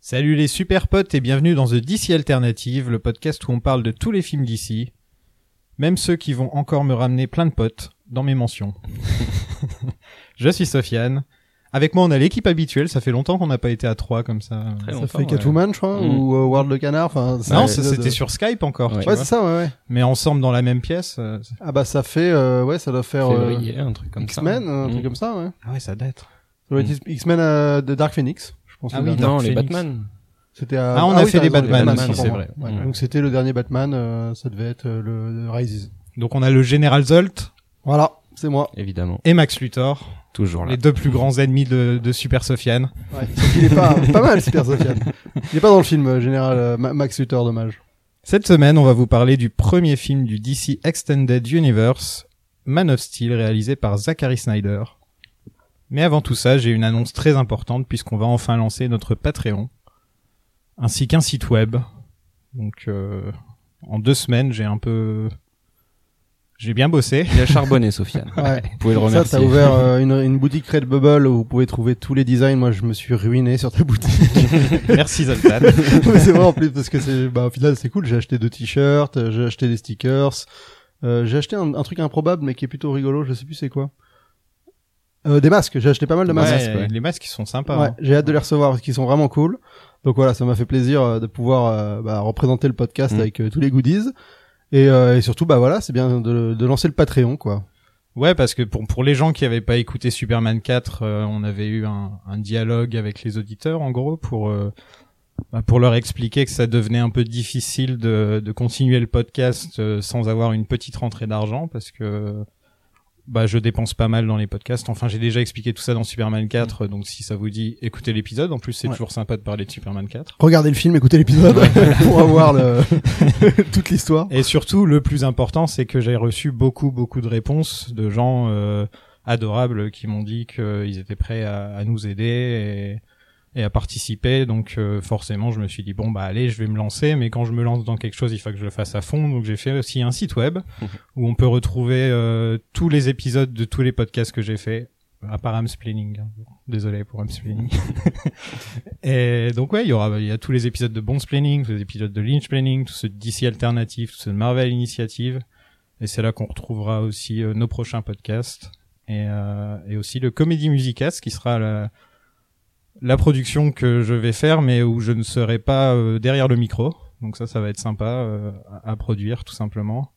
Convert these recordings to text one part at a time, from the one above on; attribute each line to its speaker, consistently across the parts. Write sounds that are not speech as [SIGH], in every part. Speaker 1: Salut les super potes et bienvenue dans The DC Alternative, le podcast où on parle de tous les films d'ici, même ceux qui vont encore me ramener plein de potes dans mes
Speaker 2: [LAUGHS]
Speaker 1: mentions. Je suis Sofiane. Avec moi, on a l'équipe habituelle. Ça fait longtemps qu'on n'a pas été à trois comme ça.
Speaker 3: Très
Speaker 2: Ça
Speaker 3: longtemps,
Speaker 2: fait
Speaker 3: ouais.
Speaker 2: Catwoman, je crois,
Speaker 3: Mm.
Speaker 2: ou euh, World le Canard. Enfin, c'est-
Speaker 1: Non, ça,
Speaker 2: c'est-
Speaker 1: c'était
Speaker 2: c'est-
Speaker 1: sur hein. Skype encore, tu
Speaker 2: Ouais,
Speaker 1: vois.
Speaker 2: c'est ça, ouais, ouais.
Speaker 1: Mais ensemble dans la même pièce. euh, c'est-
Speaker 2: Ah bah ça fait, euh, ouais, ça doit faire euh,
Speaker 3: Février, un truc comme ça.
Speaker 2: X-Men, un
Speaker 3: Mm.
Speaker 2: truc comme ça, ouais.
Speaker 1: Ah ouais, ça date.
Speaker 2: Ça doit
Speaker 3: Mm.
Speaker 2: être X-Men euh, de Dark Phoenix, je pense.
Speaker 1: Ah
Speaker 2: le
Speaker 1: oui,
Speaker 2: dernier.
Speaker 3: Non, les
Speaker 1: Phoenix.
Speaker 3: Batman.
Speaker 2: c'était. à-
Speaker 1: Ah, on a
Speaker 2: oui,
Speaker 1: fait
Speaker 2: t'as
Speaker 1: les
Speaker 2: raison,
Speaker 1: Batman
Speaker 3: aussi,
Speaker 2: autant
Speaker 1: c'est
Speaker 2: pour
Speaker 1: vrai.
Speaker 2: moi.
Speaker 3: Mm.
Speaker 2: Donc c'était le dernier Batman, euh, ça devait être euh, le, le Rises.
Speaker 1: Donc on a le général Zolt
Speaker 2: Voilà, c'est moi.
Speaker 3: Évidemment.
Speaker 1: et Max Luthor,
Speaker 3: Toujours là.
Speaker 1: les deux plus grands ennemis de, de Super Sofiane.
Speaker 2: [LAUGHS] Ouais. Sauf qu'il est pas, pas mal, Super Sofiane. Il est pas dans le film euh, général euh, Ma- Max Luthor, dommage.
Speaker 1: Cette semaine, on va vous parler du premier film du DC Extended Universe, Man of Steel, réalisé par Zachary Snyder. Mais avant tout ça, j'ai une annonce très importante puisqu'on va enfin lancer notre Patreon, ainsi qu'un site web. Donc, euh, en deux semaines, j'ai un peu, j'ai bien bossé. [LAUGHS]
Speaker 3: Il a charbonné, Sofiane.
Speaker 2: Ouais.
Speaker 3: Vous pouvez le
Speaker 2: Ça,
Speaker 3: remercier.
Speaker 2: t'as ouvert euh, une, une boutique Red Bubble où vous pouvez trouver tous les designs. Moi, je me suis ruiné sur ta boutique.
Speaker 1: Merci Zoltan.
Speaker 2: Ouais, c'est vrai en plus parce que c'est bah au final c'est cool j'ai acheté deux t-shirts euh, j'ai acheté des stickers euh, j'ai acheté un, un truc improbable mais qui est plutôt rigolo je sais plus c'est quoi euh, des masques j'ai acheté pas mal de masques
Speaker 1: Ouais, Les masques ils sont sympas.
Speaker 2: Ouais,
Speaker 1: hein.
Speaker 2: j'ai hâte de les recevoir parce qu'ils sont vraiment cool donc voilà ça m'a fait plaisir euh, de pouvoir euh, bah, représenter le podcast
Speaker 3: Mm.
Speaker 2: avec euh, tous les goodies et, euh, et surtout bah voilà c'est bien de, de lancer le Patreon quoi
Speaker 1: Ouais, parce que pour, pour les gens qui n'avaient pas écouté Superman 4, euh, on avait eu un, un dialogue avec les auditeurs, en gros, pour, euh, bah, pour leur expliquer que ça devenait un peu difficile de, de continuer le podcast euh, sans avoir une petite rentrée d'argent, parce que bah, je dépense pas mal dans les podcasts. Enfin, j'ai déjà expliqué tout ça dans Superman 4, euh, donc si ça vous dit, écoutez l'épisode. En plus, c'est
Speaker 2: Ouais.
Speaker 1: toujours sympa de parler de Superman 4.
Speaker 2: regardez le film écoutez l'épisode [LAUGHS] pour avoir le- toute l'histoire
Speaker 1: Et surtout, le plus important, c'est que j'ai reçu beaucoup, beaucoup de réponses de gens euh, adorables qui m'ont dit qu'ils étaient prêts à, à nous aider et, et à participer. Donc euh, forcément, je me suis dit, bon, bah allez, je vais me lancer, mais quand je me lance dans quelque chose, il faut que je le fasse à fond. Donc j'ai fait aussi un site web où on peut retrouver euh, tous les épisodes de tous les podcasts que j'ai fait. À part Amsplaining. hein. Désolé pour Amsplaining. Et donc ouais, il y aura il y a tous les épisodes de Bones Planning, tous les épisodes de Lynch Planning, tout ce DC alternatif, tout ce Marvel Initiative. Et c'est là qu'on retrouvera aussi euh, nos prochains podcasts et, euh, et aussi le Comedy Musicast qui sera la, la production que je vais faire mais où je ne serai pas euh, derrière le micro. Donc ça, ça va être sympa euh, à, à produire tout simplement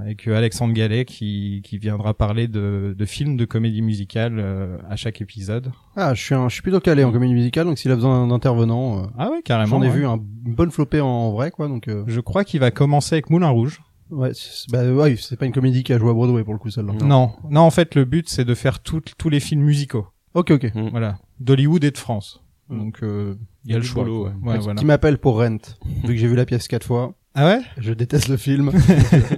Speaker 1: avec euh, Alexandre Gallet qui, qui viendra parler de, de films de comédie musicale euh, à chaque épisode.
Speaker 2: ah je suis un- je suis plutôt calé en comédie musicale donc s'il a besoin d'intervenants euh,
Speaker 1: Ah ouais, carrément.
Speaker 2: J'en ai
Speaker 1: ouais.
Speaker 2: vu un, une bonne flopée en, en vrai, quoi. Donc, euh,
Speaker 1: Je crois qu'il va commencer avec Moulin Rouge.
Speaker 2: ouais, c'est- bah, ouais, c'est pas une comédie qui a joué à Broadway pour le coup, celle-là.
Speaker 3: Non.
Speaker 1: Non, non, en fait, le but c'est de faire tout- tous les films musicaux,
Speaker 2: Ok, ok.
Speaker 3: Mm.
Speaker 1: voilà, d'Hollywood et de France.
Speaker 2: Mm.
Speaker 1: Donc euh, il y a le
Speaker 3: du
Speaker 1: choix.
Speaker 3: boulot,
Speaker 1: quoi.
Speaker 3: ouais.
Speaker 1: Ouais,
Speaker 2: Qui-
Speaker 1: voilà.
Speaker 2: Qui m'appelle pour Rent, vu que j'ai vu la pièce quatre fois.
Speaker 1: Ah ouais
Speaker 2: Je déteste
Speaker 1: [LAUGHS]
Speaker 2: le film.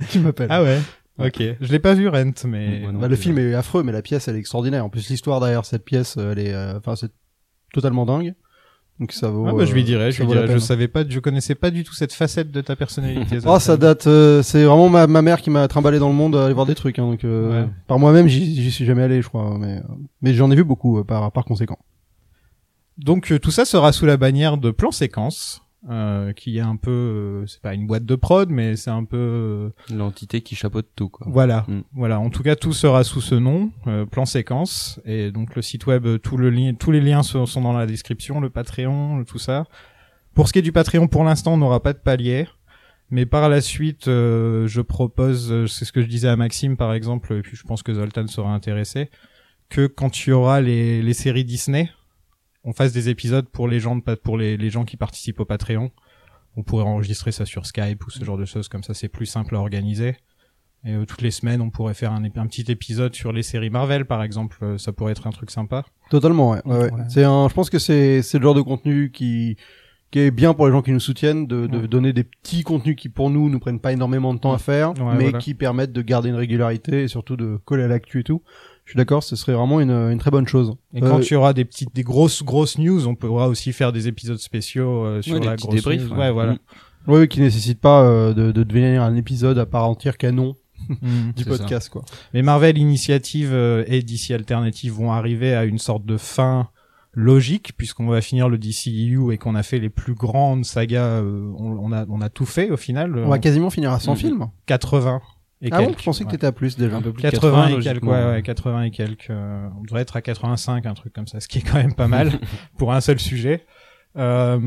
Speaker 2: qui m'appelle.
Speaker 1: Ah ouais. Ok, je l'ai pas vu Rent, mais
Speaker 3: Moi non
Speaker 2: Bah, le
Speaker 3: plus,
Speaker 2: film est affreux, mais la pièce, elle est extraordinaire. En plus, l'histoire derrière cette pièce, elle est, euh, enfin, c'est totalement dingue. Donc ça vaut.
Speaker 1: Ah bah, je lui
Speaker 2: euh,
Speaker 1: dirais,
Speaker 2: ça
Speaker 1: je lui
Speaker 2: vaut la
Speaker 1: dirais, je
Speaker 2: peine.
Speaker 1: savais pas, je connaissais pas du tout cette facette de ta personnalité.
Speaker 2: [LAUGHS] Oh, ça
Speaker 1: Zoltan.
Speaker 2: date. euh, c'est vraiment ma, ma mère qui m'a trimballé dans le monde à aller voir des trucs. hein, donc euh,
Speaker 1: Ouais.
Speaker 2: par moi-même, j'y j'y suis jamais allé, je crois. Mais euh, mais j'en ai vu beaucoup euh, par par conséquent.
Speaker 1: Donc euh, tout ça sera sous la bannière de plan séquence, euh, qui est un peu, euh, c'est pas une boîte de prod, mais c'est un peu, euh,
Speaker 3: L'entité qui chapeaute tout, quoi.
Speaker 1: voilà,
Speaker 3: Mm.
Speaker 1: voilà. En tout cas, tout sera sous ce nom, euh, plan séquence, et donc le site web, euh, tout le li- tous les liens sont, sont dans la description, le Patreon, le- tout ça. Pour ce qui est du Patreon, pour l'instant, on n'aura pas de palier. Mais par la suite, euh, je propose, euh, c'est ce que je disais à Maxime par exemple, et puis je pense que Zoltan sera intéressé, que quand il y aura les, les séries Disney, on fasse des épisodes pour les gens de, pa- pour les, les gens qui participent au Patreon. On pourrait enregistrer ça sur Skype ou ce genre de choses comme ça, c'est plus simple à organiser. Et euh, toutes les semaines, on pourrait faire un, ép- un petit épisode sur les séries Marvel par exemple, Euh, ça pourrait être un truc sympa.
Speaker 2: Totalement, ouais. ouais, ouais.
Speaker 1: Ouais.
Speaker 2: C'est un, je pense que c'est c'est le genre de contenu qui qui est bien pour les gens qui nous soutiennent de, de
Speaker 1: Ouais.
Speaker 2: donner des petits contenus qui pour nous nous prennent pas énormément de temps à faire,
Speaker 1: Ouais,
Speaker 2: mais
Speaker 1: voilà.
Speaker 2: qui permettent de garder une régularité et surtout de coller à l'actu et tout. Je suis d'accord, ce serait vraiment une, une très bonne chose.
Speaker 1: Et
Speaker 2: Euh,
Speaker 1: quand il y aura des petites, des grosses, grosses news, on pourra aussi faire des épisodes spéciaux euh, sur
Speaker 3: Ouais, des
Speaker 1: la
Speaker 3: petits
Speaker 1: grosse
Speaker 3: débriefs,
Speaker 1: news.
Speaker 3: ouais.
Speaker 1: Ouais, voilà.
Speaker 3: Mm.
Speaker 2: ouais, ouais, qui nécessite pas euh, de, de devenir un épisode à part entière canon [LAUGHS]
Speaker 1: Mm.
Speaker 2: du
Speaker 3: C'est ça.
Speaker 2: podcast quoi.
Speaker 1: Mais Marvel Initiative euh, et DC Alternative vont arriver à une sorte de fin logique puisqu'on va finir le DCEU et qu'on a fait les plus grandes sagas. euh, on, on a on a tout fait au final. euh,
Speaker 2: On va quasiment finir à 100
Speaker 3: Mhm.
Speaker 2: films.
Speaker 1: 80 et
Speaker 2: Ah bon,
Speaker 1: quelques.
Speaker 2: je pensais que
Speaker 1: ouais.
Speaker 2: t'étais à plus déjà.
Speaker 3: Un peu plus de
Speaker 1: 80, et quelques,
Speaker 3: logiquement.
Speaker 1: ouais, ouais, 80 et quelques. euh, on devrait être à 85, un truc comme ça, ce qui est quand même pas
Speaker 3: [LAUGHS]
Speaker 1: mal pour un seul sujet. Euh,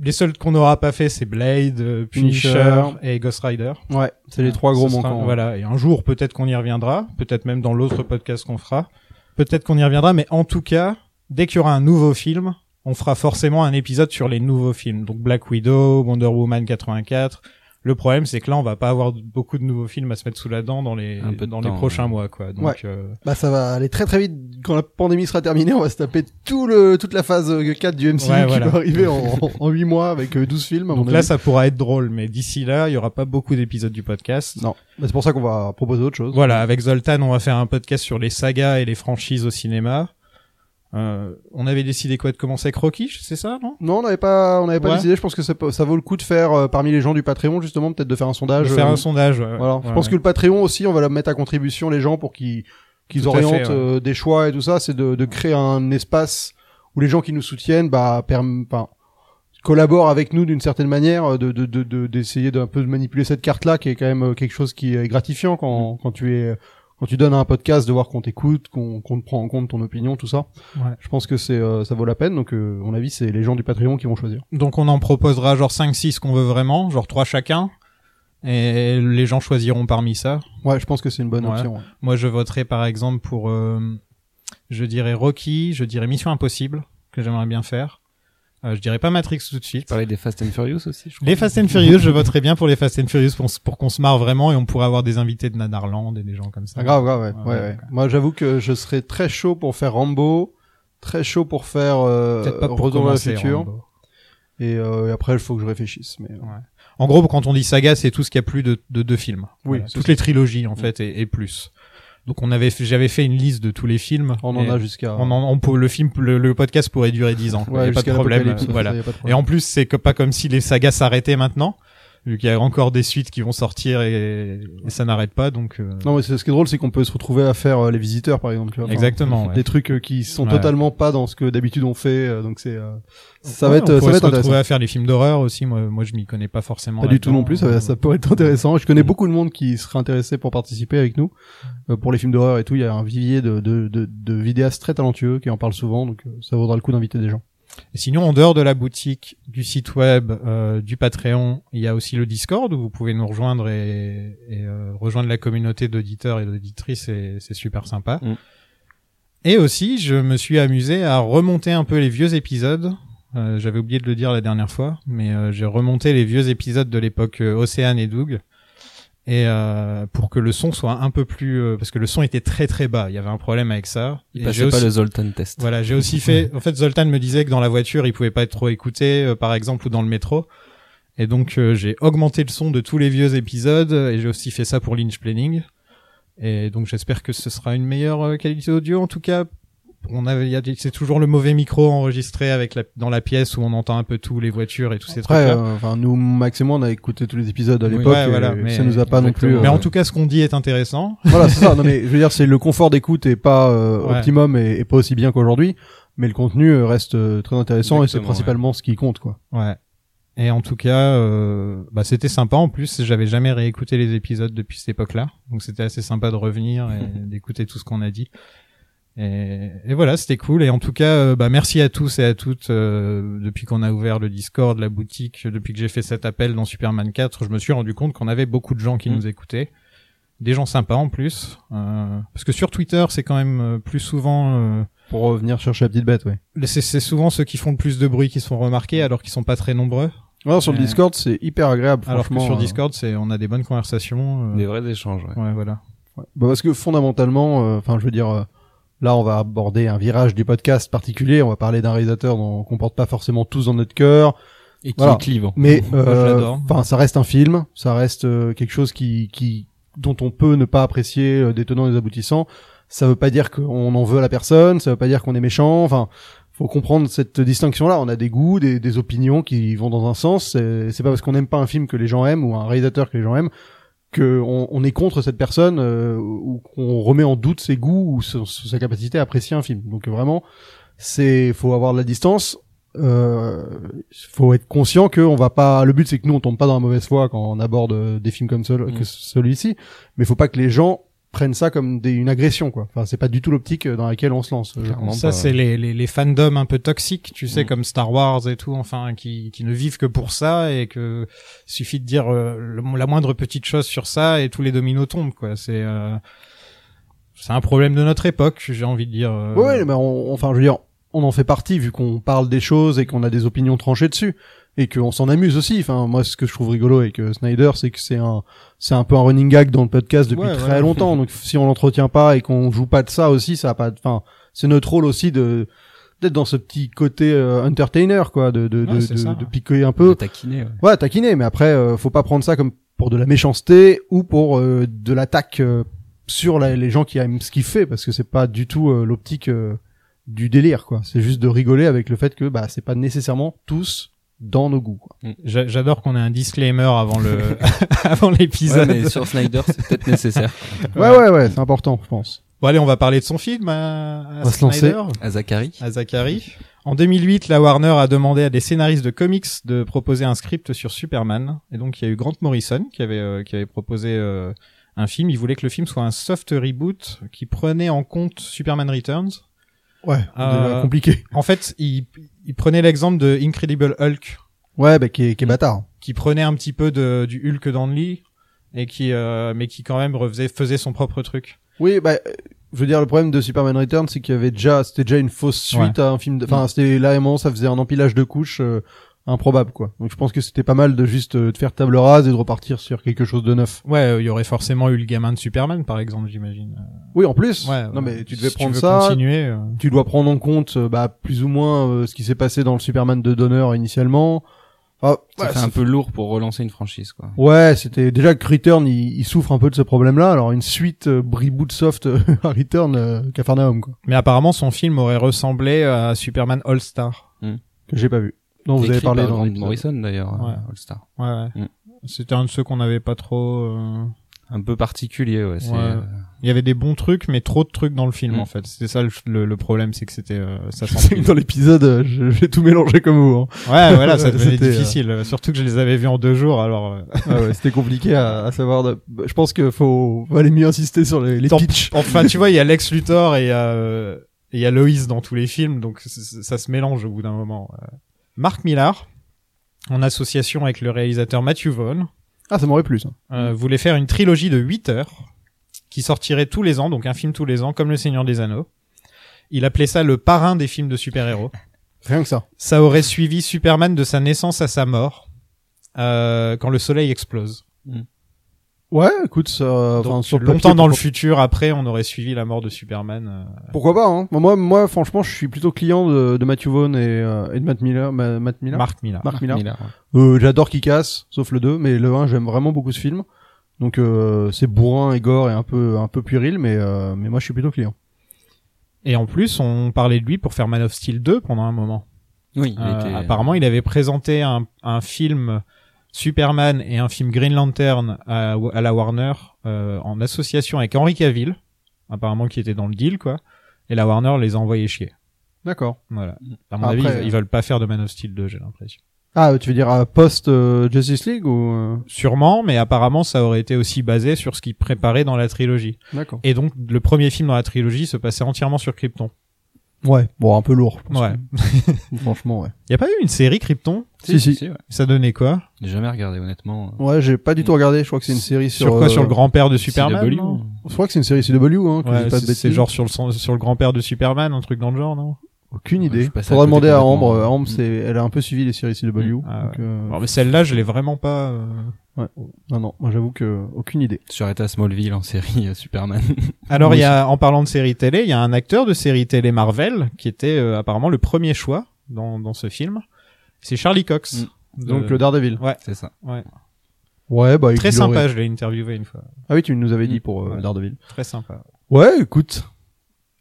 Speaker 1: les seuls qu'on n'aura pas fait, c'est Blade, euh, Punisher,
Speaker 2: Punisher.
Speaker 1: et Ghost Rider.
Speaker 2: Ouais, c'est les trois gros
Speaker 1: Ce sera-
Speaker 2: manquants. hein.
Speaker 1: Voilà, et un jour peut-être qu'on y reviendra, peut-être même dans l'autre podcast qu'on fera, peut-être qu'on y reviendra, mais en tout cas, dès qu'il y aura un nouveau film, on fera forcément un épisode sur les nouveaux films. Donc Black Widow, Wonder Woman 84. Le problème, c'est que là, on va pas avoir beaucoup de nouveaux films à se mettre sous la dent dans les
Speaker 3: Un peu de
Speaker 1: dans
Speaker 3: temps,
Speaker 1: les prochains mois, quoi. Donc
Speaker 2: Ouais.
Speaker 1: euh,
Speaker 2: Bah ça va aller très très vite. Quand la pandémie sera terminée, on va se taper tout le, toute la phase euh, 4 du MCU
Speaker 1: Ouais,
Speaker 2: qui
Speaker 1: voilà.
Speaker 2: va
Speaker 1: [LAUGHS]
Speaker 2: arriver en, en 8 mois avec euh, 12 films. à
Speaker 1: donc
Speaker 2: mon
Speaker 1: là,
Speaker 2: avis.
Speaker 1: ça pourra être drôle, mais d'ici là, il y aura pas beaucoup d'épisodes du podcast.
Speaker 2: Non, Bah, c'est pour ça qu'on va proposer autre chose.
Speaker 1: Voilà, avec Zoltan, on va faire un podcast sur les sagas et les franchises au cinéma. Euh, on avait décidé quoi de commencer Croquis, c'est ça, non
Speaker 2: Non, on n'avait pas, on n'avait pas
Speaker 1: Ouais.
Speaker 2: décidé. Je pense que ça, peut- ça vaut le coup de faire euh, parmi les gens du Patreon justement peut-être de faire un
Speaker 1: De
Speaker 2: sondage.
Speaker 1: faire
Speaker 2: euh,
Speaker 1: un sondage. ouais,
Speaker 2: voilà.
Speaker 1: ouais,
Speaker 2: je pense
Speaker 1: ouais.
Speaker 2: que le Patreon aussi, on va la mettre à contribution les gens pour qu'ils qu'ils
Speaker 1: Tout à fait,
Speaker 2: orientent
Speaker 1: ouais.
Speaker 2: euh, des choix et tout ça. C'est de, de créer un espace où les gens qui nous soutiennent, bah, perm- enfin, collaborent avec nous d'une certaine manière, euh, de de- de- de- d'essayer d'un peu de manipuler cette carte-là, qui est quand même euh, quelque chose qui est gratifiant
Speaker 1: Mm.
Speaker 2: quand quand tu es euh, quand tu donnes à un podcast de voir qu'on t'écoute, qu'on qu'on te prend en compte ton opinion, tout ça.
Speaker 1: Ouais.
Speaker 2: Je pense que c'est euh, ça vaut la peine. Donc, euh, à mon avis, c'est les gens du Patreon qui vont choisir.
Speaker 1: Donc on en proposera genre 5-6 qu'on veut vraiment, genre 3 chacun. Et les gens choisiront parmi ça.
Speaker 2: Ouais, je pense que c'est une bonne
Speaker 1: Ouais.
Speaker 2: option. ouais.
Speaker 1: Moi, je voterai par exemple pour, euh, je dirais Rocky, je dirais Mission Impossible, que j'aimerais bien faire. Euh, je dirais pas Matrix tout de suite.
Speaker 3: Parler des Fast and Furious aussi, je crois.
Speaker 1: Les Fast and Furious, je voterai bien pour les Fast and Furious pour, s- pour qu'on se marre vraiment et on pourrait avoir des invités de Nanarland et des gens comme ça.
Speaker 2: Ah, grave, grave, ouais.
Speaker 1: Ouais,
Speaker 2: ouais,
Speaker 1: ouais,
Speaker 2: ouais.
Speaker 1: ok.
Speaker 2: Moi, j'avoue que je serais très chaud pour faire Rambo, très chaud pour faire euh,
Speaker 1: Peut-être pas pour
Speaker 2: Retour vers le
Speaker 1: commencer,
Speaker 2: futur.
Speaker 1: Rambo.
Speaker 2: Et, euh, et après, il faut que je réfléchisse. Mais euh,
Speaker 1: En gros, quand on dit saga, c'est tout ce qui a plus de, de deux films.
Speaker 2: Oui,
Speaker 1: Voilà,
Speaker 2: c'est Mm.
Speaker 1: toutes les trilogies en fait et, et plus. Donc on avait, fait- j'avais fait une liste de tous les films.
Speaker 2: on
Speaker 1: Et
Speaker 2: en a jusqu'à.
Speaker 1: On en, on peut- le film, le, le podcast pourrait durer 10 ans.
Speaker 2: Ouais,
Speaker 1: il y a pas de
Speaker 2: jusqu'à
Speaker 1: problème.
Speaker 2: l'apocalypse,
Speaker 1: voilà.
Speaker 2: ça, y a pas de
Speaker 1: Et
Speaker 2: problème.
Speaker 1: en plus, c'est que- pas comme si les sagas s'arrêtaient maintenant, vu qu'il y a encore des suites qui vont sortir et, et ça n'arrête pas. Donc euh,
Speaker 2: Non, mais c'est- ce qui est drôle, c'est qu'on peut se retrouver à faire euh, les visiteurs, par exemple. Tu vois, Enfin,
Speaker 1: exactement. ouais.
Speaker 2: Des trucs euh, qui sont
Speaker 1: Ouais.
Speaker 2: totalement pas dans ce que d'habitude on fait. euh, donc c'est. euh, ça
Speaker 1: Ouais,
Speaker 2: va être,
Speaker 1: on
Speaker 2: ça
Speaker 1: pourrait
Speaker 2: va
Speaker 1: se
Speaker 2: être
Speaker 1: retrouver
Speaker 2: intéressant.
Speaker 1: à faire des films d'horreur aussi. Moi, moi, je m'y connais pas forcément.
Speaker 2: Pas du tout
Speaker 1: là-dedans.
Speaker 2: non plus, ça, ça pourrait être intéressant. Je connais beaucoup de monde qui serait intéressé pour participer avec nous. Euh, pour les films d'horreur et tout, il y a un vivier de, de, de, de vidéastes très talentueux qui en parlent souvent, donc euh, ça vaudra le coup d'inviter des gens.
Speaker 1: Et sinon, en dehors de la boutique, du site web, euh, du Patreon, il y a aussi le Discord où vous pouvez nous rejoindre et, et, euh, rejoindre la communauté d'auditeurs et d'auditrices. et C'est super sympa.
Speaker 3: Mm.
Speaker 1: Et aussi, je me suis amusé à remonter un peu les vieux épisodes. Euh, J'avais oublié de le dire la dernière fois, mais euh, j'ai remonté les vieux épisodes de l'époque euh, Océane et Doug. Et euh, pour que le son soit un peu plus, euh, parce que le son était très très bas, il y avait un problème avec ça.
Speaker 3: Il
Speaker 1: Et
Speaker 3: passait
Speaker 1: j'ai
Speaker 3: pas
Speaker 1: aussi-
Speaker 3: le Zoltan test.
Speaker 1: voilà, j'ai aussi fait. En fait, Zoltan me disait que dans la voiture, il pouvait pas être trop écouté, euh, par exemple, ou dans le métro. Et donc, euh, j'ai augmenté le son de tous les vieux épisodes, euh, et j'ai aussi fait ça pour Lynch Planning. Et donc, j'espère que ce sera une meilleure euh, qualité audio. En tout cas, on avait, il y a des- c'est toujours le mauvais micro enregistré avec la, dans la pièce où on entend un peu tout, les voitures et tous ces
Speaker 2: Après,
Speaker 1: trucs-là.
Speaker 2: euh, enfin nous, Max et moi, on a écouté tous les épisodes à
Speaker 3: Oui,
Speaker 2: l'époque,
Speaker 1: ouais,
Speaker 2: et
Speaker 1: voilà, mais-
Speaker 2: ça nous a pas non plus.
Speaker 3: exactement.
Speaker 2: euh,
Speaker 1: Mais en tout cas, ce qu'on dit est intéressant.
Speaker 2: [LAUGHS] voilà, c'est ça. Non, mais je veux dire, c'est le confort d'écoute est pas euh,
Speaker 1: Ouais.
Speaker 2: optimum et, et pas aussi bien qu'aujourd'hui, mais le contenu euh, reste euh, très intéressant et c'est
Speaker 3: Exactement,
Speaker 2: principalement ce qui compte, quoi.
Speaker 1: Ouais. Et en tout cas, euh, bah, c'était sympa. En plus, j'avais jamais réécouté les épisodes depuis cette époque-là, donc c'était assez sympa de revenir et d'écouter tout ce qu'on a dit. Et, et voilà, c'était cool. Et en tout cas, euh, bah, merci à tous et à toutes. euh, depuis qu'on a ouvert le Discord, la boutique, depuis que j'ai fait cet appel dans Superman 4, je me suis rendu compte qu'on avait beaucoup de gens qui
Speaker 3: Mm.
Speaker 1: nous écoutaient, des gens sympas en plus. euh, parce que sur Twitter, c'est quand même euh, plus souvent euh,
Speaker 2: Pour revenir chercher la petite bête, ouais.
Speaker 1: c'est c'est souvent ceux qui font le plus de bruit qui sont remarqués, alors qu'ils sont pas très nombreux.
Speaker 2: Alors sur le
Speaker 1: Ouais.
Speaker 2: Discord, c'est hyper agréable.
Speaker 1: Alors que
Speaker 2: franchement,
Speaker 1: sur
Speaker 2: euh,
Speaker 1: Discord, c'est on a des bonnes conversations. euh,
Speaker 3: Des vrais échanges, ouais.
Speaker 1: Ouais, voilà.
Speaker 2: Bah, parce que fondamentalement, euh, enfin je veux dire, euh, là on va aborder un virage du podcast particulier, on va parler d'un réalisateur dont- qu'on porte pas forcément tous dans notre cœur,
Speaker 3: Et qui
Speaker 2: Voilà.
Speaker 3: est clivant.
Speaker 2: mais
Speaker 1: Moi, je
Speaker 2: euh,
Speaker 1: l'adore.
Speaker 2: enfin ça reste un film, ça reste euh, quelque chose qui, qui dont on peut ne pas apprécier euh, des tenants et des aboutissants. Ça veut pas dire qu'on en veut à la personne, ça veut pas dire qu'on est méchant. Enfin, faut comprendre cette distinction-là. On a des goûts, des, des opinions qui vont dans un sens. C'est c'est pas parce qu'on n'aime pas un film que les gens aiment ou un réalisateur que les gens aiment que on, on est contre cette personne euh, ou qu'on remet en doute ses goûts ou son- sa capacité à apprécier un film. Donc vraiment, c'est faut avoir de la distance. Euh, faut être conscient que on va pas. Le but c'est que nous on tombe pas dans la mauvaise foi quand on aborde euh, des films comme ce- que celui-ci, mais faut pas que les gens prennent ça comme des, une agression quoi. Enfin c'est pas du tout l'optique euh, dans laquelle on se lance. je
Speaker 3: Clairement. pas,
Speaker 2: pense.
Speaker 1: Ça,
Speaker 3: ouais.
Speaker 1: c'est les, les, les fandoms un peu toxiques, tu sais,
Speaker 3: Mm.
Speaker 1: comme Star Wars et tout, enfin, qui, qui ne vivent que pour ça et que suffit de dire euh, le- la moindre petite chose sur ça et tous les dominos tombent, quoi. C'est euh, c'est un problème de notre époque, j'ai envie de dire. euh.
Speaker 2: Ouais, ouais, mais on, enfin je veux dire, on en fait partie vu qu'on parle des choses et qu'on a des opinions tranchées dessus et qu'on s'en amuse aussi. Enfin moi ce que je trouve rigolo avec euh, Snyder c'est que c'est un c'est un peu un running gag dans le podcast depuis
Speaker 1: Ouais,
Speaker 2: très
Speaker 1: voilà.
Speaker 2: longtemps. Donc si on l'entretient pas et qu'on joue pas de ça aussi, ça a pas. de- Enfin c'est notre rôle aussi de d'être dans ce petit côté euh, entertainer quoi, de de,
Speaker 1: Ouais,
Speaker 2: de,
Speaker 1: c'est
Speaker 2: de-
Speaker 1: ça.
Speaker 2: de piquer un
Speaker 3: De
Speaker 2: peu.
Speaker 3: taquiner, ouais.
Speaker 2: Ouais taquiner, mais après euh, faut pas prendre ça comme pour de la méchanceté ou pour euh, de l'attaque euh, sur la- les gens qui aiment ce qu'il fait parce que c'est pas du tout euh, l'optique euh, du délire quoi. C'est juste de rigoler avec le fait que bah c'est pas nécessairement tous dans nos goûts. Quoi.
Speaker 1: J'a- J'adore qu'on ait un disclaimer avant le
Speaker 2: [LAUGHS]
Speaker 1: [LAUGHS] avant
Speaker 3: Ouais,
Speaker 1: l'épisode.
Speaker 3: mais sur Snyder, c'est [LAUGHS] peut-être nécessaire.
Speaker 2: Ouais ouais ouais, c'est important je pense.
Speaker 1: Bon allez, on va parler de son film euh, à, à
Speaker 2: On va se lancer.
Speaker 1: Snyder,
Speaker 3: À Zachary.
Speaker 1: à Zachary. En 2008, la Warner a demandé à des scénaristes de comics de proposer un script sur Superman. Et donc, il y a eu Grant Morrison qui avait, euh, qui avait proposé euh, un film. Il voulait que le film soit un soft reboot qui prenait en compte Superman Returns.
Speaker 2: Ouais,
Speaker 1: Euh,
Speaker 2: déjà
Speaker 1: [LAUGHS]
Speaker 2: compliqué.
Speaker 1: En fait, il, il prenait l'exemple de Incredible Hulk,
Speaker 2: Ouais bah qui est, qui est bâtard.
Speaker 1: qui prenait un petit peu de, du Hulk dans Lee, et qui, euh, mais qui quand même refaisait, faisait son propre truc.
Speaker 2: Oui bah euh, je veux dire le problème de Superman Return c'est qu'il y avait déjà c'était déjà une fausse suite à un film. de- Enfin c'était là et moment ça faisait un empilage de couches. euh, improbable quoi donc je pense que c'était pas mal de juste euh, de faire table rase et de repartir sur quelque chose de neuf
Speaker 1: Ouais, euh, il y aurait forcément eu le gamin de Superman, par exemple, j'imagine.
Speaker 2: Oui, en plus.
Speaker 1: Ouais,
Speaker 2: non,
Speaker 1: ouais.
Speaker 2: mais tu devais
Speaker 1: Si
Speaker 2: prendre
Speaker 1: veux
Speaker 2: ça.
Speaker 1: Continuer, euh,
Speaker 2: Tu dois prendre en compte, euh, bah, plus ou moins, euh, ce qui s'est passé dans le Superman de Donner initialement. Ah,
Speaker 3: Ça
Speaker 2: ouais,
Speaker 3: fait un
Speaker 2: c'est-
Speaker 3: peu lourd pour relancer une franchise, quoi.
Speaker 2: Ouais, c'était déjà que Return, il, il souffre un peu de ce problème-là. Alors une suite euh, bribout soft [LAUGHS] euh, à Return, euh, Cafarnaum, quoi,
Speaker 1: Mais apparemment, son film aurait ressemblé à Superman All Star.
Speaker 2: que j'ai pas vu. Non, vous
Speaker 3: Écrit
Speaker 2: avez parlé
Speaker 3: par
Speaker 2: dans
Speaker 3: Grant
Speaker 2: l'épisode.
Speaker 3: Morrison, d'ailleurs, euh,
Speaker 1: Ouais.
Speaker 3: All Star.
Speaker 1: Ouais, ouais.
Speaker 3: Mm.
Speaker 1: C'était un de ceux qu'on n'avait pas trop. euh,
Speaker 3: Un peu particulier, ouais. c'est,
Speaker 1: Ouais.
Speaker 3: euh,
Speaker 1: Il y avait des bons trucs, mais trop de trucs dans le film
Speaker 3: Mm.
Speaker 1: en fait. C'était ça le, le- le problème, c'est que c'était euh, ça.
Speaker 2: Je sais que
Speaker 1: s'empile.
Speaker 2: dans l'épisode, euh, je- j'ai tout mélangé comme vous. hein.
Speaker 1: Ouais, voilà, ça devenait
Speaker 2: C'était, euh,
Speaker 1: difficile. euh, Surtout que je les avais vus en deux jours, alors. euh,
Speaker 2: Ah ouais, c'était compliqué à, à savoir. de- Je pense qu'il faut faut aller mieux insister sur les, les
Speaker 1: Tant-
Speaker 2: pitchs.
Speaker 1: Enfin, tu vois, il y a Lex Luthor et il y a, euh, et il y a Loïs dans tous les films, donc c- c- ça se mélange au bout d'un moment. Euh, Marc Millar, en association avec le réalisateur Matthew Vaughn,
Speaker 2: Ah, ça m'aurait plu ça.
Speaker 1: euh, voulait faire une trilogie de 8 heures qui sortirait tous les ans, donc un film tous les ans, comme Le Seigneur des Anneaux. Il appelait ça le parrain des films de super-héros.
Speaker 2: Rien que ça.
Speaker 1: Ça aurait suivi Superman de sa naissance à sa mort, euh, quand le soleil explose.
Speaker 2: Ouais, écoute, ça. enfin,
Speaker 1: Donc,
Speaker 2: sur le
Speaker 1: longtemps
Speaker 2: papier,
Speaker 1: dans le futur, après, on aurait suivi la mort de Superman. euh.
Speaker 2: Pourquoi pas hein. Moi, moi, franchement, je suis plutôt client de, de Matthew Vaughn et, euh, et de Matt Miller. Ma- Matt Miller.
Speaker 1: Marc Millar.
Speaker 2: Mark Millar.
Speaker 3: Miller, ouais.
Speaker 2: Euh, J'adore qui casse, sauf le 2, mais le 1, j'aime vraiment beaucoup ce film. Donc euh, c'est bourrin et gore et un peu un peu puéril, mais euh, mais moi je suis plutôt client.
Speaker 1: Et en plus, on parlait de lui pour faire Man of Steel 2 pendant un moment.
Speaker 3: Oui, il
Speaker 1: Euh,
Speaker 3: était-
Speaker 1: Apparemment, il avait présenté un, un film Superman et un film Green Lantern à, à la Warner euh, en association avec Henry Cavill, apparemment qui était dans le deal, quoi. Et la Warner les a envoyés chier.
Speaker 2: D'accord.
Speaker 1: Voilà. À mon
Speaker 2: Après,
Speaker 1: avis, ils-
Speaker 2: euh,
Speaker 1: ils, veulent pas faire de Man of Steel 2, j'ai l'impression.
Speaker 2: Ah, tu veux dire euh, post euh, Justice League ou euh,
Speaker 1: Sûrement, mais apparemment, ça aurait été aussi basé sur ce qu'ils préparaient dans la trilogie.
Speaker 2: D'accord.
Speaker 1: Et donc, le premier film dans la trilogie se passait entièrement sur Krypton.
Speaker 2: Ouais, bon un peu lourd. je pense
Speaker 1: Ouais.
Speaker 2: que- franchement, ouais.
Speaker 1: Y a pas eu une série Krypton
Speaker 2: Si, si.
Speaker 3: ouais.
Speaker 1: Ça donnait quoi
Speaker 3: J'ai jamais regardé, honnêtement.
Speaker 2: Ouais, j'ai pas du tout regardé. Je crois que c'est une série sur
Speaker 1: Sur quoi
Speaker 2: euh,
Speaker 1: Sur le grand-père de Superman
Speaker 3: CW,
Speaker 1: non
Speaker 3: ou-
Speaker 2: Je crois que c'est une série CW, hein. que je dis
Speaker 1: Ouais,
Speaker 2: pas de
Speaker 1: c'est- c'est
Speaker 2: bêtises.
Speaker 1: genre sur le, son- sur le grand-père de Superman, un truc dans le genre, non
Speaker 2: Aucune
Speaker 3: Ouais, je
Speaker 2: idée.
Speaker 3: suis passé à
Speaker 2: Faudra
Speaker 3: côté
Speaker 2: demander à
Speaker 3: complètement.
Speaker 2: Ambre. Euh, Ambre,
Speaker 3: Mm.
Speaker 2: c'est, elle a un peu suivi les séries CW.
Speaker 3: Mm.
Speaker 1: Ah
Speaker 2: donc, euh,
Speaker 1: Alors, mais celle-là, je l'ai vraiment pas. euh.
Speaker 2: Non, non, moi j'avoue que euh, aucune idée.
Speaker 3: Je suis arrêté à Smallville en [LAUGHS] série euh, Superman.
Speaker 1: Ah, Alors,
Speaker 3: Moi
Speaker 1: il y a, en parlant de série télé, il y a un acteur de série télé Marvel qui était euh, apparemment le premier choix dans, dans ce film. C'est Charlie Cox. De-
Speaker 2: Donc le Daredevil.
Speaker 3: C'est ça.
Speaker 2: Ouais, bah
Speaker 1: très
Speaker 2: il aurait-
Speaker 1: sympa. Je l'ai interviewé une fois.
Speaker 2: Ah oui, tu nous avais
Speaker 3: Mm.
Speaker 2: dit pour euh,
Speaker 1: Ouais.
Speaker 2: Daredevil.
Speaker 1: Très sympa.
Speaker 2: Ouais, écoute,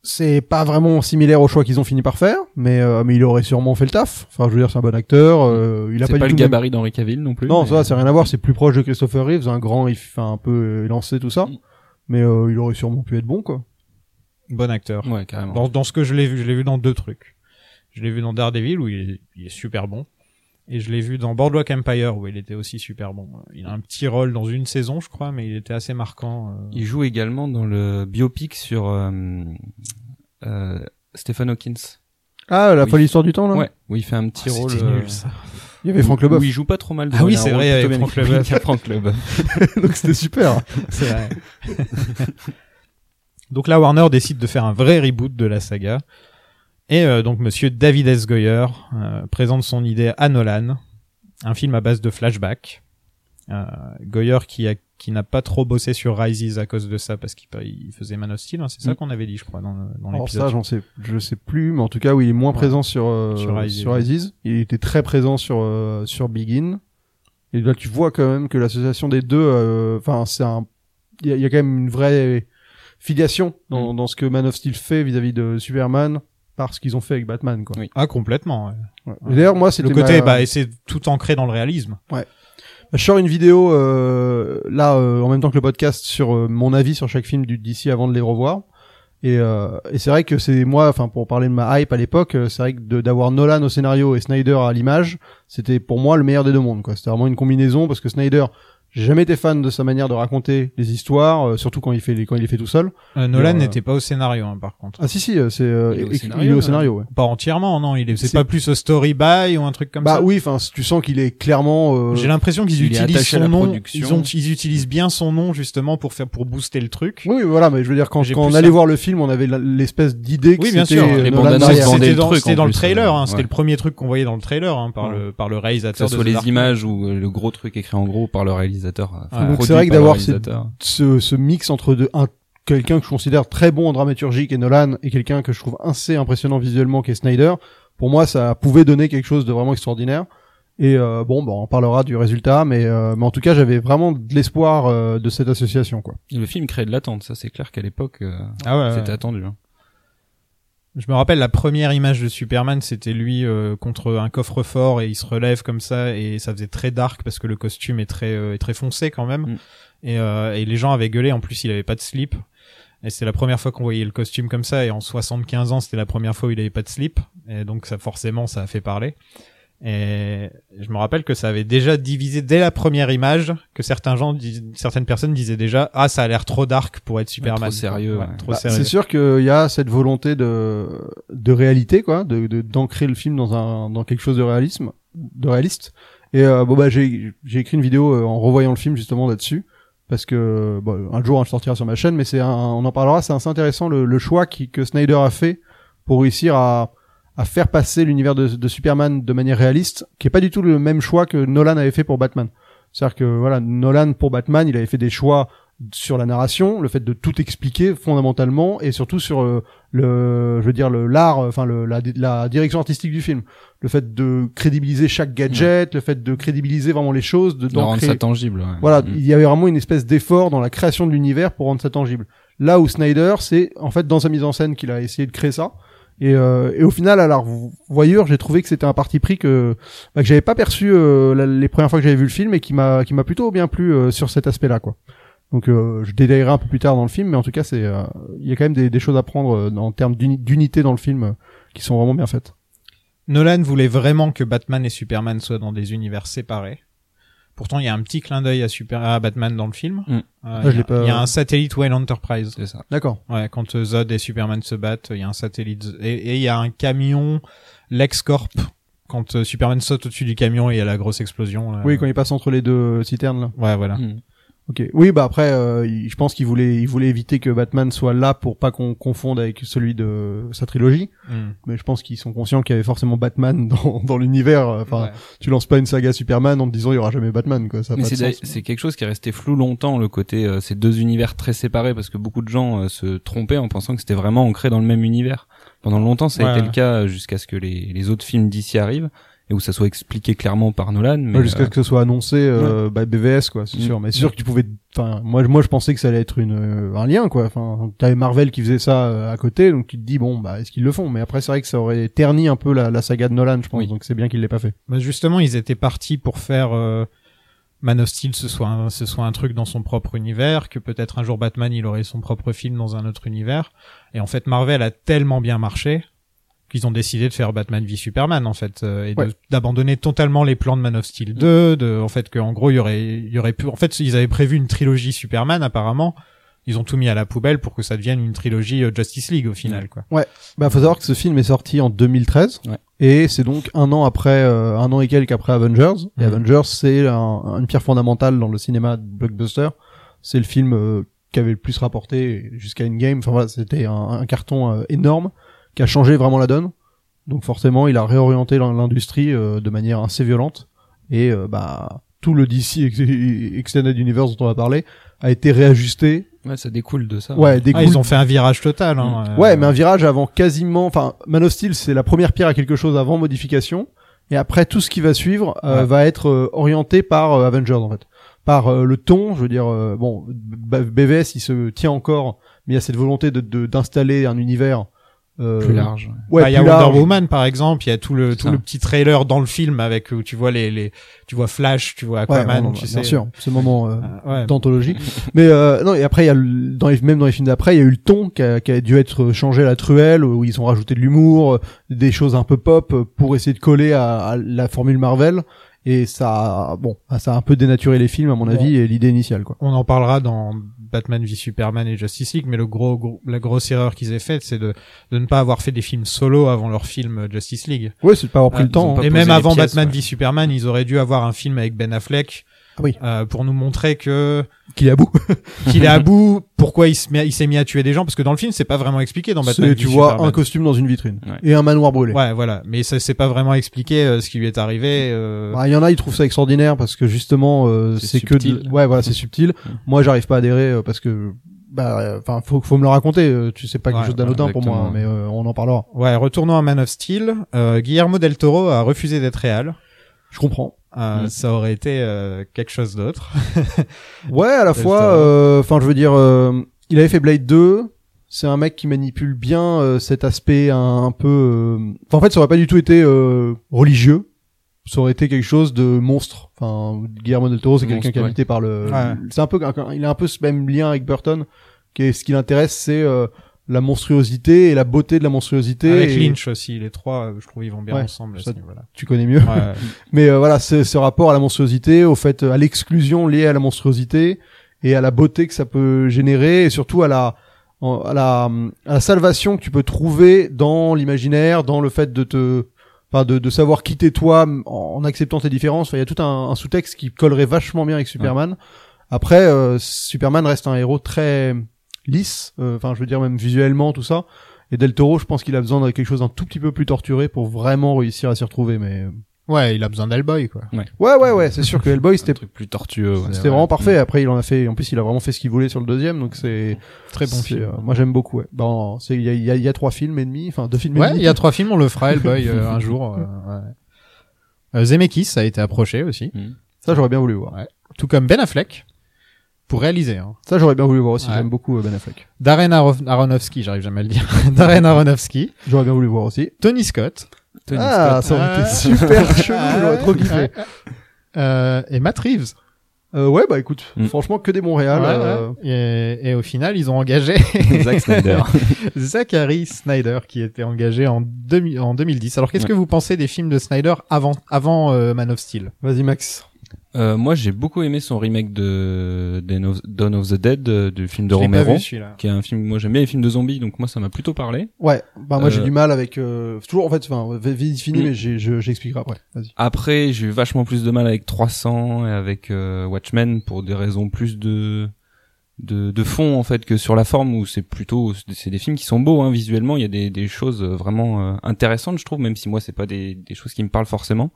Speaker 2: c'est pas vraiment similaire au choix qu'ils ont fini par faire, mais euh, mais il aurait sûrement fait le taf. Enfin, je veux dire, c'est un bon acteur. euh, il a
Speaker 3: C'est
Speaker 2: pas,
Speaker 3: pas,
Speaker 2: du
Speaker 3: le
Speaker 2: tout le même-
Speaker 3: gabarit d'Henri Cavill non plus.
Speaker 2: Non,
Speaker 3: mais-
Speaker 2: ça, c'est rien à voir. C'est plus proche de Christopher Reeves, un grand, il fait un peu euh, lancé tout ça.
Speaker 3: Mm.
Speaker 2: Mais euh, il aurait sûrement pu être bon, quoi.
Speaker 1: Bon acteur.
Speaker 3: Ouais, carrément.
Speaker 1: Mm. Dans, dans ce que je l'ai vu, je l'ai vu dans deux trucs. Je l'ai vu dans Daredevil où il est, il est super bon. Et je l'ai vu dans Boardwalk Empire où il était aussi super bon. Il a un petit rôle dans une saison, je crois, mais il était assez marquant. euh.
Speaker 3: Il joue également dans le biopic sur euh, euh, Stephen Hawkins.
Speaker 2: Ah, la
Speaker 3: Oui.
Speaker 2: folle histoire du temps, là
Speaker 3: Ouais, où il fait un petit
Speaker 1: Oh,
Speaker 3: rôle.
Speaker 1: c'était
Speaker 3: euh,
Speaker 1: nul, ça.
Speaker 2: Il y avait Franck Leboeuf.
Speaker 3: Où il joue pas trop mal.
Speaker 1: Ah oui,
Speaker 3: Il a un
Speaker 1: c'est
Speaker 3: rôle
Speaker 1: vrai,
Speaker 3: plutôt
Speaker 1: avec
Speaker 3: bien
Speaker 1: Franck
Speaker 3: écrit.
Speaker 1: Leboeuf.
Speaker 3: Il y [LAUGHS] a Franck Leboeuf.
Speaker 2: [LAUGHS] Donc c'était super.
Speaker 1: [LAUGHS] C'est vrai. [LAUGHS] donc là, Warner décide de faire un vrai reboot de la saga. Et euh, donc Monsieur David S. Goyer euh, présente son idée à Nolan, un film à base de flashbacks. Euh, Goyer qui a qui n'a pas trop bossé sur Rises à cause de ça parce qu'il pa- il faisait Man of Steel, hein, c'est ça
Speaker 3: Mm.
Speaker 1: qu'on avait dit, je crois, dans, le- dans
Speaker 2: Alors ça,
Speaker 1: l'épisode.
Speaker 2: j'en sais, je sais plus, mais en tout cas, oui, il est moins
Speaker 1: Ouais.
Speaker 2: présent sur euh,
Speaker 1: Sur
Speaker 2: sur,
Speaker 1: Rises.
Speaker 2: Rises. Il était très présent sur euh, sur Begin. Et là, tu vois quand même que l'association des deux, euh, enfin, c'est un, il y, a- il y a quand même une vraie filiation dans,
Speaker 3: Mm.
Speaker 2: dans ce que Man of Steel fait vis-à-vis de Superman par ce qu'ils ont fait avec Batman, quoi.
Speaker 3: Oui.
Speaker 1: Ah complètement. ouais.
Speaker 2: Ouais. Et D'ailleurs, moi, c'était
Speaker 1: Le côté,
Speaker 2: ma-
Speaker 1: bah, et c'est tout ancré dans le réalisme.
Speaker 2: Je sors une vidéo euh, là euh, en même temps que le podcast sur euh, mon avis sur chaque film du d'ici avant de les revoir. Et, euh, et c'est vrai que c'est moi, enfin pour parler de ma hype à l'époque, euh, c'est vrai que de- d'avoir Nolan au scénario et Snyder à l'image, c'était pour moi le meilleur des deux mondes. quoi. C'était vraiment une combinaison parce que Snyder, j'ai jamais été fan de sa manière de raconter les histoires, euh, surtout quand il fait les, quand il les fait tout seul.
Speaker 1: Euh, Nolan
Speaker 2: euh,
Speaker 1: n'était pas au scénario, hein, par contre.
Speaker 2: Ah si si, euh, c'est euh,
Speaker 3: Il est au
Speaker 2: et- et-
Speaker 3: scénario,
Speaker 2: il est au
Speaker 3: Nolan.
Speaker 2: scénario. Ouais.
Speaker 1: Pas entièrement, non. Il est, c'est
Speaker 2: C'est-
Speaker 1: pas plus au story by ou un truc comme
Speaker 2: Bah
Speaker 1: ça.
Speaker 2: oui, enfin tu sens qu'il est clairement. euh,
Speaker 1: J'ai l'impression qu'ils
Speaker 3: il est
Speaker 1: utilisent
Speaker 3: attaché
Speaker 1: son
Speaker 3: à la
Speaker 1: nom.
Speaker 3: production.
Speaker 1: Ils, ont, ils utilisent bien son nom justement pour faire pour booster le truc.
Speaker 2: Oui, oui, voilà, mais je veux dire quand,
Speaker 1: J'ai
Speaker 2: quand
Speaker 1: plus
Speaker 2: on
Speaker 1: ça.
Speaker 2: allait voir le film, on avait la- l'espèce d'idée que
Speaker 1: Oui, bien
Speaker 2: c'était
Speaker 1: sûr.
Speaker 2: euh,
Speaker 3: Les
Speaker 2: Nolan
Speaker 3: bandes annonces
Speaker 2: derrière.
Speaker 3: vendaient
Speaker 1: c'était
Speaker 3: le
Speaker 1: dans,
Speaker 3: truc,
Speaker 1: c'était
Speaker 3: en
Speaker 1: dans le
Speaker 3: plus, euh,
Speaker 1: trailer. hein,
Speaker 3: ouais.
Speaker 1: C'était le premier truc qu'on voyait dans le trailer hein, par
Speaker 3: Ouais.
Speaker 1: le par le
Speaker 3: Que ce
Speaker 1: réalisateur.
Speaker 3: soit
Speaker 1: de The
Speaker 3: les
Speaker 1: Dark
Speaker 3: images ou euh, le gros truc écrit en gros par le réalisateur. euh, enfin,
Speaker 1: Ouais.
Speaker 2: Donc
Speaker 3: produit
Speaker 2: c'est vrai que
Speaker 3: par le
Speaker 2: d'avoir ces-
Speaker 3: réalisateur.
Speaker 2: ce, ce mix entre deux, un, quelqu'un que je considère très bon en dramaturgique et Nolan et quelqu'un que je trouve assez impressionnant visuellement qui est Snyder, pour moi ça pouvait donner quelque chose de vraiment extraordinaire. Et euh, bon, bon, on parlera du résultat, mais, euh, mais en tout cas j'avais vraiment de l'espoir euh, de cette association. quoi.
Speaker 3: Et Le film crée de l'attente, ça c'est clair qu'à l'époque euh,
Speaker 1: Knight. Ah ouais, ouais.
Speaker 3: c'était attendu. hein.
Speaker 1: Je me rappelle la première image de Superman, c'était lui euh, contre un coffre-fort et il se relève comme ça et ça faisait très dark parce que le costume est très euh, est très foncé quand même.
Speaker 3: Mm.
Speaker 1: Et, euh, et les gens avaient gueulé. En plus, il avait pas de slip. Et c'était la première fois qu'on voyait le costume comme ça. Et en 75 ans, c'était la première fois où il avait pas de slip. Et donc ça forcément, ça a fait parler. Et je me rappelle que ça avait déjà divisé dès la première image que certains gens, dis- certaines personnes disaient déjà ah ça a l'air trop dark pour être Superman.
Speaker 3: trop sérieux, ouais.
Speaker 1: Trop
Speaker 2: Bah,
Speaker 1: sérieux.
Speaker 2: c'est sûr qu'il y a cette volonté de, de réalité, quoi, de de- d'ancrer le film dans un dans quelque chose de réalisme, de réaliste. Et euh, bon bah j'ai j'ai écrit une vidéo euh, en revoyant le film justement là-dessus parce que bon, un jour elle sortira sur ma chaîne, mais c'est un- on en parlera. C'est assez intéressant le, le choix qui, que Snyder a fait pour réussir à à faire passer l'univers de, de Superman de manière réaliste, qui est pas du tout le même choix que Nolan avait fait pour Batman. C'est-à-dire que voilà, Nolan pour Batman, il avait fait des choix sur la narration, le fait de tout expliquer fondamentalement et surtout sur euh, le, je veux dire le l'art, euh, enfin le, la, di- la direction artistique du film, le fait de crédibiliser chaque gadget, le fait de crédibiliser vraiment les choses, de
Speaker 3: De rendre
Speaker 2: d'ancrer-
Speaker 3: ça tangible. ouais.
Speaker 2: voilà,
Speaker 3: Mm.
Speaker 2: il y avait vraiment une espèce d'effort dans la création de l'univers pour rendre ça tangible. Là où Snyder, c'est en fait dans sa mise en scène qu'il a essayé de créer ça. Et, euh, et au final, à la voyeur, j'ai trouvé que c'était un parti pris que bah, que j'avais pas perçu euh, la- les premières fois que j'avais vu le film et qui m'a qui m'a plutôt bien plu euh, sur cet aspect-là, quoi. Donc euh, je détaillerai un peu plus tard dans le film, mais en tout cas, c'est euh, il y a quand même des, des choses à prendre euh, en termes d'uni- d'unité dans le film euh, qui sont vraiment bien faites.
Speaker 1: Nolan voulait vraiment que Batman et Superman soient dans des univers séparés. Pourtant, il y a un petit clin d'œil à, Super... à Batman dans le film.
Speaker 3: Mm.
Speaker 1: Euh,
Speaker 2: Ah, je
Speaker 1: il, y
Speaker 2: l'ai
Speaker 1: a,
Speaker 2: pas-
Speaker 1: il y a un satellite Wayne Enterprise.
Speaker 3: C'est ça.
Speaker 2: D'accord.
Speaker 1: Ouais, quand euh, Zod et Superman se battent, il y a un satellite. Et et il y a un camion, l'ex-corp. Quand euh, Superman saute au-dessus du camion et il y a la grosse explosion. là.
Speaker 2: Oui, quand il passe entre les deux euh, citernes là.
Speaker 1: Ouais, voilà.
Speaker 3: Mm.
Speaker 2: Ok. Oui, bah après, euh, il- je pense qu'il voulait, il voulait éviter que Batman soit là pour pas qu'on confonde avec celui de sa trilogie.
Speaker 1: Mm.
Speaker 2: Mais je pense qu'ils sont conscients qu'il y avait forcément Batman [LAUGHS] dans, dans l'univers. Enfin,
Speaker 1: Ouais.
Speaker 2: tu lances pas une saga Superman en te disant il y aura jamais Batman, quoi. Ça a
Speaker 3: Mais
Speaker 2: pas de
Speaker 3: c'est d'ailleurs-
Speaker 2: sens.
Speaker 3: c'est quelque chose qui est resté flou longtemps, le côté euh, ces deux univers très séparés, parce que beaucoup de gens euh, se trompaient en pensant que c'était vraiment ancré dans le même univers. Pendant longtemps, ça a
Speaker 1: Ouais,
Speaker 3: été
Speaker 1: ouais.
Speaker 3: le cas euh, jusqu'à ce que les, les autres films d'ici arrivent et où ça soit expliqué clairement par Nolan. Mais
Speaker 2: Ouais, Jusqu'à ce que ce soit annoncé euh, bah, BVS, quoi. C'est
Speaker 3: Mm.
Speaker 2: sûr. Mais c'est sûr que tu pouvais. Enfin, moi, moi, je pensais que ça allait être une, euh, un lien, quoi. Enfin, t'avais Marvel qui faisait ça euh, à côté, donc tu te dis bon, bah, est-ce qu'ils le font Mais après, c'est vrai que ça aurait terni un peu la, la saga de Nolan, je pense.
Speaker 3: Oui.
Speaker 2: Donc c'est bien qu'il l'ait pas fait.
Speaker 1: Bah, justement, ils étaient partis pour faire euh, Man of Steel, ce soit, un, ce soit un truc dans son propre univers, que peut-être un jour Batman, il aurait son propre film dans un autre univers. Et en fait, Marvel a tellement bien marché qu'ils ont décidé de faire Batman v Superman en fait euh, et de- d'abandonner totalement les plans de Man of Steel 2 de en fait qu'en gros il y aurait il y aurait pu en fait ils avaient prévu une trilogie Superman apparemment ils ont tout mis à la poubelle pour que ça devienne une trilogie euh, Justice League au final quoi
Speaker 2: Bah, faut savoir que ce film est sorti en 2013.
Speaker 3: Ouais.
Speaker 2: Et c'est donc un an après, euh, un an et quelques après Avengers. Et
Speaker 1: Mhm.
Speaker 2: Avengers, c'est un- une pierre fondamentale dans le cinéma de blockbuster. C'est le film euh, qui avait le plus rapporté jusqu'à Endgame. Enfin voilà, c'était un, un carton euh, énorme qui a changé vraiment la donne. Donc forcément, il a réorienté l'in- l'industrie euh, de manière assez violente. Et euh, bah tout le DC ex- Extended Universe dont on va parler a été réajusté.
Speaker 3: euh, Ouais, ça découle de ça. hein.
Speaker 2: Ouais, des Mm.
Speaker 1: Ah, ils ont fait un virage total hein, euh,
Speaker 2: Ouais, mais un virage avant quasiment. Enfin, Man of Steel, c'est la première pierre à quelque chose avant modification. Et après, tout ce qui va suivre euh,
Speaker 1: Ouais.
Speaker 2: va être euh, orienté par euh, Avengers, en fait. Par euh, le ton, je veux dire, euh, bon, B- BVS, il se tient encore, mais il y a cette volonté de- de- d'installer un univers. euh,
Speaker 3: Plus large.
Speaker 2: Ouais,
Speaker 1: Bah, il y a
Speaker 2: plus
Speaker 1: Wonder
Speaker 2: large.
Speaker 1: Woman par exemple, il y a tout le
Speaker 3: C'est
Speaker 1: tout
Speaker 3: ça.
Speaker 1: le petit trailer dans le film avec où tu vois les les tu vois Flash, tu vois
Speaker 2: Ouais,
Speaker 1: Aquaman,
Speaker 2: on-
Speaker 1: tu
Speaker 2: bien
Speaker 1: sais.
Speaker 2: sûr, ce moment. euh,
Speaker 1: Ah, ouais.
Speaker 2: [LAUGHS] d'anthologie. mais euh, non, et après, il y a le- dans les, même dans les films d'après, il y a eu le ton qui a, qui a dû être changé à la truelle, où ils ont rajouté de l'humour, euh, des choses un peu pop euh, pour essayer de coller à, à la formule Marvel. Et ça, a- bon, bah, ça a un peu dénaturé les films à mon
Speaker 1: Bon.
Speaker 2: avis et l'idée initiale, quoi.
Speaker 1: On en parlera dans Batman v Superman et Justice League, mais le gros, gros- la grosse erreur qu'ils aient faite, c'est de de ne pas avoir fait des films solo avant leur film euh, Justice League. Euh,
Speaker 2: Ouais, c'est de pas avoir pris
Speaker 3: Ah,
Speaker 2: le temps.
Speaker 3: ils ont
Speaker 2: hein.
Speaker 3: pas
Speaker 1: Et
Speaker 3: posé
Speaker 1: même
Speaker 3: les
Speaker 1: avant
Speaker 3: pièces,
Speaker 1: Batman
Speaker 3: ouais.
Speaker 1: v Superman, ils auraient dû avoir un film avec Ben Affleck.
Speaker 2: Ah oui.
Speaker 1: euh, pour nous montrer que
Speaker 2: Qu'il est à bout.
Speaker 1: qu'il
Speaker 2: [LAUGHS]
Speaker 1: est à bout, pourquoi il se met- il s'est mis à tuer des gens, parce que dans le film c'est pas vraiment expliqué dans Batman.
Speaker 2: C'est,
Speaker 1: v
Speaker 2: tu vois,
Speaker 1: Superman.
Speaker 2: un costume dans une vitrine
Speaker 3: Ouais.
Speaker 2: et un manoir brûlé.
Speaker 1: Ouais, voilà. Mais ça c'est pas vraiment expliqué euh, ce qui lui est arrivé. euh,
Speaker 2: Bah, il y en a, ils trouvent ça extraordinaire parce que justement, euh,
Speaker 3: C'est
Speaker 2: c'est que, de-
Speaker 3: subtil.
Speaker 2: ouais, voilà,
Speaker 3: [LAUGHS]
Speaker 2: c'est subtil.
Speaker 3: Mm.
Speaker 2: moi, j'arrive pas à adhérer euh, parce que, bah, enfin, faut, faut me le raconter. euh, Tu sais pas quelque
Speaker 1: Ouais,
Speaker 2: chose d'anodin
Speaker 3: voilà,
Speaker 2: pour moi, hein, mais
Speaker 3: exactement.
Speaker 2: euh, on en parlera.
Speaker 1: Ouais, retournons à Man of Steel. Euh, Guillermo del Toro a refusé d'être réel.
Speaker 2: Je comprends.
Speaker 1: Euh,
Speaker 3: Mm.
Speaker 1: Ça aurait été euh, quelque chose d'autre.
Speaker 2: Ouais, à la
Speaker 1: Del
Speaker 2: fois,
Speaker 1: Toro.
Speaker 2: euh, enfin, je veux dire, euh, il avait fait Blade 2. C'est un mec qui manipule bien euh, cet aspect un, un peu. euh, enfin, en fait, ça aurait pas du tout été euh, religieux. Ça aurait été quelque chose de monstre. Enfin, Guillermo del Toro, c'est
Speaker 3: Monstre,
Speaker 2: quelqu'un qui est
Speaker 3: ouais.
Speaker 2: habité par le.
Speaker 1: Ouais.
Speaker 2: C'est un peu, il a un peu ce même lien avec Burton. Qui est, ce qui l'intéresse, c'est euh, la monstruosité et la beauté de la monstruosité.
Speaker 1: Avec
Speaker 2: et
Speaker 1: Lynch aussi, les trois, euh, je trouve, ils vont bien
Speaker 2: Ouais,
Speaker 1: ensemble. à
Speaker 2: ça-
Speaker 1: ce niveau-là. [LAUGHS]
Speaker 2: Tu connais mieux.
Speaker 1: Ouais.
Speaker 2: Mais euh, voilà, c'est ce rapport à la monstruosité, au fait, euh, à l'exclusion liée à la monstruosité et à la beauté que ça peut générer et surtout à la en- à la, hum, à la salvation que tu peux trouver dans l'imaginaire, dans le fait de te enfin de, de savoir qui t'es toi m- en acceptant tes différences. Enfin, il y a tout un, un sous-texte qui collerait vachement bien avec Superman. Après, euh, Superman reste un héros très lisse, euh, enfin je veux dire même visuellement tout ça. Et Del Toro, je pense qu'il a besoin de quelque chose d'un tout petit peu plus torturé pour vraiment réussir à s'y retrouver. Mais euh,
Speaker 1: Ouais, il a besoin d'Hellboy, quoi.
Speaker 2: Ouais, ouais, ouais, c'est sûr que
Speaker 1: [LAUGHS]
Speaker 2: Hellboy, c'était
Speaker 3: Un truc plus tortueux. ouais.
Speaker 2: c'était vraiment parfait. Après, il en a fait, en plus, il a vraiment fait ce qu'il voulait sur le deuxième, donc c'est
Speaker 1: Très bon
Speaker 2: c'est,
Speaker 1: film.
Speaker 2: euh, moi, j'aime beaucoup. Ouais. Bon, c'est il y a, il y, a, il y a trois films et demi, enfin deux films et
Speaker 1: Ouais, il
Speaker 2: demi.
Speaker 1: y a trois films, on le fera, Hellboy, euh, un jour. euh, ouais. Euh, Zemeckis ça a été approché aussi,
Speaker 3: Mm.
Speaker 2: Ça, j'aurais bien voulu voir.
Speaker 1: tout comme Ben Affleck, pour réaliser. hein.
Speaker 2: Ça, j'aurais bien voulu voir aussi.
Speaker 1: Ouais.
Speaker 2: J'aime beaucoup euh, Ben Affleck.
Speaker 1: Darren Arof- Aronofsky, j'arrive jamais à le dire. [LAUGHS] Darren Aronofsky,
Speaker 2: J'aurais bien voulu voir aussi.
Speaker 1: Tony Scott
Speaker 3: Tony
Speaker 2: ah,
Speaker 3: Scott.
Speaker 2: ça aurait été
Speaker 1: Ah. [LAUGHS]
Speaker 2: super [LAUGHS] chelou, j'aurais trop kiffé.
Speaker 1: euh, et Matt Reeves.
Speaker 2: Euh, ouais, bah écoute,
Speaker 3: Mm.
Speaker 2: franchement, que des Montréal.
Speaker 1: Ouais,
Speaker 2: euh,
Speaker 1: ouais. Et, et au final, ils ont engagé [LAUGHS]
Speaker 3: [LAUGHS] Zack Snyder.
Speaker 1: Zachary Snyder qui était engagé en, 2000 en 2010. Alors qu'est-ce
Speaker 3: Ouais.
Speaker 1: que vous pensez des films de Snyder avant avant euh, Man of Steel
Speaker 2: Vas-y, Max.
Speaker 3: Euh, moi, j'ai beaucoup aimé son remake de Dawn of, Dawn of the Dead, euh, du film de
Speaker 1: Je l'ai pas
Speaker 3: Romero,
Speaker 1: vu, celui-là.
Speaker 3: qui est un film. Moi, j'aime bien les films de zombies, donc moi, ça m'a plutôt parlé.
Speaker 2: Ouais, bah moi j'ai
Speaker 3: Euh.
Speaker 2: du mal avec euh, toujours en fait, enfin, vi- vi- fini,
Speaker 3: Mm.
Speaker 2: mais j'ai- je- j'expliquerai après. Vas-y.
Speaker 3: Après, j'ai eu vachement plus de mal avec 300 et avec euh, Watchmen pour des raisons plus de de, de fond en fait que sur la forme où c'est plutôt c'est des films qui sont beaux hein, visuellement il y a des, des choses euh, vraiment euh, intéressantes je trouve même si moi c'est pas des, des choses qui me parlent forcément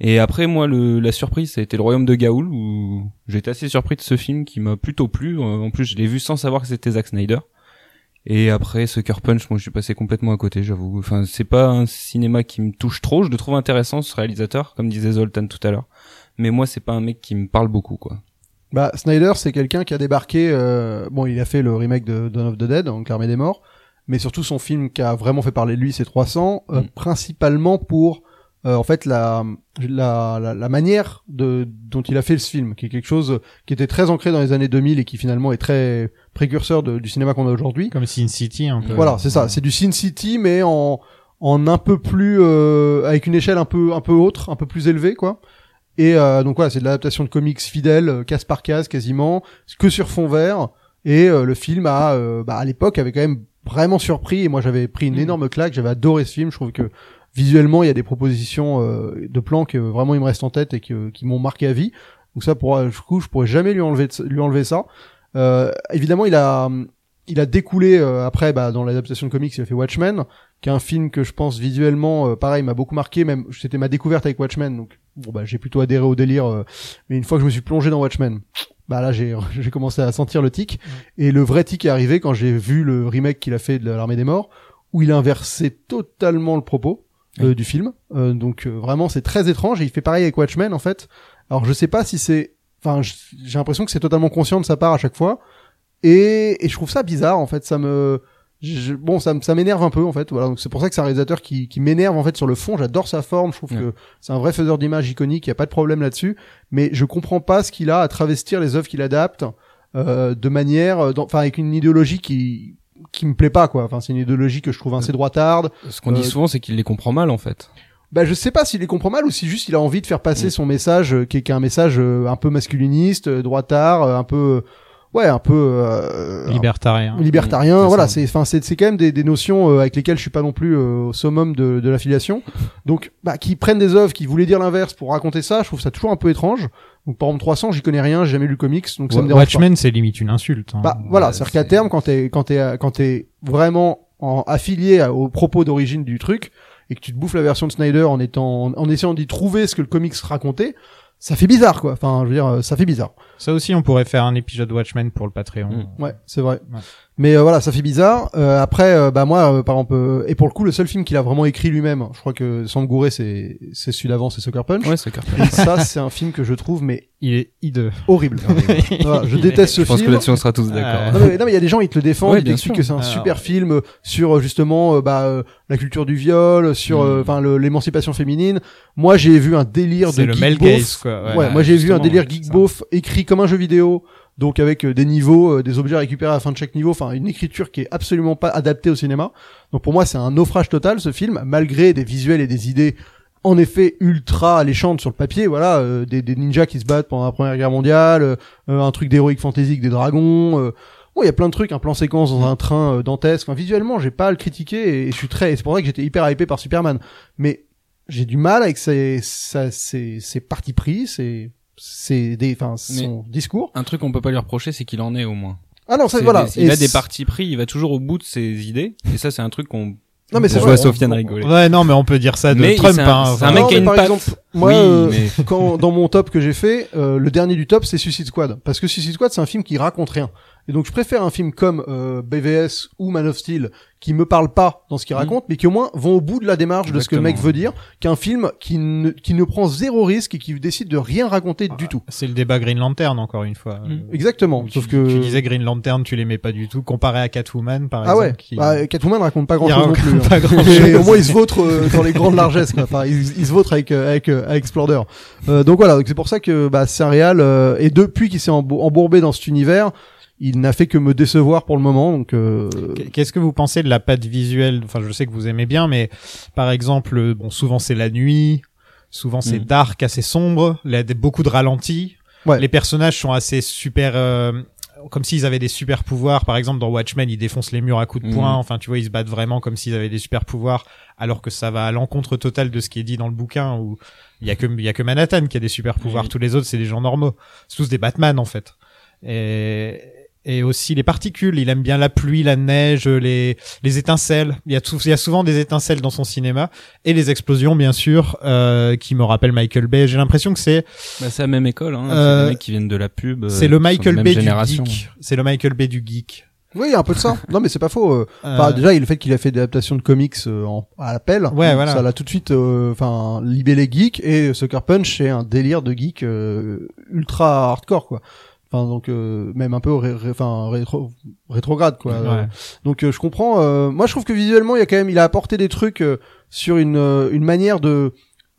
Speaker 3: et après moi le, la surprise ça a été le royaume de Gaoul où j'étais assez surpris de ce film qui m'a plutôt plu Euh, en plus je l'ai vu sans savoir que c'était Zack Snyder et après Sucker Punch moi je suis passé complètement à côté j'avoue enfin c'est pas un cinéma qui me touche trop je le trouve intéressant ce réalisateur comme disait Zoltan tout à l'heure mais moi c'est pas un mec qui me parle beaucoup quoi
Speaker 2: Bah, Snyder, c'est quelqu'un qui a débarqué. euh, bon, il a fait le remake de Dawn of the Dead, donc l'armée des morts, mais surtout son film qui a vraiment fait parler de lui, c'est 300, euh,
Speaker 3: Mm.
Speaker 2: principalement pour euh, en fait la, la la la manière de dont il a fait ce film, qui est quelque chose qui était très ancré dans les années 2000 et qui finalement est très précurseur de- du cinéma qu'on a aujourd'hui.
Speaker 1: Comme Sin City un peu.
Speaker 2: Voilà, c'est ça. C'est du Sin City, mais en, en, en un peu plus euh, avec une échelle un peu un peu autre, un peu plus élevée quoi. Et euh, donc voilà, c'est de l'adaptation de comics fidèle, euh, case par case quasiment, que sur fond vert. Et euh, le film a, euh, bah, à l'époque, avait quand même vraiment surpris. Et moi, j'avais pris une énorme claque. J'avais adoré ce film. Je trouve que visuellement, il y a des propositions euh, de plans que euh, vraiment il me reste en tête et que- qui m'ont marqué à vie. Donc ça, pour euh, du coup, je pourrais jamais lui enlever de- lui enlever ça. Euh, évidemment, il a hum, il a découlé euh, après bah, dans l'adaptation de comics, il a fait Watchmen, qui est un film que je pense visuellement, euh, pareil, m'a beaucoup marqué. Même c'était ma découverte avec Watchmen, donc bon bah j'ai plutôt adhéré au délire. euh, mais une fois que je me suis plongé dans Watchmen, bah là j'ai [LAUGHS] j'ai commencé à sentir le tic. Et le vrai tic est arrivé quand j'ai vu le remake qu'il a fait de l'armée des morts, où il a inversé totalement le propos euh, du film. Euh, donc euh, vraiment c'est très étrange. Et il fait pareil avec Watchmen en fait. Alors je sais pas si c'est, enfin j- j'ai l'impression que c'est totalement conscient de sa part à chaque fois. Et, et je trouve ça bizarre en fait. Ça me je- bon, ça, me- ça m'énerve un peu en fait. Voilà, donc c'est pour ça que c'est un réalisateur qui, qui m'énerve en fait sur le fond. J'adore sa forme. Je trouve
Speaker 3: Ouais.
Speaker 2: que c'est un vrai faiseur d'images iconique. Il y a pas de problème là-dessus. Mais je comprends pas ce qu'il a à travestir les œuvres qu'il adapte euh, de manière, euh, dans- enfin avec une idéologie qui qui me plaît pas quoi. Enfin c'est une idéologie que je trouve assez droitarde.
Speaker 3: Ce qu'on dit
Speaker 2: Euh,
Speaker 3: souvent, c'est qu'il les comprend mal en fait.
Speaker 2: Bah je sais pas s'il les comprend mal ou si juste il a envie de faire passer
Speaker 3: Mm.
Speaker 2: son message euh, qui est, qui est un message euh, un peu masculiniste, euh, droitard, euh, un peu ouais un peu euh, un
Speaker 1: Libertarien.
Speaker 3: Mm,
Speaker 2: libertarien
Speaker 3: c'est
Speaker 2: voilà
Speaker 3: ça.
Speaker 2: c'est enfin c'est c'est quand même des, des notions euh, avec lesquelles je suis pas non plus euh, au summum de, de l'affiliation donc bah qui prennent des œuvres qui voulaient dire l'inverse pour raconter ça je trouve ça toujours un peu étrange donc par exemple 300 j'y connais rien j'ai jamais lu le comics donc ça me dérange pas.
Speaker 1: Watchmen, c'est limite une insulte. hein.
Speaker 2: Bah voilà,
Speaker 3: Ouais,
Speaker 2: c'est-à-dire qu'à
Speaker 3: c'est-
Speaker 2: terme, quand t'es quand t'es euh, quand t'es vraiment en, affilié à- aux propos d'origine du truc et que tu te bouffes la version de Snyder en étant en essayant d'y trouver ce que le comics racontait, ça fait bizarre quoi. Enfin, je veux dire, euh, ça fait bizarre.
Speaker 1: Ça aussi, on pourrait faire un épisode Watchmen pour le Patreon.
Speaker 3: Mm.
Speaker 2: Ouais, c'est vrai.
Speaker 1: Ouais.
Speaker 2: Mais euh, voilà, ça fait bizarre. Euh, après, euh, bah moi, euh, par exemple, euh, et pour le coup, le seul film qu'il a vraiment écrit lui-même, je crois que sans me gourer, c'est c'est celui d'avant, c'est Sucker Punch.
Speaker 3: Ouais, c'est Carpenter.
Speaker 2: Ça, c'est un film que je trouve mais
Speaker 1: Il est hideux.
Speaker 3: [LAUGHS]
Speaker 2: horrible.
Speaker 1: [LAUGHS]
Speaker 2: Voilà, je déteste ce
Speaker 3: Je pense que
Speaker 2: film.
Speaker 3: là-dessus, on sera tous d'accord.
Speaker 2: Non mais non, mais il y a des gens ils te le défendent,
Speaker 3: Ouais,
Speaker 2: ils
Speaker 3: bien
Speaker 2: t'expliquent
Speaker 3: sûr.
Speaker 2: que c'est un
Speaker 1: Alors,
Speaker 2: super film euh, sur euh, justement euh, bah, euh, la culture du viol, sur euh,
Speaker 3: Mm.
Speaker 2: enfin le- l'émancipation féminine. Moi j'ai vu un délire de
Speaker 1: C'est le
Speaker 2: geek
Speaker 1: Mel
Speaker 2: beauf.
Speaker 1: Gaze, quoi.
Speaker 2: Ouais, moi j'ai vu un
Speaker 1: justement,
Speaker 2: délire
Speaker 1: ouais,
Speaker 2: geek
Speaker 1: ça.
Speaker 2: beauf écrit comme un jeu vidéo, donc avec euh, des niveaux, euh, des objets récupérés à la fin de chaque niveau, enfin une écriture qui est absolument pas adaptée au cinéma. Donc pour moi c'est un naufrage total ce film, malgré des visuels et des idées en effet ultra alléchantes sur le papier, voilà, euh, des, des ninjas qui se battent pendant la Première Guerre mondiale, euh, euh, un truc d'héroïque fantasy avec des dragons. euh, Bon, il y a plein de trucs, un plan séquence dans un train euh, dantesque. Enfin, visuellement, j'ai pas à le critiquer et, je suis très. et C'est pour ça que j'étais hyper hypé par Superman. Mais j'ai du mal avec ses, sa- ses, ses partis pris, ses, ses des, enfin, son discours.
Speaker 3: [LAUGHS] Un truc qu'on peut pas lui reprocher, c'est qu'il en est au moins.
Speaker 2: Ah non, ça,
Speaker 3: C'est-
Speaker 2: voilà.
Speaker 3: Il
Speaker 2: Et
Speaker 3: a des
Speaker 2: c-
Speaker 3: partis pris, il va toujours au bout de ses idées. Et ça, c'est un truc qu'on.
Speaker 2: Non, mais
Speaker 3: on
Speaker 2: c'est
Speaker 3: voit
Speaker 2: vrai.
Speaker 3: Sofiane
Speaker 2: on-
Speaker 3: rigoler.
Speaker 1: Ouais, non, mais on peut dire ça de
Speaker 3: Mais
Speaker 1: Trump.
Speaker 3: c'est un-
Speaker 1: hein,
Speaker 3: c'est un
Speaker 1: enfin.
Speaker 3: mec
Speaker 2: Non,
Speaker 3: qui a
Speaker 2: mais
Speaker 3: une
Speaker 2: par
Speaker 3: patte.
Speaker 2: exemple, moi,
Speaker 3: oui,
Speaker 2: euh, [LAUGHS]
Speaker 3: mais
Speaker 2: quand dans mon top que j'ai fait, euh, le dernier du top c'est Suicide Squad parce que Suicide Squad c'est un film qui raconte rien. Et donc je préfère un film comme euh, BVS ou Man of Steel qui me parle pas dans ce
Speaker 1: Mm.
Speaker 2: qu'il
Speaker 3: Mhm.
Speaker 2: raconte mais qui au moins vont au bout de la démarche de ce que le mec
Speaker 3: Exactement.
Speaker 2: veut dire qu'un film qui ne, qui ne prend zéro risque et qui décide de rien raconter du tout.
Speaker 1: C'est le débat Green Lantern, encore une fois.
Speaker 3: Mm.
Speaker 1: Euh,
Speaker 2: Exactement.
Speaker 1: tu,
Speaker 2: Sauf que
Speaker 1: tu disais Green Lantern, tu l'aimais pas du tout, comparé à Catwoman, par
Speaker 2: ah
Speaker 1: exemple.
Speaker 2: ouais,
Speaker 1: qui-
Speaker 2: bah, Catwoman raconte pas grand
Speaker 1: il
Speaker 2: chose non
Speaker 1: raconte [LAUGHS]
Speaker 2: plus. hein.
Speaker 1: pas
Speaker 2: Mais [LAUGHS] au
Speaker 1: grand-chose.
Speaker 2: moins ils se vautrent euh, dans les grandes largesses quoi. Enfin, ils, ils se vautrent avec euh, avec euh, avec Explorer. Euh, donc voilà, donc c'est pour ça que bah c'est un réal euh, et depuis qu'il s'est embou- embourbé dans cet univers, il n'a fait que me décevoir pour le moment donc euh,
Speaker 1: Qu'est-ce que vous pensez de la patte visuelle Enfin, je sais que vous aimez bien, mais par exemple, euh, bon, souvent c'est la nuit, souvent c'est
Speaker 3: Mhm.
Speaker 1: dark, assez sombre, il y a des- beaucoup de ralentis.
Speaker 2: Mm. Ouais.
Speaker 1: Les personnages sont assez super, euh, comme s'ils avaient des super pouvoirs. Par exemple, dans Watchmen, ils défoncent les murs à coups de
Speaker 2: Mm.
Speaker 3: Mhm.
Speaker 1: poing. Enfin, tu vois, ils se battent vraiment comme s'ils avaient des super pouvoirs, alors que ça va à l'encontre totale de ce qui est dit dans le bouquin où il y a que il y a que Manhattan qui a des super pouvoirs.
Speaker 3: Oui.
Speaker 1: Tous les autres, c'est des gens normaux. C'est tous des Batman en fait. Et, et aussi les particules. Il aime bien la pluie, la neige, les, les étincelles. Il y, a tout- il y a souvent des étincelles dans son cinéma. Et les explosions, bien sûr, euh, qui me rappellent Michael Bay. J'ai l'impression que c'est
Speaker 3: bah, c'est la même école. Hein.
Speaker 1: Euh,
Speaker 3: c'est des mecs qui viennent de la pub. euh,
Speaker 1: c'est le
Speaker 3: qui sont de
Speaker 1: Michael
Speaker 3: la même
Speaker 1: Bay du
Speaker 3: génération.
Speaker 1: geek. C'est le Michael Bay du geek.
Speaker 2: oui, il y a un peu de ça. Non mais c'est pas faux. euh.
Speaker 1: [LAUGHS] Euh,
Speaker 2: Enfin, déjà, il y a le fait qu'il a fait des adaptations de comics euh, en, à l'appel,
Speaker 1: Ouais, voilà.
Speaker 2: ça l'a tout de suite, euh, enfin, libellé geek et Sucker Punch c'est un délire de geek euh, ultra hardcore quoi. Enfin donc euh, même un peu ré- ré- enfin rétro- rétrograde quoi.
Speaker 1: Ouais.
Speaker 2: Euh, Donc euh, je comprends. euh, moi je trouve que visuellement il y a quand même, il a apporté des trucs euh, sur une euh, une manière de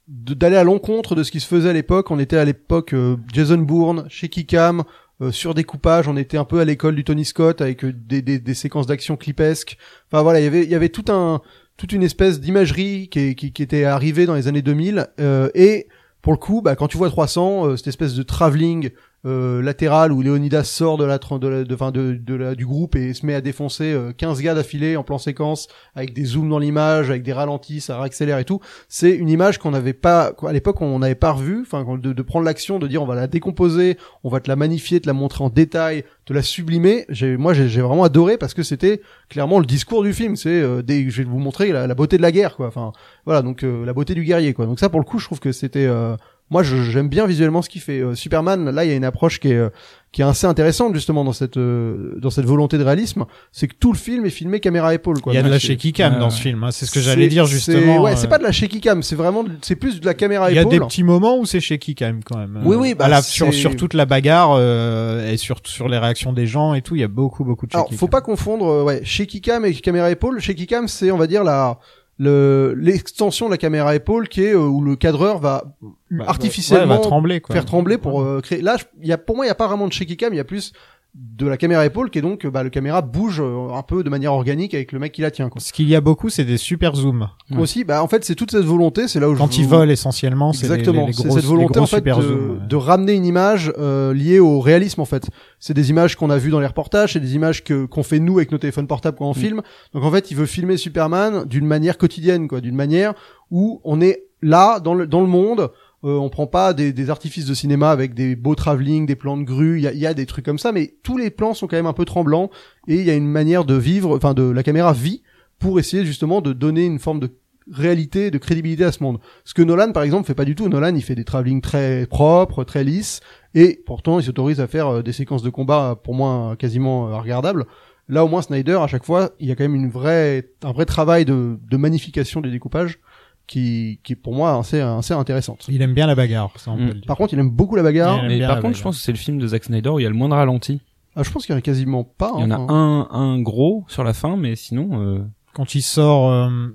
Speaker 2: de- d'aller à l'encontre de ce qui se faisait à l'époque. On était à l'époque euh, Jason Bourne, Shaky Cam, euh, sur découpage. On était un peu à l'école du Tony Scott avec euh, des, des, des séquences d'action clipesques. Enfin voilà, il y avait il y avait tout un toute une espèce d'imagerie qui, est- qui, qui était arrivée dans les années 2000 euh, et pour le coup, bah, quand tu vois 300, euh, cette espèce de travelling euh, latéral où Leonidas sort de la, tran- de la- de, enfin, de, de la- du groupe et se met à défoncer euh, 15 gars d'affilée en plan séquence avec des zooms dans l'image, avec des ralentis, ça réaccélère et tout. C'est une image qu'on n'avait pas qu'à l'époque on n'avait pas revue, enfin qu'on- de, de prendre l'action, de dire on va la décomposer, on va te la magnifier, te la montrer en détail, te la sublimer. J'ai, moi j'ai, j'ai vraiment adoré parce que c'était clairement le discours du film. C'est euh, des- je vais vous montrer la, la beauté de la guerre quoi. Enfin voilà donc euh, la beauté du guerrier quoi. Donc ça pour le coup je trouve que c'était euh, moi je- j'aime bien visuellement ce qu'il fait Euh, Superman là il y a une approche qui est euh, qui est assez intéressante justement dans cette euh, dans cette volonté de réalisme, c'est que tout le film est filmé caméra à épaule quoi.
Speaker 1: Il y a de
Speaker 2: Donc,
Speaker 1: la
Speaker 2: c'est-
Speaker 1: shaky cam
Speaker 3: Ouais,
Speaker 1: dans
Speaker 3: ouais.
Speaker 1: ce film. hein. C'est ce que j'allais dire
Speaker 2: c'est-
Speaker 1: justement.
Speaker 2: Ouais,
Speaker 1: euh,
Speaker 2: c'est pas de la shaky cam, c'est vraiment de- c'est plus de la caméra à
Speaker 1: Il y a
Speaker 2: épaule.
Speaker 1: des petits moments où c'est shaky quand même, quand même.
Speaker 2: Oui,
Speaker 1: Euh,
Speaker 2: oui, bah,
Speaker 1: à la- sur,
Speaker 2: c'est-
Speaker 1: sur toute la bagarre euh, et sur sur les réactions des gens et tout, il y a beaucoup beaucoup de shaky
Speaker 2: Alors, faut
Speaker 1: cam.
Speaker 2: pas confondre euh, ouais, shaky cam et caméra à épaule. Shaky cam, c'est on va dire la le l'extension de la caméra à épaule qui est euh, où le cadreur va
Speaker 1: Bah,
Speaker 2: artificiellement
Speaker 1: ouais, va trembler, quoi.
Speaker 2: faire trembler pour euh, créer. Là, je- il y a pour moi, il y a pas vraiment de shaky cam, il y a plus de la caméra à épaule qui est donc euh, bah, le caméra bouge euh, un peu de manière organique avec le mec qui la tient. Quoi.
Speaker 1: Ce qu'il y a beaucoup, c'est des super zooms.
Speaker 3: Ouais.
Speaker 2: Aussi, bah en fait, c'est toute cette volonté, c'est là où je
Speaker 1: Quand ils
Speaker 2: vous-
Speaker 1: volent essentiellement, c'est les- les-
Speaker 2: Exactement,
Speaker 1: les
Speaker 2: c'est
Speaker 1: grosses-
Speaker 2: cette
Speaker 1: les
Speaker 2: volonté
Speaker 1: gros
Speaker 2: en fait
Speaker 1: super
Speaker 2: de,
Speaker 1: zooms, ouais.
Speaker 2: de ramener une image euh, liée au réalisme en fait. C'est des images qu'on a vues dans les reportages, c'est des images que qu'on fait nous avec nos téléphones portables quand on
Speaker 3: Mm.
Speaker 2: filme. Donc en fait, il veut filmer Superman d'une manière quotidienne quoi, d'une manière où on est là dans le dans le monde. Euh, on prend pas des, des artifices de cinéma avec des beaux travelling, des plans de grue. Il y a, il y a des trucs comme ça, mais tous les plans sont quand même un peu tremblants et il y a une manière de vivre, enfin de la caméra vit pour essayer justement de donner une forme de réalité, de crédibilité à ce monde. Ce que Nolan, par exemple, fait pas du tout. Nolan, il fait des travelling très propres, très lisses, et pourtant, il s'autorise à faire euh, des séquences de combat, euh, pour moi, euh, quasiment euh, regardables. Là, au moins, Snyder, à chaque fois, il y a quand même une vraie, un vrai travail de, de magnification des découpages qui, qui est pour moi assez, assez intéressante.
Speaker 1: Il aime bien la bagarre, ça on
Speaker 3: Mm.
Speaker 1: peut le dire.
Speaker 2: Par contre, il aime beaucoup la bagarre.
Speaker 1: Ouais.
Speaker 3: Mais
Speaker 1: bien
Speaker 3: par
Speaker 1: la
Speaker 3: contre, je
Speaker 1: bagarre.
Speaker 3: pense que c'est le film de Zack Snyder où il y a le moins de ralenti.
Speaker 2: Ah, je pense qu'il y en a quasiment pas.
Speaker 3: Il y en a
Speaker 2: hein.
Speaker 3: un, un gros sur la fin, mais sinon, euh,
Speaker 1: Quand il sort, euh,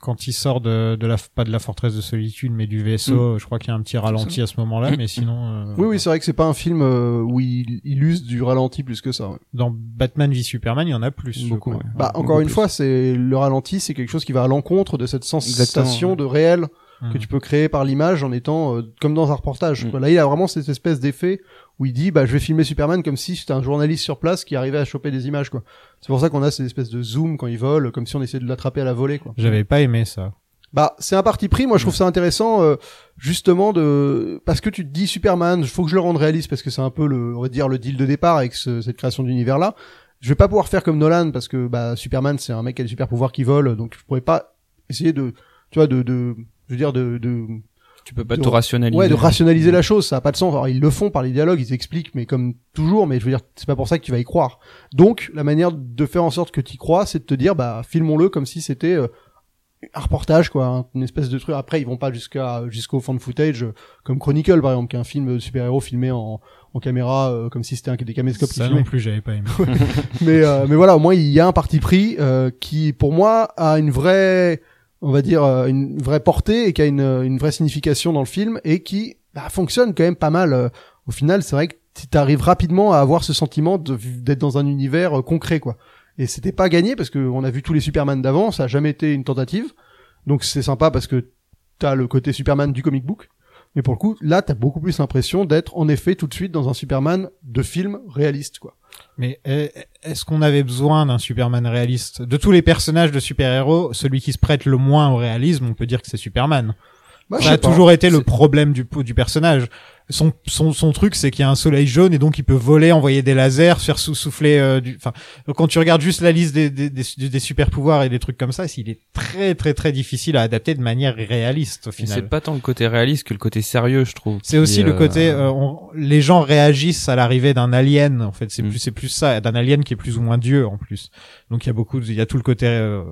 Speaker 1: quand il sort de, de la pas de la forteresse de solitude, mais du
Speaker 2: Mm.
Speaker 1: vaisseau, je crois qu'il y a un petit ralenti à ce moment-là,
Speaker 3: Mm.
Speaker 1: mais sinon. euh,
Speaker 2: Oui, oui, c'est vrai que c'est pas un film euh, où il, il use du ralenti plus que ça. ouais.
Speaker 1: Dans Batman v Superman, il y en a plus. je
Speaker 3: Beaucoup,
Speaker 1: crois.
Speaker 3: ouais.
Speaker 2: Bah,
Speaker 3: beaucoup
Speaker 2: encore une
Speaker 3: plus.
Speaker 2: fois, c'est le ralenti, c'est quelque chose qui va à l'encontre de cette sensation
Speaker 3: Exactement. Hum.
Speaker 2: de réel
Speaker 1: Mm.
Speaker 2: que tu peux créer par l'image en étant euh, comme dans un reportage.
Speaker 3: Mm.
Speaker 2: quoi. Là, il a vraiment cette espèce d'effet où il dit bah je vais filmer Superman comme si c'était un journaliste sur place qui arrivait à choper des images quoi. C'est pour ça qu'on a cette espèce de zoom quand il vole comme si on essayait de l'attraper à la volée quoi.
Speaker 1: J'avais pas aimé ça.
Speaker 2: Bah, c'est un parti pris. Moi, je trouve ça intéressant, euh, justement, de parce que tu te dis Superman, il faut que je le rende réaliste parce que c'est un peu le, on va dire, le deal de départ avec ce- cette création d'univers là. Je vais pas pouvoir faire comme Nolan parce que bah Superman, c'est un mec qui a des super pouvoirs qui vole, donc je pourrais pas essayer de, tu vois, de, de je veux dire, de, de
Speaker 3: tu peux pas
Speaker 2: de-
Speaker 3: tout rationaliser.
Speaker 2: Ouais, de rationaliser la chose, ça a pas de sens. Alors ils le font par les dialogues, ils expliquent, mais comme toujours, mais je veux dire, c'est pas pour ça que tu vas y croire. Donc la manière de faire en sorte que tu y crois, c'est de te dire, bah filmons-le comme si c'était euh, un reportage, quoi, hein, une espèce de truc. Après, ils vont pas jusqu'à jusqu'au fan footage, euh, comme Chronicle par exemple, qui est un film de super-héros filmé en, en caméra, euh, comme si c'était un des caméscopes qui
Speaker 1: Ça
Speaker 2: filmaient
Speaker 1: non plus, j'avais pas aimé.
Speaker 2: mais euh, mais voilà au moins il y a un parti pris euh, qui pour moi a une vraie on va dire euh, une vraie portée et qui a une une vraie signification dans le film et qui bah, fonctionne quand même pas mal Euh, au final c'est vrai que tu arrives rapidement à avoir ce sentiment de- d'être dans un univers euh, concret quoi et c'était pas gagné parce que on a vu tous les Superman d'avant ça a jamais été une tentative donc c'est sympa parce que t'as le côté Superman du comic book mais pour le coup là t'as beaucoup plus l'impression d'être en effet tout de suite dans un Superman de film réaliste quoi
Speaker 1: [LAUGHS] Mais euh, est-ce qu'on avait besoin d'un Superman réaliste De tous les personnages de super-héros, celui qui se prête le moins au réalisme, on peut dire que c'est Superman.
Speaker 2: Moi, je
Speaker 1: Ça
Speaker 2: sais
Speaker 1: a
Speaker 2: pas.
Speaker 1: Bah, toujours été le
Speaker 2: C'est-
Speaker 1: problème du, du personnage. Son, son, son truc, c'est qu'il y a un soleil jaune et donc il peut voler, envoyer des lasers, faire sou- souffler euh, du... Enfin, quand tu regardes juste la liste des, des, des, des super-pouvoirs et des trucs comme ça, il est très très très difficile à adapter de manière réaliste au
Speaker 3: Mais C'est
Speaker 1: final.
Speaker 3: pas tant le côté réaliste que le côté sérieux, je trouve.
Speaker 1: C'est aussi
Speaker 3: qui,
Speaker 1: le
Speaker 3: euh,
Speaker 1: côté euh, on- les gens réagissent à l'arrivée d'un alien en fait c'est
Speaker 3: Mm.
Speaker 1: plus c'est plus ça d'un alien qui est plus ou moins dieu en plus donc il y a beaucoup de- il y a tout le côté euh,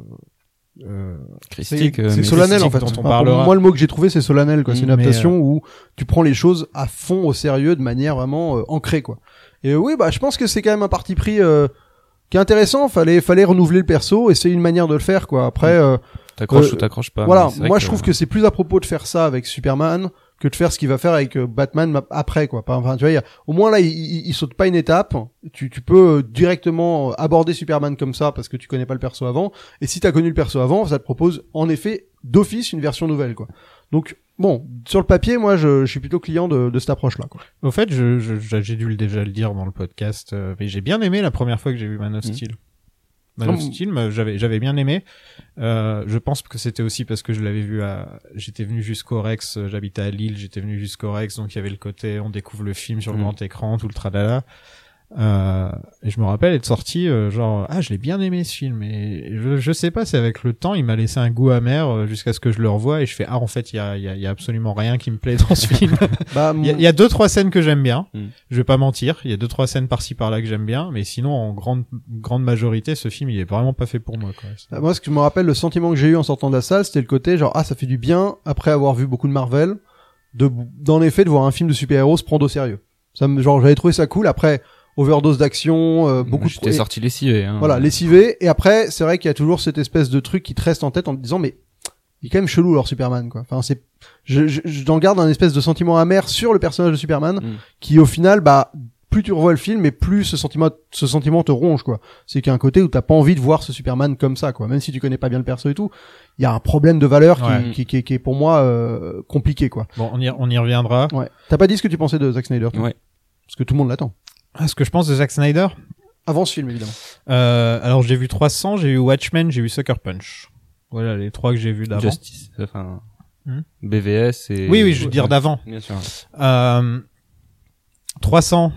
Speaker 1: euh,
Speaker 3: christique, euh,
Speaker 2: C'est
Speaker 3: mais-
Speaker 2: solennel
Speaker 1: c'est hein.
Speaker 2: en fait.
Speaker 1: dont on
Speaker 2: Enfin, pour
Speaker 1: parlera.
Speaker 2: moi, le mot que j'ai trouvé, c'est solennel. quoi. C'est une
Speaker 1: Mm, mais,
Speaker 2: adaptation où tu prends les choses à fond, au sérieux, de manière vraiment euh, ancrée. quoi. Et euh, oui, bah, je pense que c'est quand même un parti pris euh, qui est intéressant. Fallait, fallait renouveler le perso et c'est une manière de le faire.
Speaker 1: Mm.
Speaker 2: quoi. Après, euh,
Speaker 3: T'accroches ou
Speaker 2: Euh,
Speaker 3: t'accroches pas.
Speaker 2: voilà,
Speaker 3: mais c'est vrai
Speaker 2: moi je trouve que c'est plus à propos de faire ça avec Superman que de faire ce qu'il va faire avec euh, Batman ma- après quoi. Par- Enfin tu vois, il y a- au moins là il, il- il saute pas une étape. Tu, tu peux euh, directement aborder Superman comme ça parce que tu connais pas le perso avant. Et si t'as connu le perso avant, ça te propose en effet d'office une version nouvelle quoi. Donc bon, sur le papier, moi je, je suis plutôt client de, de cette approche là
Speaker 1: [LAUGHS]
Speaker 2: quoi.
Speaker 1: Au fait, je, je- je- j'ai dû le déjà le dire dans le podcast, euh, mais j'ai bien aimé la première fois que j'ai vu Man of
Speaker 3: Mhm.
Speaker 1: Steel. Man of
Speaker 2: Comme-
Speaker 1: Steel, me- j'avais j'avais bien aimé. Euh, je pense que c'était aussi parce que je l'avais vu à, j'étais venu jusqu'au Rex, euh, j'habitais à Lille, j'étais venu jusqu'au Rex, donc il y avait le côté, on découvre le film sur le
Speaker 3: Mhm.
Speaker 1: grand écran, tout le tralala. Euh, et je me rappelle être sorti euh, genre ah je l'ai bien aimé ce film et je, je sais pas c'est avec le temps il m'a laissé un goût amer euh, jusqu'à ce que je le revoie et je fais ah en fait il y a, il y a- il y a absolument rien qui me plaît dans ce film
Speaker 2: Bah
Speaker 1: il y, a-
Speaker 2: mon-
Speaker 1: il y a deux trois scènes que j'aime bien.
Speaker 3: Mm.
Speaker 1: Je vais pas mentir. Il y a deux trois scènes par-ci par-là que j'aime bien, mais sinon en grande grande majorité, ce film il est vraiment pas fait pour moi. Quoi. C'est-
Speaker 2: Euh, Moi, ce que je me rappelle, le sentiment que j'ai eu en sortant de la salle, c'était le côté genre ah ça fait du bien après avoir vu beaucoup de Marvel, de dans les faits de voir un film de super-héros se prendre au sérieux. Ça me genre j'avais trouvé ça cool après overdose d'action, euh, beaucoup de
Speaker 3: J'étais
Speaker 2: et-
Speaker 3: sorti lessivé. Hein.
Speaker 2: voilà lessivé et après c'est vrai qu'il y a toujours cette espèce de truc qui te reste en tête en te disant mais il est quand même chelou leur Superman quoi. Enfin c'est je je- j'en garde un espèce de sentiment amer sur le personnage de Superman
Speaker 3: Mm.
Speaker 2: qui au final bah plus tu revois le film et plus ce sentiment ce sentiment te ronge quoi. C'est qu'il y a un côté où t'as pas envie de voir ce Superman comme ça quoi. Même si tu connais pas bien le perso et tout, il y a un problème de valeur qui,
Speaker 1: Ouais.
Speaker 2: qui, qui- qui est pour moi euh, compliqué quoi.
Speaker 1: Bon, on y, on y reviendra.
Speaker 2: Ouais. T'as pas dit ce que tu pensais de Zack Snyder toi
Speaker 3: Ouais.
Speaker 2: Parce que tout le monde l'attend.
Speaker 1: Ah, ce que je pense de Zack Snyder.
Speaker 2: Avant ce film évidemment.
Speaker 1: Euh, alors j'ai vu 300, j'ai vu Watchmen, j'ai vu Sucker Punch. Voilà les trois que j'ai vus d'avant.
Speaker 3: Justice, enfin
Speaker 1: Hmm.
Speaker 3: BVS et.
Speaker 1: Oui oui, je veux dire d'avant.
Speaker 3: Bien sûr.
Speaker 1: Euh, 300.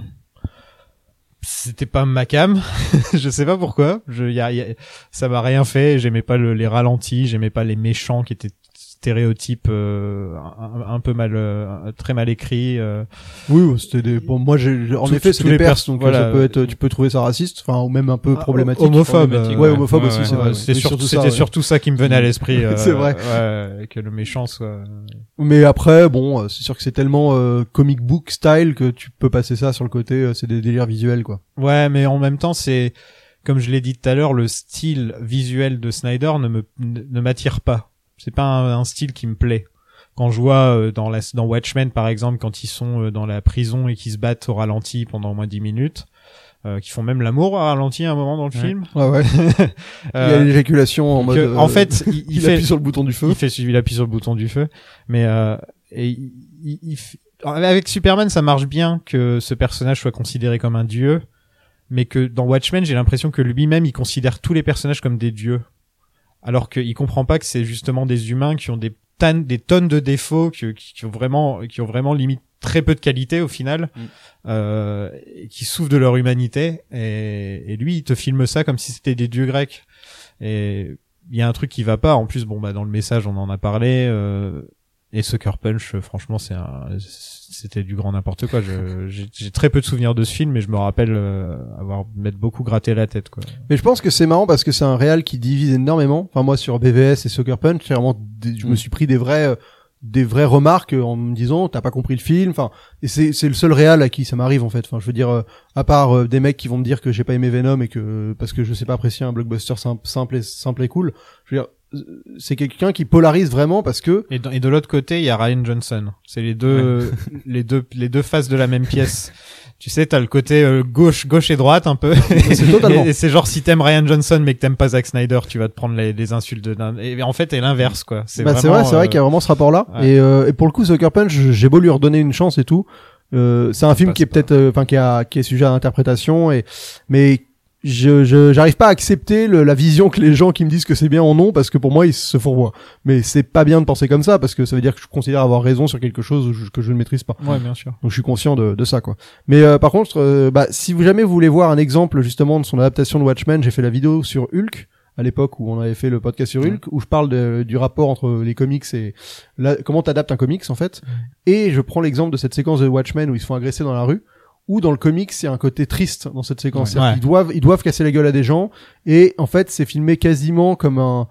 Speaker 1: C'était pas ma cam, [LAUGHS] je sais pas pourquoi. Je, y a- y a- ça m'a rien fait. J'aimais pas le- les ralentis, j'aimais pas les méchants qui étaient stéréotypes euh, un, un peu mal, euh, très mal écrits. euh.
Speaker 2: Oui, c'était des. Bon, moi, j'ai. En
Speaker 1: Tous-
Speaker 2: effet, c'est
Speaker 1: tous
Speaker 2: des
Speaker 1: les
Speaker 2: Perses,
Speaker 1: perses,
Speaker 2: donc euh,
Speaker 1: voilà. euh,
Speaker 2: ça peut être. Tu peux trouver ça raciste, enfin, ou même un peu
Speaker 1: Ah,
Speaker 2: problématique.
Speaker 1: homophobe,
Speaker 2: Problématique,
Speaker 1: euh,
Speaker 2: Ouais,
Speaker 1: ouais.
Speaker 2: homophobe
Speaker 3: Ouais,
Speaker 2: aussi,
Speaker 3: ouais.
Speaker 2: c'est vrai.
Speaker 1: C'était
Speaker 2: Oui,
Speaker 1: sur-
Speaker 2: surtout ça,
Speaker 1: c'était
Speaker 2: ouais.
Speaker 1: surtout ça qui me venait à l'esprit. euh,
Speaker 2: [LAUGHS] C'est vrai.
Speaker 1: ouais, que le méchant soit.
Speaker 2: Mais après, bon, euh, c'est sûr que c'est tellement euh, comic book style que tu peux passer ça sur le côté. euh, c'est des délires visuels, quoi.
Speaker 1: Ouais, mais en même temps, c'est comme je l'ai dit tout à l'heure, le style visuel de Snyder ne me ne ne m'attire pas. C'est pas un, un style qui me plaît. Quand je vois euh, dans la dans Watchmen par exemple, quand ils sont euh, dans la prison et qu'ils se battent au ralenti pendant au moins 10 minutes, euh, qui font même l'amour au ralenti à un moment dans le
Speaker 3: Ouais.
Speaker 1: film. [LAUGHS]
Speaker 2: Ouais, ouais. [LAUGHS] Il y a
Speaker 1: euh,
Speaker 2: l'éjaculation en mode.
Speaker 1: que,
Speaker 2: euh,
Speaker 1: en fait,
Speaker 2: [LAUGHS]
Speaker 1: il,
Speaker 2: il,
Speaker 1: il fait
Speaker 2: appuie sur le bouton du feu.
Speaker 1: il fait il appuie sur le bouton du feu, mais euh, et il- il- il f- avec Superman ça marche bien que ce personnage soit considéré comme un dieu, mais que dans Watchmen j'ai l'impression que lui-même il considère tous les personnages comme des dieux, alors qu'il comprend pas que c'est justement des humains qui ont des tonnes des tonnes de défauts, qui, qui- qui ont vraiment qui ont vraiment limite très peu de qualité au final,
Speaker 3: Mm.
Speaker 1: euh, et qui souffrent de leur humanité, et, et lui il te filme ça comme si c'était des dieux grecs. Et il y a un truc qui va pas. En plus, bon, bah, dans le message, on en a parlé. euh, et Sucker Punch, euh, franchement, c'est un, c'était du grand n'importe quoi. Je- J'ai j'ai très peu de souvenirs de ce film, mais je me rappelle euh, avoir m'être beaucoup gratté la tête, quoi.
Speaker 2: Mais je pense que c'est marrant parce que c'est un réal qui divise énormément. Enfin, moi, sur BVS et Soccer Punch, c'est vraiment, des- je me
Speaker 3: Mm.
Speaker 2: suis pris des vrais, euh, des vraies remarques en me disant, t'as pas compris le film. Enfin, et c'est, c'est le seul réal à qui ça m'arrive, en fait. Enfin, je veux dire, euh, à part euh, des mecs qui vont me dire que j'ai pas aimé Venom et que, euh, parce que je sais pas apprécier un blockbuster simple, simple et, simple et cool. Je veux dire, euh, c'est quelqu'un qui polarise vraiment parce que,
Speaker 1: Et, dans- et de l'autre côté, il y a Ryan Johnson. C'est les deux, [LAUGHS] les deux, les deux faces de la même pièce. [LAUGHS] Tu sais, t'as le côté euh, gauche, gauche et droite un peu.
Speaker 2: c'est totalement.
Speaker 1: [LAUGHS] Et, et c'est genre si t'aimes Ryan Johnson mais que t'aimes pas Zack Snyder, tu vas te prendre les, les insultes de dingue. Et en fait, et l'inverse, quoi. C'est
Speaker 2: Bah, c'est
Speaker 1: vraiment,
Speaker 2: vrai, c'est vrai
Speaker 1: euh,
Speaker 2: qu'il y a vraiment ce rapport-là.
Speaker 1: ouais.
Speaker 2: Et, euh, et pour le coup, Sucker Punch, j'ai beau lui redonner une chance et tout, euh, c'est un film
Speaker 3: passe
Speaker 2: qui est
Speaker 3: pas.
Speaker 2: peut-être, euh, enfin, qui, a- qui est sujet à interprétation et mais je je- j'arrive pas à accepter le- la vision que les gens qui me disent que c'est bien en ont parce que pour moi ils se fourvoient. Mais c'est pas bien de penser comme ça parce que ça veut dire que je considère avoir raison sur quelque chose que je- que je ne maîtrise pas.
Speaker 1: Ouais, bien sûr.
Speaker 2: Donc je suis conscient de, de ça quoi. Mais euh, par contre, euh, bah, si vous jamais vous voulez voir un exemple justement de son adaptation de Watchmen, j'ai fait la vidéo sur Hulk à l'époque où on avait fait le podcast sur Hulk où je parle de- du rapport entre les comics et la, comment t'adaptes un comics en fait. Et je prends l'exemple de cette séquence de Watchmen où ils se font agresser dans la rue. Où dans le comics, c'est un côté triste dans cette séquence.
Speaker 1: Ouais.
Speaker 2: C'est-à-dire
Speaker 1: Ouais.
Speaker 2: qu'ils doivent, ils doivent casser la gueule à des gens, et en fait, c'est filmé quasiment comme un,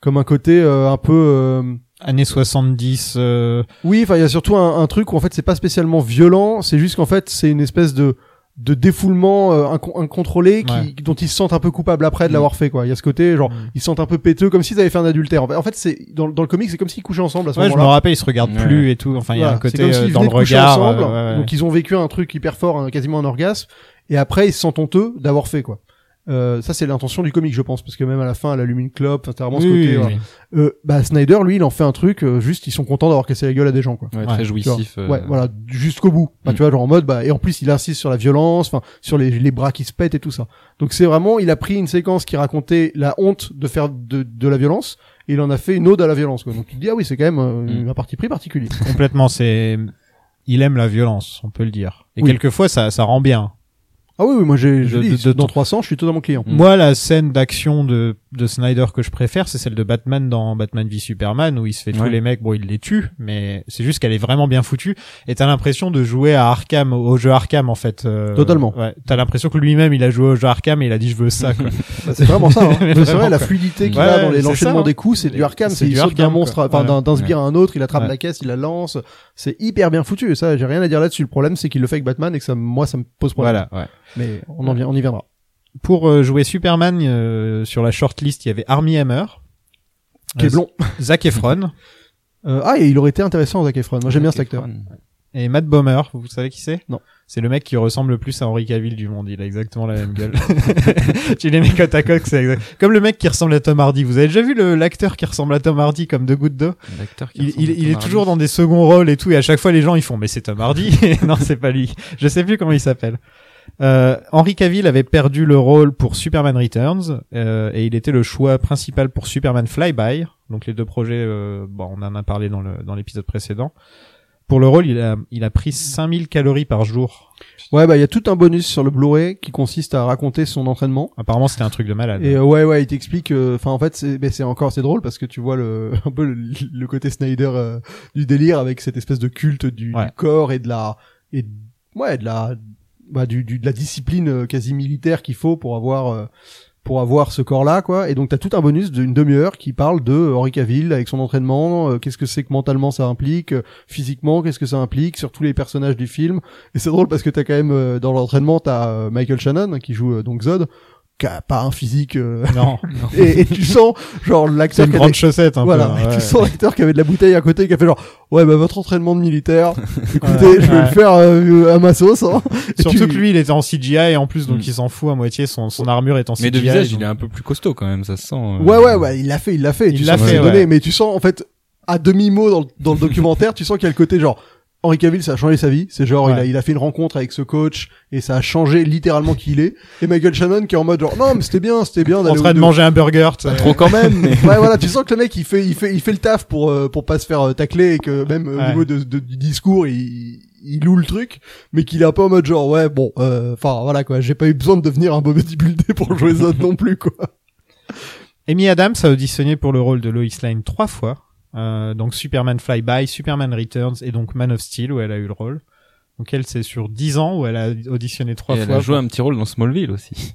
Speaker 2: comme un côté euh, un peu, euh,
Speaker 1: années 70 euh,
Speaker 2: oui, enfin, il y a surtout un, un truc où en fait c'est pas spécialement violent, c'est juste qu'en fait c'est une espèce de de défoulement euh, inco- incontrôlé qui,
Speaker 1: Ouais.
Speaker 2: dont ils se sentent un peu coupables après de
Speaker 1: Mm.
Speaker 2: l'avoir fait quoi. Il y a ce côté genre
Speaker 1: Mm.
Speaker 2: ils se sentent un peu péteux comme s'ils avaient fait un adultère. En fait- En fait c'est dans, dans le comic c'est comme s'ils couchaient ensemble à ce
Speaker 1: Ouais, je me
Speaker 2: moment-là.
Speaker 1: rappelle, ils se regardent
Speaker 3: Ouais.
Speaker 1: plus et tout. Enfin, il y a
Speaker 2: Voilà,
Speaker 1: un
Speaker 2: c'est
Speaker 1: côté
Speaker 2: comme
Speaker 1: euh,
Speaker 2: s'ils venaient
Speaker 1: dans
Speaker 2: de
Speaker 1: le
Speaker 2: coucher
Speaker 1: regard.
Speaker 2: ensemble,
Speaker 1: euh, ouais, ouais.
Speaker 2: donc ils ont vécu un truc hyper fort, un- quasiment un orgasme, et après ils se sentent honteux d'avoir fait quoi. Euh, ça c'est l'intention du comic je pense parce que même à la fin elle allume une clope enfin, t'as vraiment
Speaker 1: Oui,
Speaker 2: ce côté
Speaker 1: oui,
Speaker 2: voilà.
Speaker 1: oui.
Speaker 2: Euh, bah Snyder lui il en fait un truc euh, juste ils sont contents d'avoir cassé la gueule à des gens quoi
Speaker 3: Ouais,
Speaker 1: Ouais,
Speaker 3: très
Speaker 2: tu vois.
Speaker 3: jouissif. euh,
Speaker 2: ouais voilà jusqu'au bout bah,
Speaker 3: Mm.
Speaker 2: tu vois genre en mode bah et en plus il insiste sur la violence enfin sur les, les bras qui se pètent et tout ça donc c'est vraiment il a pris une séquence qui racontait la honte de faire de, de la violence et il en a fait une ode à la violence quoi donc tu te dis ah oui c'est quand même euh,
Speaker 3: Mm.
Speaker 2: un parti pris particulier
Speaker 1: Complètement, c'est. Il aime la violence, on peut le dire. Et
Speaker 2: Oui.
Speaker 1: quelquefois, ça, ça rend bien.
Speaker 2: ah oui oui moi j'ai je
Speaker 1: De-
Speaker 2: dis,
Speaker 1: de- de-
Speaker 2: dans 300 je suis totalement client
Speaker 3: Mm.
Speaker 1: Moi, la scène d'action de, de Snyder que je préfère, c'est celle de Batman dans Batman v Superman, où il se fait tous
Speaker 3: Ouais.
Speaker 1: les mecs, bon, il les tue, mais c'est juste qu'elle est vraiment bien foutue. Et t'as l'impression de jouer à Arkham, au jeu Arkham, en fait. euh,
Speaker 2: Totalement.
Speaker 1: Ouais. T'as l'impression que lui-même, il a joué au jeu Arkham et il a dit, je veux ça, quoi.
Speaker 2: Bah, c'est vraiment ça hein.
Speaker 1: [LAUGHS] Mais
Speaker 2: c'est
Speaker 1: vraiment,
Speaker 2: vrai la
Speaker 1: quoi.
Speaker 2: fluidité qu'il
Speaker 1: Ouais,
Speaker 2: a dans les
Speaker 1: c'est
Speaker 2: l'enchaînement
Speaker 1: ça, hein.
Speaker 2: des coups c'est du arcane
Speaker 1: C'est
Speaker 2: c'est
Speaker 1: du
Speaker 2: il saute d'un
Speaker 1: Arkham,
Speaker 2: monstre
Speaker 1: quoi.
Speaker 2: enfin
Speaker 1: Voilà.
Speaker 2: d'un- d'un sbire à un autre il attrape
Speaker 1: Ouais.
Speaker 2: la caisse il la lance c'est hyper bien foutu et ça j'ai rien à dire là-dessus le problème c'est qu'il le fait avec Batman et que ça moi ça me pose problème
Speaker 1: [LAUGHS] voilà, ouais.
Speaker 2: mais on en vient on y viendra
Speaker 1: Pour euh, jouer Superman, euh, sur la shortlist, il y avait Armie Hammer.
Speaker 2: qui est
Speaker 1: Euh,
Speaker 2: blond
Speaker 1: Zac Efron.
Speaker 2: Euh, ah, et il aurait été intéressant, Zac Efron. Moi, j'aime bien cet acteur.
Speaker 1: Et Matt Bomer, vous savez qui c'est
Speaker 2: Non.
Speaker 1: C'est le mec qui ressemble le plus à Henri Cavill du monde. Il a exactement la même gueule. [LAUGHS] tu les mets côte à côte, c'est exact. Comme le mec qui ressemble à Tom Hardy. Vous avez déjà vu le- l'acteur qui ressemble à Tom Hardy comme deux gouttes d'eau
Speaker 3: L'acteur qui
Speaker 1: Il,
Speaker 3: ressemble
Speaker 1: il-
Speaker 3: à
Speaker 1: il
Speaker 3: Tom
Speaker 1: est toujours
Speaker 3: Hardy.
Speaker 1: dans des seconds rôles et tout. Et à chaque fois, les gens ils font mais c'est Tom Hardy. [LAUGHS] non, c'est pas lui. Je sais plus comment il s'appelle. Euh, Henry Cavill avait perdu le rôle pour Superman Returns euh, et il était le choix principal pour Superman Flyby. Donc les deux projets, euh, bon, on en a parlé dans le dans l'épisode précédent. Pour le rôle, il a il a pris 5000 calories par jour.
Speaker 2: Ouais, bah, il y a tout un bonus sur le Blu-ray qui consiste à raconter son entraînement.
Speaker 1: Apparemment, c'était un truc de malade.
Speaker 2: Et euh, ouais, ouais, il t'explique. euh, Enfin, en fait, c'est ben, c'est encore c'est drôle parce que tu vois le [LAUGHS] un peu le, le côté Snyder euh, du délire avec cette espèce de culte du,
Speaker 1: Ouais.
Speaker 2: du corps et de la et de- ouais de la bah, du, du- de la discipline euh, quasi militaire qu'il faut pour avoir euh, pour avoir ce corps-là, quoi. Et donc, t'as tout un bonus d'une demi-heure qui parle de euh, Henri Cavill avec son entraînement, euh, qu'est-ce que c'est que mentalement ça implique, euh, physiquement, qu'est-ce que ça implique sur tous les personnages du film. Et c'est drôle parce que t'as quand même, euh, dans l'entraînement, t'as euh, Michael Shannon qui joue euh, donc Zod, qui a pas un physique, euh, [LAUGHS]
Speaker 1: non,
Speaker 2: et, et tu sens, genre,
Speaker 1: c'est
Speaker 2: l'acteur
Speaker 1: une
Speaker 2: qui a
Speaker 1: grande
Speaker 2: des-
Speaker 1: chaussette un
Speaker 2: voilà,
Speaker 1: peu.
Speaker 2: et
Speaker 1: hein, ouais.
Speaker 2: [LAUGHS] tu sens l'acteur qui avait de la bouteille à côté qui a fait genre ouais bah votre entraînement de militaire,
Speaker 1: [LAUGHS]
Speaker 2: écoutez
Speaker 1: Ouais,
Speaker 2: je vais
Speaker 1: ouais.
Speaker 2: le faire euh, à ma sauce. hein. Et
Speaker 1: Surtout
Speaker 2: tu-
Speaker 1: que lui, il était en CGI en plus, donc
Speaker 3: Mm.
Speaker 1: il s'en fout à moitié. Son son armure est en CGI.
Speaker 3: Mais de visage,
Speaker 1: donc-
Speaker 3: il est un peu plus costaud quand même, ça se sent. euh,
Speaker 2: Ouais, ouais, ouais, il l'a fait, il l'a fait.
Speaker 1: Il
Speaker 2: tu
Speaker 1: l'a
Speaker 2: sens que
Speaker 1: fait,
Speaker 2: c'est donné,
Speaker 1: ouais.
Speaker 2: Mais tu sens, en fait, à demi-mot dans, le-
Speaker 1: [LAUGHS]
Speaker 2: dans le documentaire, tu sens qu'il y a le côté genre, Henri Cavill, ça a changé sa vie. C'est genre, il, a,
Speaker 1: Ouais.
Speaker 2: il a fait une rencontre avec ce coach et ça a changé littéralement qui il est. Et Michael Shannon qui est en mode genre, non, mais c'était bien, c'était bien
Speaker 1: en
Speaker 2: d'aller
Speaker 1: train
Speaker 2: au-
Speaker 1: de manger un burger.
Speaker 3: Pas [LAUGHS]
Speaker 1: t'sais.
Speaker 3: trop quand même, mais.
Speaker 2: [LAUGHS] Ouais, voilà, tu sens que le mec, il fait, il fait, il fait le taf pour, euh, pour pas se faire euh, tacler et que même euh, au
Speaker 1: Ouais.
Speaker 2: niveau de, de- du discours, il, il loue le truc, mais qu'il est un peu en mode genre, ouais, bon, euh, enfin, voilà, quoi, j'ai pas eu besoin de devenir un bodybuilder pour
Speaker 1: [LAUGHS]
Speaker 2: jouer ça non plus, quoi.
Speaker 1: Amy Adams a auditionné pour le rôle de Lois Lane trois fois. Euh, donc Superman Flyby, Superman Returns et donc Man of Steel où elle a eu le rôle. Donc elle, c'est sur 10 ans où elle a auditionné trois
Speaker 3: Et elle
Speaker 1: fois.
Speaker 3: a joué un petit rôle dans Smallville aussi.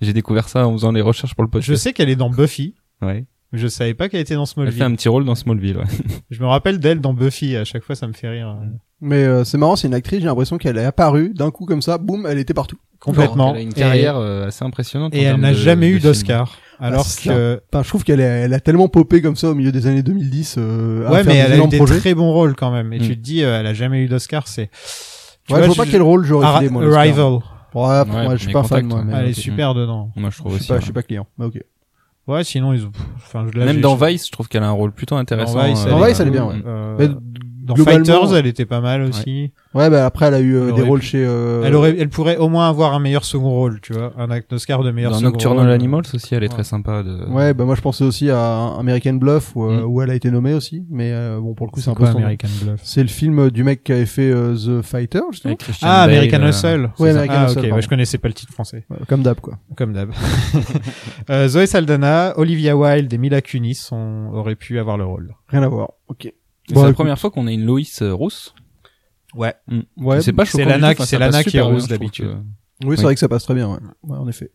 Speaker 3: J'ai découvert ça en faisant les recherches pour le
Speaker 1: Je
Speaker 3: podcast.
Speaker 1: sais qu'elle est dans Buffy.
Speaker 3: Ouais.
Speaker 1: mais Je savais pas qu'elle était dans
Speaker 3: Elle fait
Speaker 1: Smallville.
Speaker 3: un petit rôle dans Smallville, ouais.
Speaker 1: Je me rappelle d'elle dans Buffy. À chaque fois, ça me fait rire. euh,
Speaker 2: Mais euh, c'est marrant, c'est une actrice, j'ai l'impression qu'elle est apparue d'un coup comme ça, boum, elle était partout.
Speaker 1: Complètement.
Speaker 3: Elle a une
Speaker 1: Et-
Speaker 3: carrière euh, assez impressionnante.
Speaker 1: Et,
Speaker 3: en
Speaker 1: elle
Speaker 3: termes
Speaker 1: n'a
Speaker 3: de-
Speaker 1: jamais
Speaker 3: de
Speaker 1: eu
Speaker 3: films.
Speaker 1: d'Oscar. Alors
Speaker 2: c'est
Speaker 1: que
Speaker 2: Enfin, je trouve qu'elle est- elle a tellement popé comme ça au milieu des années 2010. Euh, à
Speaker 1: ouais,
Speaker 2: faire
Speaker 1: mais
Speaker 2: des
Speaker 1: elle a eu
Speaker 2: énormes
Speaker 1: des
Speaker 2: projets.
Speaker 1: très bons rôles quand même. Et
Speaker 3: Mm.
Speaker 1: tu te dis, euh, elle a jamais eu d'Oscar. C'est. Tu
Speaker 2: Ouais,
Speaker 1: vois,
Speaker 2: je vois pas
Speaker 1: tu-
Speaker 2: quel rôle j'aurais
Speaker 1: Arri-
Speaker 2: filé moi. l'Oscar. Ouais,
Speaker 1: Arrival.
Speaker 2: pour
Speaker 3: Ouais,
Speaker 2: moi, je
Speaker 3: Premier
Speaker 2: suis pas fan
Speaker 3: Contact,
Speaker 2: moi.
Speaker 3: ouais.
Speaker 2: mais
Speaker 1: Elle est
Speaker 2: ok.
Speaker 1: super dedans.
Speaker 3: Moi, je trouve
Speaker 2: Je
Speaker 3: aussi.
Speaker 2: suis pas,
Speaker 3: ouais.
Speaker 2: je suis pas client. Mais ok.
Speaker 1: Ouais, sinon ils ont. pff, Enfin, je- là,
Speaker 3: Même
Speaker 1: j'ai-
Speaker 3: dans Vice, je trouve qu'elle a un rôle plutôt intéressant.
Speaker 1: Dans Vice,
Speaker 3: euh,
Speaker 1: elle
Speaker 2: Dans
Speaker 1: est-
Speaker 2: Vice, elle est bien, ouais.
Speaker 1: euh,
Speaker 2: Mais
Speaker 1: dans
Speaker 2: globalement-
Speaker 1: Fighters, elle était pas mal aussi.
Speaker 2: Ouais, bah après elle a eu euh,
Speaker 1: Elle
Speaker 2: des
Speaker 1: aurait
Speaker 2: rôles
Speaker 1: pu-
Speaker 2: chez. euh,
Speaker 1: Elle aurait, elle pourrait au moins avoir un meilleur second rôle, tu vois, un act- Oscar de meilleur
Speaker 3: Dans
Speaker 1: second
Speaker 3: Nocturnal
Speaker 1: rôle.
Speaker 3: Animals aussi, elle est
Speaker 1: Ouais.
Speaker 3: très sympa. De...
Speaker 2: Ouais, bah moi je pensais aussi à American Bluff où, euh,
Speaker 3: Mm.
Speaker 2: où elle a été nommée aussi, mais euh, bon pour le coup c'est un peu
Speaker 1: quoi
Speaker 2: standard.
Speaker 1: American Bluff.
Speaker 2: C'est le film du mec qui avait fait euh, The Fighter justement.
Speaker 3: Avec Christian
Speaker 1: Ah,
Speaker 3: Bale,
Speaker 1: American
Speaker 3: euh,
Speaker 1: Hustle.
Speaker 2: Ouais,
Speaker 1: C'est ça.
Speaker 2: American
Speaker 1: ah,
Speaker 2: Hustle,
Speaker 1: ok,
Speaker 2: pardon.
Speaker 1: ouais, je connaissais pas le titre français,
Speaker 2: Ouais, Comme d'hab quoi.
Speaker 1: comme
Speaker 2: [LAUGHS]
Speaker 1: d'hab. [LAUGHS] euh, Zoé Saldana, Olivia Wilde et Mila Kunis sont, auraient pu avoir le rôle.
Speaker 2: Rien à voir. Ok.
Speaker 3: C'est
Speaker 2: Bon,
Speaker 3: la
Speaker 2: écoute,
Speaker 3: première fois qu'on a une Loïs euh, rousse.
Speaker 1: Ouais.
Speaker 2: Ouais.
Speaker 3: c'est pas
Speaker 1: c'est
Speaker 3: choquant du
Speaker 1: Lana
Speaker 3: tout,
Speaker 1: qui-
Speaker 3: enfin,
Speaker 1: c'est
Speaker 3: ça
Speaker 1: Lana
Speaker 3: passe
Speaker 1: qui est
Speaker 3: super bien,
Speaker 1: rousse
Speaker 3: je trouve
Speaker 1: d'habitude.
Speaker 3: que-
Speaker 2: Oui, c'est
Speaker 3: Oui.
Speaker 2: vrai que ça passe très bien. Ouais. Ouais, en effet.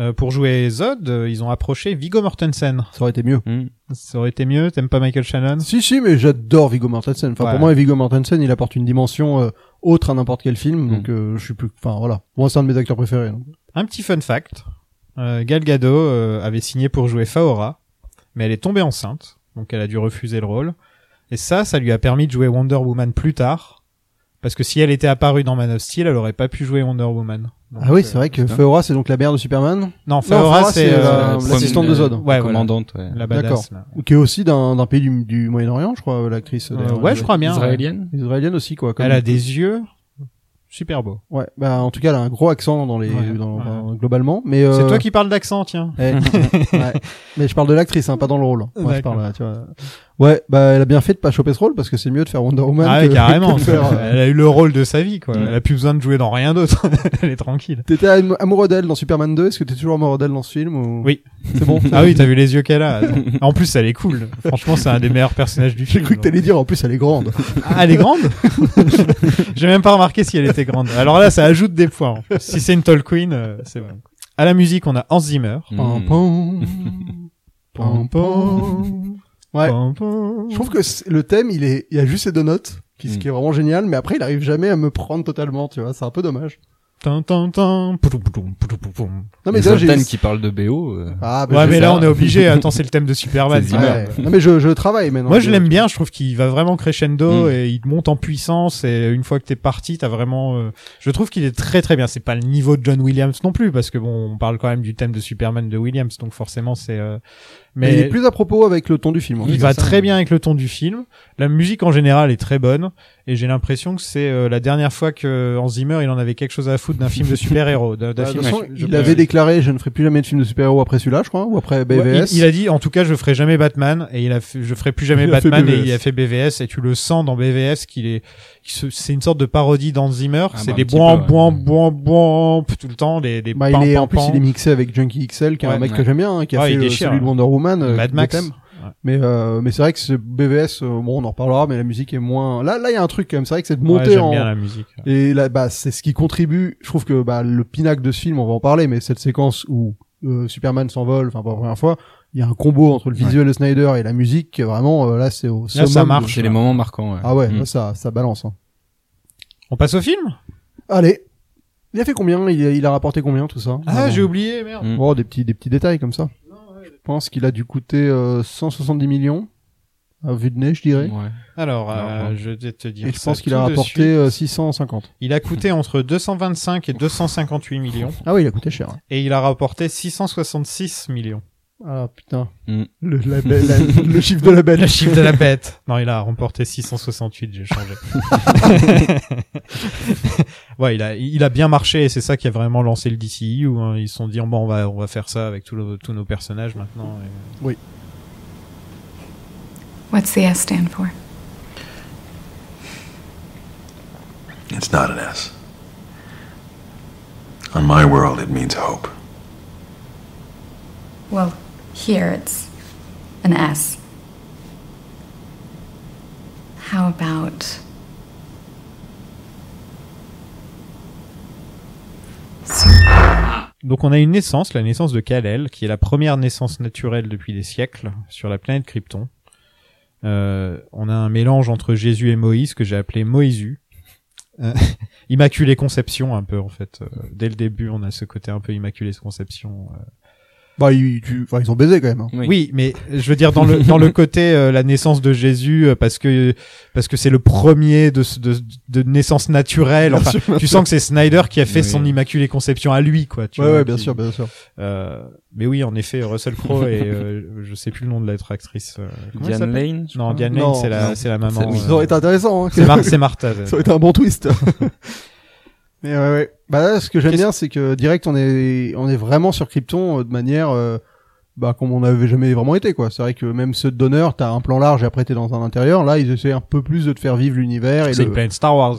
Speaker 1: Euh, pour jouer Zod, euh, ils ont approché Viggo Mortensen.
Speaker 2: Ça aurait été mieux.
Speaker 3: Hmm.
Speaker 1: Ça aurait été mieux. T'aimes pas Michael Shannon
Speaker 2: Si si mais j'adore Viggo Mortensen. Enfin
Speaker 1: Ouais.
Speaker 2: pour moi Viggo Mortensen, il apporte une dimension euh, autre à n'importe quel film.
Speaker 3: Mm.
Speaker 2: Donc euh, je suis plus, enfin voilà, moi c'est un de mes acteurs préférés. donc.
Speaker 1: Un petit fun fact. Euh, Gal Gadot euh, avait signé pour jouer Faora, mais elle est tombée enceinte, donc elle a dû refuser le rôle. Et ça, ça lui a permis de jouer Wonder Woman plus tard, parce que si elle était apparue dans Man of Steel, elle aurait pas pu jouer Wonder Woman. Donc,
Speaker 2: ah oui,
Speaker 1: euh,
Speaker 2: c'est vrai que
Speaker 3: putain.
Speaker 2: Feora c'est donc la mère de Superman,
Speaker 1: Non,
Speaker 2: Non,
Speaker 1: Faora,
Speaker 2: Faora,
Speaker 1: c'est
Speaker 2: c'est,
Speaker 1: euh,
Speaker 2: euh, l'assistante de Zod.
Speaker 3: La
Speaker 1: Ouais, voilà.
Speaker 3: commandante, ouais.
Speaker 1: la
Speaker 2: d'accord.
Speaker 1: badass. là.
Speaker 2: ou qui est aussi d'un d'un pays du, du Moyen-Orient, je crois, l'actrice.
Speaker 1: Euh,
Speaker 2: d'ailleurs.
Speaker 1: ouais, je crois bien. ouais.
Speaker 3: Israélienne
Speaker 2: Israélienne aussi quoi. Comme...
Speaker 1: Elle a des yeux super beaux.
Speaker 2: Ouais, bah en tout cas elle a un gros accent dans les,
Speaker 1: Ouais,
Speaker 2: dans-
Speaker 1: ouais.
Speaker 2: dans- globalement. Mais euh,
Speaker 1: C'est toi qui parles d'accent, tiens. [LAUGHS]
Speaker 2: Eh, ouais. Mais je parle de l'actrice, hein, pas dans le rôle. Moi, je
Speaker 1: D'accord.
Speaker 2: parle, tu vois. Ouais, bah elle a bien fait de pas choper ce rôle parce que c'est mieux de faire Wonder Woman.
Speaker 1: Ah ouais,
Speaker 2: que-
Speaker 1: carrément.
Speaker 2: que de [LAUGHS] faire,
Speaker 1: [LAUGHS]
Speaker 2: euh,
Speaker 1: Elle a eu le rôle de sa vie, quoi.
Speaker 3: Ouais.
Speaker 1: Elle a plus besoin de jouer dans rien d'autre. [LAUGHS] Elle est tranquille.
Speaker 2: T'étais am- amoureux d'elle dans Superman 2. Est-ce que t'es toujours amoureux d'elle dans ce film ou...
Speaker 1: Oui.
Speaker 2: C'est bon.
Speaker 1: Ah oui, t'as vu les yeux qu'elle a. Attends. En plus, elle est cool. Franchement, c'est un des meilleurs personnages du
Speaker 2: J'ai
Speaker 1: film.
Speaker 2: cru que t'allais dire. En plus, elle est grande.
Speaker 1: Ah, elle est grande [LAUGHS] J'ai même pas remarqué si elle était grande. Alors là, ça ajoute des points. en plus. Si c'est une tall queen, euh, c'est bon. À la musique, on a Hans Zimmer.
Speaker 2: Pam,
Speaker 3: Mm.
Speaker 2: pam. Pam, pam. Ouais.
Speaker 1: Pam, pam.
Speaker 2: Je trouve que c'est- le thème, il est, il y a juste ces deux notes, qui, ce qui est vraiment génial. Mais après, il arrive jamais à me prendre totalement. Tu vois, c'est un peu dommage.
Speaker 1: Tan, tan, tan. Poutou, poutou, poutou, poutou.
Speaker 2: Non
Speaker 3: Et
Speaker 2: mais déjà, j'ai.
Speaker 3: Zoltan qui parle de BO. euh,
Speaker 2: Ah, bah,
Speaker 1: Ouais,
Speaker 2: je-
Speaker 1: mais
Speaker 3: sais
Speaker 1: là,
Speaker 3: ça.
Speaker 1: on est obligé. Attends, c'est le thème de Superman.
Speaker 3: C'est
Speaker 1: Ouais.
Speaker 3: Zimmer.
Speaker 2: Ouais. Non mais Hmm. je, je travaille maintenant.
Speaker 1: Moi, je
Speaker 2: Je-
Speaker 1: l'aime bien. Je trouve qu'il va vraiment crescendo
Speaker 3: Mm.
Speaker 1: et il monte en puissance. Et une fois que t'es parti, t'as vraiment. euh, Je trouve qu'il est très très bien. C'est pas le niveau de John Williams non plus, parce que bon, on parle quand même du thème de Superman de Williams, donc forcément c'est. euh,
Speaker 2: Mais il est plus à propos avec le ton du film. en
Speaker 1: il
Speaker 2: fait.
Speaker 1: va
Speaker 3: ça,
Speaker 1: très
Speaker 3: ouais.
Speaker 1: bien avec le ton du film. La musique en général est très bonne et j'ai l'impression que c'est euh, la dernière fois que euh, Hans Zimmer il en avait quelque chose à foutre d'un film de super-héros. d'un- d'un
Speaker 2: Bah, de
Speaker 1: film-
Speaker 2: toute façon,
Speaker 1: je- je-
Speaker 2: il avait déclaré je ne ferai plus jamais de film de super-héros après celui-là, je crois, ou après BVS.
Speaker 1: Ouais, il, il a dit en tout cas je ferai jamais Batman et il a fait- je ferai plus jamais
Speaker 2: Il a fait
Speaker 1: Batman et
Speaker 2: BVS.
Speaker 1: il a fait BVS et tu le sens dans BVS qu'il est qu'il se- c'est une sorte de parodie d'Hans Zimmer,
Speaker 3: Ah,
Speaker 1: c'est
Speaker 3: bah,
Speaker 1: des
Speaker 3: un petit peu,
Speaker 1: bois
Speaker 3: ouais.
Speaker 1: bois bois bois tout le temps les les
Speaker 2: Bah, il
Speaker 1: pam,
Speaker 2: est,
Speaker 1: pam,
Speaker 2: en plus,
Speaker 1: pam.
Speaker 2: il est mixé avec Junkie XL, qui est un
Speaker 3: Ouais,
Speaker 2: mec que
Speaker 3: ouais.
Speaker 2: j'aime bien, hein, qui a
Speaker 1: Ouais,
Speaker 2: fait
Speaker 1: il
Speaker 2: le-
Speaker 1: déchire,
Speaker 2: celui de Wonder Woman, euh,
Speaker 1: Mad
Speaker 2: le
Speaker 1: Max.
Speaker 2: thème.
Speaker 1: Ouais.
Speaker 2: Mais, euh, mais c'est vrai que ce BVS, euh, bon, on en reparlera, mais la musique est moins, là, là, il y a un truc quand même, c'est vrai que cette
Speaker 1: Ouais,
Speaker 2: montée
Speaker 1: j'aime
Speaker 2: en,
Speaker 1: bien la musique.
Speaker 2: et là, bah, c'est ce qui contribue, je trouve que, bah, le pinacle de ce film, on va en parler, mais cette séquence où, euh, Superman s'envole, enfin, pour la première fois, il y a un combo entre le visuel de Snyder et la musique, qui est vraiment, euh, là, c'est au
Speaker 1: ça
Speaker 2: summum de-
Speaker 1: marche.
Speaker 3: C'est les moments marquants. Ouais.
Speaker 2: Ah ouais,
Speaker 3: Mm.
Speaker 2: là, ça, ça balance, hein.
Speaker 1: On passe au film
Speaker 2: Allez. Il a fait combien il a, il a rapporté combien tout ça
Speaker 1: Ah, j'ai oublié merde.
Speaker 3: Mm.
Speaker 2: Oh, des petits, des petits détails comme ça. Je pense qu'il a dû coûter euh, 170 millions, à vue de nez, je dirais.
Speaker 3: Ouais.
Speaker 1: Alors euh,
Speaker 3: Non, non.
Speaker 1: je vais te dire
Speaker 2: Et je
Speaker 1: ça
Speaker 2: pense qu'il
Speaker 1: tout
Speaker 2: a
Speaker 1: de
Speaker 2: rapporté
Speaker 1: suite.
Speaker 2: euh, 650.
Speaker 1: Il a coûté entre 225 et 258 millions
Speaker 2: Ah oui, il a coûté cher. hein.
Speaker 1: et il a rapporté 666 millions.
Speaker 2: Ah putain.
Speaker 3: Mm.
Speaker 2: Le, la
Speaker 1: [LAUGHS]
Speaker 2: belle- la- le chiffre de la belle. [LAUGHS]
Speaker 1: Le chiffre de la bête. Non, il a remporté 668, j'ai changé. ouais, il a, il a bien marché et c'est ça qui a vraiment lancé le DCU. Hein. Ils se sont dit, bon, on va, on va faire ça avec tous nos- tous nos personnages maintenant. et-
Speaker 4: What's the S stand for?
Speaker 5: It's not an S. On my world, it means hope.
Speaker 4: Well, here it's an S. How about
Speaker 1: Donc on a une naissance, la naissance de Kal-El, qui est la première naissance naturelle depuis des siècles sur la planète Krypton. Euh, on a un mélange entre Jésus et Moïse que j'ai appelé Moïsu. Euh, [LAUGHS] immaculée Conception un peu en fait. Euh, dès le début, on a ce côté un peu Immaculée Conception. euh,
Speaker 2: Bah, ils, tu- enfin, ils ont baisé quand même. hein.
Speaker 3: Oui.
Speaker 1: oui, mais je veux dire dans [LAUGHS] le dans le côté euh, la naissance de Jésus euh, parce que parce que c'est le premier de ce- de, de naissance naturelle. Enfin, [LAUGHS] tu sens que c'est Snyder qui a fait
Speaker 3: Oui.
Speaker 1: son Immaculée Conception à lui quoi. Tu
Speaker 2: Ouais,
Speaker 1: vois,
Speaker 2: ouais, bien
Speaker 1: qui-
Speaker 2: sûr, bien sûr.
Speaker 1: Euh, mais oui, en effet, Russell Crowe [LAUGHS] et euh, je sais plus le nom de l'autre actrice. euh, comment elle
Speaker 3: Diane
Speaker 1: s'appelle
Speaker 3: Lane. je
Speaker 1: Non,
Speaker 3: crois.
Speaker 1: Diane
Speaker 2: Non.
Speaker 1: Lane, c'est la,
Speaker 3: Non.
Speaker 1: c'est la maman.
Speaker 3: oui.
Speaker 1: euh,
Speaker 2: Ça aurait été intéressant. hein.
Speaker 1: c'est
Speaker 2: [LAUGHS]
Speaker 1: Mar- c'est Martha.
Speaker 2: Ça aurait été un bon twist. [LAUGHS] Mais ouais, ouais. Bah là, ce que j'aime
Speaker 1: Qu'est-ce-
Speaker 2: bien, c'est que direct, on est, on est vraiment sur Krypton euh, de manière, euh, bah, comme on n'avait jamais vraiment été, quoi. C'est vrai que même ceux de Donner, t'as un plan large et après t'es dans un intérieur. Là, ils essaient un peu plus de te faire vivre l'univers et
Speaker 1: c'est
Speaker 2: le...
Speaker 1: une planète Star Wars.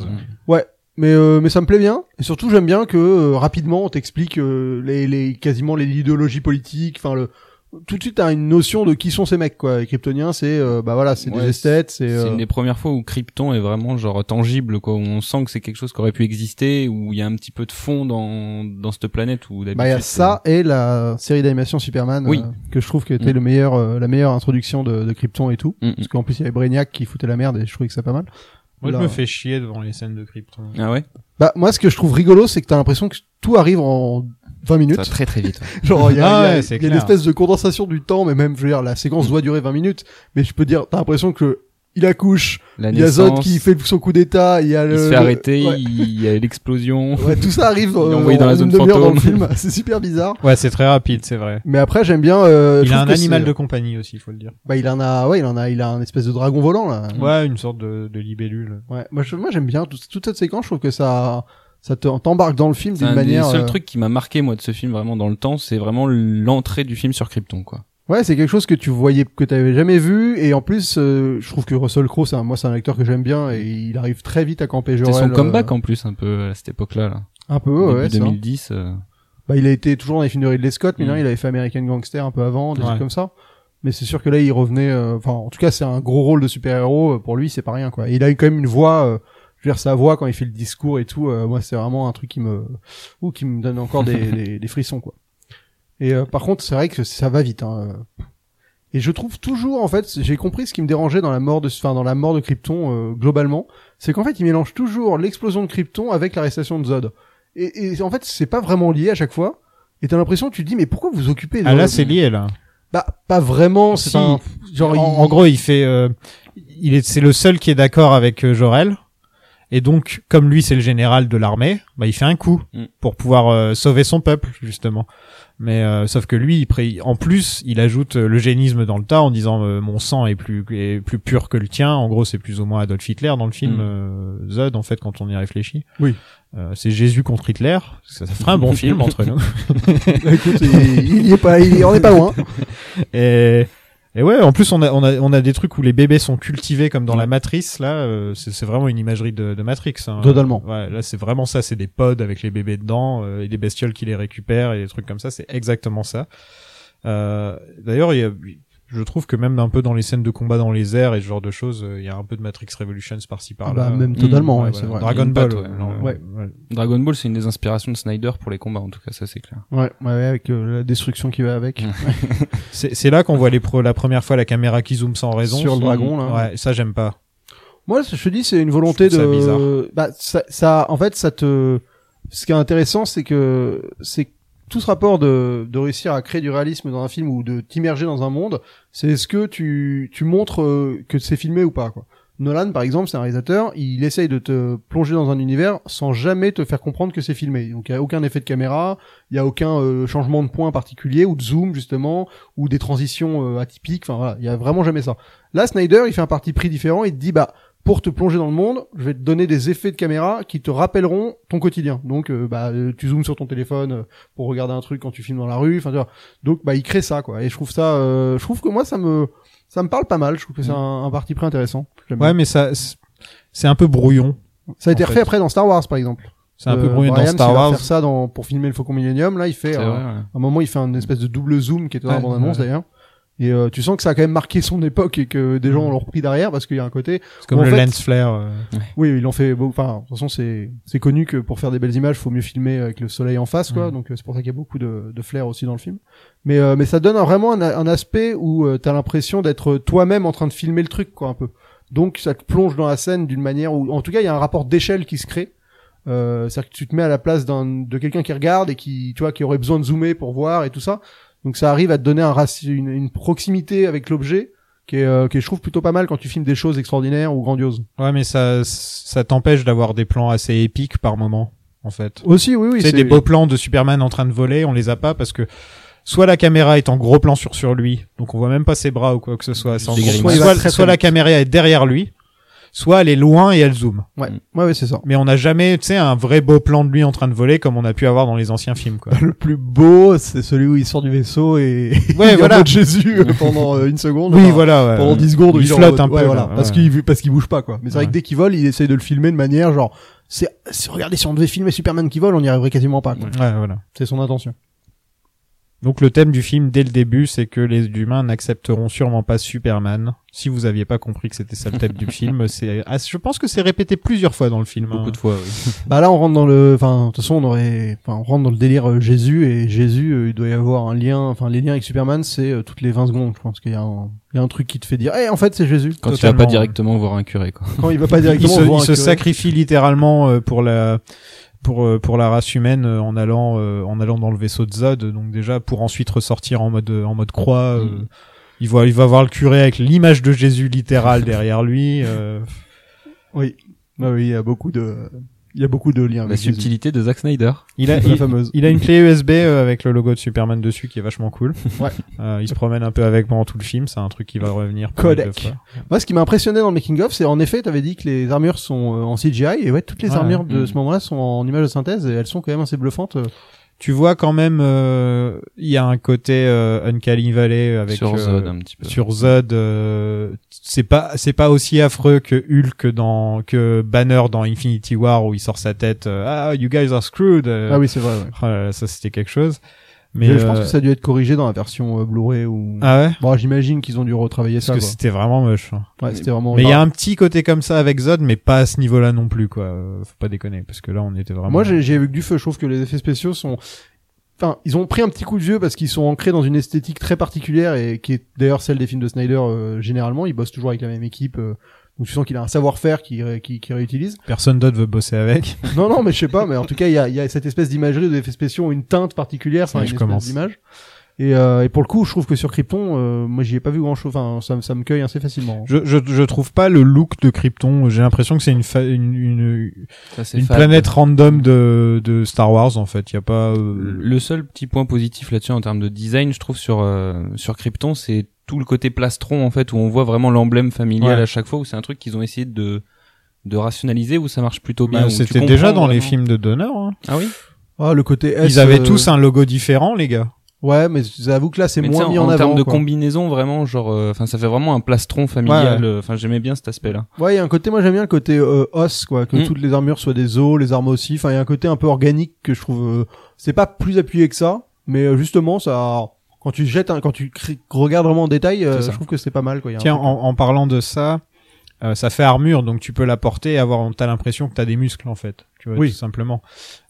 Speaker 2: Mais, euh, mais ça me plaît bien. Et surtout, j'aime bien que euh, rapidement, on t'explique euh, les, les, quasiment les idéologies politiques, enfin le, tout de suite, t'as une notion de qui sont ces mecs, quoi. Les Kryptoniens, c'est, euh, bah voilà, c'est des
Speaker 3: Ouais,
Speaker 2: esthètes, c'est,
Speaker 3: C'est
Speaker 2: euh,
Speaker 3: une des premières fois où Krypton est vraiment genre tangible, quoi. Où on sent que c'est quelque chose qui aurait pu exister, où il y a un petit peu de fond dans dans cette planète où d'habitude.
Speaker 2: Bah, il y a
Speaker 3: c'est-
Speaker 2: ça et la série d'animation Superman
Speaker 3: Oui.
Speaker 2: euh, que je trouve qui était
Speaker 3: Mm.
Speaker 2: le meilleur, euh, la meilleure introduction de, de Krypton et tout.
Speaker 3: Mm, mm.
Speaker 2: Parce qu'en plus il y avait Brainiac qui foutait la merde et je trouvais que c'est pas mal.
Speaker 1: Moi,
Speaker 2: Là.
Speaker 1: je me fais chier devant les scènes de Krypton.
Speaker 3: Ah ouais
Speaker 2: Bah, moi, ce que je trouve rigolo, c'est que t'as l'impression que tout arrive en 20
Speaker 3: Ça va
Speaker 2: minutes.
Speaker 3: très très vite.
Speaker 2: [LAUGHS] Genre, il y a,
Speaker 1: Ah
Speaker 2: il y a-
Speaker 1: ouais, c'est
Speaker 2: il y a une
Speaker 1: clair.
Speaker 2: espèce de condensation du temps, mais même, je veux dire, la séquence doit durer 20 minutes. Mais je peux dire, t'as l'impression que il accouche,
Speaker 3: La
Speaker 2: il y a Zod
Speaker 3: naissance,
Speaker 2: qui fait son coup d'état, il y a
Speaker 3: il
Speaker 2: le...
Speaker 3: se fait
Speaker 2: le-
Speaker 3: arrêter,
Speaker 2: ouais.
Speaker 3: il y a
Speaker 2: [LAUGHS]
Speaker 3: l'explosion.
Speaker 2: Ouais, tout ça arrive
Speaker 3: [LAUGHS] Il est
Speaker 2: euh,
Speaker 3: envoyé dans
Speaker 2: en
Speaker 3: la
Speaker 2: une
Speaker 3: zone
Speaker 2: demi-heure dans le
Speaker 3: fantôme.
Speaker 2: film. [LAUGHS] C'est super bizarre.
Speaker 1: Ouais, c'est très rapide, c'est vrai.
Speaker 2: Mais après, j'aime bien. euh,
Speaker 1: il
Speaker 2: je
Speaker 1: a un
Speaker 2: trouve que
Speaker 1: animal
Speaker 2: c'est-
Speaker 1: de compagnie aussi, il faut le dire.
Speaker 2: Bah, il en a, ouais, il en a, il a un espèce de dragon volant là.
Speaker 1: Ouais, une sorte de, de libellule.
Speaker 2: Ouais. Moi, je- moi, j'aime bien tout- toute cette séquence. Je trouve que ça, ça te- t'embarque dans le film
Speaker 3: C'est
Speaker 2: d'une
Speaker 3: un
Speaker 2: manière.
Speaker 3: des seuls
Speaker 2: euh,
Speaker 3: trucs qui m'a marqué moi de ce film vraiment dans le temps, c'est vraiment l'entrée du film sur Krypton quoi.
Speaker 2: Ouais, c'est quelque chose que tu voyais, que t'avais jamais vu, et en plus, euh, je trouve que Russell Crowe, c'est un- moi, c'est un acteur que j'aime bien, et il arrive très vite à camper
Speaker 3: C'était
Speaker 2: Jorel.
Speaker 3: son
Speaker 2: euh,
Speaker 3: comeback en plus un peu à cette époque-là là.
Speaker 2: Un peu, ouais,
Speaker 3: Début
Speaker 2: ouais, c'est vrai.
Speaker 3: 2010. euh,
Speaker 2: Bah, il a été toujours dans les films de Ridley Scott, mais
Speaker 3: Mm.
Speaker 2: non, il avait fait American Gangster un peu avant, des
Speaker 1: Ouais.
Speaker 2: trucs comme ça. Mais c'est sûr que là, il revenait. euh, Enfin, en tout cas, c'est un gros rôle de super-héros euh, pour lui, c'est pas rien quoi. Et il a eu quand même une voix. euh, je veux dire, sa voix quand il fait le discours et tout, euh, moi, c'est vraiment un truc qui me, ou qui me donne
Speaker 1: [LAUGHS]
Speaker 2: encore des, des, des frissons quoi. Et euh, par contre, c'est vrai que ça va vite. Hein. Et je trouve toujours, en fait, j'ai compris ce qui me dérangeait dans la mort de, enfin, dans la mort de Krypton euh, globalement, c'est qu'en fait, il mélange toujours l'explosion de Krypton avec l'arrestation de Zod. Et, et en fait, c'est pas vraiment lié à chaque fois. Et t'as l'impression, tu te dis, mais pourquoi vous vous occupez de
Speaker 1: Ah là, c'est lié là.
Speaker 2: Bah, pas vraiment. c'est
Speaker 1: Si.
Speaker 2: un- genre,
Speaker 1: en,
Speaker 2: il-
Speaker 1: en
Speaker 2: [LAUGHS]
Speaker 1: gros, il fait, euh, il est, c'est le seul qui est d'accord avec euh, Jorel. Et donc, comme lui, c'est le général de l'armée, bah, il fait un coup
Speaker 3: Mm.
Speaker 1: pour pouvoir euh, sauver son peuple, justement. Mais euh, sauf que lui, il pré- en plus, il ajoute euh, l'eugénisme dans le tas en disant euh, mon sang est plus est plus pur que le tien. En gros, c'est plus ou moins Adolf Hitler dans le film
Speaker 3: Mm.
Speaker 1: euh, Zod, en fait, quand on y réfléchit.
Speaker 2: Oui.
Speaker 1: Euh, c'est Jésus contre Hitler. Ça, ça ferait un bon film entre
Speaker 2: [LAUGHS]
Speaker 1: nous.
Speaker 2: Bah, écoute, il, il y est pas, il, on est pas loin.
Speaker 1: Et, et ouais, en plus on a, on a on a des trucs où les bébés sont cultivés comme dans la Matrice là. euh, c'est c'est vraiment une imagerie de, de Matrix. Hein.
Speaker 2: Totalement.
Speaker 1: Ouais, là c'est vraiment ça. C'est des pods avec les bébés dedans euh, et des bestioles qui les récupèrent et des trucs comme ça. C'est exactement ça. Euh, D'ailleurs, il y a- je trouve que même un peu dans les scènes de combat dans les airs et ce genre de choses, euh, il y a un peu de Matrix Revolutions par-ci par-là. Mmh,
Speaker 2: bah, même
Speaker 3: Mm,
Speaker 2: totalement,
Speaker 1: Ouais,
Speaker 2: ouais,
Speaker 1: voilà.
Speaker 2: c'est vrai.
Speaker 1: Dragon
Speaker 3: Une
Speaker 1: Ball.
Speaker 3: patte, ouais.
Speaker 1: non,
Speaker 2: Ouais.
Speaker 3: Dragon Ball, c'est une des inspirations de Snyder pour les combats en tout cas, ça c'est clair.
Speaker 2: Ouais, ouais, ouais, avec euh, la destruction qui va avec.
Speaker 1: C'est c'est là qu'on voit les pro- la première fois la caméra qui zoome sans raison
Speaker 2: Sur le dragon, là.
Speaker 1: Ouais, ça j'aime pas.
Speaker 2: Moi, je te dis, c'est une volonté
Speaker 1: Je trouve ça bizarre.
Speaker 2: de. Bah, ça, ça, en fait, ça te. Ce qui est intéressant, c'est que c'est tout ce rapport de, de réussir à créer du réalisme dans un film ou de t'immerger dans un monde, c'est est-ce que tu, tu montres euh, que c'est filmé ou pas quoi. Nolan, par exemple, c'est un réalisateur, il essaye de te plonger dans un univers sans jamais te faire comprendre que c'est filmé. Donc il n'y a aucun effet de caméra, il n'y a aucun euh, changement de point particulier ou de zoom justement, ou des transitions euh, atypiques, enfin voilà, il n'y a vraiment jamais ça. Là, Snyder, il fait un parti pris différent, il te dit, bah, pour te plonger dans le monde, je vais te donner des effets de caméra qui te rappelleront ton quotidien. Donc, euh, bah, euh, tu zoomes sur ton téléphone euh, pour regarder un truc quand tu filmes dans la rue. Enfin, tu vois. donc, bah, il crée ça, quoi. Et je trouve ça, euh, je trouve que moi, ça me, ça me parle pas mal. Je trouve que c'est un, un parti pris intéressant. J'aime
Speaker 1: Mm. Ouais, mais ça, c'est un peu brouillon.
Speaker 2: bien. ça a été
Speaker 1: en
Speaker 2: refait
Speaker 1: fait.
Speaker 2: après dans Star Wars, par exemple.
Speaker 1: C'est un peu
Speaker 2: Euh,
Speaker 1: brouillon dans
Speaker 2: Brian,
Speaker 1: Star
Speaker 2: s'il va
Speaker 1: Wars.
Speaker 2: faire ça dans, pour filmer le Faucon Millennium, là, il fait.
Speaker 3: C'est
Speaker 2: euh,
Speaker 3: vrai, ouais.
Speaker 2: à un moment, il fait une espèce de double zoom qui était dans la
Speaker 1: Ouais,
Speaker 2: bande-annonce
Speaker 1: ouais.
Speaker 2: d'ailleurs. Et euh, tu sens que ça a quand même marqué son époque et que des gens l'ont repris derrière parce qu'il y a un côté
Speaker 1: C'est comme
Speaker 2: en
Speaker 1: le
Speaker 2: fait-
Speaker 1: lens flare. euh.
Speaker 2: Oui, ils l'ont fait. beau- Enfin, de toute façon, c'est c'est connu que pour faire des belles images, faut mieux filmer avec le soleil en face, quoi.
Speaker 1: Mm.
Speaker 2: Donc euh, c'est pour ça qu'il y a beaucoup de, de flair aussi dans le film. Mais euh, mais ça donne un- vraiment un, un aspect où euh, t'as l'impression d'être toi-même en train de filmer le truc, quoi, un peu. Donc ça te plonge dans la scène d'une manière où, en tout cas, il y a un rapport d'échelle qui se crée. Euh, C'est-à-dire que tu te mets à la place d'un de quelqu'un qui regarde et qui, tu vois, qui aurait besoin de zoomer pour voir et tout ça. Donc ça arrive à te donner un raci- une, une proximité avec l'objet qui est, euh, qui est, je trouve, plutôt pas mal quand tu filmes des choses extraordinaires ou grandioses.
Speaker 1: Ouais, mais ça, ça t'empêche d'avoir des plans assez épiques par moment, en fait.
Speaker 2: Aussi, oui, oui.
Speaker 1: tu sais, des beaux plans de Superman en train de voler, on les a pas parce que soit la caméra est en gros plan sur, sur lui, donc on voit même pas ses bras ou quoi que ce soit. c'est en
Speaker 3: Des
Speaker 1: gros-
Speaker 3: grimaces.
Speaker 1: soit,
Speaker 3: Il
Speaker 2: va
Speaker 1: soit-
Speaker 2: très, très
Speaker 1: soit la
Speaker 2: vite.
Speaker 1: caméra est derrière lui, soit elle est loin et elle zoome.
Speaker 2: Ouais, ouais, ouais, c'est ça.
Speaker 1: Mais on n'a jamais, tu sais, un vrai beau plan de lui en train de voler comme on a pu avoir dans les anciens films, quoi.
Speaker 2: Bah, Le plus beau, c'est celui où il sort du vaisseau et [LAUGHS]
Speaker 1: Ouais,
Speaker 2: il
Speaker 1: voilà. [LAUGHS]
Speaker 2: de Jésus euh, pendant euh, une seconde.
Speaker 1: Oui,
Speaker 2: Enfin,
Speaker 1: voilà. ouais.
Speaker 2: Pendant 10 secondes, où
Speaker 1: il
Speaker 2: est en
Speaker 1: flotte
Speaker 2: mode-
Speaker 1: un peu.
Speaker 2: ouais,
Speaker 1: là,
Speaker 2: voilà,
Speaker 1: ouais.
Speaker 2: parce qu'il parce qu'il bouge pas quoi. Mais c'est vrai que
Speaker 1: Ouais.
Speaker 2: dès qu'il vole, il essaye de le filmer de manière genre c'est c'est- regardez si on devait filmer Superman qui vole, on n'y arriverait quasiment pas. quoi.
Speaker 1: Ouais, voilà.
Speaker 2: C'est son intention.
Speaker 1: Donc le thème du film dès le début, c'est que les humains n'accepteront sûrement pas Superman. Si vous aviez pas compris que c'était ça le thème du film,
Speaker 2: [LAUGHS]
Speaker 1: c'est, ah, je pense que c'est répété plusieurs fois dans le film. hein.
Speaker 3: Beaucoup de fois, oui.
Speaker 2: Bah là, on rentre dans le, enfin, de toute façon, on aurait, enfin, on rentre dans le délire euh, Jésus et Jésus, euh, il doit y avoir un lien, enfin, les liens avec Superman, c'est euh, toutes les 20 secondes, je pense qu'il y a un, il y a un truc qui te fait dire, eh, en fait, c'est Jésus.
Speaker 3: Quand tu vas
Speaker 1: Totalement. Ah,
Speaker 3: pas directement voir un curé, quoi.
Speaker 2: Quand il va
Speaker 1: [LAUGHS]
Speaker 2: pas
Speaker 1: il
Speaker 2: directement
Speaker 1: se,
Speaker 2: voir
Speaker 1: il
Speaker 2: un
Speaker 1: se
Speaker 2: curé.
Speaker 1: sacrifie littéralement euh, pour la pour euh, pour la race humaine euh, en allant euh, en allant dans le vaisseau de Zod donc déjà pour ensuite ressortir en mode en mode croix euh,
Speaker 3: Mm.
Speaker 1: il voit il va voir le curé avec l'image de Jésus littérale [LAUGHS] derrière lui euh,
Speaker 2: Oui. Ah oui, il y a beaucoup de, il y a beaucoup de liens.
Speaker 3: La
Speaker 2: avec Jésus.
Speaker 3: subtilité de Zack Snyder.
Speaker 1: il a
Speaker 2: La
Speaker 1: il,
Speaker 2: fameuse.
Speaker 1: il a une clé USB euh, avec le logo de Superman dessus qui est vachement cool
Speaker 2: [LAUGHS] Ouais.
Speaker 1: Euh, il se promène un peu avec pendant tout le film c'est un truc qui va revenir pas mal de
Speaker 2: Kodak.
Speaker 1: fois.
Speaker 2: Moi, ce qui m'a impressionné dans le making of, c'est en effet, t'avais dit que les armures sont euh, en CGI, et ouais, toutes les
Speaker 1: Ouais.
Speaker 2: armures de
Speaker 3: Mm.
Speaker 2: ce moment-là sont en images de synthèse, et elles sont quand même assez bluffantes. euh.
Speaker 1: tu vois quand même euh, il y a un côté euh, Uncanny Valley avec
Speaker 3: sur
Speaker 1: euh,
Speaker 3: Zod, un petit peu.
Speaker 1: sur Zod euh, c'est pas c'est pas aussi affreux que Hulk dans que Banner dans Infinity War où il sort sa tête euh, ah you guys are screwed euh,
Speaker 2: Ah oui, c'est vrai, ouais.
Speaker 1: oh là là, ça c'était quelque chose mais
Speaker 2: Mais je pense
Speaker 1: euh,
Speaker 2: que ça a dû être corrigé dans la version euh, Blu-ray ou.
Speaker 1: ah ouais
Speaker 2: Bon, j'imagine qu'ils ont dû retravailler ça.
Speaker 1: parce que
Speaker 2: quoi. bah.
Speaker 1: c'était vraiment moche hein.
Speaker 2: Ouais, c'était vraiment.
Speaker 1: mais il y a un petit côté comme ça avec Zod mais pas à ce niveau là non plus quoi Euh, faut pas déconner parce que là on était vraiment
Speaker 2: Moi, j'ai j'ai vu que du feu. Je trouve que les effets spéciaux sont. Enfin, ils ont pris un petit coup de vieux parce qu'ils sont ancrés dans une esthétique très particulière et qui est d'ailleurs celle des films de Snyder euh, généralement. Il bosse toujours avec la même équipe. euh, donc tu sens qu'il a un savoir-faire qui, qui, qui réutilise.
Speaker 1: personne d'autre veut bosser
Speaker 2: [LAUGHS]
Speaker 1: avec
Speaker 2: Non, non, mais je sais pas. Mais en tout cas, il y a, il y a cette espèce d'imagerie ou d'effets spéciaux, une teinte particulière, enfin
Speaker 1: Ouais,
Speaker 2: une
Speaker 1: je
Speaker 2: espèce
Speaker 1: commence.
Speaker 2: d'image. Et, euh, et pour le coup, je trouve que sur Krypton, euh, moi, j'y ai pas vu grand-chose. Enfin, ça, me- ça me cueille assez facilement.
Speaker 1: je, je je trouve pas le look de Krypton j'ai l'impression que c'est une, fa- une une
Speaker 3: Ça, c'est
Speaker 1: une
Speaker 3: fade.
Speaker 1: planète random de de Star Wars en fait il y a pas euh,
Speaker 2: Mm.
Speaker 3: Le seul petit point positif là-dessus en termes de design, je trouve sur euh, sur Krypton, c'est tout le côté plastron en fait où on voit vraiment l'emblème familial
Speaker 1: Ouais.
Speaker 3: à chaque fois où c'est un truc qu'ils ont essayé de de rationaliser où ça marche plutôt bien.
Speaker 1: Bah,
Speaker 3: où tu
Speaker 1: c'était
Speaker 3: comprends
Speaker 1: déjà dans les
Speaker 3: vraiment.
Speaker 1: films de Donner. hein.
Speaker 3: Ah oui.
Speaker 2: Ah, le côté S,
Speaker 1: Ils avaient
Speaker 2: euh,
Speaker 1: tous un logo différent, les gars.
Speaker 2: Ouais, mais j'avoue que là, c'est
Speaker 3: Mais
Speaker 2: moins
Speaker 3: tu sais,
Speaker 2: mis
Speaker 3: en,
Speaker 2: en,
Speaker 3: en
Speaker 2: avant.
Speaker 3: termes de
Speaker 2: quoi.
Speaker 3: combinaison vraiment genre euh, enfin ça fait vraiment un plastron familial
Speaker 1: Ouais,
Speaker 3: euh, enfin j'aimais bien cet aspect là
Speaker 2: Ouais, il y a un côté, moi j'aime bien le côté euh, os, quoi, que
Speaker 3: Mm.
Speaker 2: toutes les armures soient des os, les armes aussi. Enfin, il y a un côté un peu organique que je trouve. euh, c'est pas plus appuyé que ça, mais euh, justement, ça. Quand tu jettes, un- quand tu cré- regardes vraiment en détail, euh,
Speaker 3: C'est ça.
Speaker 2: je trouve que c'est pas mal, quoi. il y a un
Speaker 1: Tiens,
Speaker 2: truc-
Speaker 1: en, en parlant de ça, euh, ça fait armure, donc tu peux la porter et avoir, t'as l'impression que t'as des muscles en fait. Tu vois,
Speaker 2: Oui.
Speaker 1: tout simplement.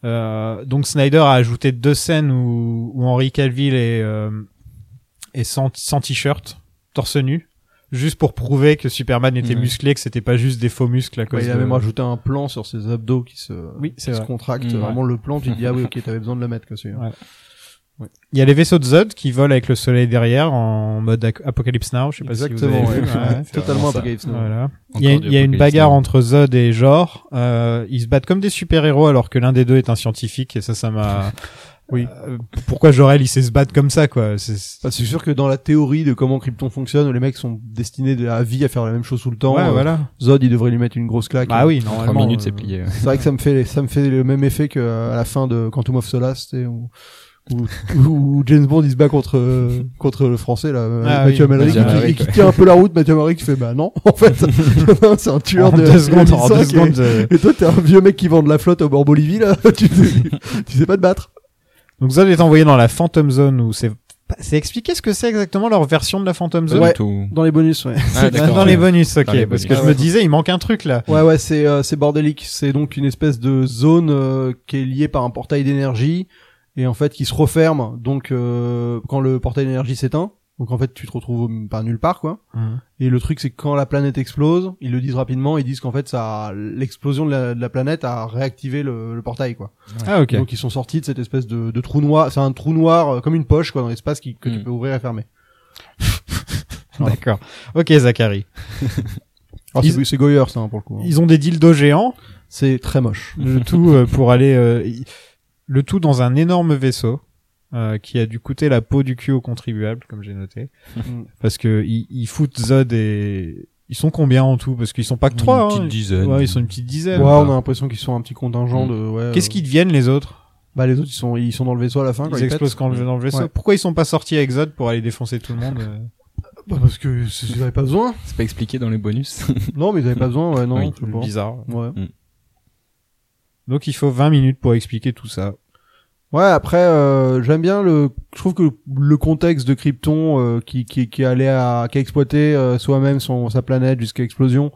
Speaker 1: Euh, donc Snyder a ajouté deux scènes où, où Henry Cavill est, euh, est sans, sans t-shirt, torse nu, juste pour prouver que Superman était
Speaker 3: Ouais.
Speaker 1: musclé, que c'était pas juste des faux muscles à
Speaker 2: Ouais,
Speaker 1: cause
Speaker 2: il a
Speaker 1: de-
Speaker 2: même rajouté un plan sur ses abdos qui se,
Speaker 1: Oui,
Speaker 2: qui
Speaker 1: c'est
Speaker 2: se
Speaker 1: vrai.
Speaker 2: contractent.
Speaker 3: Mm,
Speaker 2: vraiment le
Speaker 1: [LAUGHS]
Speaker 2: plan, tu te dis ah oui, ok, t'avais besoin de le mettre, quoi. celui-là.
Speaker 1: Ouais. Il y a les vaisseaux de Zod qui volent avec le soleil derrière en mode ac- Apocalypse Now. Je sais pas
Speaker 2: Exactement,
Speaker 1: si vous avez
Speaker 2: ouais.
Speaker 1: vu. [LAUGHS] Ouais.
Speaker 3: c'est
Speaker 2: totalement
Speaker 3: vraiment ça.
Speaker 2: Apocalypse Now.
Speaker 1: Voilà.
Speaker 3: euh, Encore
Speaker 1: Il y a,
Speaker 3: du
Speaker 1: il y a une
Speaker 3: Apocalypse
Speaker 1: bagarre
Speaker 3: Now.
Speaker 1: entre Zod et Jor. Euh, ils se battent comme des super-héros alors que l'un des deux est un scientifique et ça, ça [LAUGHS] m'a.
Speaker 2: Oui.
Speaker 1: Euh, pourquoi Jor-El il sait se battre comme ça quoi C'est-
Speaker 2: Bah, c'est sûr que dans la théorie de comment Krypton fonctionne, où les mecs sont destinés de- à vie à faire la même chose tout le temps.
Speaker 1: Ouais,
Speaker 2: euh,
Speaker 1: voilà.
Speaker 2: Zod, il devrait lui mettre une grosse claque.
Speaker 1: Bah oui,
Speaker 3: trois
Speaker 1: normalement.
Speaker 3: minutes
Speaker 1: euh,
Speaker 3: c'est plié
Speaker 2: C'est vrai que ça me fait ça me fait le même effet que euh, à la fin de Quantum of Solace, tu sais, où, où, [LAUGHS] où James Bond il se bat contre euh, contre le français là, euh,
Speaker 1: Ah
Speaker 2: Mathieu
Speaker 1: oui,
Speaker 2: Amalric,
Speaker 3: Mathieu
Speaker 2: et qui- et
Speaker 3: Amalric,
Speaker 2: qui tient un peu la route, Mathieu Amalric qui fait bah non, [LAUGHS] en
Speaker 1: [LAUGHS]
Speaker 2: fait, c'est un tueur
Speaker 1: en
Speaker 2: de
Speaker 1: deux secondes, en
Speaker 2: 2005,
Speaker 1: deux
Speaker 2: et-
Speaker 1: secondes. euh,
Speaker 2: Et toi t'es un vieux mec qui vend de la flotte au bord Bolivie là, [LAUGHS] tu, sais- tu sais pas te battre.
Speaker 1: Donc Zod est envoyé dans la Phantom Zone où c'est. C'est expliqué ce que c'est exactement leur version de la Phantom Zone.
Speaker 2: Ouais.
Speaker 3: tout
Speaker 2: Dans les bonus ouais.
Speaker 3: ah,
Speaker 1: Ah,
Speaker 3: Euh, d'accord.
Speaker 1: dans les bonus, ok.
Speaker 3: Dans les
Speaker 1: parce
Speaker 3: bonus.
Speaker 1: que je
Speaker 2: Ah
Speaker 1: me
Speaker 2: ouais.
Speaker 1: disais, il manque un truc là.
Speaker 2: Ouais ouais c'est euh, c'est bordélique, c'est donc une espèce de zone euh, qui est liée par un portail d'énergie et en fait qui se referme donc euh, quand le portail d'énergie s'éteint, donc en fait tu te retrouves par nulle part quoi.
Speaker 1: Mmh.
Speaker 2: Et le truc, c'est que quand la planète explose, ils le disent rapidement, ils disent qu'en fait, ça, l'explosion de la, de la planète a réactivé le, le portail, quoi.
Speaker 1: Ah ok.
Speaker 2: Donc ils sont sortis de cette espèce de, de trou noir, c'est un trou noir euh, comme une poche, quoi, dans l'espace qui, que tu
Speaker 3: Mm.
Speaker 2: peux ouvrir et fermer.
Speaker 1: D'accord. Ok Zachary.
Speaker 2: Alors,
Speaker 1: Ils-
Speaker 2: c'est, c'est Goyer, ça, hein, pour le coup. hein.
Speaker 1: Ils ont des dildos géants.
Speaker 2: C'est très moche.
Speaker 1: le tout euh, pour aller euh, y- le tout dans un énorme vaisseau euh, qui a dû coûter la peau du cul aux contribuables comme j'ai noté
Speaker 2: Mm.
Speaker 1: parce que ils, ils foutent Zod et ils sont combien en tout parce qu'ils sont pas que trois
Speaker 3: une
Speaker 1: hein.
Speaker 3: petite dizaine
Speaker 1: ouais ils sont une petite
Speaker 2: Ouais,
Speaker 1: dizaine
Speaker 3: Wow.
Speaker 2: on a l'impression qu'ils sont un petit contingent
Speaker 3: Mm.
Speaker 2: de, ouais.
Speaker 1: qu'est-ce
Speaker 2: euh,
Speaker 1: qu'ils deviennent les autres
Speaker 2: Bah, les autres, ils sont, ils sont dans le vaisseau à la fin, quand
Speaker 1: bah, ils
Speaker 2: ils
Speaker 1: explosent
Speaker 2: pètent.
Speaker 1: quand dans le vaisseau
Speaker 2: Ouais.
Speaker 1: pourquoi ils sont pas sortis avec Zod pour aller défoncer tout le monde [LAUGHS] euh
Speaker 2: Bah, parce que c'est- ils avaient pas
Speaker 1: [LAUGHS]
Speaker 2: besoin.
Speaker 3: c'est pas expliqué dans les bonus
Speaker 2: non, mais ils avaient pas besoin, ouais, non,
Speaker 3: Oui.
Speaker 2: je sais pas.
Speaker 1: bizarre
Speaker 2: Ouais.
Speaker 1: donc il faut 20 minutes pour expliquer tout ça
Speaker 2: Ouais, après, euh, j'aime bien le. Je trouve que le contexte de Krypton euh, qui qui qui allait à qui a exploité euh, soi-même son sa planète jusqu'à explosion.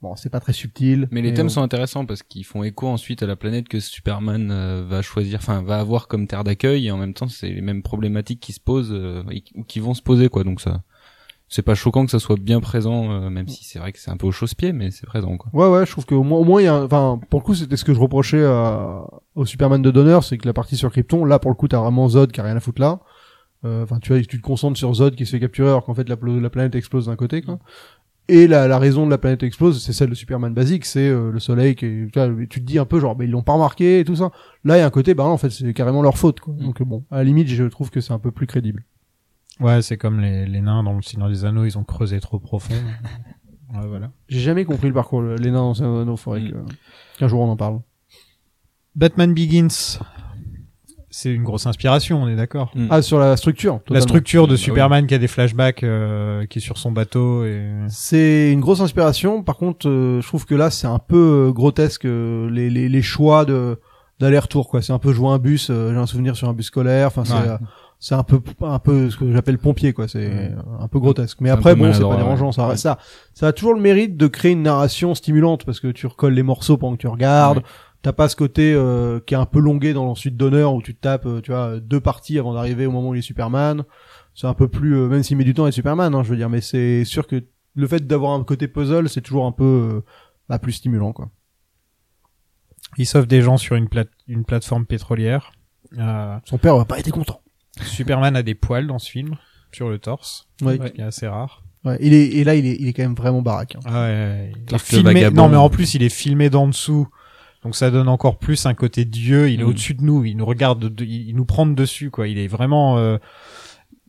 Speaker 2: Bon, c'est pas très subtil.
Speaker 3: [LAUGHS] Mais les
Speaker 1: Eh
Speaker 2: Et
Speaker 3: thèmes
Speaker 1: oh.
Speaker 2: on-
Speaker 3: sont intéressants parce qu'ils font écho ensuite à la planète que Superman euh, va choisir, enfin va avoir comme terre d'accueil et en même temps c'est les mêmes problématiques qui se posent euh, et qui- ou qui vont se poser quoi. Donc ça, c'est pas choquant que ça soit bien présent, euh, même si c'est vrai que c'est un peu au chausse-pied, mais c'est présent quoi.
Speaker 2: Ouais, ouais, je trouve qu'au moins, au moins, il y a, un- enfin, pour le coup, c'était ce que je reprochais à- au Superman de Donner, c'est que la partie sur Krypton, là, pour le coup, t'as vraiment Zod qui a rien à foutre là. Euh, Enfin, tu vois, tu te concentres sur Zod qui se fait capturer alors qu'en fait, la, pla- la planète explose d'un côté, quoi. Et la, la raison de la planète explose, c'est celle de Superman basique, c'est euh, le soleil qui est, tu vois, tu te dis un peu genre, mais ils l'ont pas remarqué et tout ça. Là, il y a un côté, bah, non, en fait, c'est carrément leur faute, quoi. Donc, euh, bon, à la limite, je trouve que c'est un peu plus crédible.
Speaker 1: Ouais, c'est comme les, les nains dans le Seigneur des Anneaux, ils ont creusé trop profond. ouais, voilà.
Speaker 2: J'ai jamais compris le parcours, le- les nains dans un anneau, faudrait que- qu'un jour on en parle.
Speaker 1: Batman Begins, c'est une grosse inspiration, on est d'accord.
Speaker 3: Mm.
Speaker 2: Ah, sur la structure.
Speaker 1: La
Speaker 2: totalement.
Speaker 1: structure de
Speaker 3: Bah oui.
Speaker 1: Superman qui a des flashbacks, euh, qui est sur son bateau et
Speaker 2: C'est une grosse inspiration. Par contre, euh, je trouve que là, c'est un peu euh, grotesque euh, les, les, les choix de d'aller-retour quoi. C'est un peu jouer un bus. euh, J'ai un souvenir sur un bus scolaire. Enfin, c'est
Speaker 1: Ouais.
Speaker 2: euh, c'est un peu un peu ce que j'appelle pompier quoi. C'est
Speaker 3: Ouais.
Speaker 2: un peu grotesque. Mais
Speaker 3: C'est un
Speaker 2: après,
Speaker 3: peu
Speaker 2: bon, c'est pas
Speaker 3: maladroit,
Speaker 2: dérangeant.
Speaker 3: ouais.
Speaker 2: Ça, ça ça a toujours le mérite de créer une narration stimulante parce que tu recolles les morceaux pendant que tu regardes.
Speaker 3: Ouais.
Speaker 2: T'as pas ce côté euh, qui est un peu longué dans l'ensuite d'honneur où tu te tapes, euh, tu vois, deux parties avant d'arriver au moment où il est Superman. C'est un peu plus, euh, même s'il met du temps à être Superman, hein, je veux dire, mais c'est sûr que le fait d'avoir un côté puzzle, c'est toujours un peu euh, bah, plus stimulant, quoi.
Speaker 1: il sauve des gens sur une, plate une plateforme pétrolière. Euh,
Speaker 2: Son père aurait pas été content.
Speaker 1: Superman a des poils dans ce film sur le torse,
Speaker 2: Ouais.
Speaker 1: ce qui est assez rare.
Speaker 2: Ouais, il est, et là, il est, il est quand même vraiment baraque. hein.
Speaker 1: Ah ouais, ouais, il
Speaker 3: Clark
Speaker 1: est
Speaker 3: le
Speaker 1: filmé-
Speaker 3: vagabond.
Speaker 1: Non, mais en plus, il est filmé d'en dessous. Donc ça donne encore plus un côté Dieu. Il est
Speaker 3: Mm.
Speaker 1: au-dessus de nous. Il nous regarde, de- de- il nous prend de dessus, quoi. Il est vraiment, euh,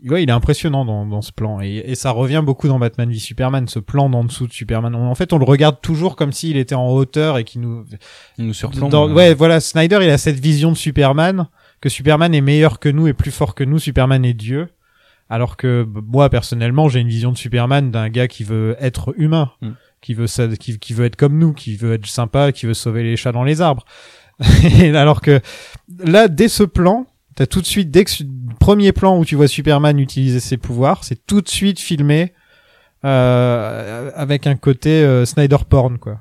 Speaker 1: ouais, il est impressionnant dans, dans ce plan. Et, et ça revient beaucoup dans Batman v Superman, ce plan d'en dessous de Superman. On- en fait, on le regarde toujours comme s'il était en hauteur et qui nous,
Speaker 3: Il nous surplombe. euh,
Speaker 1: dans- ouais, voilà, Snyder, il a cette vision de Superman, que Superman est meilleur que nous et plus fort que nous, Superman est Dieu. Alors que b- moi, personnellement, j'ai une vision de Superman d'un gars qui veut être humain,
Speaker 3: Mm.
Speaker 1: qui, veut ça, qui, qui veut être comme nous, qui veut être sympa, qui veut sauver les chats dans les arbres. [LAUGHS] Et alors que là, dès ce plan, t'as tout de suite, dès que su- premier plan où tu vois Superman utiliser ses pouvoirs, c'est tout de suite filmé euh, avec un côté euh, Snyder porn, quoi.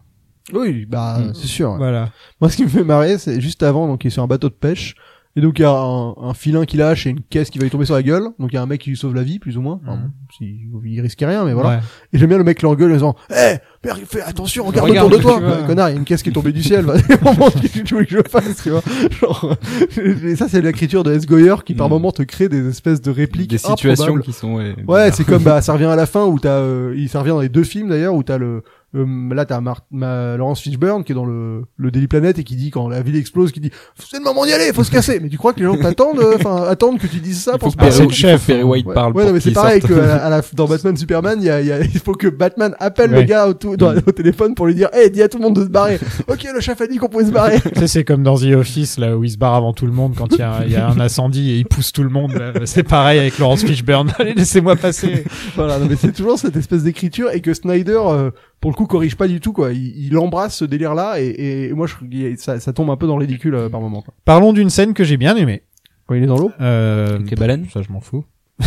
Speaker 2: Oui, bah,
Speaker 3: Mm.
Speaker 2: c'est sûr. ouais.
Speaker 1: Voilà.
Speaker 2: Moi, ce qui me fait marrer, c'est juste avant, donc il est sur un bateau de pêche. Et donc, il y a un, un filin qui lâche et une caisse qui va lui tomber sur la gueule. Donc, il y a un mec qui lui sauve la vie, plus ou moins. Enfin,
Speaker 1: Mhm.
Speaker 2: bon, si- il risquait rien, mais voilà.
Speaker 1: Ouais.
Speaker 2: Et j'aime bien le mec qui l'engueule en disant Hé, père, fais attention, regarde,
Speaker 1: Regarde
Speaker 2: autour de
Speaker 1: ce que
Speaker 2: toi
Speaker 1: tu vois.
Speaker 2: Ouais, Connard, il y a une caisse qui est tombée du ciel, [LAUGHS] va moment que tu voulais que je fasse, tu vois. Genre, [LAUGHS] et ça, c'est l'écriture de S. Goyer qui, par
Speaker 1: Mhm.
Speaker 3: Mm.
Speaker 2: moments, te crée des espèces de répliques.
Speaker 1: Oh,
Speaker 3: des situations
Speaker 2: improbables.
Speaker 3: qui sont ouais,
Speaker 2: Ouais, c'est comme bah, ça revient à la fin où t'as, euh, il- ça revient dans les deux films d'ailleurs où t'as le euh, là t'as Mar- ma- Laurence Fishburne qui est dans le le Daily Planet et qui dit quand la ville explose qui dit c'est le moment d'y aller, faut se casser. Mais tu crois que les gens t'attendent, euh, enfin attendent que tu dises ça
Speaker 3: [LAUGHS] Il faut
Speaker 2: pour
Speaker 3: que
Speaker 1: Ah,
Speaker 2: se
Speaker 3: Perry,
Speaker 1: c'est le
Speaker 3: il faut que
Speaker 1: chef. hein.
Speaker 3: Perry White
Speaker 2: Ouais,
Speaker 3: parle
Speaker 2: ouais,
Speaker 3: pour
Speaker 2: non, mais c'est
Speaker 3: qu'il
Speaker 2: pareil
Speaker 3: sorte. [LAUGHS]
Speaker 2: que à la- à la- dans Batman Superman, il y a, il y a- il faut que Batman appelle le
Speaker 1: Ouais.
Speaker 2: gars au, tout- dans- au téléphone pour lui dire, hey, dis à tout le monde de se barrer. ok, le chef a dit qu'on pouvait se barrer.
Speaker 1: Tu sais, c'est comme dans The Office, là, où il se barre avant tout le monde quand il y, a un- il y a un incendie et il pousse tout le monde. là. C'est pareil avec Laurence Fishburne. [LAUGHS] Allez, laissez-moi passer.
Speaker 2: voilà, non, mais c'est toujours cette espèce d'écriture et que Snyder, euh, pour le coup, corrige pas du tout quoi. Il, il embrasse ce délire là et, et moi, je, il- ça, ça tombe un peu dans le ridicule euh, par moment. quoi.
Speaker 1: Parlons d'une scène que j'ai bien aimée.
Speaker 2: Quand il est dans l'eau.
Speaker 1: Euh,
Speaker 3: Avec les baleines
Speaker 1: Ça, je m'en fous. [LAUGHS]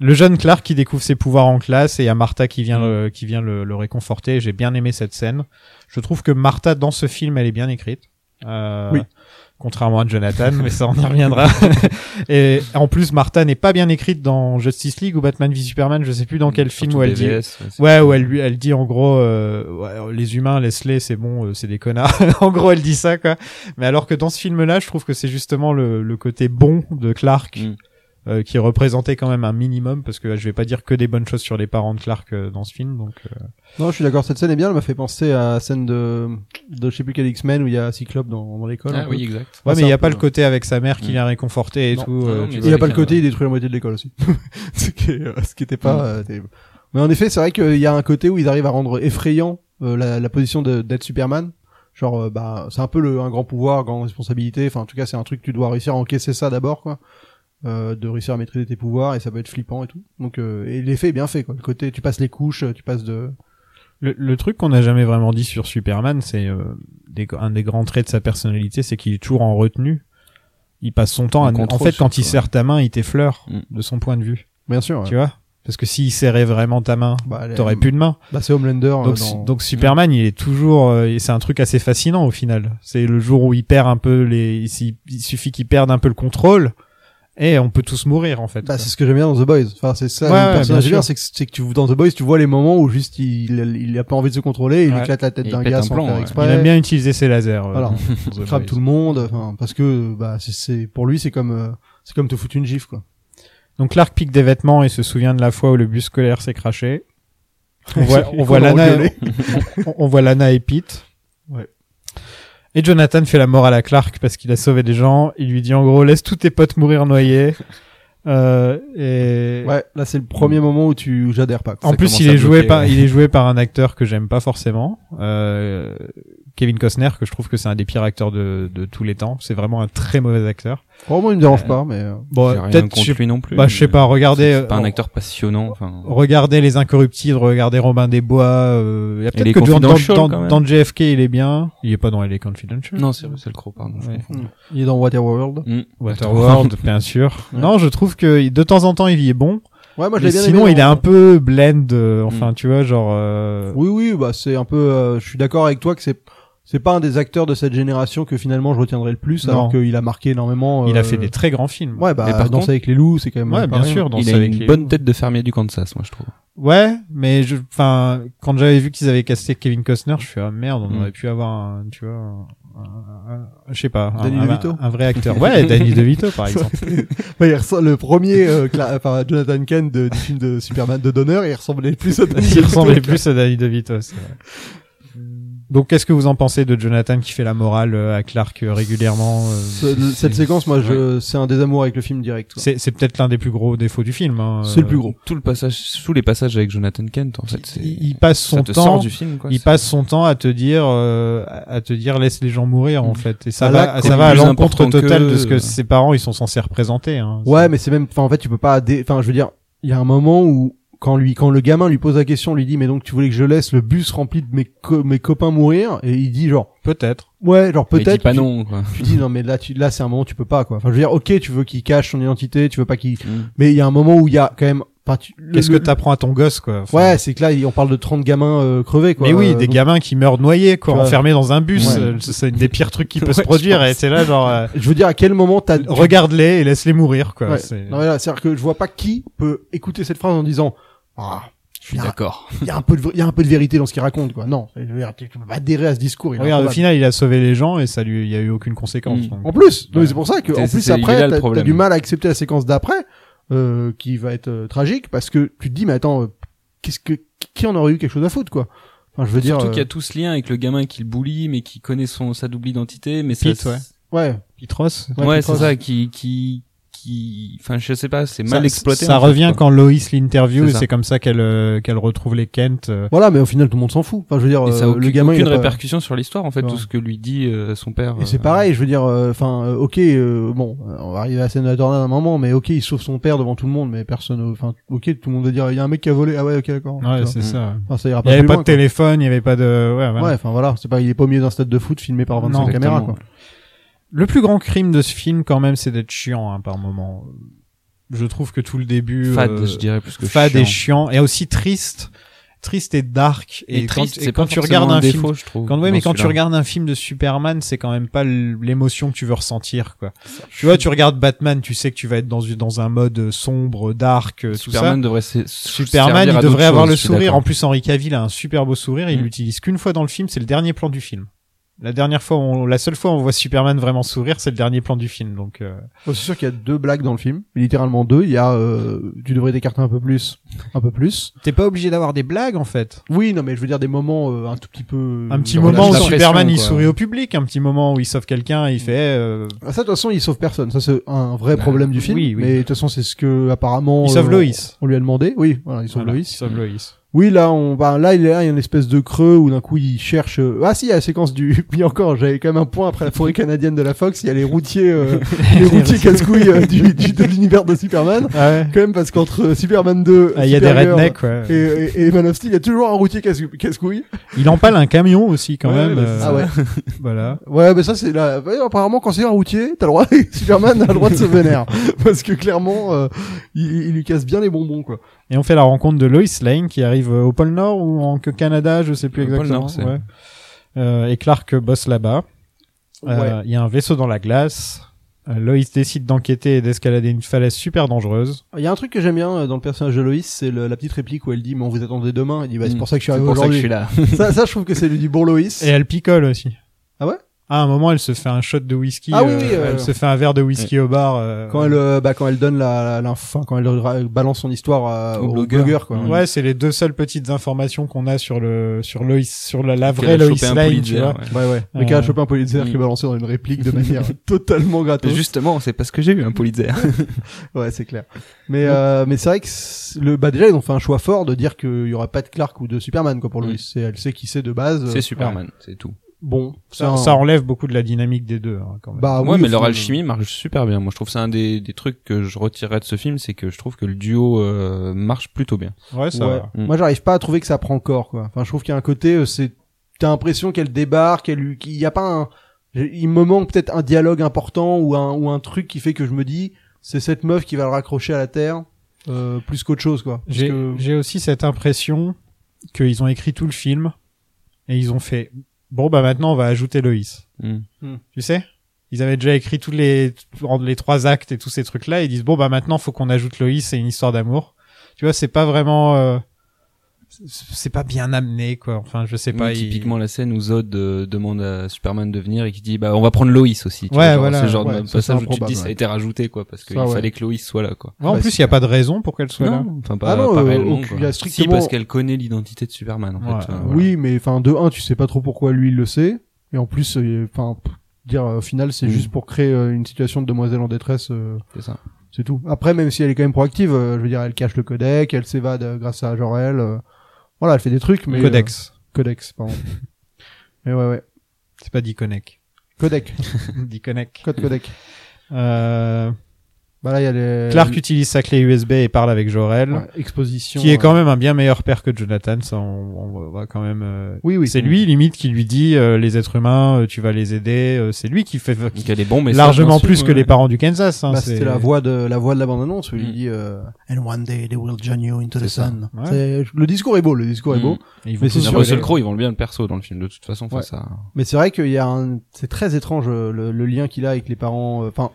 Speaker 1: le jeune Clark qui découvre ses pouvoirs en classe et il y a Martha qui vient, le, qui vient le, le réconforter. J'ai bien aimé cette scène. Je trouve que Martha, dans ce film, elle est bien écrite. Euh,
Speaker 2: Oui.
Speaker 1: Contrairement à Jonathan, mais ça, on y reviendra. [LAUGHS] et en plus, Martha n'est pas bien écrite dans Justice League ou Batman v Superman. Je sais plus dans quel film
Speaker 3: Surtout
Speaker 1: où elle dit
Speaker 3: BVS, ouais, c'est-
Speaker 1: Ouais, où elle lui, elle dit en gros, euh, ouais, les humains, laisse-les, c'est bon, euh, c'est des connards. [LAUGHS] en gros, elle dit ça, quoi. Mais alors que dans ce film-là, je trouve que c'est justement le, le côté bon de Clark,
Speaker 3: Mm.
Speaker 1: euh, qui représentait quand même un minimum, parce que euh, je vais pas dire que des bonnes choses sur les parents de Clark euh, dans ce film, donc. euh,
Speaker 2: Non, je suis d'accord. Cette scène est bien. Elle m'a fait penser à la scène de, de je sais plus quel X-Men où il y a Cyclope dans, dans l'école. un
Speaker 3: Ah
Speaker 2: peu.
Speaker 3: oui, exact.
Speaker 1: Ouais, mais
Speaker 2: c'est
Speaker 1: il y
Speaker 2: un
Speaker 1: a pas
Speaker 2: peu-
Speaker 1: le côté avec sa mère qui
Speaker 3: Mm.
Speaker 1: vient réconforter et
Speaker 2: Non,
Speaker 1: tout. euh,
Speaker 3: non,
Speaker 1: tu
Speaker 3: mais
Speaker 1: vois.
Speaker 2: Il
Speaker 1: [LAUGHS]
Speaker 2: n'y a pas le
Speaker 3: quelqu'un,
Speaker 2: côté,
Speaker 3: ouais.
Speaker 2: il détruit la moitié de l'école aussi. ce, qui est, euh, ce qui
Speaker 3: Mm.
Speaker 2: était
Speaker 1: Mm.
Speaker 2: pas euh, terrible. Mais en effet, c'est vrai qu'il y a un côté où ils arrivent à rendre effrayant euh, la, la position de- d'être Superman. Genre, euh, bah, c'est un peu le, un grand pouvoir, grande responsabilité. Enfin, en tout cas, c'est un truc que tu dois réussir à encaisser ça d'abord, quoi. Euh, de réussir à maîtriser tes pouvoirs et ça peut être flippant et tout. Donc, euh, et l'effet est bien fait, quoi. Le côté, tu passes les couches, euh, tu passes de.
Speaker 1: Le, le truc qu'on n'a jamais vraiment dit sur Superman, c'est euh, des- un des grands traits de sa personnalité, c'est qu'il est toujours en retenue. il passe son temps
Speaker 3: Un
Speaker 1: à. En
Speaker 3: contrôle
Speaker 1: fait, quand il
Speaker 3: surtout,
Speaker 1: serre ta main, il t'effleure
Speaker 3: Mm.
Speaker 1: de son point de vue.
Speaker 2: Bien sûr. ouais.
Speaker 1: Tu vois Parce que s'il serrait vraiment ta main,
Speaker 2: Bah, les-
Speaker 1: t'aurais plus de main.
Speaker 2: Bah, c'est Homelander. euh,
Speaker 1: Donc,
Speaker 2: dans-
Speaker 1: donc Superman, il est toujours, euh, et c'est un truc assez fascinant au final. C'est le jour où il perd un peu les, il, il suffit qu'il perde un peu le contrôle et on peut tous mourir en fait.
Speaker 2: Bah, c'est ce que j'aime bien dans The Boys. Enfin, c'est ça
Speaker 1: Ouais,
Speaker 2: le
Speaker 1: ouais,
Speaker 2: personnage
Speaker 1: bien
Speaker 2: bien,
Speaker 1: sûr.
Speaker 2: c'est que, c'est que tu dans The Boys, tu vois les moments où juste il, il a pas envie de se contrôler, il
Speaker 1: Ouais.
Speaker 2: éclate la tête
Speaker 3: Et il
Speaker 2: d'un
Speaker 3: pète
Speaker 2: gars
Speaker 3: un
Speaker 2: sans
Speaker 3: plomb,
Speaker 2: faire
Speaker 3: ouais.
Speaker 1: il
Speaker 2: exprès.
Speaker 1: aime bien utiliser ses lasers. euh,
Speaker 2: Voilà.
Speaker 1: dans The
Speaker 2: crabe
Speaker 1: Boys.
Speaker 2: tout le monde, enfin, parce que bah c'est- c'est pour lui c'est comme euh, c'est comme te foutre une gifle quoi.
Speaker 1: Donc Clark pique des vêtements et se souvient de la fois où le bus scolaire s'est craché. [LAUGHS] On
Speaker 3: [LAUGHS]
Speaker 1: voit, on
Speaker 2: [LAUGHS] Ils
Speaker 1: voit
Speaker 2: l'ont
Speaker 1: Lana,
Speaker 2: engueulé.
Speaker 1: [LAUGHS] on, on voit Lana et Pete.
Speaker 2: Ouais.
Speaker 1: Et Jonathan fait la mort à la Clark parce qu'il a sauvé des gens. Il lui dit en gros laisse tous tes potes mourir
Speaker 3: [LAUGHS]
Speaker 1: noyés. Euh, et,
Speaker 2: Ouais, là c'est le premier moment où tu où j'adhère pas. quoi.
Speaker 1: En
Speaker 3: Ça
Speaker 1: plus,
Speaker 3: commence
Speaker 1: il
Speaker 3: à
Speaker 1: est joué
Speaker 3: bloquer,
Speaker 1: par
Speaker 3: ouais.
Speaker 1: il est joué
Speaker 3: [LAUGHS]
Speaker 1: par un acteur que j'aime pas forcément, euh, Kevin Costner, que je trouve que c'est un des pires acteurs de, de tous les temps. C'est vraiment un très mauvais acteur.
Speaker 2: Vraiment, il me dérange pas, mais euh,
Speaker 1: Bon,
Speaker 3: J'ai rien
Speaker 1: peut-être
Speaker 3: contre
Speaker 1: je,
Speaker 3: lui non plus.
Speaker 1: bah, je sais
Speaker 3: mais
Speaker 1: pas.
Speaker 3: C'est
Speaker 1: Regardez,
Speaker 3: c'est pas un
Speaker 1: euh,
Speaker 3: acteur passionnant. Enfin,
Speaker 1: regardez les Incorruptibles, regardez Robin des Bois. euh, Il y a
Speaker 3: les
Speaker 1: peut-être que dans,
Speaker 3: Confidential,
Speaker 1: dans,
Speaker 3: quand
Speaker 1: dans,
Speaker 3: même.
Speaker 1: dans JFK, il est bien. Il est pas dans les Confidential.
Speaker 3: non, c'est c'est le croc, pardon. je
Speaker 1: Ouais.
Speaker 3: confonds.
Speaker 2: il est dans Waterworld.
Speaker 3: Mm. [LAUGHS]
Speaker 1: Waterworld, bien sûr.
Speaker 2: Ouais.
Speaker 1: Non, je trouve que de temps en temps, il y est bon.
Speaker 2: Ouais, moi je
Speaker 1: mais
Speaker 2: l'ai bien
Speaker 1: sinon,
Speaker 2: aimé,
Speaker 1: il est
Speaker 2: hein.
Speaker 1: un peu blend. euh,
Speaker 3: Mm.
Speaker 1: enfin, tu vois, genre. euh,
Speaker 2: Oui oui, bah c'est un peu euh, je suis d'accord avec toi que c'est c'est pas un des acteurs de cette génération que finalement je retiendrai le plus alors
Speaker 1: Non.
Speaker 2: qu'il a marqué énormément
Speaker 1: Il a
Speaker 2: euh,
Speaker 1: fait des très grands films.
Speaker 2: Ouais, bah
Speaker 3: Mais par
Speaker 2: danser
Speaker 3: contre-
Speaker 2: avec les loups, c'est quand même hein.
Speaker 1: Ouais,
Speaker 2: pas
Speaker 1: bien
Speaker 2: rien.
Speaker 1: sûr. Dans
Speaker 3: Il a
Speaker 1: avec les
Speaker 3: une bonne
Speaker 1: loups.
Speaker 3: tête de fermier du Kansas, moi je trouve.
Speaker 1: Ouais, mais je, enfin, quand j'avais vu qu'ils avaient casté Kevin Costner, je suis ah merde, on
Speaker 3: Mm.
Speaker 1: aurait pu avoir, un, tu vois, un, un- un- je sais pas, un-
Speaker 2: Danny
Speaker 1: un,
Speaker 2: DeVito.
Speaker 1: un vrai
Speaker 2: [LAUGHS]
Speaker 1: acteur. Ouais, Danny DeVito par exemple.
Speaker 2: Ouais, il ressemble- le premier euh, Cla- [LAUGHS] enfin, Jonathan Kent de- du film de Superman de Donner, il ressemblait plus à Danny
Speaker 1: Il
Speaker 2: DeVito.
Speaker 1: ressemblait plus à Danny DeVito. c'est vrai. Donc, qu'est-ce que vous en pensez de Jonathan qui fait la morale euh, à Clark euh, régulièrement euh,
Speaker 2: Ce- le-
Speaker 1: c'est-
Speaker 2: cette séquence, moi, je, c'est un désamour avec le film direct. quoi.
Speaker 1: C'est c'est peut-être l'un des plus gros défauts du film. hein,
Speaker 2: C'est le
Speaker 1: euh,
Speaker 2: plus gros.
Speaker 3: Tout le passage, tous les passages avec Jonathan Kent, en fait, c'est.
Speaker 1: Il, il passe son
Speaker 3: ça te
Speaker 1: temps.
Speaker 3: sort du film, quoi.
Speaker 1: il
Speaker 3: c'est-
Speaker 1: passe son temps à te dire euh, à à te dire laisse les gens mourir en fait et ça
Speaker 2: Ah, là,
Speaker 1: va
Speaker 2: c'est
Speaker 1: ça va à
Speaker 3: Mm. plus
Speaker 1: l'encontre
Speaker 3: important
Speaker 1: totale
Speaker 3: que-
Speaker 1: de ce que ses parents ils sont censés représenter hein.
Speaker 2: Ouais, mais c'est même, enfin, en fait, tu peux pas, dé- enfin, je veux dire, il y a un moment où, quand lui, quand le gamin lui pose la question, lui dit, mais donc, tu voulais que je laisse le bus rempli de mes, co- mes copains mourir? Et il dit, genre,
Speaker 1: peut-être
Speaker 2: ouais, genre,
Speaker 3: Il dit
Speaker 2: peut-être.
Speaker 3: pas
Speaker 2: tu-
Speaker 3: non, quoi.
Speaker 2: Tu, dis, non, mais là, tu, là, c'est un moment où tu peux pas, quoi. Enfin, je veux dire, ok, tu veux qu'il cache son identité, tu veux pas qu'il,
Speaker 3: Mm.
Speaker 2: mais il y a un moment où il y a quand même, enfin, tu- le-
Speaker 1: qu'est-ce que
Speaker 2: le-
Speaker 1: t'apprends à ton gosse quoi Enfin,
Speaker 2: Ouais, c'est que là, il- on parle de 30 gamins euh, crevés, quoi.
Speaker 1: mais oui
Speaker 2: Euh,
Speaker 1: des
Speaker 2: donc-
Speaker 1: gamins qui meurent noyés quoi
Speaker 2: Tu vois.
Speaker 1: enfermés dans un bus
Speaker 3: Ouais.
Speaker 1: euh, c'est une des pires trucs qui peut se
Speaker 3: Ouais, je
Speaker 1: produire
Speaker 3: pense.
Speaker 1: et c'est là genre euh,
Speaker 2: Je veux dire, à quel moment t'as, tu-
Speaker 1: regarde-les et laisse-les mourir quoi
Speaker 2: Ouais.
Speaker 1: C'est-
Speaker 2: Non, mais là, c'est-à-dire que je vois pas qui peut écouter cette phrase en disant ah,
Speaker 3: Je suis d'accord.
Speaker 2: il y a un peu de, il y a un peu de vérité dans ce qu'il raconte, quoi. Non, je veux dire, tu peux pas adhérer à ce discours. il est
Speaker 1: regarde au
Speaker 2: improbable.
Speaker 1: final il a sauvé les gens et ça lui il y a eu aucune conséquence
Speaker 3: Mm.
Speaker 1: donc.
Speaker 2: En plus, non,
Speaker 1: Ouais.
Speaker 2: mais c'est pour ça que,
Speaker 3: C'est-
Speaker 2: en
Speaker 3: c'est-
Speaker 2: plus
Speaker 3: c'est- il est
Speaker 2: après,
Speaker 3: là le
Speaker 2: t'as- t'as
Speaker 3: problème.
Speaker 2: du mal à accepter la séquence d'après, euh, qui va être euh, tragique parce que tu te dis, mais attends, euh, qu'est-ce que, qui en aurait eu quelque chose à foutre, quoi. Enfin, je veux dire,
Speaker 3: Surtout qu'il y
Speaker 2: euh,
Speaker 3: a tout ce lien avec le gamin qui le bully, mais qui connaît son, sa double identité, mais
Speaker 1: Pete,
Speaker 3: ça,
Speaker 1: ouais.
Speaker 2: euh, ouais,
Speaker 1: Pitros
Speaker 3: Ouais,
Speaker 2: Ouais,
Speaker 3: c'est
Speaker 2: Pitros.
Speaker 3: ça, qui, qui, qui, enfin, je sais pas, c'est
Speaker 1: ça,
Speaker 3: mal exploité.
Speaker 1: ça
Speaker 3: en fait,
Speaker 1: revient
Speaker 3: quoi.
Speaker 1: quand Loïs l'interview
Speaker 3: C'est
Speaker 1: et
Speaker 3: ça.
Speaker 1: c'est comme ça qu'elle euh, qu'elle retrouve les Kent euh,
Speaker 2: voilà, mais au final, tout le monde s'en fout. Enfin, je veux dire,
Speaker 3: Et ça a
Speaker 2: euh,
Speaker 3: aucune,
Speaker 2: le gamin, il
Speaker 3: aucune
Speaker 2: a pas-
Speaker 3: répercussion sur l'histoire, en fait,
Speaker 2: Ouais.
Speaker 3: tout ce que lui dit euh, son père.
Speaker 2: Et c'est
Speaker 3: euh,
Speaker 2: pareil, je veux dire, enfin, ok, euh, bon, euh, on va arriver à la scène de la tornade à un moment, mais ok, il sauve son père devant tout le monde, mais personne, enfin, ok, tout le monde va dire, il y a un mec qui a volé, ah ouais, ok, d'accord. Tu
Speaker 1: ouais
Speaker 2: vois.
Speaker 1: c'est
Speaker 3: Mm.
Speaker 1: ça
Speaker 2: Enfin, ça ira
Speaker 1: Il
Speaker 2: pas
Speaker 1: n'y
Speaker 2: plus
Speaker 1: avait pas
Speaker 2: loin,
Speaker 1: de téléphone, il n'y avait pas de. Ouais,
Speaker 2: quoi.
Speaker 1: voilà.
Speaker 2: Ouais, enfin voilà, c'est pas, il est pas au milieu d'un stade de foot filmé par 25
Speaker 1: Non,
Speaker 2: caméras,
Speaker 3: exactement.
Speaker 2: quoi.
Speaker 1: Le plus grand crime de ce film, quand même, c'est d'être chiant hein, par moment. Je trouve que tout le début.
Speaker 3: Fade,
Speaker 1: euh,
Speaker 3: je dirais, plus que
Speaker 1: fade
Speaker 3: chiant.
Speaker 1: et chiant. Et aussi triste. Triste et dark.
Speaker 3: Et,
Speaker 1: quand-
Speaker 3: triste,
Speaker 1: et
Speaker 3: c'est
Speaker 1: quand
Speaker 3: pas
Speaker 1: tu
Speaker 3: forcément
Speaker 1: regardes un
Speaker 3: défaut,
Speaker 1: film.
Speaker 3: je trouve.
Speaker 1: Quand, ouais,
Speaker 3: dans
Speaker 1: mais quand tu
Speaker 3: celui-là.
Speaker 1: regardes un film de Superman, c'est quand même pas l- l'émotion que tu veux ressentir, quoi. Tu vois, tu regardes Batman, tu sais que tu vas être dans, une- dans un mode euh, sombre, dark, euh, tout ça.
Speaker 3: Superman devrait se-
Speaker 1: Superman,
Speaker 3: servir
Speaker 1: il devrait
Speaker 3: à d'autres
Speaker 1: avoir
Speaker 3: choses,
Speaker 1: le
Speaker 3: je suis
Speaker 1: sourire.
Speaker 3: d'accord.
Speaker 1: En plus, Henri Cavill a un super beau sourire. Il
Speaker 3: Mm.
Speaker 1: l'utilise qu'une fois dans le film. C'est le dernier plan du film. La dernière fois, où on, la seule fois où on voit Superman vraiment sourire, c'est le dernier plan du film. Donc, euh,
Speaker 2: Bon, c'est sûr qu'il y a deux blagues dans le film, littéralement deux. Il y a, euh, tu devrais t'écarter un peu plus, un peu plus.
Speaker 1: t'es pas obligé d'avoir des blagues en fait.
Speaker 2: Oui, non, mais je veux dire des moments euh, un tout petit peu.
Speaker 1: Un
Speaker 3: Mm.
Speaker 1: petit
Speaker 2: de
Speaker 1: moment où
Speaker 2: relâche.
Speaker 3: relâche.
Speaker 1: Superman il
Speaker 3: Quoi. Mm.
Speaker 1: sourit au public, un petit moment où il sauve quelqu'un, et il fait. euh,
Speaker 2: Ah, ça, de toute façon, il sauve personne. Ça, c'est un vrai
Speaker 3: Bah,
Speaker 2: problème du film.
Speaker 1: oui, oui.
Speaker 3: Oh,
Speaker 2: Mais de toute façon, c'est ce que apparemment.
Speaker 1: il sauve
Speaker 2: euh,
Speaker 1: Loïs.
Speaker 2: On lui a demandé. Oui, voilà, il sauve
Speaker 1: Voilà,
Speaker 2: Loïs.
Speaker 3: Mm.
Speaker 1: il sauve Loïs.
Speaker 2: Oui, là, on, bah, là, il est là, il y a une espèce de creux où d'un coup, il cherche, euh, ah si, il y a la séquence du, [LAUGHS] puis encore, j'avais quand même un point après la forêt canadienne de la Fox, il y a les routiers,
Speaker 1: [LAUGHS]
Speaker 2: euh, les routiers casse-couilles euh, du, du- de l'univers de Superman.
Speaker 3: Ah
Speaker 1: Ouais.
Speaker 2: Quand même, parce qu'entre euh, Superman 2,
Speaker 1: Ah, Il y a des
Speaker 2: Supergirl
Speaker 1: rednecks, ouais.
Speaker 2: Et, et, et Man of Steel, il y a toujours un routier casse- casse-couille.
Speaker 1: Il empale un camion aussi, quand
Speaker 3: Ouais,
Speaker 1: même. euh,
Speaker 3: bah, c'est
Speaker 2: ah ouais.
Speaker 1: Voilà.
Speaker 2: Ouais, mais ça, c'est là. ouais, apparemment, quand c'est un routier, t'as le droit, [LAUGHS] Superman a le droit de
Speaker 1: [LAUGHS]
Speaker 2: se vénère. Parce que clairement, euh, il, il lui casse bien les bonbons, quoi.
Speaker 1: Et on fait la rencontre de Lois Lane qui arrive euh, au pôle Nord ou en que Canada, je sais plus
Speaker 3: Au pôle
Speaker 1: exactement.
Speaker 3: Nord, c'est.
Speaker 1: ouais. Euh, et Clark bosse là-bas. Euh, Il y a un vaisseau dans la glace. Euh, Lois décide d'enquêter et d'escalader une falaise super dangereuse.
Speaker 2: Il y a un truc que j'aime bien euh, dans le personnage de Loïs, c'est le- la petite réplique où elle dit, mais on vous attendait demain. Il dit, bah, c'est
Speaker 3: Mm.
Speaker 2: pour ça que je suis
Speaker 3: C'est
Speaker 2: arrivé
Speaker 3: pour ça que je
Speaker 2: aujourd'hui.
Speaker 3: suis là.
Speaker 2: Ça, ça, je trouve que c'est du bon Loïs.
Speaker 1: Et elle picole aussi.
Speaker 2: Ah ouais
Speaker 1: À un moment, elle se fait un shot de whisky.
Speaker 2: Ah oui, oui, euh,
Speaker 1: Elle se fait un verre de whisky au bar. euh,
Speaker 2: Quand elle, euh, bah, quand elle donne la, la- l'inf- enfin, quand elle ra- balance son histoire euh,
Speaker 3: Au
Speaker 2: au
Speaker 3: blogueur.
Speaker 2: blogueur, quoi.
Speaker 3: Mm.
Speaker 1: Ouais, c'est les deux seules petites informations qu'on a sur le sur Lois, sur la, la
Speaker 3: Qu'elle
Speaker 1: vraie
Speaker 3: a
Speaker 1: Lois
Speaker 3: chopé un
Speaker 1: Lane, tu
Speaker 3: Pulitzer,
Speaker 1: vois.
Speaker 3: ouais.
Speaker 2: Ouais, ouais. Le
Speaker 1: Euh,
Speaker 2: gars a chopé un Pulitzer
Speaker 3: mm.
Speaker 2: qui est balancé dans une
Speaker 3: [LAUGHS]
Speaker 2: réplique de manière totalement gratos.
Speaker 3: Justement, c'est parce que j'ai eu un Pulitzer.
Speaker 2: Ouais, c'est clair. Mais
Speaker 3: Mm.
Speaker 2: euh, mais c'est vrai que c'est- le bah déjà ils ont fait un choix fort de dire qu'il y aura pas de Clark ou de Superman quoi pour
Speaker 3: Oui.
Speaker 2: lui. C'est elle sait qui c'est de base.
Speaker 3: Mm. C'est Superman, c'est tout.
Speaker 2: Bon,
Speaker 1: Ça,
Speaker 2: un-
Speaker 1: ça enlève beaucoup de la dynamique des deux, hein, quand même.
Speaker 2: bah
Speaker 3: ouais,
Speaker 2: oui,
Speaker 3: mais leur
Speaker 2: enfin,
Speaker 3: alchimie marche super bien. Moi, je trouve que c'est un des, des trucs que je retirerais de ce film, c'est que je trouve que le duo euh, marche plutôt bien.
Speaker 1: ouais, ça.
Speaker 2: ouais.
Speaker 1: va.
Speaker 3: Mm.
Speaker 2: Moi j'arrive pas à trouver que ça prend corps quoi. Enfin je trouve qu'il y a un côté euh, c'est t'as l'impression qu'elle débarque, elle lui qu'il y a pas un il me manque peut-être un dialogue important ou un ou un truc qui fait que je me dis c'est cette meuf qui va le raccrocher à la terre euh, plus qu'autre chose quoi. Parce
Speaker 1: J'ai
Speaker 2: que-
Speaker 1: j'ai aussi cette impression qu'ils ont écrit tout le film et ils ont fait bon bah maintenant on va ajouter Loïs.
Speaker 3: Mm.
Speaker 1: Tu sais Ils avaient déjà écrit tous les entre les trois actes et tous ces trucs là. Ils disent bon bah maintenant faut qu'on ajoute Loïs et une histoire d'amour. Tu vois c'est pas vraiment euh, c'est- c'est pas bien amené quoi. Enfin je sais
Speaker 3: Oui,
Speaker 1: pas. ils-
Speaker 3: typiquement la scène où Zod euh, demande à Superman de venir et qui dit bah on va prendre Loïs aussi. Tu
Speaker 1: Ouais,
Speaker 3: vois, genre,
Speaker 1: voilà,
Speaker 3: ce genre
Speaker 1: ouais,
Speaker 3: de
Speaker 2: ça,
Speaker 3: passage
Speaker 2: c'est
Speaker 3: où tu te
Speaker 2: improbable,
Speaker 3: dis ça a
Speaker 2: ouais.
Speaker 3: été rajouté quoi parce qu'il
Speaker 2: Ça, ouais.
Speaker 3: fallait que Loïs soit là quoi.
Speaker 1: Ouais, en
Speaker 2: Bah,
Speaker 1: plus
Speaker 2: c'est-
Speaker 1: il y a pas de raison pour qu'elle soit là.
Speaker 3: Non, enfin pas,
Speaker 2: Ah non,
Speaker 3: pas
Speaker 2: euh,
Speaker 3: réellement.
Speaker 2: aucune-
Speaker 3: quoi.
Speaker 2: il y a
Speaker 3: Si
Speaker 2: strictement-
Speaker 3: parce qu'elle connaît l'identité de Superman en fait.
Speaker 1: Ouais,
Speaker 3: euh, voilà.
Speaker 2: Oui, mais enfin de un, tu sais pas trop pourquoi lui il le sait, et en plus, euh, enfin pff, dire euh, au final, c'est
Speaker 3: Mm.
Speaker 2: juste pour créer euh, une situation de demoiselle en détresse, euh,
Speaker 3: c'est ça.
Speaker 2: c'est tout. Après, même si elle est quand même proactive, euh, je veux dire, elle cache le codec, elle s'évade euh, grâce à Jorel, euh, voilà, elle fait des trucs, mais
Speaker 1: Codex.
Speaker 2: euh,
Speaker 1: [LAUGHS]
Speaker 2: codex, pardon. mais ouais, ouais,
Speaker 1: C'est pas Diconnec. [LAUGHS]
Speaker 2: codec,
Speaker 1: Diconnec.
Speaker 2: code codec.
Speaker 1: Euh,
Speaker 2: Bah là, il y a les
Speaker 1: Clark utilise sa clé USB et parle avec Jorel.
Speaker 2: Ouais, exposition,
Speaker 1: qui est
Speaker 2: euh,
Speaker 1: quand même un bien meilleur père que Jonathan, ça on, on va quand même. euh,
Speaker 2: Oui, oui.
Speaker 1: c'est lui limite qui lui dit euh, les êtres humains, euh, tu vas les aider. euh, c'est lui qui fait qui-
Speaker 3: Donc elle est bon mais euh,
Speaker 1: largement plus que les parents du Kansas. Hein,
Speaker 2: Bah,
Speaker 1: c'est-
Speaker 2: c'était la voix de la voix de la bande annonce où il
Speaker 3: Mm.
Speaker 2: dit euh, And one day they will join you into
Speaker 3: C'est
Speaker 2: the
Speaker 3: ça.
Speaker 2: sun.
Speaker 1: Ouais. Mm.
Speaker 2: C'est- Le discours est beau, le discours est beau.
Speaker 1: Ils vont
Speaker 2: mais c'est
Speaker 1: tous
Speaker 2: sur
Speaker 1: voler.
Speaker 3: Russell Crowe, ils vont Mm. le bien le perso dans le film de toute façon. enfin,
Speaker 2: Ouais.
Speaker 3: ça...
Speaker 2: Mais c'est vrai qu'il y a un, c'est très étrange euh, le, le lien qu'il a avec les parents. euh, Enfin,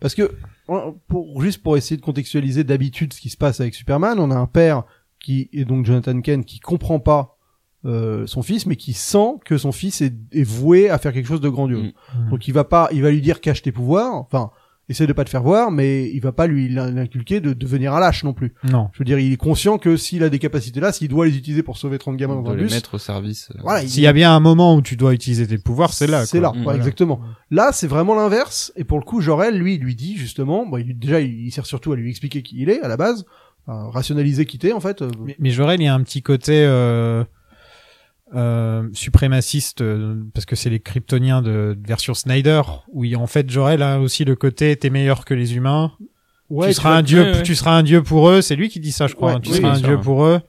Speaker 2: parce que euh, pour juste pour essayer de contextualiser d'habitude ce qui se passe avec Superman, on a un père qui est donc Jonathan Kent qui comprend pas euh, son fils, mais qui sent que son fils est, est voué à faire quelque chose de grandiose.
Speaker 1: Mm.
Speaker 2: Donc il va pas, il va lui dire cache tes pouvoirs. Enfin, essaie de pas te faire voir, mais il va pas lui l'in- l'inculquer de devenir un lâche non plus.
Speaker 1: Non.
Speaker 2: Je veux dire, il est conscient que s'il a des capacités là, s'il doit les utiliser pour sauver 30 gamins dans
Speaker 3: de
Speaker 2: un
Speaker 3: les
Speaker 2: bus,
Speaker 3: mettre au service. euh,
Speaker 2: voilà, il
Speaker 1: S'il y a bien un moment où tu dois utiliser tes pouvoirs, c'est là. quoi.
Speaker 2: c'est là,
Speaker 3: Mm,
Speaker 2: ouais,
Speaker 3: voilà.
Speaker 2: exactement. Là, c'est vraiment l'inverse. Et pour le coup, Jorel, lui, il lui dit justement, bah, il- déjà, il il sert surtout à lui expliquer qui il est à la base, à rationaliser qui t'es en fait. euh,
Speaker 1: Mais, mais Jorel, il y a un petit côté euh, euh, suprémaciste euh, parce que c'est les Kryptoniens de version Snyder où il, en fait Jorel a aussi le côté t'es meilleur que les humains.
Speaker 2: ouais,
Speaker 1: tu seras un
Speaker 3: vas-
Speaker 1: dieu,
Speaker 3: ouais, ouais.
Speaker 1: tu seras un dieu pour eux. C'est lui qui dit ça, je crois.
Speaker 2: Ouais,
Speaker 1: hein, tu
Speaker 3: oui,
Speaker 1: seras un
Speaker 3: bien sûr, Mm.
Speaker 1: dieu
Speaker 3: ouais.
Speaker 1: pour eux.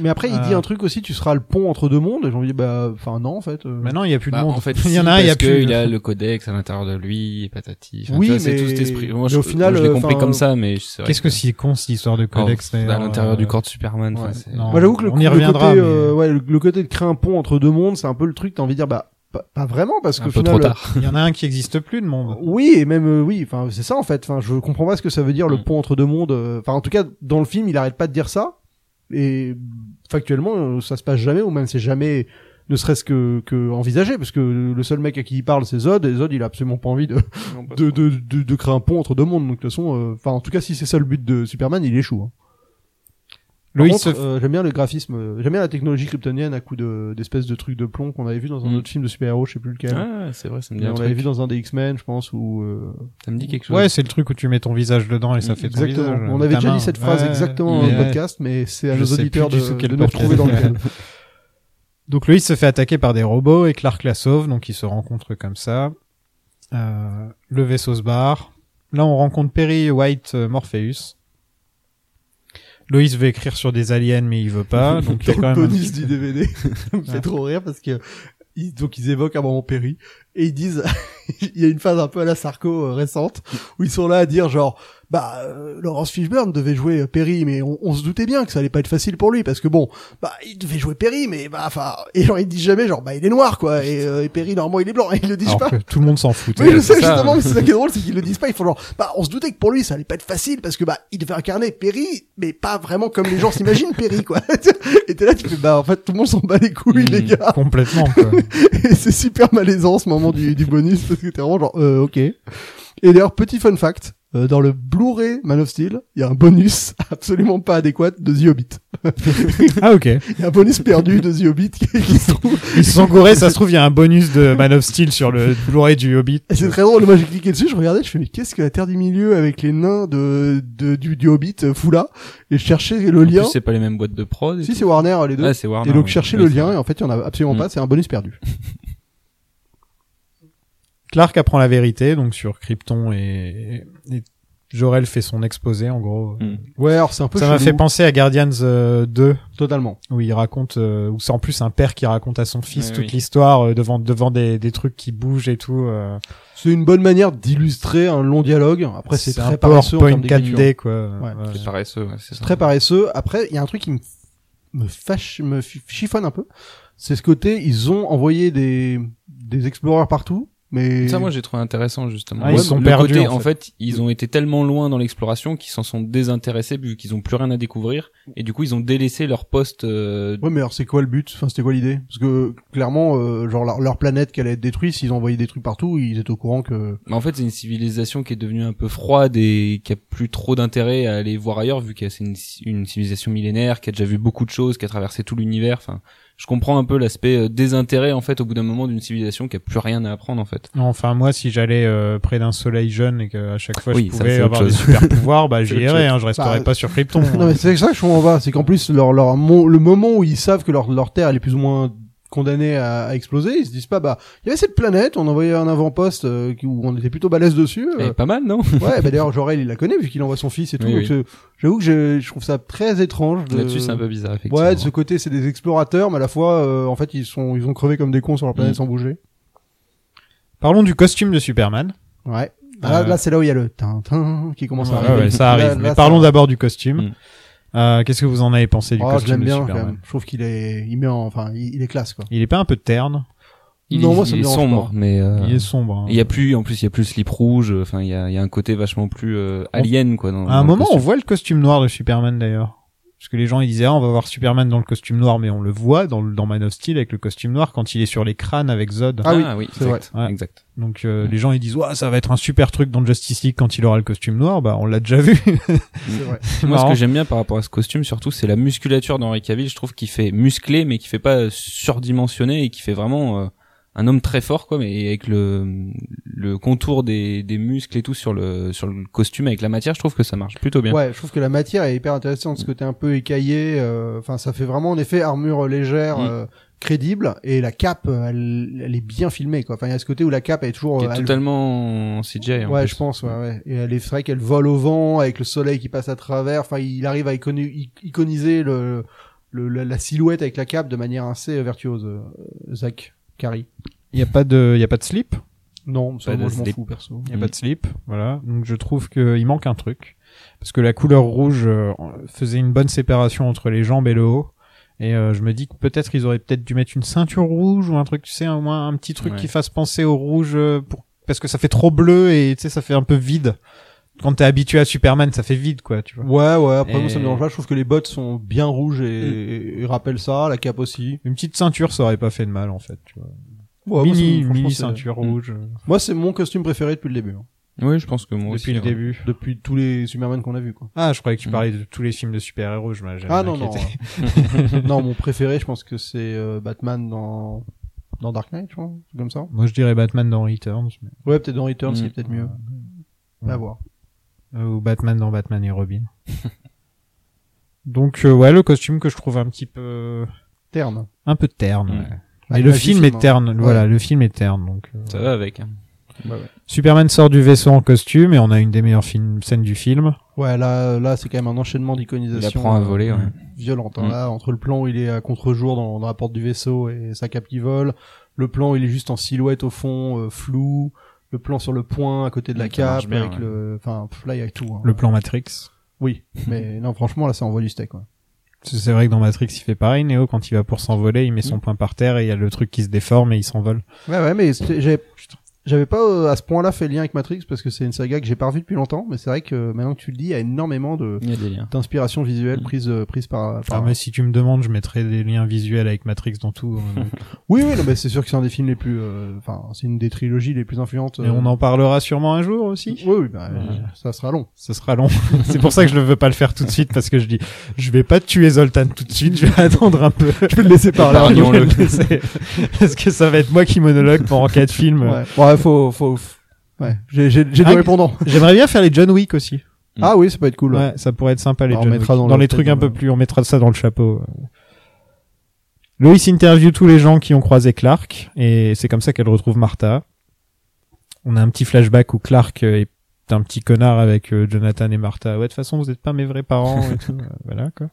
Speaker 2: Mais après, il dit
Speaker 1: Euh.
Speaker 2: un truc aussi, tu seras le pont entre deux mondes. Et j'ai envie, de dire, bah, enfin non, en fait. euh,
Speaker 1: Maintenant, il n'y a plus de
Speaker 3: Bah,
Speaker 1: monde.
Speaker 3: En fait,
Speaker 1: il y en a un, il y a
Speaker 3: parce que
Speaker 1: plus.
Speaker 3: Il a le codex à l'intérieur de lui, et patati. Enfin,
Speaker 2: Oui,
Speaker 3: tu vois, c'est
Speaker 2: mais-
Speaker 3: tout cet esprit. Moi,
Speaker 2: mais
Speaker 3: je,
Speaker 2: au final,
Speaker 3: moi, je l'ai
Speaker 2: euh,
Speaker 3: compris
Speaker 2: enfin,
Speaker 3: comme ça, mais c'est vrai
Speaker 1: Qu'est-ce que c'est con cette histoire de
Speaker 3: Oh,
Speaker 1: codex
Speaker 3: à
Speaker 1: d'ailleurs,
Speaker 3: l'intérieur
Speaker 1: euh,
Speaker 3: du corps de Superman. enfin,
Speaker 1: ouais,
Speaker 3: c'est-
Speaker 1: non.
Speaker 2: Moi, j'avoue que le,
Speaker 1: on
Speaker 2: coup-
Speaker 1: y
Speaker 2: le
Speaker 1: reviendra,
Speaker 2: côté,
Speaker 1: mais-
Speaker 2: euh, ouais, le, le côté de créer un pont entre deux mondes, c'est un peu le truc. T'as envie de dire, bah, pas, pas vraiment, parce
Speaker 3: un
Speaker 2: que
Speaker 3: peu trop tard.
Speaker 1: Il y en a un qui existe plus de
Speaker 3: Oh,
Speaker 1: monde.
Speaker 2: Oui, et même euh, oui, enfin c'est ça en fait. Enfin, je comprends pas ce que ça veut dire le
Speaker 3: Mm.
Speaker 2: pont entre deux mondes. euh, Enfin, en tout cas, dans le film, il arrête pas de dire ça. Et factuellement, euh, ça se passe jamais, ou même c'est jamais, ne serait-ce que, que envisagé, parce que le seul mec à qui il parle, c'est Zod, et Zod, il a absolument pas envie de de, de, de, de créer un pont entre deux mondes. Donc de toute façon, euh, enfin en tout cas, si c'est ça le but de Superman, il échoue. hein. Par
Speaker 1: Louis
Speaker 2: contre,
Speaker 1: se f-
Speaker 2: euh, j'aime bien le graphisme, euh, j'aime bien la technologie kryptonienne à coup de d'espèces de trucs de plomb qu'on avait vu dans un
Speaker 3: Mm.
Speaker 2: autre film de super-héros, je sais plus lequel.
Speaker 3: Ah, c'est vrai, ça me dit
Speaker 2: Mais
Speaker 3: un
Speaker 2: on l'avait
Speaker 3: truc.
Speaker 2: vu dans un des X-Men, je pense, ou euh,
Speaker 3: Ça me dit quelque chose.
Speaker 1: Ouais, c'est le truc où tu mets ton visage dedans et ça fait ton
Speaker 2: exactement.
Speaker 1: visage.
Speaker 2: on avait
Speaker 1: Ta
Speaker 2: déjà
Speaker 1: main.
Speaker 2: dit cette phrase
Speaker 1: Ouais,
Speaker 2: exactement
Speaker 1: mais
Speaker 2: dans le
Speaker 1: ouais.
Speaker 2: podcast, mais c'est à
Speaker 1: Je
Speaker 2: nos
Speaker 1: sais plus
Speaker 2: auditeurs
Speaker 1: du
Speaker 2: de,
Speaker 1: tout quel
Speaker 2: de nous
Speaker 1: podcast.
Speaker 2: retrouver dans lequel.
Speaker 1: Donc Loïs se fait attaquer par des robots et Clark la sauve, donc ils se rencontrent comme ça. Euh, le vaisseau se barre. Là, on rencontre Perry, White, euh, Morpheus. Loïs veut écrire sur des aliens, mais il veut
Speaker 2: [LAUGHS]
Speaker 1: pas. Donc [LAUGHS] il y a
Speaker 2: dans
Speaker 1: quand
Speaker 2: le
Speaker 1: même. un- Ah.
Speaker 2: bonus du DVD. [LAUGHS] ça me fait
Speaker 1: Ouais.
Speaker 2: trop rire parce que ils, donc ils évoquent un moment Perry et ils disent [LAUGHS] il y a une phase un peu à la Sarko euh, récente où ils sont là à dire genre bah euh, Laurence Fishburne devait jouer euh, Perry mais on, on se doutait bien que ça allait pas être facile pour lui parce que bon bah il devait jouer Perry mais bah enfin et genre il dit jamais genre bah il est noir quoi et, euh, et Perry normalement il est blanc [LAUGHS] et ils le disent
Speaker 1: Alors
Speaker 2: pas
Speaker 1: que tout le monde s'en fout.
Speaker 2: oui, je sais
Speaker 3: c'est ça.
Speaker 2: justement, mais c'est ça qui est drôle, c'est qu'ils le disent pas. Ils font genre, bah, on se doutait que pour lui, ça allait pas être facile parce que bah, il devait incarner Perry, mais pas vraiment comme les gens s'imaginent Perry, quoi. [LAUGHS] Et t'es là, tu fais, bah, en fait, tout le monde s'en bat les couilles,
Speaker 3: Mm.
Speaker 2: les gars.
Speaker 1: Complètement.
Speaker 2: [LAUGHS]
Speaker 1: Quoi.
Speaker 2: Et c'est super malaisant ce moment du, du bonus parce que t'es vraiment genre, euh, ok. Et d'ailleurs, petit fun fact. euh, dans le Blu-ray Man of Steel, il y a un bonus [LAUGHS] absolument pas adéquat de The Hobbit.
Speaker 1: ah ok.
Speaker 2: Il y a un bonus perdu de The Hobbit qui, qui se trouve.
Speaker 1: Ils se sont gourés. Ça se trouve, il y a un bonus de Man of Steel sur le Blu-ray du Hobbit.
Speaker 2: Et C'est très drôle. Moi, j'ai cliqué dessus, je regardais, je fais, mais qu'est-ce que la Terre du Milieu avec les nains de, de du, du Hobbit euh, fout là? Et je cherchais le
Speaker 3: En
Speaker 2: lien.
Speaker 3: plus, c'est pas les mêmes boîtes de prod. et
Speaker 2: Si,
Speaker 3: tout.
Speaker 2: c'est Warner, les deux.
Speaker 3: Ah, c'est Warner.
Speaker 2: et donc,
Speaker 3: ouais.
Speaker 2: chercher
Speaker 3: Ouais,
Speaker 2: le
Speaker 3: c'est
Speaker 2: lien,
Speaker 3: vrai.
Speaker 2: et en fait, il y en a absolument
Speaker 3: Mm.
Speaker 2: pas, c'est un bonus perdu.
Speaker 1: Clark apprend la vérité donc sur Krypton et, et Jorel fait son exposé en gros.
Speaker 3: Mm.
Speaker 2: Ouais, alors c'est un peu
Speaker 1: Ça m'a
Speaker 2: chelou.
Speaker 1: fait penser à Guardians euh, 2
Speaker 2: Totalement.
Speaker 1: où il raconte euh, où c'est en plus un père qui raconte à son fils
Speaker 3: Ouais,
Speaker 1: toute
Speaker 3: oui.
Speaker 1: l'histoire euh, devant devant des, des trucs qui bougent et tout euh,
Speaker 2: C'est une bonne manière d'illustrer un long dialogue. Après, c'est
Speaker 1: un
Speaker 2: très
Speaker 1: peu
Speaker 2: paresseux en
Speaker 1: PowerPoint
Speaker 2: termes d'écriture.
Speaker 1: 4D quoi Euh,
Speaker 2: Ouais,
Speaker 1: Voilà.
Speaker 3: C'est paresseux, ouais, c'est ça.
Speaker 2: C'est très paresseux. Après, il y a un truc qui me, me fâche, me chi- chiffonne un peu. C'est ce côté, ils ont envoyé des, des explorers partout, mais.
Speaker 3: Ça, moi, j'ai trouvé intéressant, justement.
Speaker 1: Ah,
Speaker 2: ils
Speaker 3: Ouais,
Speaker 1: sont
Speaker 3: le
Speaker 1: perdus,
Speaker 3: côté,
Speaker 1: en
Speaker 3: en fait. ils ont été tellement loin dans l'exploration qu'ils s'en sont désintéressés vu qu'ils ont plus rien à découvrir. Et du coup, ils ont délaissé leur poste. euh,
Speaker 2: Ouais, mais alors c'est quoi le but Enfin, c'était quoi l'idée Parce que clairement, euh, genre leur, leur planète qu'elle allait être détruite, s'ils ont envoyé des trucs partout, ils étaient au courant
Speaker 3: [LAUGHS]
Speaker 2: que.
Speaker 3: Mais en fait, c'est une civilisation qui est devenue un peu froide et qui a plus trop d'intérêt à aller voir ailleurs vu que c'est une, une civilisation millénaire qui a déjà vu beaucoup de choses, qui a traversé tout l'univers. Enfin, je comprends un peu l'aspect euh, désintérêt en fait au bout d'un moment d'une civilisation qui a plus rien à apprendre en fait.
Speaker 1: enfin moi si j'allais euh, près d'un soleil jeune et qu'à chaque fois
Speaker 3: Oui,
Speaker 1: je
Speaker 3: ça,
Speaker 1: pouvais
Speaker 3: c'est autre
Speaker 1: avoir des
Speaker 3: chose.
Speaker 1: super
Speaker 3: [LAUGHS]
Speaker 1: pouvoirs bah j'y
Speaker 3: autre
Speaker 1: irais hein, je resterais
Speaker 2: Bah,
Speaker 1: pas sur Krypton
Speaker 2: [LAUGHS] non,
Speaker 1: hein.
Speaker 2: mais c'est ça que je trouve en va. C'est qu'en plus, leur, leur mon- le moment où ils savent que leur, leur terre elle est plus ou moins condamnée à, à exploser, ils se disent pas bah il y avait cette planète, on envoyait un avant-poste euh, qui- où on était plutôt balèze dessus. euh,
Speaker 3: Eh, pas mal, non
Speaker 2: ouais, bah d'ailleurs Jorel il la connaît vu qu'il envoie son fils et tout.
Speaker 3: Oui,
Speaker 2: donc
Speaker 3: oui.
Speaker 2: c'est- J'avoue que je, je trouve ça très étrange. De...
Speaker 3: Là-dessus, c'est un peu bizarre effectivement.
Speaker 2: Ouais, de ce côté, c'est des explorateurs, mais à la fois, euh, en fait, ils sont, ils ont crevé comme des cons sur leur planète
Speaker 3: Mm.
Speaker 2: sans bouger.
Speaker 1: parlons du costume de Superman
Speaker 2: Ouais. Ah,
Speaker 1: Euh,
Speaker 2: Là, c'est là où il y a le tintin qui commence à
Speaker 1: Ouais,
Speaker 2: arriver.
Speaker 1: Ah ouais, ça arrive
Speaker 2: Là-
Speaker 1: mais
Speaker 2: là,
Speaker 1: parlons
Speaker 2: ça-
Speaker 1: d'abord du costume
Speaker 3: Mm.
Speaker 1: Euh, qu'est-ce que vous en avez pensé du
Speaker 2: Oh, je
Speaker 1: costume
Speaker 2: l'aime
Speaker 1: de
Speaker 2: bien, quand
Speaker 1: Superman
Speaker 2: même. Je trouve qu'il est, il met en, enfin, il il est classe, quoi.
Speaker 1: il est pas un peu terne
Speaker 3: Il,
Speaker 2: Non,
Speaker 3: est-
Speaker 2: moi, ça
Speaker 3: il
Speaker 2: me
Speaker 3: est
Speaker 2: dérange
Speaker 3: sombre,
Speaker 2: pas.
Speaker 3: mais euh,
Speaker 1: il est sombre hein.
Speaker 3: il y a plus en plus il y a plus le slip rouge. euh, Enfin, il y a, il y a un côté vachement plus euh, alien quoi.
Speaker 1: À
Speaker 3: Dans,
Speaker 1: un
Speaker 3: dans le
Speaker 1: moment, on
Speaker 3: costume.
Speaker 1: voit le costume noir de Superman d'ailleurs. Parce que les gens ils disaient ah on va voir Superman dans le costume noir mais on le voit dans, le- dans Man of Steel avec le costume noir quand il est sur les crânes avec Zod.
Speaker 2: Ah oui,
Speaker 3: oui,
Speaker 2: c'est vrai.
Speaker 3: exact,
Speaker 1: Ouais.
Speaker 3: exact.
Speaker 1: Donc euh,
Speaker 3: Ouais.
Speaker 1: les gens ils disent ouais, ça va être un super truc dans Justice League quand il aura le costume noir bah on l'a déjà
Speaker 3: [LAUGHS]
Speaker 1: vu.
Speaker 2: C'est vrai.
Speaker 3: Moi,
Speaker 1: Marrant.
Speaker 3: ce que j'aime bien par rapport à ce costume, surtout, c'est la musculature d'Henri Cavill. Je trouve qu'il fait musclé, mais qui fait pas euh, surdimensionné et qui fait vraiment euh, un homme très fort, quoi. Mais avec le le contour des, des muscles et tout sur le sur le costume avec la matière, je trouve que ça marche plutôt bien.
Speaker 2: Ouais, je trouve que la matière est hyper intéressante, ce côté un peu écaillé, euh, enfin, ça fait vraiment, en effet, armure légère,
Speaker 3: Mm.
Speaker 2: euh, crédible, et la cape, euh, elle, elle est bien filmée, quoi. Enfin, il y a ce côté où la cape elle est toujours,
Speaker 3: Qui
Speaker 2: euh,
Speaker 3: est
Speaker 2: elle-
Speaker 3: totalement en CGI. en
Speaker 2: Ouais,
Speaker 3: plus.
Speaker 2: je pense, ouais, ouais. Et elle est, c'est vrai qu'elle vole au vent, avec le soleil qui passe à travers, enfin, il arrive à iconi- i- iconiser le, le- la, la silhouette avec la cape de manière assez vertueuse, euh, Zach, Carrie.
Speaker 1: Il y a pas de il y a pas de slip,
Speaker 2: Non, ça,
Speaker 3: Pas
Speaker 2: moi,
Speaker 3: de
Speaker 2: je m'en
Speaker 3: slip.
Speaker 2: fous, perso.
Speaker 1: il y a
Speaker 3: Mm.
Speaker 1: pas de slip, voilà. Donc je trouve que il manque un truc parce que la couleur rouge euh, faisait une bonne séparation entre les jambes et le haut. Et euh, je me dis que peut-être ils auraient peut-être dû mettre une ceinture rouge ou un truc, tu sais, au moins un petit truc
Speaker 3: Ouais.
Speaker 1: qui fasse penser au rouge euh, pour parce que ça fait trop bleu et tu sais ça fait un peu vide. Quand t'es habitué à Superman, ça fait vide quoi, tu vois.
Speaker 2: Ouais, ouais, après, moi, ça me
Speaker 1: Et-
Speaker 2: dérange pas. Je trouve que les bottes sont bien rouges et, et rappellent ça, la cape aussi.
Speaker 1: Une petite ceinture, ça aurait pas fait de mal en fait. Tu vois.
Speaker 2: Ouais, moi, ça me-
Speaker 1: mini
Speaker 2: franchement,
Speaker 1: mini
Speaker 2: c'est- Mm.
Speaker 1: ceinture rouge. euh.
Speaker 2: Moi, c'est mon costume préféré depuis le début. hein.
Speaker 3: Oui, je pense que
Speaker 1: depuis
Speaker 3: moi aussi, hein.
Speaker 1: le
Speaker 3: ouais.
Speaker 1: début.
Speaker 2: depuis tous les Superman qu'on a vus quoi.
Speaker 1: Ah, je croyais que tu
Speaker 3: Mm.
Speaker 1: parlais de tous les films de super-héros, je m'avais
Speaker 2: Ah non non.
Speaker 1: inquiété.
Speaker 2: [LAUGHS] non, mon préféré, je pense que c'est euh, Batman dans dans Dark Knight, je crois, un truc comme ça.
Speaker 1: [LAUGHS] Moi, je dirais Batman dans Returns, mais-
Speaker 2: Ouais, peut-être dans Return, c'est
Speaker 3: Mm.
Speaker 2: peut-être mieux.
Speaker 1: Ouais.
Speaker 2: À voir.
Speaker 1: euh, ou Batman dans Batman et Robin. [LAUGHS] Donc, euh, ouais, le costume que je trouve un petit peu,
Speaker 2: Terne.
Speaker 1: un peu terne.
Speaker 3: Mm.
Speaker 1: ouais.
Speaker 2: Ah,
Speaker 1: Et
Speaker 2: il
Speaker 1: le
Speaker 2: a dit
Speaker 1: film
Speaker 2: film,
Speaker 1: est
Speaker 2: hein.
Speaker 1: terne,
Speaker 2: Ouais.
Speaker 1: voilà, le film est terne. Donc, euh,
Speaker 3: Ça va avec. hein.
Speaker 1: Superman sort du vaisseau en costume et on a une des meilleures films- scènes du film.
Speaker 2: Ouais, là, là, c'est quand même un enchaînement
Speaker 3: Il
Speaker 2: d'iconisation.
Speaker 3: apprend à
Speaker 2: euh,
Speaker 3: voler. Ouais.
Speaker 2: Violente. hein.
Speaker 3: Mm.
Speaker 2: Là, entre le plan où il est à contre-jour dans, dans la porte du vaisseau et sa cape qui vole, le plan où il est juste en silhouette au fond, euh, flou, le plan sur le point à côté de la
Speaker 3: Ça
Speaker 2: cape,
Speaker 3: marche bien,
Speaker 2: avec
Speaker 3: ouais.
Speaker 2: le, enfin, pff, là, il y a tout. hein.
Speaker 1: Le plan Matrix.
Speaker 2: Oui, mais non, franchement, là, ça envoie du steak. Quoi.
Speaker 1: C'est c'est vrai que dans Matrix, il fait pareil. Neo, quand il va pour s'envoler, il met son poing par terre et il y a le truc qui se déforme et il s'envole.
Speaker 2: Ouais, ouais, mais c'était- j'avais, j'avais pas euh, à ce point-là fait le lien avec Matrix parce que c'est une saga que j'ai pas revue depuis longtemps, mais c'est vrai que euh, maintenant que tu le dis, il y a énormément de
Speaker 3: Il y a des liens.
Speaker 2: d'inspiration visuelle
Speaker 3: Mm.
Speaker 2: prise euh, prise par,
Speaker 1: Ah,
Speaker 2: par...
Speaker 1: mais si tu me demandes, je mettrai des liens visuels avec Matrix dans tout. hein, donc.
Speaker 2: oui oui non, mais c'est sûr que c'est un des films les plus euh, enfin c'est une des trilogies les plus influentes euh,
Speaker 1: Et on en parlera sûement un jour aussi.
Speaker 2: oui oui bah,
Speaker 1: Ouais.
Speaker 2: ça sera long
Speaker 1: Ce sera long. [LAUGHS] c'est pour ça que je ne veux pas le faire tout de suite parce que je dis, je vais pas tuer Zoltan tout de suite, je vais attendre un peu. Je vais le laisser
Speaker 3: parler, on le-
Speaker 1: [LAUGHS] parce que ça va être moi qui monologue pendant quatre films.
Speaker 2: Ouais, ouais faut, faut, f- ouais, j'ai, j'ai, j'ai
Speaker 1: Ah,
Speaker 2: des [LAUGHS] répondants.
Speaker 1: J'aimerais bien faire les John Wick aussi.
Speaker 3: Mm.
Speaker 2: Ah oui, ça peut être cool.
Speaker 1: Ouais, ça pourrait être sympa les
Speaker 2: Ah, on
Speaker 1: John Wick.
Speaker 2: mettra
Speaker 1: Dans,
Speaker 2: dans le-
Speaker 1: les trucs
Speaker 2: dans
Speaker 1: un peu
Speaker 2: le-
Speaker 1: plus, on mettra ça dans le chapeau. Loïs interviewe tous les gens qui ont croisé Clark et c'est comme ça qu'elle retrouve Martha. On a un petit flashback où Clark euh, est un petit connard avec euh, Jonathan et Martha. Ouais, de toute façon, vous n'êtes pas mes vrais parents et
Speaker 2: [LAUGHS]
Speaker 1: tout. Euh, Voilà quoi.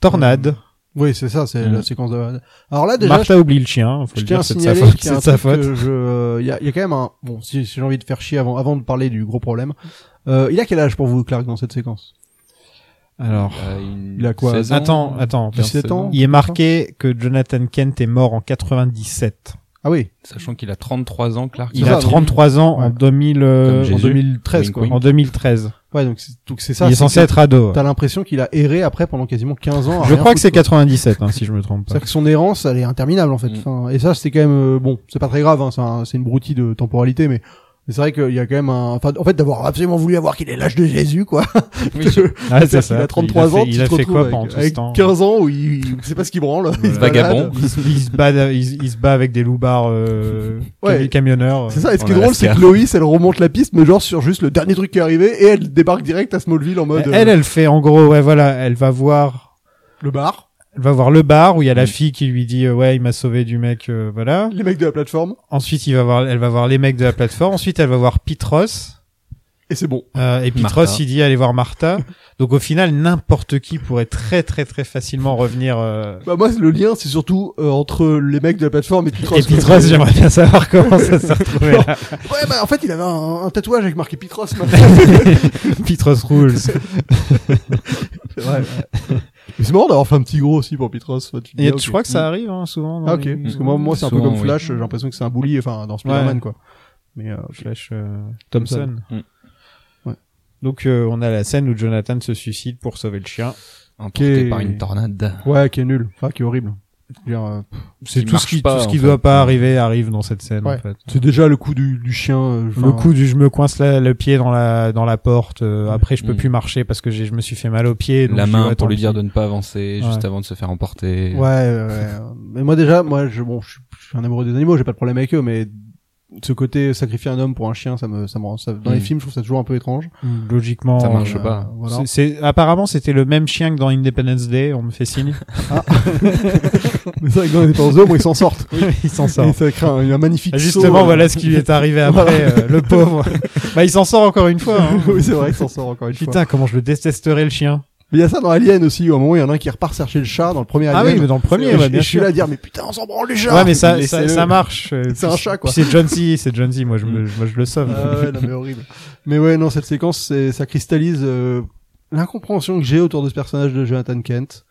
Speaker 1: Tornade.
Speaker 2: Oui, c'est ça, c'est
Speaker 3: Mm.
Speaker 2: la séquence de. Alors là, Ah, déjà,
Speaker 1: Martha oublie le chien. Faut
Speaker 2: je
Speaker 1: le
Speaker 2: tiens à
Speaker 1: dire, c'est de sa
Speaker 2: signaler
Speaker 1: faute.
Speaker 2: qu'il y a
Speaker 1: C'est
Speaker 2: un
Speaker 1: de sa
Speaker 2: truc
Speaker 1: faute.
Speaker 2: que je, euh, il y a, il y a quand même un, bon, si, si j'ai envie de faire chier avant, avant de parler du gros problème, euh, il a quel âge pour vous, Clark, dans cette séquence?
Speaker 1: Alors,
Speaker 3: Euh, une-
Speaker 2: Il a quoi
Speaker 3: 16 ans,
Speaker 1: attends,
Speaker 3: euh,
Speaker 1: attends.
Speaker 2: 17 ans?
Speaker 1: Il est marqué que Jonathan Kent est mort en 97.
Speaker 2: Ah oui,
Speaker 3: Sachant qu'il a 33 ans, Clark.
Speaker 1: Il
Speaker 2: ça,
Speaker 1: a 33 ans en
Speaker 2: Ouais.
Speaker 1: 2000. euh,
Speaker 3: Comme
Speaker 1: en
Speaker 3: Jésus.
Speaker 1: 2013
Speaker 3: Wink,
Speaker 1: quoi.
Speaker 3: wink.
Speaker 1: En 2013.
Speaker 2: ouais, donc c'est, donc c'est ça.
Speaker 1: il est
Speaker 2: c'est
Speaker 1: censé
Speaker 2: que
Speaker 1: être ado. hein.
Speaker 2: T'as l'impression qu'il a erré après pendant quasiment 15 ans. à
Speaker 1: Je
Speaker 2: rien
Speaker 1: crois que c'est
Speaker 2: foutre, quoi.
Speaker 1: 97 hein, si je me trompe pas.
Speaker 2: C'est-à-dire que son errance, elle est interminable en fait.
Speaker 3: Mm.
Speaker 2: Enfin, et ça, c'était quand même euh, bon. C'est pas très grave. Hein, c'est un- c'est une broutille de temporalité, mais c'est vrai qu'il y a quand même un. Enfin, en fait, d'avoir absolument voulu avoir qu'il ait l'âge de Jésus, quoi. [LAUGHS]
Speaker 3: Oui,
Speaker 1: Ah, c'est
Speaker 2: il
Speaker 1: ça.
Speaker 2: a 33
Speaker 1: il a
Speaker 2: ans,
Speaker 1: fait,
Speaker 2: tu
Speaker 1: il
Speaker 2: te
Speaker 1: a fait
Speaker 2: retrouves
Speaker 1: quoi
Speaker 2: avec,
Speaker 1: pendant tout ce
Speaker 2: avec
Speaker 1: temps
Speaker 2: 15 ans où il, il sait pas ce qu'il branle. [LAUGHS] il se balade.
Speaker 3: Vagabond.
Speaker 1: il, se- il se bat, il, se- il se bat avec des loupards euh,
Speaker 2: Ouais.
Speaker 1: cami- camionneurs. euh,
Speaker 2: C'est ça, et ce
Speaker 3: On
Speaker 2: qui est
Speaker 3: a
Speaker 2: drôle, c'est
Speaker 3: Alaska.
Speaker 2: que Loïs, elle remonte la piste, mais genre sur juste le dernier truc qui est arrivé, et elle débarque direct à Smallville en mode
Speaker 1: Elle, elle, elle fait en gros, ouais, voilà, elle va voir,
Speaker 2: euh, le bar,
Speaker 1: elle va voir le bar où il y a la
Speaker 3: Mm.
Speaker 1: fille qui lui dit, euh, ouais, il m'a sauvé du mec, euh, voilà.
Speaker 2: les mecs de la plateforme,
Speaker 1: Ensuite, il va voir, elle va voir les mecs de la plateforme. Ensuite, elle va voir Pitros.
Speaker 2: et c'est bon.
Speaker 1: Euh, et Pitros,
Speaker 3: Martha.
Speaker 1: il dit allez voir Martha. Donc au final, n'importe qui pourrait très très très facilement revenir. Euh...
Speaker 2: Bah moi, le lien, c'est surtout euh, entre les mecs de la plateforme et Pitros.
Speaker 1: Et Pitros, j'aimerais bien savoir comment ça s'est retrouvé
Speaker 3: [LAUGHS]
Speaker 1: là.
Speaker 2: Ouais, bah en fait, il avait un, un tatouage avec marqué Pitros. maintenant.
Speaker 1: Pitros rules.
Speaker 2: c'est vrai. ouais. Mais c'est marrant d'avoir fait un petit gros aussi pour Pitros. Enfin, tu te
Speaker 1: Et
Speaker 2: dis, ah,
Speaker 1: je
Speaker 2: ok.
Speaker 1: crois que ça arrive hein, souvent. dans
Speaker 2: Ah, ok.
Speaker 1: les-
Speaker 2: Parce que moi, moi c'est un peu
Speaker 3: Souvent,
Speaker 2: comme
Speaker 3: oui.
Speaker 2: Flash, j'ai l'impression que c'est un bully, enfin, dans Spider-Man, quoi. Mais euh, ok.
Speaker 1: Flash Thompson.
Speaker 2: Thompson.
Speaker 3: Mm.
Speaker 2: Ouais.
Speaker 1: Donc euh, on a la scène où Jonathan se suicide pour sauver le chien.
Speaker 3: Emporté
Speaker 2: Ok.
Speaker 3: par une tornade.
Speaker 2: Ouais, qui est nul. Enfin, qui est horrible. Je veux dire, euh,
Speaker 1: C'est
Speaker 3: Qui
Speaker 1: tout ce
Speaker 3: marche
Speaker 1: qui
Speaker 3: pas,
Speaker 1: tout ce
Speaker 3: en
Speaker 1: qui
Speaker 3: fait.
Speaker 1: doit pas arriver arrive dans cette scène
Speaker 2: Ouais.
Speaker 1: en fait.
Speaker 2: c'est déjà le coup du, du chien. euh,
Speaker 1: le
Speaker 2: enfin,
Speaker 1: coup du je me coince la- le pied dans la dans la porte euh, après je peux
Speaker 3: Mm.
Speaker 1: plus marcher parce que j'ai je me suis fait mal au pied donc
Speaker 3: La
Speaker 1: je dis,
Speaker 3: main
Speaker 1: ouais,
Speaker 3: pour
Speaker 1: tant
Speaker 3: lui
Speaker 1: pis.
Speaker 3: dire de ne pas avancer
Speaker 1: Ouais.
Speaker 3: juste avant de se faire emporter.
Speaker 2: Ouais, ouais, ouais. Mais moi déjà, moi, je, bon, je suis- je suis un amoureux des animaux, j'ai pas de problème avec eux, mais ce côté sacrifier un homme pour un chien, ça me, ça me rend, ça- dans les
Speaker 3: Mm.
Speaker 2: films, je trouve ça toujours un peu étrange.
Speaker 1: Logiquement,
Speaker 3: Ça marche
Speaker 1: euh,
Speaker 3: Je sais pas.
Speaker 2: Voilà.
Speaker 1: C'est- C'est apparemment c'était le même chien que dans Independence Day. On me fait
Speaker 2: [LAUGHS]
Speaker 1: signe.
Speaker 2: Mais [LAUGHS] c'est vrai que dans les dépenses d'hommes, ils s'en sortent.
Speaker 1: [LAUGHS] il s'en
Speaker 2: Et
Speaker 1: sort.
Speaker 2: ça crée un, un magnifique
Speaker 1: Ah, Justement,
Speaker 2: saut, euh,
Speaker 1: voilà ce qui lui est arrivé
Speaker 2: [LAUGHS]
Speaker 1: après. euh, le pauvre. bah, il s'en sort encore une fois. hein.
Speaker 2: oui, c'est vrai qu'il s'en sort encore une fois.
Speaker 1: Putain, comment je le détesterais le chien.
Speaker 2: Mais il y a ça dans Alien aussi, où à un moment, il y en a un qui repart chercher le chat dans le premier
Speaker 1: Ah
Speaker 2: Alien.
Speaker 1: oui, mais dans le premier,
Speaker 2: Et
Speaker 1: ouais,
Speaker 2: je-
Speaker 1: bien
Speaker 2: et je suis
Speaker 1: sûr.
Speaker 2: là à dire, mais putain, on s'en branle le chat!
Speaker 1: ouais, mais ça, ça,
Speaker 2: Laissez-le.
Speaker 1: ça marche. euh,
Speaker 2: C'est un
Speaker 1: puis-
Speaker 2: chat, quoi.
Speaker 1: puis C'est John C. C'est John C. Moi, je,
Speaker 2: [LAUGHS]
Speaker 1: me, moi, je le sauve.
Speaker 2: Ah ouais, non, mais horrible. Mais ouais, non, cette séquence, c'est, ça cristallise euh, l'incompréhension que j'ai autour de ce personnage de Jonathan Kent,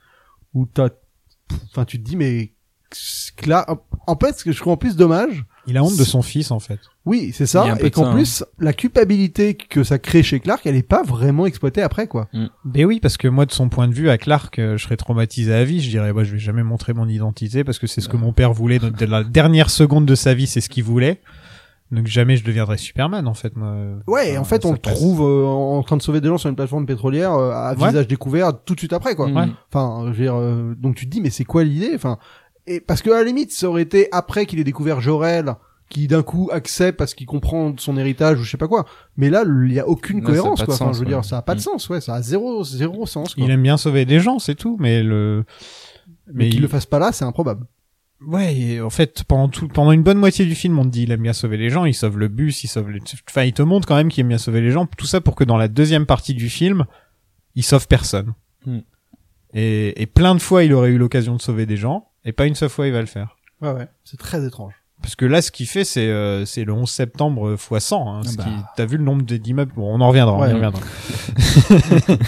Speaker 2: où t'as, enfin, tu te dis, mais là, en fait, ce que je trouve en plus dommage,
Speaker 1: Il a honte de son fils, en fait.
Speaker 2: oui, c'est
Speaker 3: Il y a
Speaker 2: ça,
Speaker 3: un peu
Speaker 2: et
Speaker 3: de
Speaker 2: qu'en
Speaker 3: ça, hein.
Speaker 2: plus, la culpabilité que ça crée chez Clark, elle est pas vraiment exploitée après, quoi.
Speaker 1: Mais Ben oui, parce que moi, de son point de vue, à Clark, euh, je serais traumatisé à vie. Je dirais, bah, je vais jamais montrer mon identité parce que c'est ce que mon père voulait. Dès la dernière seconde de sa vie, c'est ce qu'il voulait. Donc jamais je deviendrai Superman en fait moi.
Speaker 2: Ouais,
Speaker 1: Enfin,
Speaker 2: en fait, on
Speaker 1: ça
Speaker 2: le
Speaker 1: passe.
Speaker 2: trouve euh, en en train de sauver des gens sur une plateforme pétrolière euh, à
Speaker 1: Ouais.
Speaker 2: visage découvert tout de suite après, quoi.
Speaker 1: Ouais.
Speaker 2: Enfin, je veux dire, euh, donc tu te dis, mais c'est quoi l'idée Enfin, et parce que à la limite, ça aurait été après qu'il ait découvert Jorel, qui d'un coup accepte parce qu'il comprend son héritage ou je sais pas quoi. Mais là, il y a aucune
Speaker 3: Non, ça a
Speaker 2: cohérence,
Speaker 3: pas de
Speaker 2: quoi. Enfin,
Speaker 3: sens,
Speaker 2: je veux
Speaker 3: ouais.
Speaker 2: dire, ça a pas de
Speaker 3: Mm.
Speaker 2: sens, ouais. Ça a zéro, zéro sens, quoi.
Speaker 1: Il aime bien sauver des gens, c'est tout, mais le
Speaker 2: Mais
Speaker 1: mais
Speaker 2: qu'il
Speaker 1: il-
Speaker 2: le fasse pas là, c'est improbable.
Speaker 1: Ouais, et en fait, pendant tout, pendant une bonne moitié du film, on te dit il aime bien sauver les gens, il sauve le bus, il sauve les... Enfin, il te montre quand même qu'il aime bien sauver les gens, tout ça pour que dans la deuxième partie du film, il sauve personne.
Speaker 3: Hmm.
Speaker 1: Et, et plein de fois, il aurait eu l'occasion de sauver des gens, et pas une seule fois, il va le faire.
Speaker 2: Ouais, ouais. C'est très étrange.
Speaker 1: Parce que là, ce qu'il fait, c'est euh, c'est le 11 septembre euh, fois 100. Hein,
Speaker 3: Ah
Speaker 1: ce
Speaker 3: bah.
Speaker 1: qui- T'as vu le nombre d- d'immeubles Bon, on en reviendra, on
Speaker 2: Ouais.
Speaker 1: y reviendra. [LAUGHS]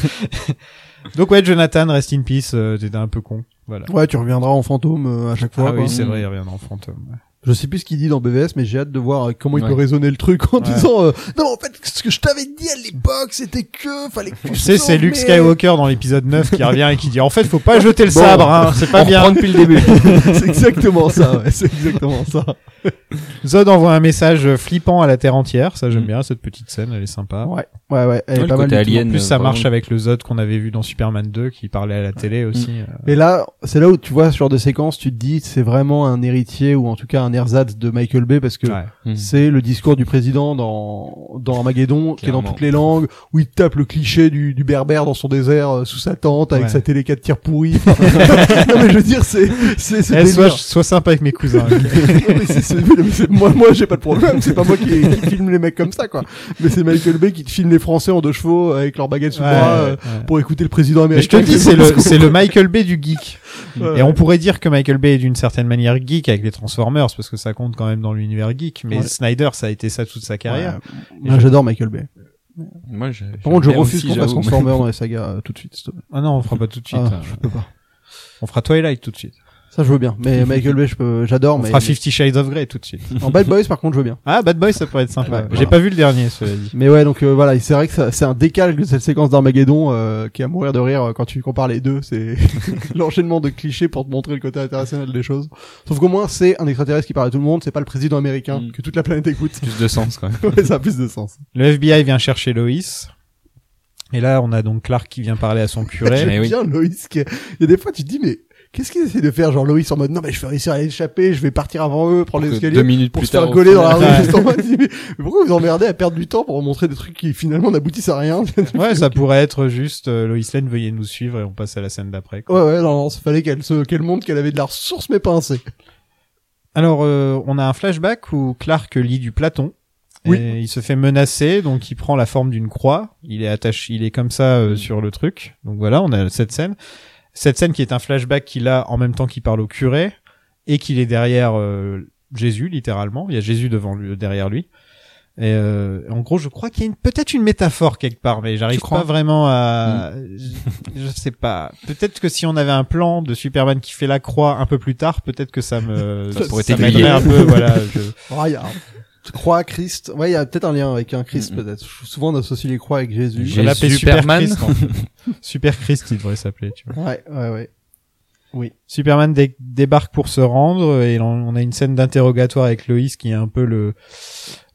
Speaker 1: Donc ouais, Jonathan, rest in peace, euh, t'étais un peu con. Voilà.
Speaker 2: Ouais, tu reviendras en fantôme euh, à chaque fois.
Speaker 1: ah
Speaker 2: quoi.
Speaker 1: oui,
Speaker 3: Hmm.
Speaker 1: c'est vrai, il revient en fantôme. ouais.
Speaker 2: Je sais plus ce qu'il dit dans BVS, mais j'ai hâte de voir euh, comment il peut
Speaker 3: Ouais.
Speaker 2: raisonner le truc en
Speaker 1: Ouais.
Speaker 2: disant euh, non en fait ce que je t'avais dit à l'époque c'était que fallait. Que
Speaker 1: Tu sais, c'est Luke
Speaker 2: Luke
Speaker 1: Skywalker dans l'épisode 9 qui revient et qui dit en fait, faut
Speaker 2: [LAUGHS]
Speaker 1: pas jeter le
Speaker 2: Bon,
Speaker 1: sabre, hein, c'est pas
Speaker 3: on
Speaker 1: bien.
Speaker 3: reprend depuis le
Speaker 2: [LAUGHS]
Speaker 3: début.
Speaker 2: c'est exactement ça. Ouais, c'est exactement ça.
Speaker 1: Zod envoie un message flippant à la Terre entière, ça j'aime
Speaker 3: Mm.
Speaker 1: bien cette petite scène, elle est sympa.
Speaker 2: Ouais, ouais, ouais. Elle est
Speaker 3: Ouais, le
Speaker 2: pas mal.
Speaker 3: côté
Speaker 2: du
Speaker 3: alien.
Speaker 1: En plus,
Speaker 3: euh,
Speaker 1: ça marche
Speaker 3: vraiment.
Speaker 1: avec le Zod qu'on avait vu dans Superman 2 qui parlait à la télé aussi. euh.
Speaker 2: tout. Mais là, c'est là où tu vois sur des séquences, tu te dis c'est vraiment un héritier ou en tout cas un ersatz de Michael Bay parce que
Speaker 1: euh, Ouais.
Speaker 3: Mm.
Speaker 2: C'est le discours du président dans dans Armageddon, qui est dans
Speaker 3: Clairement.
Speaker 2: toutes les langues, où il tape le cliché du, du berbère dans son désert euh, sous sa tente avec
Speaker 1: Ouais.
Speaker 2: sa télé 4 tirs pourris. [LAUGHS] Enfin, non mais je veux dire, c'est c'est ce
Speaker 1: Eh, sois,
Speaker 2: délire. [LAUGHS]
Speaker 1: sois sympa avec mes cousins. ok.
Speaker 2: Non, mais c'est- c'est- mais c'est- moi, moi, j'ai pas de problème. C'est pas moi qui, qui filme les mecs comme ça, quoi. Mais c'est Michael Bay qui te filme les Français en deux chevaux avec leur baguette sous le
Speaker 1: Ouais,
Speaker 2: bras
Speaker 1: ouais,
Speaker 2: euh,
Speaker 1: ouais.
Speaker 2: pour écouter le président
Speaker 1: Mais je te
Speaker 2: américain.
Speaker 1: dis, c'est le, c'est le Michael Bay du geek.
Speaker 2: Ouais.
Speaker 1: Et on pourrait dire que Michael Bay est d'une certaine manière geek avec les Transformers, parce que ça compte quand même dans l'univers geek, mais
Speaker 2: Ouais.
Speaker 1: Snyder, ça a été ça toute sa carrière.
Speaker 2: Ouais. Ouais, J'adore Michael Bay.
Speaker 3: Moi, j'ai-
Speaker 2: Par contre, je
Speaker 3: j'aime bien
Speaker 2: refuse
Speaker 3: aussi,
Speaker 2: qu'on fasse
Speaker 3: j'avoue, mais-
Speaker 2: Transformers dans les sagas euh, tout de suite. s'il te plaît.
Speaker 1: Ah non, on fera pas tout de suite.
Speaker 2: Ah,
Speaker 1: hein.
Speaker 2: je peux pas.
Speaker 1: On fera Twilight tout de suite.
Speaker 2: Ça, je veux bien. Mais Michael Bay, je peux, j'adore.
Speaker 1: On
Speaker 2: Mais
Speaker 1: fera Fifty Shades of Grey tout de suite.
Speaker 2: en Bad Boys, par contre, je veux bien.
Speaker 1: Ah, Bad Boy, ça pourrait être sympa.
Speaker 2: Ouais,
Speaker 1: J'ai
Speaker 2: voilà.
Speaker 1: pas vu le dernier, cela dit.
Speaker 2: Mais ouais, donc euh, voilà, c'est vrai que ça- c'est un décalque de cette séquence d'Armageddon euh, qui est à mourir de rire euh, quand tu compares les deux. C'est [LAUGHS] l'enchaînement de clichés pour te montrer le côté international des choses. Sauf qu'au moins, c'est un extraterrestre qui parle à tout le monde, c'est pas le président américain
Speaker 3: Mm.
Speaker 2: que toute la planète
Speaker 3: [LAUGHS]
Speaker 2: écoute. [LAUGHS]
Speaker 3: Plus de sens quand même.
Speaker 2: ouais, ça a plus de sens.
Speaker 1: Le FBI vient chercher Loïs. Et là, on a donc Clark qui vient parler à son
Speaker 2: [LAUGHS]
Speaker 3: Eh
Speaker 1: curé.
Speaker 3: Ouais.
Speaker 2: J'aime
Speaker 3: oui.
Speaker 2: bien Loïs qui... Il y a des fois, tu te dis, mais qu'est-ce qu'ils essaient de faire Genre Loïs en mode, non mais je vais réussir à échapper, je vais partir avant eux, prendre les
Speaker 3: Que
Speaker 2: escaliers.
Speaker 3: Deux minutes
Speaker 2: pour
Speaker 3: plus
Speaker 2: se faire
Speaker 3: tard.
Speaker 2: coller dans la
Speaker 1: final.
Speaker 2: [LAUGHS] rue. Juste en mode, mais pourquoi vous emmerdez à perdre du temps pour montrer des trucs qui finalement n'aboutissent à rien
Speaker 1: Ouais, ça pourrait être juste euh, Loïs Lane, veuillez nous suivre et on passe à la scène d'après. quoi.
Speaker 2: Ouais, ouais, non, non, fallait qu'elle se, qu'elle montre qu'elle avait de la ressource, mais pas assez.
Speaker 1: Alors, euh, on a un flashback où Clark lit du Platon. Et
Speaker 2: Oui.
Speaker 1: Il se fait menacer, donc il prend la forme d'une croix. Il est attaché, il est comme ça euh, sur le truc. Donc voilà, on a cette scène. Cette scène qui est un flashback qu'il a en même temps qu'il parle au curé et qu'il est derrière euh, Jésus littéralement. Il y a Jésus devant lui, euh, derrière lui. Et euh, en gros, je crois qu'il y a une- peut-être une métaphore quelque part, mais j'arrive
Speaker 3: crois
Speaker 1: pas vraiment à. Je, je sais pas. Peut-être que si on avait un plan de Superman qui fait la croix un peu plus tard, peut-être que ça me
Speaker 3: Ça pourrait
Speaker 1: m'aiderait
Speaker 3: t'aiguiller.
Speaker 1: un peu.
Speaker 3: [LAUGHS]
Speaker 1: Voilà. je-
Speaker 2: Ah, il y a, croix, Christ. Ouais, il y a peut-être un lien avec un Christ,
Speaker 3: Mhm.
Speaker 2: peut-être. Souvent, on associe les croix avec Jésus.
Speaker 1: Je vais l'appeler
Speaker 3: Superman.
Speaker 1: Super Christ, en
Speaker 3: [LAUGHS]
Speaker 1: fait. Super Christ, il devrait s'appeler. Tu vois.
Speaker 2: Ouais, ouais, ouais.
Speaker 1: Superman dé- débarque pour se rendre et on- on a une scène d'interrogatoire avec Loïs qui est un peu le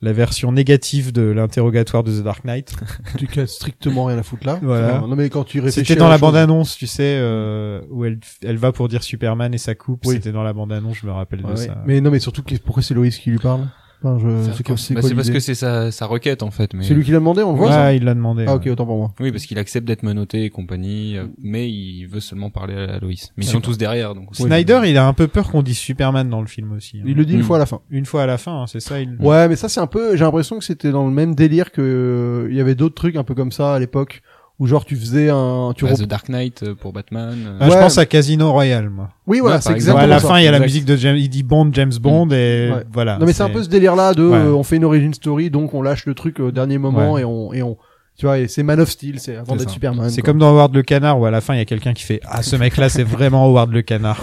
Speaker 1: la version négative de l'interrogatoire de The Dark Knight.
Speaker 2: Tu casses strictement rien à foutre là.
Speaker 1: Voilà.
Speaker 2: Enfin, non, mais quand tu réfléchis.
Speaker 1: C'était
Speaker 2: à
Speaker 1: dans la
Speaker 2: chose-
Speaker 1: bande-annonce, tu sais, euh, où elle elle va pour dire Superman et sa coupe.
Speaker 2: Oui.
Speaker 1: C'était dans la bande-annonce, je me rappelle
Speaker 2: Ouais,
Speaker 1: de
Speaker 2: ouais.
Speaker 1: ça.
Speaker 2: Mais non, mais surtout, qu'est- pourquoi c'est Loïs qui lui parle? Enfin, je, c'est
Speaker 3: Bah,
Speaker 2: quoi-
Speaker 3: C'est
Speaker 2: c'est quoi
Speaker 3: parce
Speaker 2: l'idée
Speaker 3: que c'est sa, sa requête en fait. Mais...
Speaker 2: C'est lui qui l'a demandé, on le voit?
Speaker 1: Ouais,
Speaker 2: ça
Speaker 1: il l'a demandé.
Speaker 2: Ah,
Speaker 1: ouais.
Speaker 2: ok, autant pour moi.
Speaker 3: Oui, parce qu'il accepte d'être menotté et compagnie, euh, mais il veut seulement parler à Loïs. Mais ils sont
Speaker 1: D'accord.
Speaker 3: tous derrière, donc.
Speaker 1: Snyder, il a un peu peur qu'on dise Superman dans le film aussi. hein.
Speaker 2: Il le dit une
Speaker 3: Mhm.
Speaker 2: fois à la fin.
Speaker 1: Une fois à la fin, hein, c'est ça. Il...
Speaker 2: Ouais, mais ça c'est un peu. J'ai l'impression que c'était dans le même délire que euh, il y avait d'autres trucs un peu comme ça à l'époque où genre tu faisais un, tu
Speaker 3: Bah,
Speaker 2: rep-
Speaker 3: The Dark Knight euh, pour Batman.
Speaker 1: Ah,
Speaker 3: euh,
Speaker 1: Je
Speaker 2: Ouais.
Speaker 1: pense à Casino Royale, moi.
Speaker 2: Oui, voilà,
Speaker 3: Ouais,
Speaker 2: c'est
Speaker 3: par
Speaker 1: Ouais,
Speaker 2: exactement
Speaker 3: exemple.
Speaker 1: à la
Speaker 2: ça.
Speaker 1: fin, il y a la
Speaker 3: Exact.
Speaker 1: musique de James. Il dit Bond, James Bond, et
Speaker 2: Ouais.
Speaker 1: voilà.
Speaker 2: Non mais c'est un peu ce délire là de
Speaker 1: Ah, Ouais.
Speaker 2: euh, on fait une origin story donc on lâche le truc au dernier moment et on et on tu vois et c'est Man of Steel c'est avant
Speaker 1: C'est
Speaker 2: d'être
Speaker 1: ça.
Speaker 2: Superman.
Speaker 1: C'est
Speaker 2: quoi.
Speaker 1: comme dans Howard le Canard où à la fin il y a quelqu'un qui fait Ah ce mec là
Speaker 2: [LAUGHS]
Speaker 1: c'est vraiment Howard le Canard.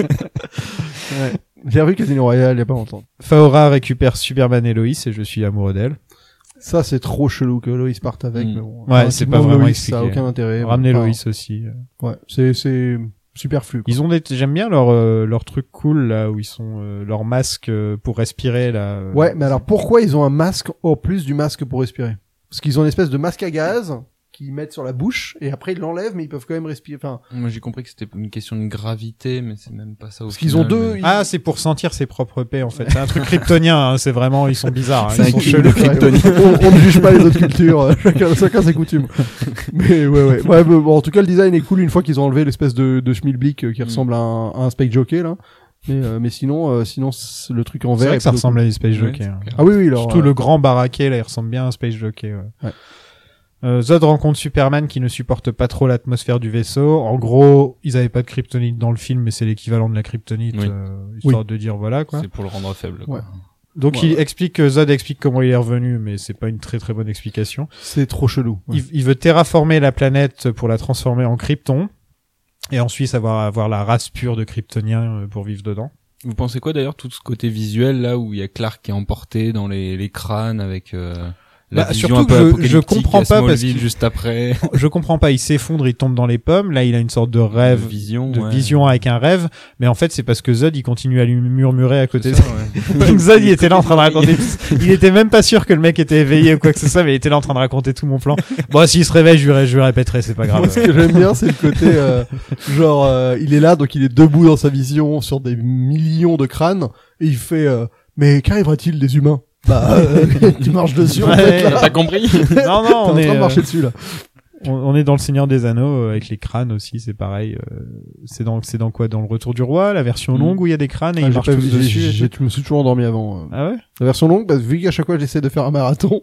Speaker 2: Ouais. J'ai revu Casino Royale il y a pas longtemps.
Speaker 1: Faora récupère Superman et Lois et je suis amoureux d'elle.
Speaker 2: Ça c'est trop chelou que Loïs parte avec.
Speaker 3: Mm.
Speaker 2: Mais bon,
Speaker 1: Ouais, c'est pas
Speaker 2: effectivement,
Speaker 1: vraiment
Speaker 2: Loïs,
Speaker 1: expliqué.
Speaker 2: Ça a aucun intérêt.
Speaker 1: Ramener
Speaker 2: Enfin,
Speaker 1: Lois aussi.
Speaker 2: Ouais, c'est c'est superflu. quoi.
Speaker 1: Ils ont des, j'aime bien leur euh, leur truc cool là où ils sont euh, leur masque euh, pour respirer là. euh,
Speaker 2: Ouais, mais alors pourquoi ils ont un masque en plus du masque pour respirer Parce qu'ils ont une espèce de masque à gaz qu'ils mettent sur la bouche et après ils l'enlèvent, mais ils peuvent quand même respirer. Enfin,
Speaker 3: Moi, j'ai compris que c'était une question de gravité, mais c'est même pas ça. Au
Speaker 2: parce qu'ils ont
Speaker 3: final,
Speaker 2: deux.
Speaker 3: mais-
Speaker 2: ils-
Speaker 1: Ah, c'est pour sentir ses propres paix en fait. C'est un truc kryptonien. hein, c'est vraiment ils sont bizarres. hein, ils
Speaker 3: C'est
Speaker 1: sont
Speaker 3: un
Speaker 1: chelous.
Speaker 3: kick de Kryptonien.
Speaker 1: [LAUGHS]
Speaker 2: on, on ne juge pas les autres cultures, euh, chacun, chacun ses coutumes. Mais ouais, ouais. ouais mais bon, en tout cas, le design est cool une fois qu'ils ont enlevé l'espèce de, de schmilblick euh, qui
Speaker 3: Mm.
Speaker 2: ressemble à un, à un spike jockey là. Mais, euh, mais sinon, euh, sinon c'est- le truc en
Speaker 1: C'est
Speaker 2: vert.
Speaker 1: vrai
Speaker 2: est
Speaker 1: que ça
Speaker 2: plutôt
Speaker 1: ressemble à des space
Speaker 3: Ouais,
Speaker 1: jockeys.
Speaker 3: c'est
Speaker 1: hein.
Speaker 3: clair.
Speaker 2: cool. Ah oui, oui, alors.
Speaker 1: Surtout
Speaker 2: euh,
Speaker 1: le grand baraquet, là, il ressemble bien à un space jockey. Ouais.
Speaker 2: Ouais.
Speaker 1: Euh, Zod rencontre Superman qui ne supporte pas trop l'atmosphère du vaisseau. En gros, ils avaient pas de kryptonite dans le film, mais c'est l'équivalent de la kryptonite,
Speaker 3: Oui.
Speaker 1: euh, histoire de dire voilà quoi.
Speaker 3: C'est pour le rendre faible. quoi.
Speaker 2: Ouais.
Speaker 1: Donc
Speaker 2: Ouais,
Speaker 1: il
Speaker 2: ouais.
Speaker 1: explique que Zod explique comment il est revenu, mais c'est pas une très très bonne explication.
Speaker 2: euh, c'est trop chelou. ouais.
Speaker 1: Il, il veut terraformer la planète pour la transformer en Krypton. Et ensuite avoir, avoir la race pure de Kryptoniens euh, pour vivre dedans. [LAUGHS]
Speaker 3: Vous pensez quoi d'ailleurs tout ce côté visuel là où il y a Clark qui est emporté dans les, les crânes avec euh, la
Speaker 1: Bah,
Speaker 3: vision
Speaker 1: surtout
Speaker 3: un peu
Speaker 1: que je- je
Speaker 3: apocalyptique
Speaker 1: comprends
Speaker 3: à
Speaker 1: pas parce
Speaker 3: Smallville
Speaker 1: qu'il-
Speaker 3: juste
Speaker 1: [LAUGHS]
Speaker 3: après
Speaker 1: Je comprends pas, il s'effondre, il tombe dans les pommes. Là, il a une sorte de rêve,
Speaker 3: De vision
Speaker 1: de
Speaker 3: ouais.
Speaker 1: vision avec un rêve. Mais en fait, c'est parce que Zod, il continue à lui murmurer à côté.
Speaker 3: C'est
Speaker 1: de
Speaker 3: ça, ouais.
Speaker 1: [LAUGHS] Donc Zod, il était là en train de raconter. Il était même pas sûr que le mec était éveillé ou quoi que ce soit, mais il était là en train de raconter tout mon plan. Bon, s'il se réveille, je lui, ré- je lui répéterai, c'est pas
Speaker 2: [LAUGHS] Moi,
Speaker 1: grave.
Speaker 2: ce que j'aime bien, c'est le côté euh, genre euh, il est là, donc il est debout dans sa vision sur des millions de crânes et il fait euh, mais qu'arrivera-t-il des humains Bah, euh, [LAUGHS] tu marches dessus. en
Speaker 1: Ouais,
Speaker 2: fait,
Speaker 3: T'as
Speaker 2: là.
Speaker 3: pas compris
Speaker 1: Non, non,
Speaker 2: T'es
Speaker 1: on
Speaker 2: en
Speaker 1: est,
Speaker 2: train de
Speaker 1: euh,
Speaker 2: marcher dessus là.
Speaker 1: on, on est dans le Seigneur des Anneaux euh, avec les crânes aussi, c'est pareil. euh, c'est dans, c'est dans quoi Dans le Retour du Roi, la version
Speaker 3: Mm.
Speaker 1: longue où il y a des crânes et
Speaker 2: Ah,
Speaker 1: ils
Speaker 2: j'ai
Speaker 1: marchent
Speaker 2: pas
Speaker 1: tous
Speaker 2: vu- j'ai-
Speaker 1: dessus. et
Speaker 2: j'ai- Je me suis toujours endormi avant. euh.
Speaker 1: tout. Ah ouais
Speaker 2: La version longue, parce que vu qu'à chaque fois j'essaie de faire un marathon,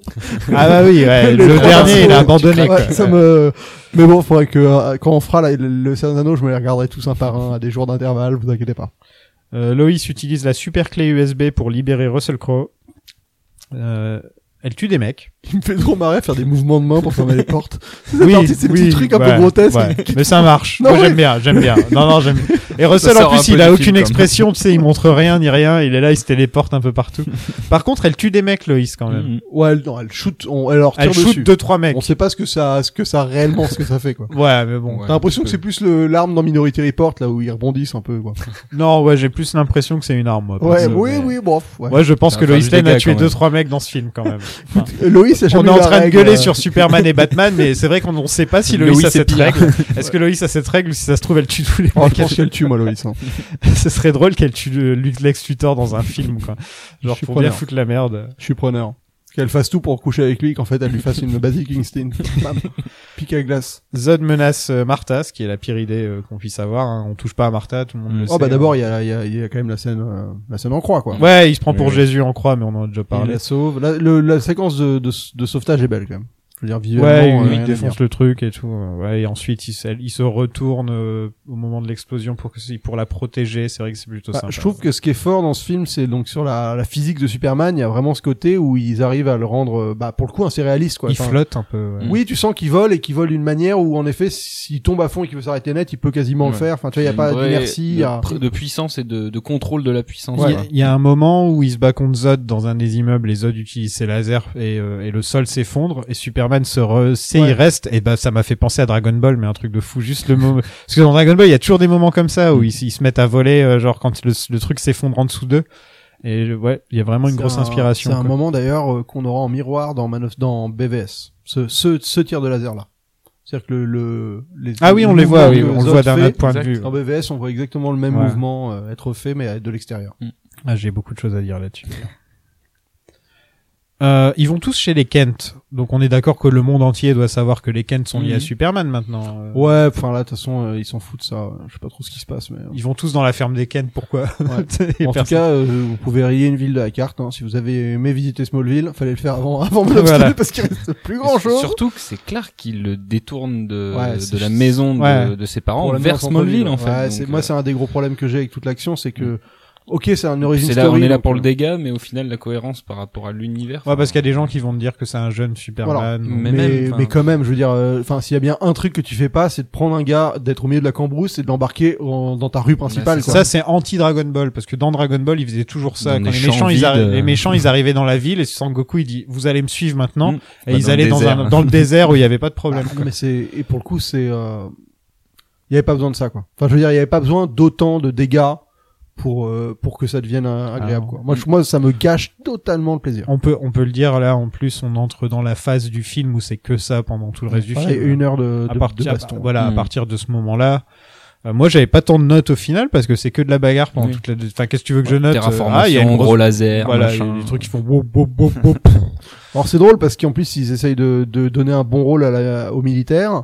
Speaker 1: Ah bah oui, ouais, [LAUGHS] le,
Speaker 2: [LAUGHS] Le
Speaker 1: dernier il a
Speaker 2: tu
Speaker 1: abandonné.
Speaker 3: claques,
Speaker 1: quoi.
Speaker 2: ouais, ça me. Mais bon, faudrait que euh, quand on fera là, le, le Seigneur des Anneaux, je me les regarderai tous un par un à des jours d'intervalle. Vous inquiétez pas.
Speaker 1: Euh, Loïs utilise la super clé USB pour libérer Russell Crowe. Euh, elle tue des
Speaker 2: [LAUGHS]
Speaker 1: mecs.
Speaker 2: Il me fait trop marrer faire des mouvements de main pour fermer les portes.
Speaker 1: Oui,
Speaker 2: parti de ces petits trucs un peu
Speaker 1: ouais,
Speaker 2: grotesques. [LAUGHS]
Speaker 1: ouais. Mais ça marche.
Speaker 2: Non,
Speaker 1: Moi
Speaker 2: ouais.
Speaker 1: j'aime bien, j'aime bien. Non non,
Speaker 2: [LAUGHS]
Speaker 1: j'aime. Et Russell
Speaker 3: Ça
Speaker 1: en
Speaker 3: sort un
Speaker 1: plus,
Speaker 3: peu
Speaker 1: il
Speaker 3: du
Speaker 1: a
Speaker 3: film,
Speaker 1: aucune
Speaker 3: quand
Speaker 1: expression, tu sais, il montre rien ni rien, il est là, il se téléporte un peu partout. Par contre, elle tue des mecs Loïs quand même.
Speaker 3: [LAUGHS] Mm.
Speaker 2: Ouais, elle, non, elle shoot, on, elle leur tire
Speaker 1: Elle shoot
Speaker 2: dessus.
Speaker 1: deux trois mecs.
Speaker 2: On sait pas ce que ça, ce que ça réellement, ce que ça fait quoi.
Speaker 1: Ouais, mais bon.
Speaker 3: Ouais,
Speaker 2: T'as l'impression
Speaker 3: un
Speaker 2: que
Speaker 3: peu.
Speaker 2: c'est plus le l'arme dans Minority Report là où ils rebondissent un peu quoi.
Speaker 1: Non, ouais, j'ai plus l'impression que c'est une arme moi.
Speaker 2: Ouais,
Speaker 1: perso,
Speaker 2: oui,
Speaker 1: mais-
Speaker 2: oui, bon. pff, Ouais.
Speaker 1: Ouais, je pense
Speaker 3: Ça
Speaker 1: que
Speaker 3: va faire
Speaker 1: Lois
Speaker 3: du
Speaker 1: Lane a
Speaker 3: dégât,
Speaker 1: tué
Speaker 3: quand
Speaker 1: deux
Speaker 3: même.
Speaker 1: trois mecs dans ce film quand
Speaker 3: [LAUGHS]
Speaker 1: même. Enfin,
Speaker 2: Euh, Loïs, a
Speaker 1: on
Speaker 2: jamais
Speaker 1: est
Speaker 2: eu
Speaker 1: en
Speaker 2: la
Speaker 1: train de
Speaker 2: règle,
Speaker 1: gueuler
Speaker 2: euh,
Speaker 1: sur Superman et Batman, mais c'est vrai qu'on ne sait pas si Loïs
Speaker 3: Loïs
Speaker 1: a
Speaker 3: est
Speaker 1: cette
Speaker 3: pire.
Speaker 2: [LAUGHS]
Speaker 1: règle. Est-ce que Loïs a cette règle ou si ça se trouve elle tue tous les
Speaker 2: Oh,
Speaker 1: mecs [LAUGHS]
Speaker 2: je pense qu'elle tue moi Loïs. hein.
Speaker 1: Ce serait drôle qu'elle tue le- Luke- Lex Luthor dans un film quoi. Genre
Speaker 2: Je suis
Speaker 1: pour bien
Speaker 2: preneur.
Speaker 1: foutre la merde.
Speaker 2: Je suis preneur. Qu'elle fasse tout pour coucher avec lui, qu'en fait elle lui fasse une basic
Speaker 1: [LAUGHS]
Speaker 2: instinct. Bam. Pique à glace.
Speaker 1: Zod menace euh, Martha, ce qui est la pire idée euh, qu'on puisse avoir. hein. On touche pas à Martha, tout le monde le sait.
Speaker 2: Oh bah
Speaker 1: hein.
Speaker 2: d'abord il y a, il y, a, il y a quand même la scène, euh, la scène en croix quoi.
Speaker 1: Ouais, il se prend
Speaker 3: Oui,
Speaker 1: pour
Speaker 3: oui.
Speaker 1: Jésus en croix, mais on en a déjà
Speaker 2: Il
Speaker 1: parlé.
Speaker 2: la sauve. La, le- la séquence de, de, de sauvetage est belle quand même. Je veux dire visuellement.
Speaker 1: Ouais,
Speaker 2: euh,
Speaker 1: il-
Speaker 2: rien
Speaker 1: il
Speaker 2: à
Speaker 1: défonce
Speaker 2: dire.
Speaker 1: le truc et tout. euh, Ouais, et ensuite il se, il se retourne euh, au moment de l'explosion pour que pour la protéger. C'est vrai que c'est plutôt
Speaker 2: Bah,
Speaker 1: sympa.
Speaker 2: je trouve que ce qui est fort dans ce film, c'est donc sur la, la physique de Superman, il y a vraiment ce côté où ils arrivent à le rendre, euh, bah pour le coup, assez réaliste quoi.
Speaker 1: il
Speaker 2: Enfin,
Speaker 1: flotte un peu. ouais.
Speaker 2: Oui, tu sens qu'il vole et qu'il vole d'une manière où, en effet, s'il tombe à fond et qu'il veut s'arrêter net, il peut quasiment le
Speaker 3: Ouais.
Speaker 2: faire. Enfin, tu vois, il n'y a pas
Speaker 3: Une vraie-
Speaker 2: d'inertie.
Speaker 3: de,
Speaker 2: à-
Speaker 3: pr- de puissance et de, de contrôle de la puissance.
Speaker 1: Il y
Speaker 3: quoi.
Speaker 1: a- il y, a un moment où il se bat contre Zod dans un des immeubles, et Zod utilise ses lasers et, euh, et le sol s'effondre et Superman se re sait,
Speaker 2: Ouais.
Speaker 1: il reste et bah ça m'a fait penser à Dragon Ball mais un truc de fou juste le moment [LAUGHS] parce que dans Dragon Ball il y a toujours des moments comme ça où ils, s- ils se mettent à voler euh, genre quand le, le truc s'effondre en dessous d'eux et euh, ouais il y a vraiment une
Speaker 2: C'est
Speaker 1: grosse
Speaker 2: un-
Speaker 1: inspiration.
Speaker 2: C'est un
Speaker 1: quoi.
Speaker 2: moment d'ailleurs euh, qu'on aura en miroir dans Man of- dans BVS. Ce, ce, ce tir de laser là. C'est-à-dire que le, le les-
Speaker 1: Ah oui on
Speaker 2: le
Speaker 1: les voit,
Speaker 2: mouvement
Speaker 1: oui,
Speaker 2: que
Speaker 1: on le
Speaker 2: Zod
Speaker 1: voit d'un
Speaker 2: fait,
Speaker 1: autre point de
Speaker 3: exact.
Speaker 1: vue.
Speaker 2: Dans BVS, on voit exactement le même
Speaker 1: Ouais.
Speaker 2: mouvement euh, être fait, mais euh, de l'extérieur.
Speaker 1: Ah, j'ai beaucoup de choses à dire là-dessus. Euh, ils vont tous chez les Kent, donc on est d'accord que le monde entier doit savoir que les Kent sont liés à
Speaker 3: Mhm.
Speaker 1: Superman maintenant. euh.
Speaker 2: Ouais, enfin là, de toute façon, euh, ils s'en foutent de ça. Je sais pas trop ce qui se passe, mais. euh,
Speaker 1: Ils vont tous dans la ferme des Kent, pourquoi [LAUGHS]
Speaker 2: En tout cas, euh, vous pouvez rayer une ville de la carte. hein. Si vous avez aimé visiter Smallville, fallait le faire avant, [LAUGHS] avant Man of
Speaker 1: Voilà.
Speaker 2: Steel, parce qu'il reste plus grand chose.
Speaker 3: Surtout que c'est Clark qui le détourne de,
Speaker 2: Ouais,
Speaker 3: de
Speaker 2: c'est
Speaker 3: la
Speaker 2: juste-
Speaker 3: maison de,
Speaker 1: ouais.
Speaker 3: de ses parents
Speaker 2: Pour l'amener en
Speaker 3: vers
Speaker 2: centre-ville.
Speaker 3: Smallville en fait.
Speaker 2: Ouais,
Speaker 3: Donc,
Speaker 2: c'est- moi,
Speaker 3: euh,
Speaker 2: c'est un des gros problèmes que j'ai avec toute l'action, c'est
Speaker 1: Mm.
Speaker 2: que, ok, c'est un origin
Speaker 3: c'est
Speaker 2: story.
Speaker 3: là, on est là
Speaker 2: donc,
Speaker 3: pour le
Speaker 2: euh,
Speaker 3: dégât, mais au final la cohérence par rapport à l'univers.
Speaker 1: Ouais, parce qu'il y a des gens qui vont te dire que c'est un jeune Superman.
Speaker 3: Voilà.
Speaker 1: ou-
Speaker 3: Mais
Speaker 2: Mais, mais,
Speaker 3: même, enfin-
Speaker 2: quand même, je veux dire, euh, enfin, s'il y a bien un truc que tu fais pas, c'est de prendre un gars, d'être au milieu de la cambrousse et de l'embarquer en- dans ta rue principale.
Speaker 3: Ouais, c'est
Speaker 2: quoi.
Speaker 1: Ça c'est anti Dragon Ball parce que dans Dragon Ball ils faisaient toujours ça
Speaker 3: Dans
Speaker 1: quand
Speaker 3: les
Speaker 1: les méchants
Speaker 3: champs
Speaker 1: ils
Speaker 3: vides,
Speaker 1: arrivaient
Speaker 3: euh.
Speaker 1: les méchants ils arrivaient dans la ville et Sangoku il dit vous allez me suivre maintenant
Speaker 3: Mm.
Speaker 1: et ils
Speaker 3: Bah, dans le
Speaker 1: allaient dans
Speaker 3: désert.
Speaker 1: un dans le désert où il y avait pas de problème.
Speaker 2: Ah, non, mais c'est et pour le coup, c'est euh, il n'y avait pas besoin de ça quoi. Enfin je veux dire il n'y avait pas besoin d'autant de dégâts pour euh, pour que ça devienne euh, agréable
Speaker 1: Ah.
Speaker 2: quoi. Moi je- moi ça me gâche totalement le plaisir.
Speaker 1: On peut, on peut le dire là. En plus, on entre dans la phase du film où c'est que ça pendant tout le reste du
Speaker 2: Ouais,
Speaker 1: film.
Speaker 2: et une heure de,
Speaker 1: à
Speaker 2: de,
Speaker 1: partir,
Speaker 2: de baston.
Speaker 1: voilà, à
Speaker 3: Mm.
Speaker 1: partir de ce moment-là. euh, moi, j'avais pas tant de notes au final parce que c'est que de la bagarre pendant
Speaker 3: Oui.
Speaker 1: toute la. Enfin, qu'est-ce que tu veux que je note Euh,
Speaker 3: Terraformation,
Speaker 1: Ah, il y a une grosse-
Speaker 3: gros laser,
Speaker 1: Voilà, il y a
Speaker 3: machin.
Speaker 1: des trucs qui font bop bop bop bop. [LAUGHS]
Speaker 2: Alors c'est drôle parce qu'en plus ils essayent de, de donner un bon rôle à la, aux militaires,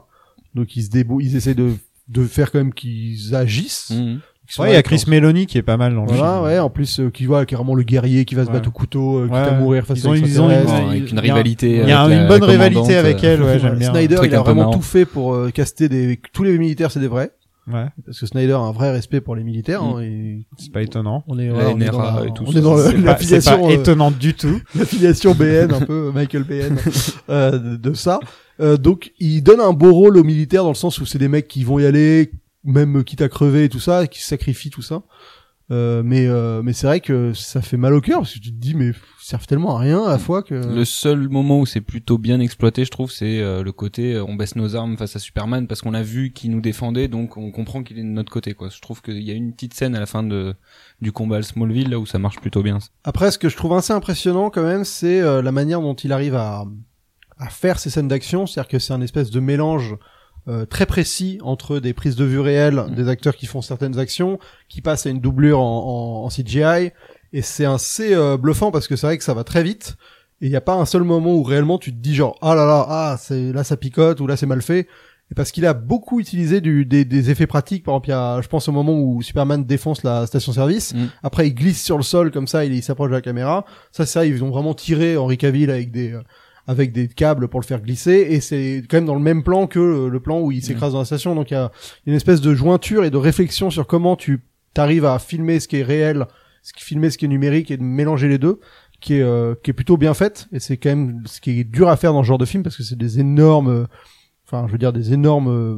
Speaker 2: donc ils se débou ils essayent de de faire quand même qu'ils agissent.
Speaker 3: Mhm.
Speaker 2: Ils sont
Speaker 1: ouais, il y a
Speaker 2: là,
Speaker 1: Chris Meloni qui est pas mal dans le
Speaker 2: Voilà,
Speaker 1: film.
Speaker 2: ouais, en plus euh, qui voit carrément le guerrier qui va se
Speaker 1: Ouais.
Speaker 2: battre au couteau, euh, quitte
Speaker 1: Ouais.
Speaker 2: à mourir face
Speaker 1: Ils
Speaker 2: à
Speaker 1: ont- ils ont une-
Speaker 2: l'extraterrestre.
Speaker 3: Ouais,
Speaker 1: il-
Speaker 3: avec une
Speaker 1: il y a-
Speaker 3: rivalité.
Speaker 1: Il y a
Speaker 3: avec la-
Speaker 1: une bonne
Speaker 3: la commandante,
Speaker 1: rivalité avec
Speaker 3: euh,
Speaker 1: elle. Ouais, j'aime bien.
Speaker 2: Snyder,
Speaker 3: Truc
Speaker 2: il a
Speaker 3: un peu
Speaker 2: vraiment
Speaker 3: marrant.
Speaker 2: tout fait pour euh, caster des, tous les militaires, c'est des vrais.
Speaker 1: Ouais,
Speaker 2: Parce que Snyder a un vrai respect pour les
Speaker 1: Mm.
Speaker 2: militaires. hein, et
Speaker 1: c'est pas étonnant.
Speaker 2: on est,
Speaker 3: La
Speaker 2: voilà, on est dans,
Speaker 3: NRA
Speaker 2: la-
Speaker 3: et tout
Speaker 2: on
Speaker 3: ça,
Speaker 2: est dans
Speaker 1: C'est
Speaker 2: le-
Speaker 1: pas, c'est pas
Speaker 2: l'affiliation euh,
Speaker 1: étonnant du tout.
Speaker 2: [LAUGHS] l'affiliation BN, un peu euh, Michael BN euh, de- de ça. Euh, donc, il donne un beau rôle aux militaires dans le sens où c'est des mecs qui vont y aller, même euh, quitte à crever et tout ça, qui se sacrifient tout ça. Euh, mais euh, mais c'est vrai que ça fait mal au cœur parce que tu te dis mais ils servent tellement à rien à la fois que
Speaker 3: Le seul moment où c'est plutôt bien exploité, je trouve, c'est euh, le côté euh, on baisse nos armes face à Superman parce qu'on a vu qu'il nous défendait, donc on comprend qu'il est de notre côté. Quoi. Je trouve qu'il y a une petite scène à la fin de du combat à Smallville là où ça marche plutôt bien.
Speaker 2: Après, ce que je trouve assez impressionnant quand même, c'est euh, la manière dont il arrive à, à faire ces scènes d'action. C'est-à-dire que c'est un espèce de mélange euh, très précis entre des prises de vue réelles des acteurs qui font certaines actions, qui passent à une doublure en, en- en CGI. Et c'est assez euh, bluffant parce que c'est vrai que ça va très vite. Et il n'y a pas un seul moment où réellement tu te dis genre ah là là ah c'est là ça picote ou là c'est mal fait. Et parce qu'il a beaucoup utilisé du, des, des effets pratiques. Par exemple, il y a, je pense au moment où Superman défonce la station-service.
Speaker 3: Mm.
Speaker 2: Après, il glisse sur le sol comme ça, il, il s'approche de la caméra. Ça, c'est ça, ils ont vraiment tiré Henri Cavill avec des euh, avec des câbles pour le faire glisser. Et c'est quand même dans le même plan que euh, le plan où il s'écrase dans la station. Donc il y a une espèce de jointure et de réflexion sur comment tu t'arrives à filmer ce qui est réel, ce qui filmer ce qui est numérique et de mélanger les deux qui est euh, qui est plutôt bien faite et c'est quand même ce qui est dur à faire dans ce genre de film parce que c'est des énormes euh, enfin je veux dire des énormes euh,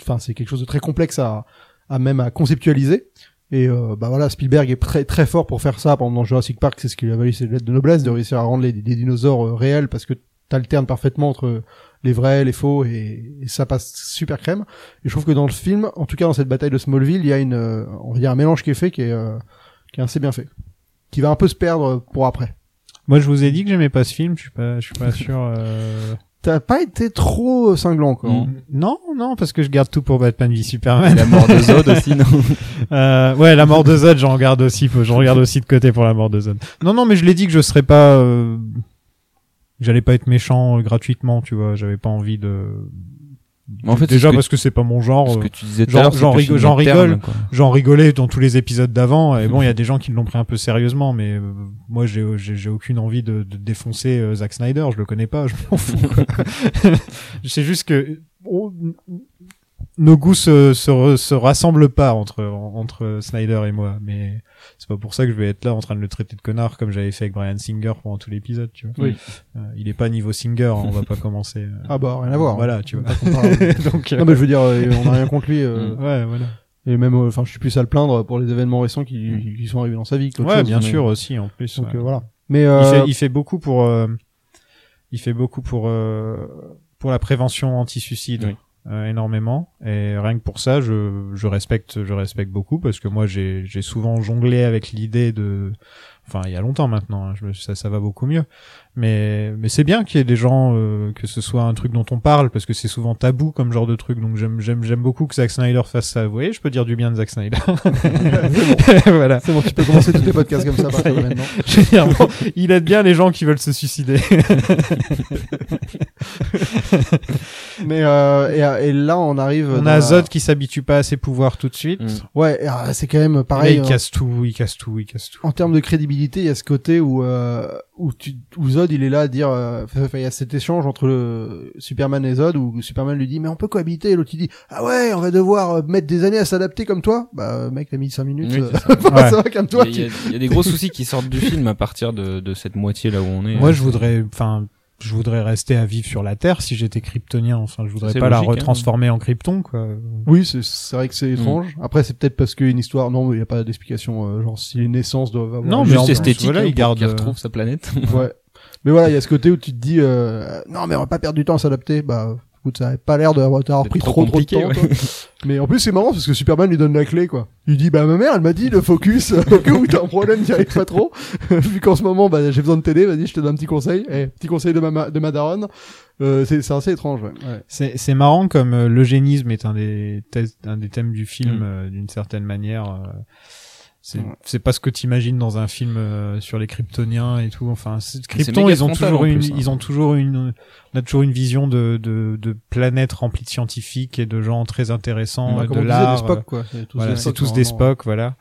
Speaker 2: enfin c'est quelque chose de très complexe à à même à conceptualiser et euh, bah voilà Spielberg est très très fort pour faire ça par exemple dans Jurassic Park c'est ce qui lui a valu ses lettres de noblesse de réussir à rendre les, les dinosaures euh, réels parce que t'alternes parfaitement entre les vrais les faux et, et ça passe super crème et je trouve que dans le film en tout cas dans cette bataille de Smallville il y a une euh, on va dire un mélange qui est fait qui est euh, qui est assez bien fait qui va un peu se perdre pour après
Speaker 1: Moi, je vous ai dit que j'aimais pas ce film. Je suis pas, je suis pas sûr. euh,
Speaker 2: T'as pas été trop euh, cinglant, quoi. hein.
Speaker 1: Mm.
Speaker 3: Non.
Speaker 1: Non, non, parce que je garde tout pour Batman v Superman.
Speaker 3: [LAUGHS] La mort de Zod aussi, non
Speaker 1: [LAUGHS] Euh, ouais, la mort de Zod, j'en regarde aussi, peu- j'en regarde aussi de côté pour la mort de Zod. Non, non, mais je l'ai dit que je serais pas, euh, que j'allais pas être méchant euh, gratuitement, tu vois. J'avais pas envie de.
Speaker 3: Mais en fait,
Speaker 1: déjà
Speaker 3: c'est ce que-
Speaker 1: parce que c'est pas mon genre.
Speaker 3: Ce que
Speaker 1: euh,
Speaker 3: tu disais tout
Speaker 1: J'en-
Speaker 3: à l'heure, c'est
Speaker 1: j'en
Speaker 3: que
Speaker 1: rigole-
Speaker 3: c'est
Speaker 1: j'en
Speaker 3: une interne,
Speaker 1: rigole.
Speaker 3: quoi.
Speaker 1: J'en rigolais dans tous les épisodes d'avant,
Speaker 2: Mhm.
Speaker 1: et bon, il y a des gens qui l'ont pris un peu sérieusement, mais euh, moi, j'ai, j'ai, j'ai aucune envie de, de défoncer euh, Zack Snyder. Je le connais pas, je m'en fous. quoi.
Speaker 2: [LAUGHS]
Speaker 1: c'est juste que on- nos goûts se, se, re- se rassemblent pas entre entre Snyder et moi, mais c'est pas pour ça que je vais être là en train de le traiter de connard comme j'avais fait avec Brian Singer pendant tout l'épisode. Tu vois,
Speaker 3: Oui.
Speaker 1: Euh, il est pas niveau Singer, hein, on va pas commencer. euh,
Speaker 2: Ah bah, rien à voir.
Speaker 1: Voilà, tu vois.
Speaker 2: [LAUGHS]
Speaker 1: Donc, euh,
Speaker 2: non, mais je veux dire, euh, on a rien contre
Speaker 1: [LAUGHS]
Speaker 2: lui. euh,
Speaker 1: ouais, voilà.
Speaker 2: et même, euh, enfin, je suis plus à le plaindre pour les événements récents qui, qui sont arrivés dans sa vie. qu'autre
Speaker 1: Mm. Ouais,
Speaker 2: chose,
Speaker 1: bien
Speaker 2: mais-
Speaker 1: sûr aussi en plus.
Speaker 2: Donc,
Speaker 1: ouais.
Speaker 2: euh, voilà. Mais
Speaker 1: Il
Speaker 2: euh,
Speaker 1: fait, il fait beaucoup pour, euh, il fait beaucoup pour euh, pour la prévention anti-suicide,
Speaker 3: Oui.
Speaker 1: euh, énormément. Et rien que pour ça, je, je respecte, je respecte beaucoup parce que moi j'ai j'ai souvent jonglé avec l'idée de, enfin il y a longtemps maintenant, hein, je me- ça ça va beaucoup mieux. Mais mais c'est bien qu'il y ait des gens euh, que ce soit un truc dont on parle parce que c'est souvent tabou comme genre de truc. Donc j'aime j'aime j'aime beaucoup que Zack Snyder fasse ça. Vous voyez, je peux dire du bien de Zack Snyder. [LAUGHS] voilà.
Speaker 2: c'est bon, tu peux commencer tous tes podcasts comme ça, par contre,
Speaker 3: [LAUGHS]
Speaker 2: maintenant.
Speaker 1: Je veux dire, bon, il aide bien les gens qui veulent se suicider.
Speaker 2: Mais euh, et, et là, on arrive.
Speaker 1: On
Speaker 2: dans
Speaker 1: a
Speaker 2: la-
Speaker 1: Zod qui s'habitue pas à ses pouvoirs tout de suite.
Speaker 3: Mm.
Speaker 2: Ouais, et, ah, c'est quand même
Speaker 1: Pareil,
Speaker 2: pareil.
Speaker 1: il
Speaker 2: hein.
Speaker 1: casse tout, il casse tout, il casse tout.
Speaker 2: en termes de crédibilité, il y a ce côté où euh, où, tu, où Zod il est là à dire, euh, enfin, il y a cet échange entre le Superman et Zod où Superman lui dit mais on peut cohabiter et l'autre il dit ah ouais on va devoir euh, mettre des années à s'adapter comme toi bah euh, mec t'as mis 5 minutes
Speaker 3: Oui,
Speaker 2: euh,
Speaker 3: c'est
Speaker 2: [LAUGHS] enfin,
Speaker 1: Ouais.
Speaker 2: ça va comme toi
Speaker 3: Il
Speaker 2: tu-
Speaker 3: y, a- il y a des
Speaker 1: [LAUGHS]
Speaker 3: gros soucis qui sortent du film à partir de, de cette moitié là où on est.
Speaker 1: Moi, je voudrais, enfin, je voudrais rester à vivre sur la Terre si j'étais kryptonien. Enfin, je voudrais
Speaker 3: c'est
Speaker 1: pas la
Speaker 3: logique, hein.
Speaker 1: retransformer en krypton, quoi.
Speaker 2: oui c'est- c'est vrai que
Speaker 3: Mm.
Speaker 2: c'est étrange après c'est peut-être parce qu'il y a une histoire non mais il y a pas d'explication euh, genre si les naissances doivent avoir
Speaker 1: Non, mais
Speaker 2: une
Speaker 3: juste
Speaker 1: en plus,
Speaker 3: esthétique,
Speaker 1: voilà,
Speaker 3: hein,
Speaker 1: il
Speaker 3: pour
Speaker 1: garde,
Speaker 3: qu'il
Speaker 1: euh,
Speaker 3: retrouve sa planète.
Speaker 2: Ouais. Mais voilà, il y a ce côté où tu te dis euh, non mais on va pas perdre du temps à s'adapter. Bah Écoute, ça avait pas l'air d'avoir d'avoir
Speaker 3: C'est
Speaker 2: pris
Speaker 3: trop
Speaker 2: trop trop de
Speaker 3: compliqué,
Speaker 2: temps. quoi.
Speaker 1: [LAUGHS]
Speaker 2: Mais en plus, c'est marrant parce que Superman lui donne la clé, quoi. Il dit, bah ma mère, elle m'a dit le focus, euh, au cas où t'as un problème, t'y arrives pas trop. [LAUGHS] Vu qu'en ce moment, bah j'ai besoin de t'aider, vas-y, je te donne un petit conseil. Eh, petit conseil de ma, ma- de ma daronne. Euh, c'est c'est assez étrange, ouais. ouais.
Speaker 1: C'est c'est marrant comme euh, l'eugénisme est un des, thèses- un des thèmes du film
Speaker 3: Mm.
Speaker 1: euh, d'une certaine manière. euh, c'est
Speaker 2: Ouais.
Speaker 1: c'est pas ce que t'imagines dans un film euh, sur les Kryptoniens et tout. Enfin, c'est- Krypton,
Speaker 3: méga
Speaker 1: ils ont
Speaker 3: frontal,
Speaker 1: toujours
Speaker 3: en
Speaker 1: une,
Speaker 3: plus, hein.
Speaker 1: ils ont toujours une, on a toujours une vision de de, de planète remplie de scientifiques et de gens très intéressants,
Speaker 2: Bah,
Speaker 1: euh,
Speaker 2: comme on
Speaker 1: de
Speaker 2: disait,
Speaker 1: l'art.
Speaker 2: des
Speaker 1: euh,
Speaker 2: Spock, quoi. C'est tous
Speaker 1: voilà,
Speaker 2: des hein,
Speaker 1: c'est
Speaker 2: Spock,
Speaker 1: tous des
Speaker 2: normalement.
Speaker 1: Spock, voilà.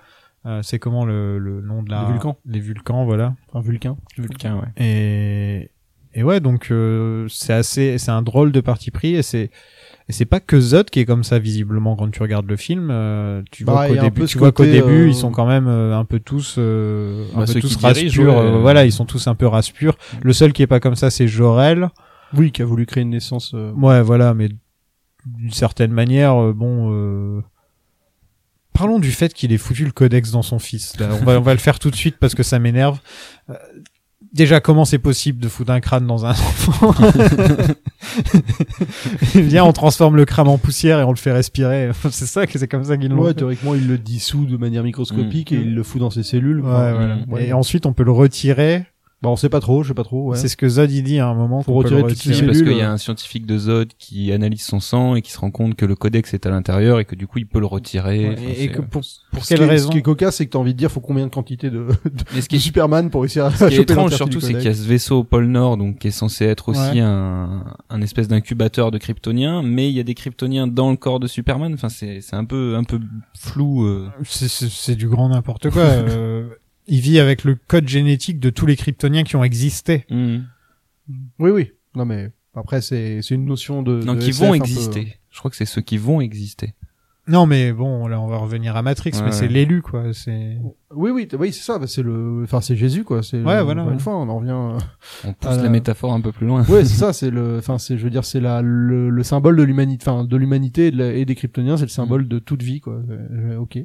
Speaker 1: Euh, c'est comment le, le nom de la
Speaker 2: Les Vulcains.
Speaker 1: Les Vulcans, voilà.
Speaker 2: Enfin, Vulcain.
Speaker 3: Vulcain, ouais.
Speaker 1: Et, et ouais, donc euh, c'est assez, c'est un drôle de parti pris et c'est et c'est pas que Zod qui est comme ça visiblement quand tu regardes le film. euh, tu
Speaker 2: Bah,
Speaker 1: vois
Speaker 2: il y
Speaker 1: qu'au
Speaker 2: a un
Speaker 1: début,
Speaker 2: peu ce
Speaker 1: tu vois qu'au
Speaker 2: côté,
Speaker 1: début
Speaker 2: euh,
Speaker 1: ils sont quand même euh, un peu tous euh, un
Speaker 3: Bah,
Speaker 1: peu
Speaker 3: ceux
Speaker 1: tous
Speaker 3: qui
Speaker 1: race
Speaker 3: dirigent,
Speaker 1: pure,
Speaker 3: ouais.
Speaker 1: euh, voilà, ils sont tous un peu race pure. Le seul qui est pas comme ça, c'est Jorel.
Speaker 2: Oui, qui a voulu créer une naissance. euh,
Speaker 1: Ouais, voilà, mais d'une certaine manière, euh, bon. euh, Parlons du fait qu'il ait foutu le codex dans son fils. là. On va, on va le faire tout de suite parce que ça m'énerve. Euh, Déjà, comment c'est possible de foutre un crâne dans un enfant [LAUGHS] Viens, on transforme le crâne en poussière et on le fait respirer. [LAUGHS] C'est ça, que c'est comme ça qu'ils l'ont.
Speaker 2: Ouais,
Speaker 1: fait.
Speaker 2: théoriquement, il le dissout de manière microscopique
Speaker 1: Mm.
Speaker 2: et il le fout dans ses cellules.
Speaker 1: Ouais,
Speaker 2: quoi. Mm.
Speaker 1: voilà.
Speaker 2: Ouais.
Speaker 1: Et ensuite, on peut le retirer.
Speaker 2: Bah, on sait pas trop, je sais pas trop. Ouais.
Speaker 1: C'est ce que Zod il dit à un moment.
Speaker 2: Faut
Speaker 1: qu'on peut le
Speaker 2: retirer toutes les
Speaker 1: retirer.
Speaker 3: Oui, parce
Speaker 2: cellule,
Speaker 3: qu'il y a
Speaker 2: euh.
Speaker 3: un scientifique de Zod qui analyse son sang et qui se rend compte que le codex est à l'intérieur et que du coup il peut le retirer.
Speaker 1: Ouais,
Speaker 3: Enfin,
Speaker 1: et- et
Speaker 3: c'est-
Speaker 1: que pour, pour
Speaker 2: Ce
Speaker 1: quelle
Speaker 2: qui est-
Speaker 1: raison
Speaker 2: Ce qui est cocasse, c'est que t'as envie de dire, faut combien de quantité de, de
Speaker 3: Mais ce qui est, [LAUGHS]
Speaker 2: Superman pour réussir à
Speaker 3: ce qui est
Speaker 2: choper
Speaker 3: étrange
Speaker 2: l'entièreté
Speaker 3: surtout,
Speaker 2: du
Speaker 3: c'est qu'il y
Speaker 2: codex.
Speaker 3: a ce vaisseau au pôle Nord, donc qui est censé être aussi
Speaker 1: Ouais.
Speaker 3: un, un espèce d'incubateur de Kryptoniens, mais il y a des Kryptoniens dans le corps de Superman. Enfin, c'est c'est un peu un peu flou. euh.
Speaker 1: C'est- C'est c'est du grand n'importe
Speaker 3: [LAUGHS]
Speaker 1: quoi. euh, il vit avec le code génétique de tous les kryptoniens qui ont existé.
Speaker 3: Mm.
Speaker 2: Oui, oui. Non, mais après, c'est, c'est une notion de.
Speaker 3: Non,
Speaker 2: de
Speaker 3: qui
Speaker 2: SF
Speaker 3: vont
Speaker 2: un peu.
Speaker 3: exister. euh. Je crois que c'est ceux qui vont exister.
Speaker 1: Non, mais bon, là, on va revenir à Matrix,
Speaker 3: Ouais,
Speaker 1: mais c'est
Speaker 3: ouais.
Speaker 1: l'élu, quoi. C'est.
Speaker 2: Oui, oui, t- oui, c'est ça. bah, C'est le, enfin, c'est Jésus, quoi. C'est
Speaker 1: Ouais, voilà,
Speaker 2: encore
Speaker 1: ouais.
Speaker 2: Une fois, on en revient.
Speaker 3: On pousse
Speaker 2: Ah, là.
Speaker 3: la métaphore un peu plus loin.
Speaker 2: ouais, c'est ça. C'est le, enfin, c'est, je veux dire, c'est la, le, le symbole de l'humanité, enfin, de l'humanité et, de la- et des Kryptoniens. C'est le
Speaker 3: Mm.
Speaker 2: symbole de toute vie, quoi. Euh, ok.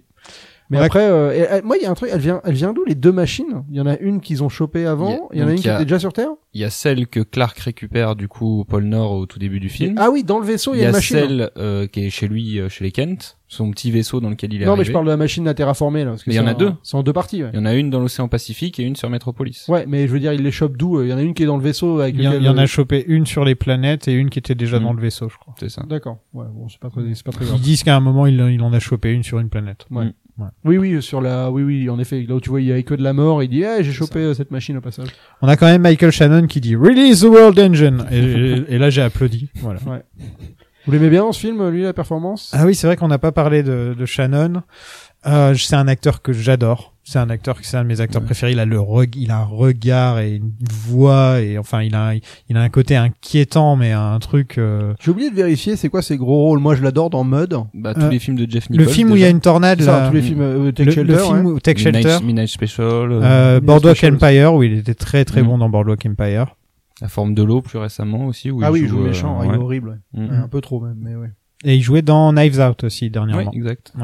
Speaker 2: Mais
Speaker 1: Ouais.
Speaker 2: après, euh, et- et- moi, il y a un truc. Elle vient, elle vient d'où les deux machines Il y en a une qu'ils ont chopée avant. Il y en a
Speaker 3: donc
Speaker 2: une
Speaker 3: il
Speaker 2: qui
Speaker 3: y a-
Speaker 2: était déjà sur Terre.
Speaker 3: Il y a celle que Clark récupère du coup au pôle Nord au tout début du film.
Speaker 2: Ah oui, dans le vaisseau, il y a une machine.
Speaker 3: celle euh, qui est chez lui, euh, chez les Kent, son petit vaisseau dans lequel il est
Speaker 2: Non, mais
Speaker 3: arrivé.
Speaker 2: je parle de la machine à terraformer là. Parce que
Speaker 3: Mais il y
Speaker 2: c'est
Speaker 3: en a deux.
Speaker 2: C'est en deux parties. Ouais.
Speaker 3: Il y en a une dans l'océan Pacifique et une sur Metropolis.
Speaker 2: Ouais, mais je veux dire, il les chope d'où euh, Il y en a une qui est dans le vaisseau avec
Speaker 1: Il y, en-
Speaker 2: lequel- euh,
Speaker 1: il y en a chopé une sur les planètes et une qui était déjà
Speaker 3: Mm.
Speaker 1: dans le vaisseau, je crois.
Speaker 3: C'est ça.
Speaker 2: D'accord. Ouais, bon, c'est pas très, c'est pas très grave.
Speaker 1: Ils disent qu'à un moment, il, en- il en a chopé une sur une planète.
Speaker 2: Ouais.
Speaker 3: Mm.
Speaker 2: Oui, oui, euh, sur la, oui, oui, en effet. Là où tu vois, il y a que de la mort. Il dit, eh, j'ai chopé euh, cette machine au passage.
Speaker 1: On a quand même Michael Shannon qui dit Release the World Engine Et, et- et là, j'ai applaudi. Voilà.
Speaker 2: Vous l'aimez bien dans ce film, lui, la performance
Speaker 1: Ah oui, c'est vrai qu'on n'a pas parlé de, de Shannon. Euh, c'est un acteur que j'adore. C'est un acteur, c'est un de mes acteurs préférés. Il a le reg- il a un regard et une voix et enfin il a, un- il a un côté inquiétant mais un truc. euh,
Speaker 2: J'ai oublié de vérifier. C'est quoi ses gros rôles Moi, je l'adore dans Mud.
Speaker 3: Bah, tous
Speaker 1: Euh,
Speaker 3: les films de Jeff
Speaker 1: Le
Speaker 3: Nichols.
Speaker 1: film où il y
Speaker 3: déjà.
Speaker 1: a une tornade,
Speaker 2: Ça,
Speaker 1: là,
Speaker 2: tous les
Speaker 3: Mm.
Speaker 2: films euh, Tech
Speaker 1: le,
Speaker 2: Shelter.
Speaker 1: le film
Speaker 2: ouais.
Speaker 1: où- Tech
Speaker 3: Midnight,
Speaker 1: Shelter,
Speaker 3: Midnight Special, euh,
Speaker 1: euh,
Speaker 2: Midnight
Speaker 1: Boardwalk
Speaker 2: Special aussi.
Speaker 1: Empire où il était très très
Speaker 3: Mm.
Speaker 1: bon dans Boardwalk Empire.
Speaker 3: La forme de l'eau plus récemment aussi. Où
Speaker 2: Ah
Speaker 3: il
Speaker 2: oui, il
Speaker 3: joue,
Speaker 2: joue
Speaker 3: euh,
Speaker 2: méchant. ah, Il est
Speaker 3: ouais.
Speaker 2: horrible. ouais.
Speaker 3: Mm.
Speaker 2: Ouais, Un peu trop même, mais ouais.
Speaker 1: Et il jouait dans Knives Out aussi
Speaker 3: Ouais,
Speaker 1: dernièrement.
Speaker 3: exact.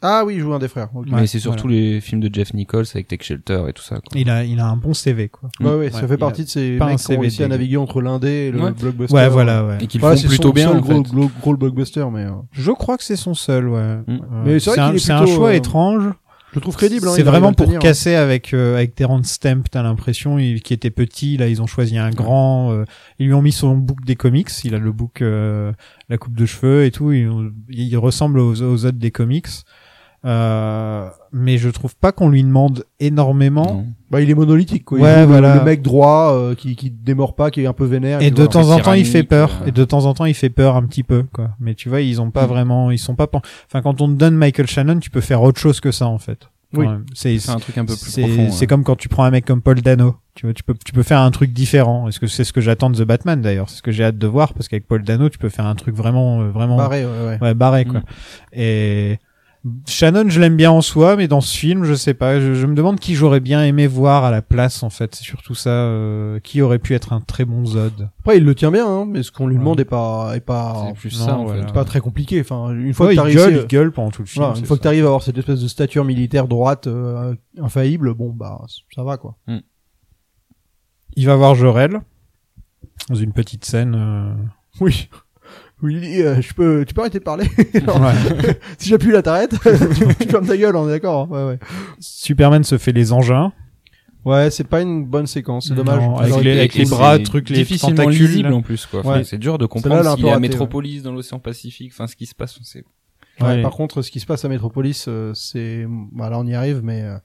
Speaker 2: Ah oui, il joue un des frères. ok.
Speaker 1: Ouais,
Speaker 3: mais c'est surtout les films de Jeff Nichols avec Tech Shelter et tout ça. Quoi.
Speaker 1: Il a il a un bon CV quoi.
Speaker 2: Ouais, ouais, ça
Speaker 1: Ouais,
Speaker 2: fait
Speaker 1: il
Speaker 2: partie de ces
Speaker 1: pas un
Speaker 2: mecs qui ont
Speaker 1: CV
Speaker 2: réussi à
Speaker 1: dégueu.
Speaker 2: naviguer entre l'indé et le
Speaker 3: Ouais.
Speaker 2: blockbuster.
Speaker 1: Ouais voilà ouais.
Speaker 3: Et qu'ils
Speaker 2: Ouais,
Speaker 3: font
Speaker 2: c'est
Speaker 3: plutôt
Speaker 2: son
Speaker 3: bien.
Speaker 2: seul
Speaker 3: en
Speaker 2: gros,
Speaker 3: fait.
Speaker 2: gros, gros blockbuster, mais euh,
Speaker 1: Je crois que c'est son seul ouais.
Speaker 3: Mm.
Speaker 1: Euh,
Speaker 2: Mais c'est vrai
Speaker 1: un,
Speaker 2: qu'il est
Speaker 1: c'est un
Speaker 2: plutôt,
Speaker 1: choix
Speaker 2: euh,
Speaker 1: étrange.
Speaker 2: je le trouve crédible. hein,
Speaker 1: C'est
Speaker 2: il arrive à
Speaker 1: vraiment
Speaker 2: le
Speaker 1: pour
Speaker 2: tenir, hein.
Speaker 1: casser avec euh, avec Terrence Stamp, t'as l'impression, il- qui était petit, là ils ont choisi un grand, euh, ils lui ont mis son book des comics, il a le book, euh, la coupe de cheveux et tout, il, il ressemble aux, aux autres des comics, Euh, mais je trouve pas qu'on lui demande énormément.
Speaker 3: Non.
Speaker 2: Bah, il est monolithique, quoi. Il
Speaker 1: Ouais,
Speaker 2: joue le-
Speaker 1: voilà.
Speaker 2: Le mec droit, euh, qui, qui démord pas, qui est un peu vénère.
Speaker 1: Et
Speaker 2: qui-
Speaker 1: de
Speaker 2: voilà.
Speaker 1: temps en temps, il fait
Speaker 3: tyrannique,
Speaker 1: peur.
Speaker 3: euh.
Speaker 1: Et de temps en temps, il fait peur un petit peu, quoi. Mais tu vois, ils ont pas
Speaker 3: Mm.
Speaker 1: vraiment, ils sont pas. pen- Enfin, quand on te donne Michael Shannon, tu peux faire autre chose que ça, en fait.
Speaker 2: Oui.
Speaker 1: Quand même. C'est
Speaker 3: C'est un truc un peu plus
Speaker 1: C'est
Speaker 3: profond. hein.
Speaker 1: c'est
Speaker 3: ouais.
Speaker 1: comme quand tu prends un mec comme Paul Dano. Tu vois, tu peux, tu peux faire un truc différent. Est-ce que c'est ce que j'attends de The Batman d'ailleurs C'est ce que j'ai hâte de voir parce qu'avec Paul Dano, tu peux faire un truc vraiment, euh, vraiment
Speaker 2: Barré, ouais, ouais.
Speaker 1: ouais, barré quoi.
Speaker 3: Mm.
Speaker 1: Et Shannon, je l'aime bien en soi, mais dans ce film, je sais pas. Je, je me demande qui j'aurais bien aimé voir à la place en fait. C'est surtout ça. euh, qui aurait pu être un très bon Zod
Speaker 2: Après, il le tient bien, hein, mais ce qu'on lui
Speaker 1: Ouais.
Speaker 2: demande est pas, est pas,
Speaker 3: C'est plus
Speaker 1: Non,
Speaker 3: ça en
Speaker 1: voilà.
Speaker 3: fait.
Speaker 2: pas très compliqué. Enfin, une fois
Speaker 1: Ouais,
Speaker 2: que
Speaker 1: Oh, il
Speaker 2: t'arrives,
Speaker 1: gueule,
Speaker 2: c'est-
Speaker 1: il gueule pendant tout le film.
Speaker 2: voilà, une
Speaker 1: c'est
Speaker 2: fois que
Speaker 1: ça.
Speaker 2: t'arrives à avoir cette espèce de stature militaire droite, euh, infaillible, bon, bah, c- ça
Speaker 1: [LAUGHS]
Speaker 2: va, quoi.
Speaker 1: il va voir Jorel dans une petite scène. euh,
Speaker 2: Oui. où il dit, euh, je peux, tu peux arrêter
Speaker 1: [LAUGHS]
Speaker 2: de parler. Genre,
Speaker 1: Ouais.
Speaker 2: si j'appuie là,
Speaker 1: [LAUGHS]
Speaker 2: t'arrêtes. tu, tu fermes ta gueule, on est d'accord. hein. Ouais, ouais.
Speaker 1: Superman se fait les engins.
Speaker 2: Ouais, c'est pas une bonne séquence, c'est
Speaker 1: Non,
Speaker 2: dommage.
Speaker 1: avec
Speaker 2: Alors,
Speaker 1: les-
Speaker 3: Et-
Speaker 1: avec
Speaker 3: et
Speaker 1: les bras,
Speaker 3: c'est
Speaker 1: trucs, les
Speaker 3: difficilement
Speaker 1: tentacules,
Speaker 3: lisible
Speaker 1: là.
Speaker 3: en plus quoi.
Speaker 2: Ouais.
Speaker 3: Enfin, C'est dur de
Speaker 2: Celle-là,
Speaker 3: comprendre
Speaker 2: elle a un
Speaker 3: s'il
Speaker 2: peu
Speaker 3: est à
Speaker 2: raté,
Speaker 3: Métropolis dans l'océan Pacifique, enfin ce qui se passe, on sait.
Speaker 2: Ouais,
Speaker 1: Ouais.
Speaker 2: Par contre, ce qui se passe à Metropolis, euh, c'est, bah, là, on y arrive, mais euh,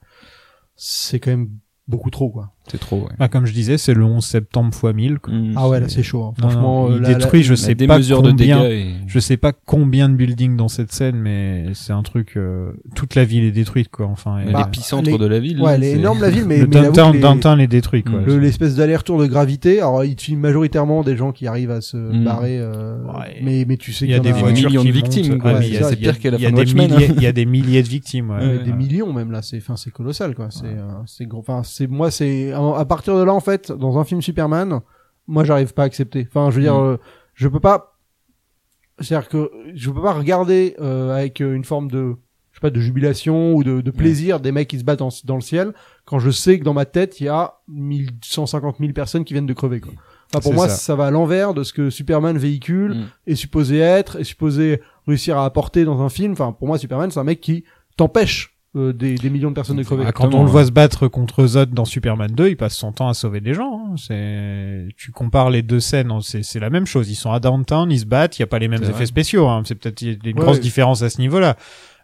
Speaker 2: c'est quand même beaucoup trop, quoi.
Speaker 3: C'est trop. Ouais.
Speaker 1: Bah, comme je disais, c'est le 11 septembre fois 1000.
Speaker 3: Mm.
Speaker 1: Quoi.
Speaker 2: Ah ouais, là, c'est chaud. hein.
Speaker 1: Non,
Speaker 2: Franchement,
Speaker 1: non,
Speaker 2: euh,
Speaker 1: il
Speaker 2: là, là-
Speaker 1: détruit, je
Speaker 3: Je
Speaker 1: sais
Speaker 3: sais des
Speaker 1: pas
Speaker 3: mesures
Speaker 1: combien.
Speaker 3: de dégâts. Et...
Speaker 1: Je sais pas combien de buildings dans cette scène, mais c'est un truc. euh, toute la ville est détruite, quoi. Enfin, et-
Speaker 3: Mais
Speaker 2: Bah,
Speaker 3: L'épicentre
Speaker 2: les-
Speaker 3: de la ville.
Speaker 2: Ouais,
Speaker 3: là,
Speaker 2: elle est
Speaker 3: c'est- [LAUGHS]
Speaker 2: énorme la ville, mais,
Speaker 1: le
Speaker 2: mais j'avoue que
Speaker 1: downtown,
Speaker 2: les-
Speaker 1: downtown est détruit, quoi.
Speaker 3: Mm.
Speaker 2: le- l'espèce d'aller-retour de gravité. Alors, il te filme majoritairement des gens qui arrivent à se
Speaker 3: Mm.
Speaker 2: barrer, euh,
Speaker 1: Ouais.
Speaker 2: mais mais tu sais
Speaker 1: Il y a
Speaker 2: qu'il
Speaker 1: des
Speaker 2: en euh,
Speaker 1: voitures
Speaker 3: millions
Speaker 1: qui
Speaker 3: de victimes,
Speaker 1: montent.
Speaker 3: quoi.
Speaker 1: Ah, mais
Speaker 2: C'est
Speaker 1: il y a-
Speaker 2: ça,
Speaker 3: c'est
Speaker 1: il y a-
Speaker 3: pire qu'à la
Speaker 1: il y a
Speaker 3: fin
Speaker 1: des
Speaker 3: de Watchmen, hein.
Speaker 1: milliers- Il y a des milliers de victimes. ouais. Ah.
Speaker 2: Ouais,
Speaker 3: Ouais,
Speaker 2: des
Speaker 1: Ouais.
Speaker 2: millions même là c'est enfin c'est colossal quoi c'est euh, c'est gros enfin c'est moi c'est à à partir de là en fait dans un film Superman moi j'arrive pas à accepter enfin je veux dire
Speaker 3: Mm.
Speaker 2: euh, je peux pas c'est à dire que je peux pas regarder euh, avec euh, une forme de je sais pas de jubilation ou de, de plaisir des mecs qui se battent en- dans le ciel quand je sais que dans ma tête il y a 1150 000 personnes qui viennent de crever quoi Enfin, pour
Speaker 1: C'est
Speaker 2: moi
Speaker 1: ça.
Speaker 2: ça. va à l'envers de ce que Superman véhicule
Speaker 3: Mm.
Speaker 2: est supposé être est supposé réussir à apporter dans un film enfin pour moi Superman c'est un mec qui t'empêche euh, des, des millions de personnes de crever.
Speaker 1: Ah, quand
Speaker 3: Exactement,
Speaker 1: on le
Speaker 3: ouais.
Speaker 1: voit se battre contre Zod dans Superman 2, il passe son temps à sauver des gens. hein. C'est, tu compares les deux scènes, hein, c'est c'est la même chose. Ils sont à downtown, ils se battent, il y a pas les mêmes
Speaker 3: C'est
Speaker 1: effets
Speaker 3: vrai.
Speaker 1: spéciaux. hein. C'est peut-être il y a une
Speaker 2: Ouais,
Speaker 1: grosse
Speaker 2: ouais.
Speaker 1: différence à ce niveau-là.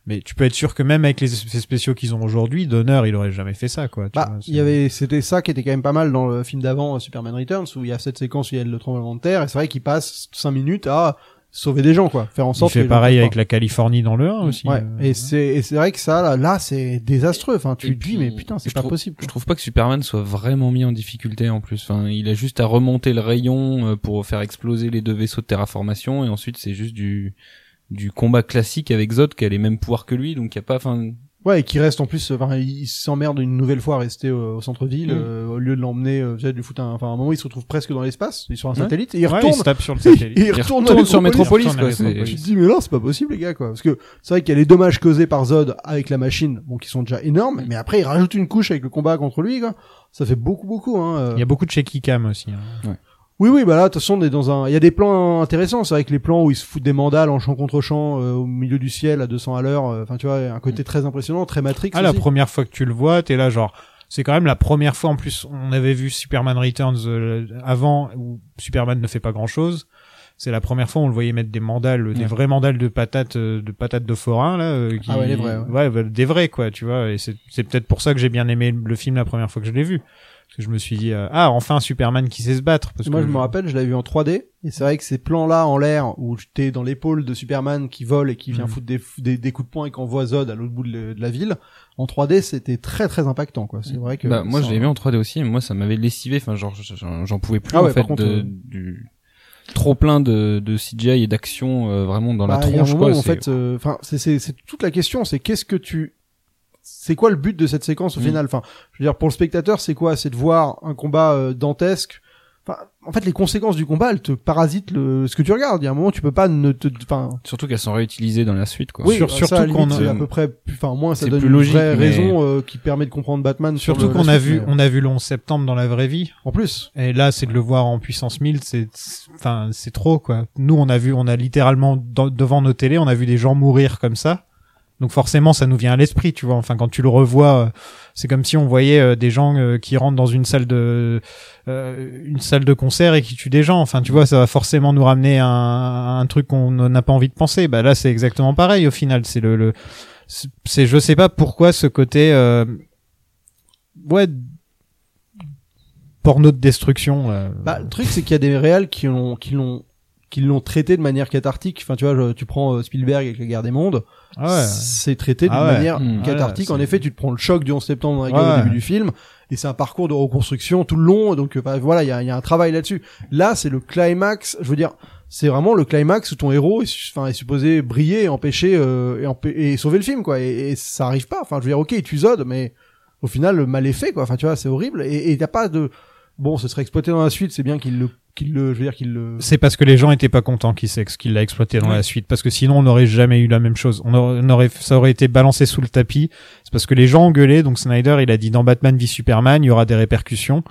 Speaker 1: Mais tu peux être sûr que même avec les effets spéciaux qu'ils ont aujourd'hui, Donner, il aurait jamais fait ça, quoi. tu
Speaker 2: Bah,
Speaker 1: vois, Ah, c'est-
Speaker 2: il y avait, c'était ça qui était quand même pas mal dans le film d'avant, euh, Superman Returns, où il y a cette séquence où il y a le tremblement de terre, et c'est vrai qu'il passe cinq minutes à sauver des gens, quoi, faire en
Speaker 1: Il
Speaker 2: sorte.
Speaker 1: fait
Speaker 2: que les gens
Speaker 1: pareil
Speaker 2: meurent
Speaker 1: avec la Californie dans le 1 aussi.
Speaker 2: pas. Ouais.
Speaker 1: euh,
Speaker 2: Et c'est, et c'est vrai que ça, là, là, c'est désastreux. Enfin, tu
Speaker 3: Et
Speaker 2: te
Speaker 3: puis,
Speaker 2: dis, mais putain, c'est
Speaker 3: je
Speaker 2: pas
Speaker 3: trouve-
Speaker 2: possible. quoi.
Speaker 3: Je trouve pas que Superman soit vraiment mis en difficulté en plus. Enfin, il a juste à remonter le rayon euh, pour faire exploser les deux vaisseaux de terraformation et ensuite c'est juste du du combat classique avec Zod qui a les mêmes pouvoirs que lui donc il y a pas enfin
Speaker 2: Ouais, et qui reste en plus, euh, enfin, il s'emmerde une nouvelle fois à rester euh, au centre-ville,
Speaker 3: Mm.
Speaker 2: euh, au lieu de l'emmener, euh, peut-être lui foutre un, enfin, à un moment, il se retrouve presque dans l'espace, il est sur un
Speaker 3: Ouais.
Speaker 2: satellite, et il
Speaker 1: Mm. ouais,
Speaker 2: retourne,
Speaker 1: il se tape sur le
Speaker 2: [LAUGHS] il,
Speaker 1: satellite.
Speaker 2: il
Speaker 3: il
Speaker 2: retourne,
Speaker 3: retourne,
Speaker 2: dans
Speaker 3: sur
Speaker 2: Metropolis.
Speaker 3: Metropolis,
Speaker 1: retourne à
Speaker 3: quoi. c'est-
Speaker 1: Metropolis.
Speaker 2: Tu te dis mais non c'est pas possible les gars quoi parce que c'est vrai qu'il y a les dommages causés par Zod avec la machine bon qui sont déjà énormes mais après il rajoute une couche avec le combat contre lui quoi ça fait beaucoup beaucoup hein euh.
Speaker 1: Il y a beaucoup de shaky cam aussi. hein.
Speaker 2: oui oui bah là de toute façon on est dans un il y a des plans intéressants c'est vrai que les plans où ils se foutent des mandales en champ contre champ euh, au milieu du ciel à 200 à l'heure euh, enfin tu vois un côté très impressionnant très Matrix
Speaker 1: Ah, la
Speaker 2: aussi.
Speaker 1: première fois que tu le vois, t'es là genre. C'est quand même la première fois en plus. On avait vu Superman Returns euh, avant où Superman ne fait pas grand chose. C'est la première fois où on le voyait mettre des mandales, des
Speaker 3: Ouais.
Speaker 1: vrais mandales de patates, euh, de patates de forain là. euh, qui-
Speaker 2: Ah ouais, les vrais,
Speaker 1: Ouais, bah, des vrais quoi, tu vois. Et c'est c'est peut-être pour ça que j'ai bien aimé le film la première fois que je l'ai vu. Parce que je me suis dit euh, ah enfin un Superman qui sait se battre. Parce
Speaker 2: Moi,
Speaker 1: que
Speaker 2: je me rappelle, je l'avais vu en 3D, et c'est vrai que ces plans-là en l'air, où t'es dans l'épaule de Superman qui vole et qui
Speaker 3: Hmm.
Speaker 2: vient
Speaker 1: Mhm.
Speaker 2: foutre des, des, des coups de poing et qu'envoie Zod à l'autre bout de, le- de la ville, en 3D, c'était très très impactant, quoi. C'est vrai que.
Speaker 3: bah, moi
Speaker 2: ça-
Speaker 3: je l'ai vu en 3D aussi mais moi ça m'avait lessivé enfin genre j'en j'en pouvais plus
Speaker 2: Ah ouais,
Speaker 3: en fait
Speaker 2: par contre,
Speaker 3: de-
Speaker 2: euh,
Speaker 3: du trop plein de de CGI et d'action euh, vraiment dans
Speaker 2: Bah,
Speaker 3: la
Speaker 2: il y a un
Speaker 3: tronche
Speaker 2: moment
Speaker 3: quoi
Speaker 2: où, en
Speaker 3: c'est-
Speaker 2: fait, euh, enfin, c'est- c'est c'est toute la question, c'est qu'est-ce que tu, c'est quoi le but de cette séquence au
Speaker 3: Mhm.
Speaker 2: final Enfin, je veux dire, pour le spectateur, c'est quoi C'est de voir un combat euh, dantesque. Enfin, en fait, les conséquences du combat, elles te parasitent le, ce que tu regardes. Il y a un moment, tu peux pas ne te, enfin,
Speaker 3: surtout qu'elles sont réutilisées dans la suite quoi
Speaker 2: Oui,
Speaker 1: Sur-
Speaker 2: bah,
Speaker 1: surtout
Speaker 2: ça, à la
Speaker 1: qu'on
Speaker 2: limite,
Speaker 1: a-
Speaker 2: c'est à peu près, enfin, au moins, ça
Speaker 3: C'est
Speaker 2: donne
Speaker 3: plus
Speaker 2: une
Speaker 3: logique,
Speaker 2: vraie
Speaker 3: mais-
Speaker 2: raison euh, qui permet de comprendre Batman. sur
Speaker 1: Surtout
Speaker 2: le-
Speaker 1: qu'on
Speaker 2: la
Speaker 1: a
Speaker 2: suite,
Speaker 1: vu,
Speaker 2: mais-
Speaker 1: on a vu le 11 septembre dans la vraie vie.
Speaker 2: En plus,
Speaker 1: Et là, c'est de le voir en puissance 1000, c'est, c'est- enfin, c'est trop, quoi. Nous, on a vu, on a littéralement, dans- devant nos télés, on a vu des gens mourir comme ça. Donc forcément, ça nous vient à l'esprit, tu vois. Enfin, quand tu le revois, euh, c'est comme si on voyait euh, des gens euh, qui rentrent dans une salle de, euh, une salle de concert et qui tuent des gens. Enfin, tu vois, ça va forcément nous ramener à un, un truc qu'on n'a pas envie de penser. Bah là, c'est exactement pareil au final. C'est le, le- c'est- c'est, je sais pas pourquoi ce côté, euh, ouais, porno de destruction. euh, là.
Speaker 2: bah, le truc, c'est qu'il y a des réals qui l'ont, qui l'ont, qui l'ont traité de manière cathartique. Enfin, tu vois, je- tu prends euh, Spielberg avec la guerre des mondes.
Speaker 1: Ah ouais.
Speaker 2: C'est traité d'une
Speaker 1: Ah ouais.
Speaker 2: manière
Speaker 3: Mmh.
Speaker 2: cathartique.
Speaker 1: Ah ouais,
Speaker 2: en
Speaker 1: c'est-
Speaker 2: effet, tu te prends le choc du 11 septembre dans la gueule au
Speaker 1: Ouais.
Speaker 2: début du film. Et c'est un parcours de reconstruction tout le long. Donc, euh, bah, voilà, il y a, il y a un travail là-dessus. Là, c'est le climax. Je veux dire, c'est vraiment le climax où ton héros est, su- enfin, est supposé briller, empêcher, euh, et, empê- et sauver le film, quoi. Et, et ça arrive pas. Enfin, je veux dire, ok, il tue Zod, mais au final, le mal est fait, quoi. Enfin, tu vois, c'est horrible. Et il n'y a pas de, bon, ce serait exploité dans la suite. C'est bien qu'il le, qu'il le, je veux dire, qu'il le,
Speaker 1: C'est parce que les gens étaient pas contents qu'il s'ex- qu'il l'a exploité dans
Speaker 3: Ouais.
Speaker 1: la suite, parce que sinon on n'aurait jamais eu la même chose. On aurait, on aurait- ça aurait été balancé sous le tapis. C'est parce que les gens ont gueulé, donc Snyder il a dit dans Batman v Superman il y aura des répercussions,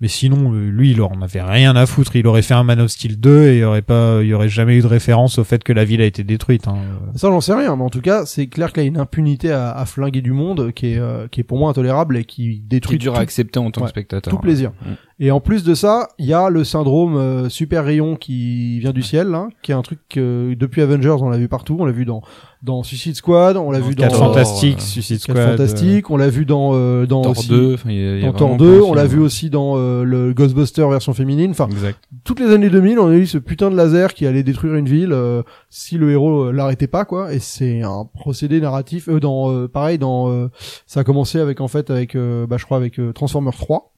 Speaker 1: Mais sinon, euh, lui, il en avait rien à foutre. Il aurait fait un Man of Steel 2 et il y aurait pas, il y aurait jamais eu de référence au fait que la ville a été détruite. hein.
Speaker 2: Ça, j'en sais rien, mais en tout cas, c'est clair qu'il y a une impunité à, à flinguer du monde qui est, euh, qui est pour moi intolérable et qui détruit
Speaker 3: Truc dur à
Speaker 2: tout,
Speaker 3: accepter en tant
Speaker 2: Ouais.
Speaker 3: que spectateur.
Speaker 2: tout plaisir.
Speaker 3: Mm.
Speaker 2: Et en plus de ça, il y a le syndrome euh, super rayon qui vient du
Speaker 3: Mm.
Speaker 2: ciel, là, qui est un truc que depuis Avengers, on l'a vu partout, on l'a vu dans, dans Suicide Squad, on l'a
Speaker 3: Dans
Speaker 2: vu dans
Speaker 1: Quatre
Speaker 3: Thor,
Speaker 1: Fantastiques,
Speaker 3: euh,
Speaker 1: Suicide
Speaker 2: Quatre
Speaker 1: Squad. euh,
Speaker 2: Fantastiques, on l'a vu dans, euh, dans
Speaker 3: Thor
Speaker 2: aussi-
Speaker 3: 2, enfin, il y a- il y a
Speaker 2: dans Thor
Speaker 3: vraiment
Speaker 2: 2,
Speaker 3: plein de
Speaker 2: on l'a
Speaker 3: films.
Speaker 2: vu aussi dans euh, le Ghostbuster version féminine. Enfin,
Speaker 1: euh, Exact.
Speaker 2: toutes les années 2000, on a eu ce putain de laser qui allait détruire une ville euh, si le héros euh, l'arrêtait pas, quoi. Et c'est un procédé narratif. Euh, dans euh, pareil, dans euh, ça a commencé avec en fait avec, euh, bah, je crois avec euh, Transformers 3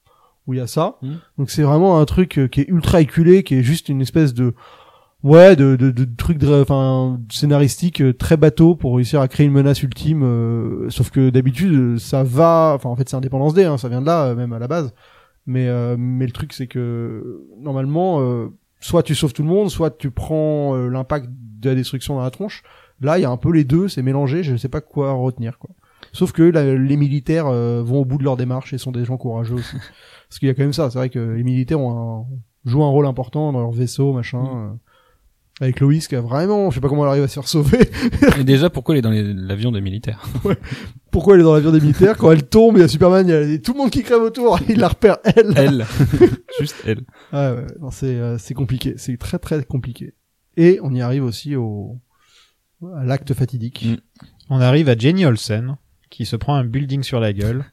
Speaker 2: où il y a ça.
Speaker 3: Mhm.
Speaker 2: Donc c'est vraiment un truc euh, qui est ultra éculé, qui est juste une espèce de ouais de de, de truc de- enfin scénaristique euh, très bateau pour réussir à créer une menace ultime. euh, sauf que d'habitude euh, ça va, enfin en fait c'est Indépendance D, hein, ça vient de là euh, même à la base. Mais, euh, mais le truc, c'est que normalement, euh, soit tu sauves tout le monde, soit tu prends euh, l'impact de la destruction dans la tronche. Là, il y a un peu les deux, c'est mélangé, je ne sais pas quoi retenir. quoi. Sauf que là, les militaires euh, vont au bout de leur démarche et sont des gens courageux aussi. Parce qu'il y a quand même ça, c'est vrai que les militaires ont un, jouent un rôle important dans leur vaisseau, machin. euh, avec Loïs qui a vraiment, je sais pas comment elle arrive à se faire sauver. [LAUGHS]
Speaker 3: Et déjà, pourquoi il est dans les- l'avion des militaires
Speaker 2: Pourquoi elle est dans l'avion des militaires Quand elle tombe, il y a Superman, il y a tout le monde qui crève autour, [LAUGHS] il la repère [LAUGHS] elle.
Speaker 3: Elle. [LAUGHS] Juste elle.
Speaker 2: Ouais, ouais, non, c'est euh, c'est compliqué, c'est très très compliqué. Et on y arrive aussi au à l'acte fatidique.
Speaker 3: Mm.
Speaker 1: On arrive à Jenny Olsen, qui se prend un building sur la gueule.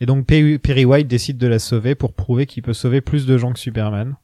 Speaker 1: Et donc Perry Perry White décide de la sauver pour prouver qu'il peut sauver plus de gens que Superman.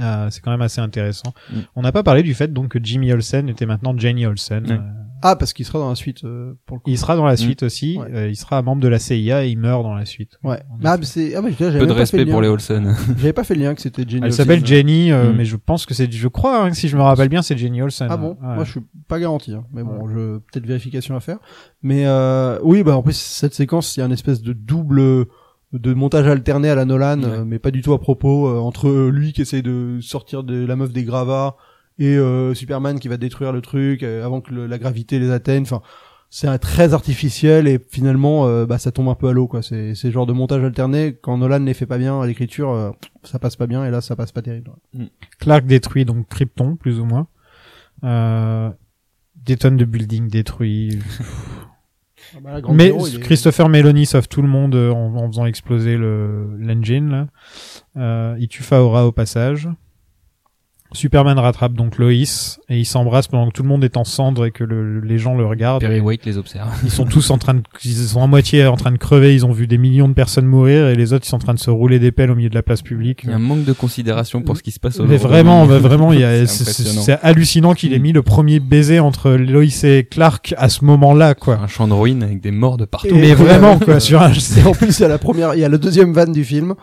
Speaker 1: Euh, c'est quand même assez intéressant.
Speaker 3: Mm.
Speaker 1: On n'a pas parlé du fait donc que Jimmy Olsen était maintenant Jenny Olsen.
Speaker 3: Ouais. Mm.
Speaker 1: Euh,
Speaker 2: Ah, parce qu'il sera dans la suite euh, pour le coup.
Speaker 1: il sera dans la suite aussi.
Speaker 2: Ouais.
Speaker 1: Euh, il sera membre de la CIA et il meurt dans la suite.
Speaker 2: Ouais.
Speaker 1: En
Speaker 2: Ah,
Speaker 1: effet.
Speaker 2: mais c'est ah ouais, j'avais
Speaker 3: Peu
Speaker 2: même
Speaker 3: de
Speaker 2: pas fait
Speaker 3: respect
Speaker 2: le
Speaker 3: pour les
Speaker 2: lien. [LAUGHS]
Speaker 3: Olsen.
Speaker 2: J'avais pas fait le lien que c'était Jenny.
Speaker 1: Elle
Speaker 2: Olsen.
Speaker 1: s'appelle Jenny, euh,
Speaker 3: Mm.
Speaker 1: mais je pense que c'est, je crois, hein, si je me rappelle bien, c'est Jenny Olsen. hein.
Speaker 2: Ah bon
Speaker 1: Ouais.
Speaker 2: Moi, je suis pas garanti. hein. Mais bon, je peut-être vérification à faire. Mais euh, oui, bah en plus cette séquence, il y a une espèce de double de montage alterné à la Nolan,
Speaker 3: Ouais.
Speaker 2: euh, mais pas du tout à propos euh, entre lui qui essaye de sortir de la meuf des gravats et euh, Superman qui va détruire le truc euh, avant que le- la gravité les atteigne. Enfin, c'est un très artificiel et finalement, euh, bah ça tombe un peu à l'eau quoi. C'est c'est le genre de montage alterné quand Nolan les fait pas bien à l'écriture, euh, ça passe pas bien et là ça passe pas terrible.
Speaker 1: Clark détruit donc Krypton, plus ou moins. Euh, des tonnes de buildings détruits. Mais Christopher Meloni sauve tout le monde euh, en, en faisant exploser le l'engine. là. Euh, il tue Faora au passage. Superman rattrape donc Lois et ils s'embrassent pendant que tout le monde est en cendres et que le- les gens le regardent.
Speaker 3: Perry White les observe.
Speaker 1: Ils sont tous en train de, ils sont à moitié en train de crever. Ils ont vu des millions de personnes mourir et les autres ils sont en train de se rouler des pelles au milieu de la place publique.
Speaker 3: Il y a un manque de considération pour ce qui se passe au
Speaker 1: Mais vraiment,
Speaker 3: [LAUGHS]
Speaker 1: bah, vraiment, il y a- c'est
Speaker 3: C'est
Speaker 1: c'est-
Speaker 3: impressionnant.
Speaker 1: c'est hallucinant qu'il ait mis le premier baiser entre Lois et Clark à ce moment-là, quoi.
Speaker 3: Un champ de ruines avec des morts de partout.
Speaker 2: Et-
Speaker 1: Mais vraiment,
Speaker 2: Euh,
Speaker 1: quoi, sur un,
Speaker 2: Et en plus, il y a la première, il y a la deuxième vanne du film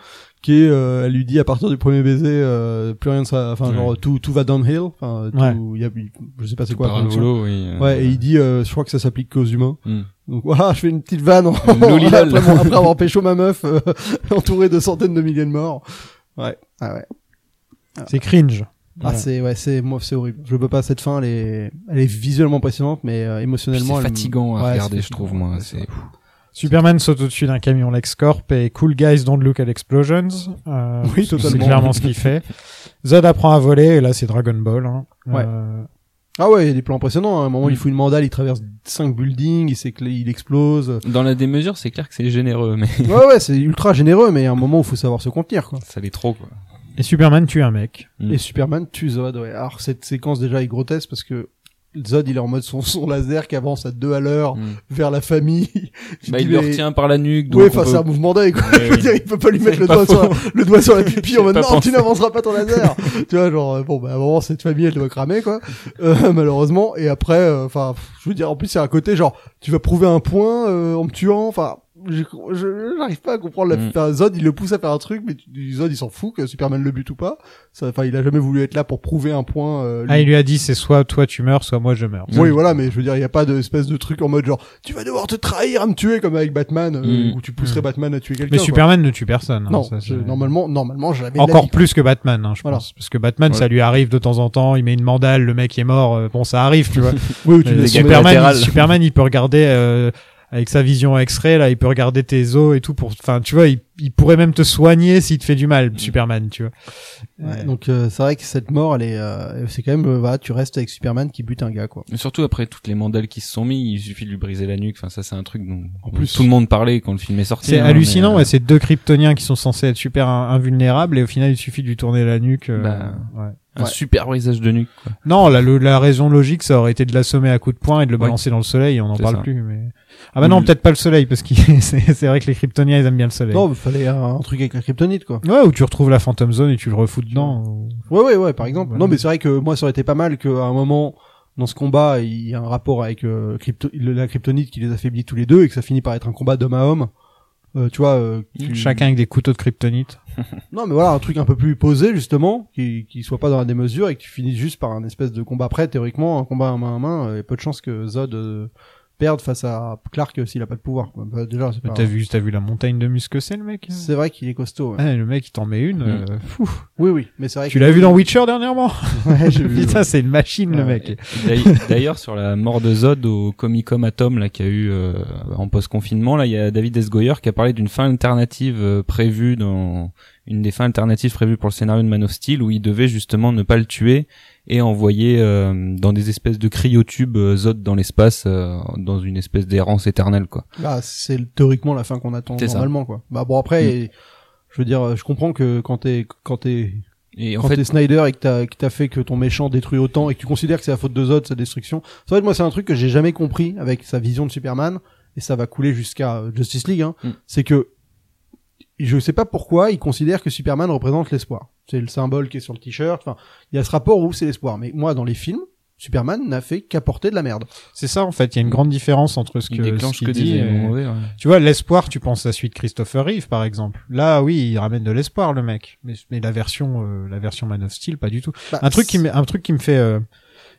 Speaker 2: qui est, euh, elle lui dit à partir du premier baiser, euh, plus rien de ça, enfin
Speaker 3: Ouais.
Speaker 2: genre tout tout va downhill, enfin tout,
Speaker 1: Ouais.
Speaker 2: il y a, il- je sais pas c'est quoi. la
Speaker 3: Par un
Speaker 2: traduction.
Speaker 3: boulot, oui. euh,
Speaker 2: Ouais, et il dit, euh, je crois que ça s'applique qu'aux humains.
Speaker 3: hmm.
Speaker 2: Donc voilà, je fais une petite vanne en-
Speaker 3: loulilol.
Speaker 2: après, mon- après avoir pécho ma meuf, euh, [LAUGHS] entourée de centaines de milliers de morts. Ouais, ah ouais.
Speaker 1: c'est cringe.
Speaker 2: Ah
Speaker 1: Ouais.
Speaker 2: c'est ouais, c'est moi c'est horrible. Je peux pas cette fin, elle est, elle est visuellement impressionnante, mais euh,
Speaker 3: Puis
Speaker 2: émotionnellement.
Speaker 3: C'est
Speaker 2: elle me-
Speaker 3: fatigant
Speaker 2: Ouais,
Speaker 3: à
Speaker 2: c'est
Speaker 3: regarder, je
Speaker 2: fatigant.
Speaker 3: trouve, moi.
Speaker 2: Ouais,
Speaker 3: C'est
Speaker 1: Superman saute au-dessus d'un camion LexCorp et Cool Guys Don't Look at Explosions. Euh,
Speaker 2: Oui,
Speaker 1: c'est
Speaker 2: totalement.
Speaker 1: clairement ce qu'il fait. Zod apprend à voler et là c'est Dragon Ball. Hein. Euh,
Speaker 2: Ah ouais, il y a des plans impressionnants. À un moment,
Speaker 3: Mm.
Speaker 2: il fout une mandale, il traverse cinq buildings, il s'éclate, il explose.
Speaker 3: Dans la démesure, c'est clair que c'est généreux, mais
Speaker 2: ouais, ouais, c'est ultra généreux, mais il y a un moment où il faut savoir se contenir, quoi.
Speaker 3: [LAUGHS] ça l'est trop, quoi.
Speaker 1: Et Superman tue un mec.
Speaker 3: Mm.
Speaker 2: Et Superman tue Zod, ouais. Alors, cette séquence, déjà, est grotesque parce que Zod, il est en mode son, son laser qui avance à deux à l'heure
Speaker 3: Mm.
Speaker 2: vers la famille.
Speaker 3: Bah,
Speaker 2: [LAUGHS] dis,
Speaker 3: il le
Speaker 2: mais-
Speaker 3: retient par la nuque. donc
Speaker 2: Ouais,
Speaker 3: on
Speaker 2: enfin,
Speaker 3: peut-
Speaker 2: c'est un mouvement d'œil, quoi.
Speaker 3: Ouais,
Speaker 2: [LAUGHS] Je veux
Speaker 3: oui.
Speaker 2: dire, il peut pas lui
Speaker 3: C'est
Speaker 2: mettre le
Speaker 3: pas
Speaker 2: doigt, sur la,
Speaker 3: faux.
Speaker 2: le doigt sur la pupille en
Speaker 3: J'ai
Speaker 2: mode,
Speaker 3: pas
Speaker 2: non, tu
Speaker 3: pensé.
Speaker 2: n'avanceras pas ton laser. tu vois, genre, euh, bon, bah, à un moment, cette famille, elle doit cramer, quoi. Euh, malheureusement. Et après, euh, enfin, pff, je veux dire, en plus, c'est un côté, genre, tu vas prouver un point, euh, en me tuant, enfin, je- je- j'arrive pas à comprendre la,
Speaker 3: Mm.
Speaker 2: enfin, Zod, il le pousse à faire un truc, mais tu- Zod, il s'en fout que Superman le bute ou pas. Ça, Enfin, il a jamais voulu être là pour prouver un point, euh, lui.
Speaker 1: Ah, il lui a dit c'est soit toi tu meurs, soit moi je meurs.
Speaker 2: Oui, voilà, mais je veux dire, il n'y a pas d'espèce de truc en mode genre, tu vas devoir te trahir à me tuer comme avec Batman, euh,
Speaker 3: Mm.
Speaker 2: où tu pousserais
Speaker 1: Mm.
Speaker 2: Batman à tuer quelqu'un.
Speaker 1: Mais
Speaker 2: quoi.
Speaker 1: Superman ne tue personne. hein,
Speaker 2: Non,
Speaker 1: ça,
Speaker 2: je-
Speaker 1: c'est-
Speaker 2: normalement, normalement, j'avais
Speaker 1: Encore plus que Batman, hein, je
Speaker 2: Voilà.
Speaker 1: pense. Parce que Batman,
Speaker 3: Ouais.
Speaker 1: ça lui arrive de temps en temps. Il met une mandale, le mec est mort. euh, bon, ça arrive, tu vois.
Speaker 2: Oui,
Speaker 1: Mais
Speaker 3: laisses tomber
Speaker 1: Superman,
Speaker 3: latéral.
Speaker 1: il, Superman, il peut regarder euh, avec sa vision X-ray là, il peut regarder tes os et tout pour. Enfin, tu vois, il, il pourrait même te soigner s'il te fait du
Speaker 3: Mm.
Speaker 1: mal, Superman, tu vois. Ouais.
Speaker 2: Donc euh, c'est vrai que cette mort, elle est, euh, c'est quand même, euh, voilà, tu restes avec Superman qui bute un gars quoi.
Speaker 3: Mais surtout après toutes les mandales qui se sont mis, il suffit de lui briser la nuque. Enfin, ça, c'est un truc dont
Speaker 1: En
Speaker 3: en
Speaker 1: plus-
Speaker 3: plus tout le monde parlait quand le film est sorti.
Speaker 1: C'est
Speaker 3: hein,
Speaker 1: hallucinant,
Speaker 3: mais,
Speaker 1: ouais, c'est deux Kryptoniens qui sont censés être super in- invulnérables et au final il suffit de lui tourner la nuque. euh,
Speaker 3: Bah.
Speaker 1: ouais.
Speaker 3: Un super brisage de nuque. quoi.
Speaker 1: Non, la, le- la raison logique, ça aurait été de l'assommer à coups de poing et de le
Speaker 3: Ouais.
Speaker 1: balancer dans le soleil, et on n'en
Speaker 3: C'est
Speaker 1: parle
Speaker 3: ça. Mm.
Speaker 1: plus. Mais... Ah bah non,
Speaker 3: Ou le-
Speaker 1: peut-être pas le soleil, parce que [LAUGHS] c'est c'est vrai que les Kryptoniens, ils aiment bien le soleil.
Speaker 2: Non, il fallait un, un truc avec la kryptonite quoi.
Speaker 1: Ouais, ou tu retrouves la Phantom Zone et tu le refous dedans. ou-
Speaker 2: Ouais, ouais, ouais, par exemple.
Speaker 1: Voilà.
Speaker 2: Non, mais c'est vrai que moi, ça aurait été pas mal qu'à un moment, dans ce combat, il y a un rapport avec euh, crypto- le- la kryptonite qui les affaiblit tous les deux et que ça finit par être un combat d'homme à homme. Euh, tu vois, euh, tu-
Speaker 1: Chacun avec des couteaux de kryptonite.
Speaker 2: Non, mais voilà, un truc un peu plus posé, justement, qui, qui soit pas dans la démesure et que tu finisses juste par un espèce de combat prêt, théoriquement, un combat à main à main, euh, et peu de chance que Zod euh, perde face à Clark euh, s'il a pas de pouvoir. quoi. Bah, déjà, c'est pas-
Speaker 1: T'as vu, t'as vu la montagne de muscles que c'est le mec hein
Speaker 2: C'est vrai qu'il est costaud. ouais.
Speaker 1: Ah, Le mec, il t'en met une.
Speaker 3: Mm.
Speaker 1: euh, fou.
Speaker 2: Oui, oui, mais c'est vrai
Speaker 1: Tu
Speaker 2: que-
Speaker 1: l'as vu dans Witcher dernièrement
Speaker 2: [LAUGHS] Ouais, j'ai vu, ouais.
Speaker 1: Putain, c'est une machine le
Speaker 2: Ouais.
Speaker 1: mec.
Speaker 3: D'ailleurs- Euh, D'ailleurs, sur la mort de Zod au Comic Con Atom, là, qui a eu euh, en post confinement, là, il y a David Esgoyer qui a parlé d'une fin alternative euh, prévue dans une des fins alternatives prévues pour le scénario de Man of Steel, où il devait justement ne pas le tuer et envoyer euh, dans des espèces de cryotubes euh, Zod dans l'espace, euh, dans une espèce d'errance éternelle, quoi.
Speaker 2: Bah, c'est théoriquement la fin qu'on attend
Speaker 3: C'est ça.
Speaker 2: normalement, quoi. Bah, bon, après,
Speaker 1: Mm.
Speaker 2: et- je veux dire, euh, je comprends que quand t'es, quand t'es,
Speaker 3: Et en
Speaker 2: quand
Speaker 3: fait,
Speaker 2: t'es Snyder et que t'as, que t'as fait que ton méchant détruit autant et que tu considères que c'est la faute de Zod, sa destruction. C'est vrai que moi, c'est un truc que j'ai jamais compris avec sa vision de Superman, et ça va couler jusqu'à euh, Justice League, hein.
Speaker 3: Mm.
Speaker 2: C'est que, je sais pas pourquoi, il considère que Superman représente l'espoir. C'est le symbole qui est sur le t-shirt, enfin, il y a ce rapport où c'est l'espoir. Mais moi, dans les films, Superman n'a fait qu'apporter de la merde.
Speaker 1: C'est ça en fait, il y a une grande différence entre ce que
Speaker 3: il déclenche
Speaker 1: ce qu'il
Speaker 3: que
Speaker 1: dit euh,
Speaker 3: des
Speaker 1: et-
Speaker 3: éléments mauvais. ouais.
Speaker 1: Tu vois, l'espoir, tu penses à celui de Christopher Reeve, par exemple. Là, oui, il ramène de l'espoir, le mec. Mais, mais la version, euh, la version Man of Steel, pas du tout.
Speaker 2: Bah,
Speaker 1: Un truc qui, me- un truc qui me fait, euh,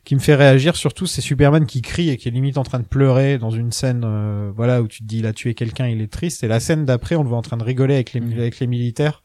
Speaker 1: qui me fait réagir surtout, c'est Superman qui crie et qui est limite en train de pleurer dans une scène, euh, voilà, où tu te dis, il a tué quelqu'un, il est triste. Et la scène d'après, on le voit en train de rigoler avec les,
Speaker 3: Mm.
Speaker 1: avec les militaires.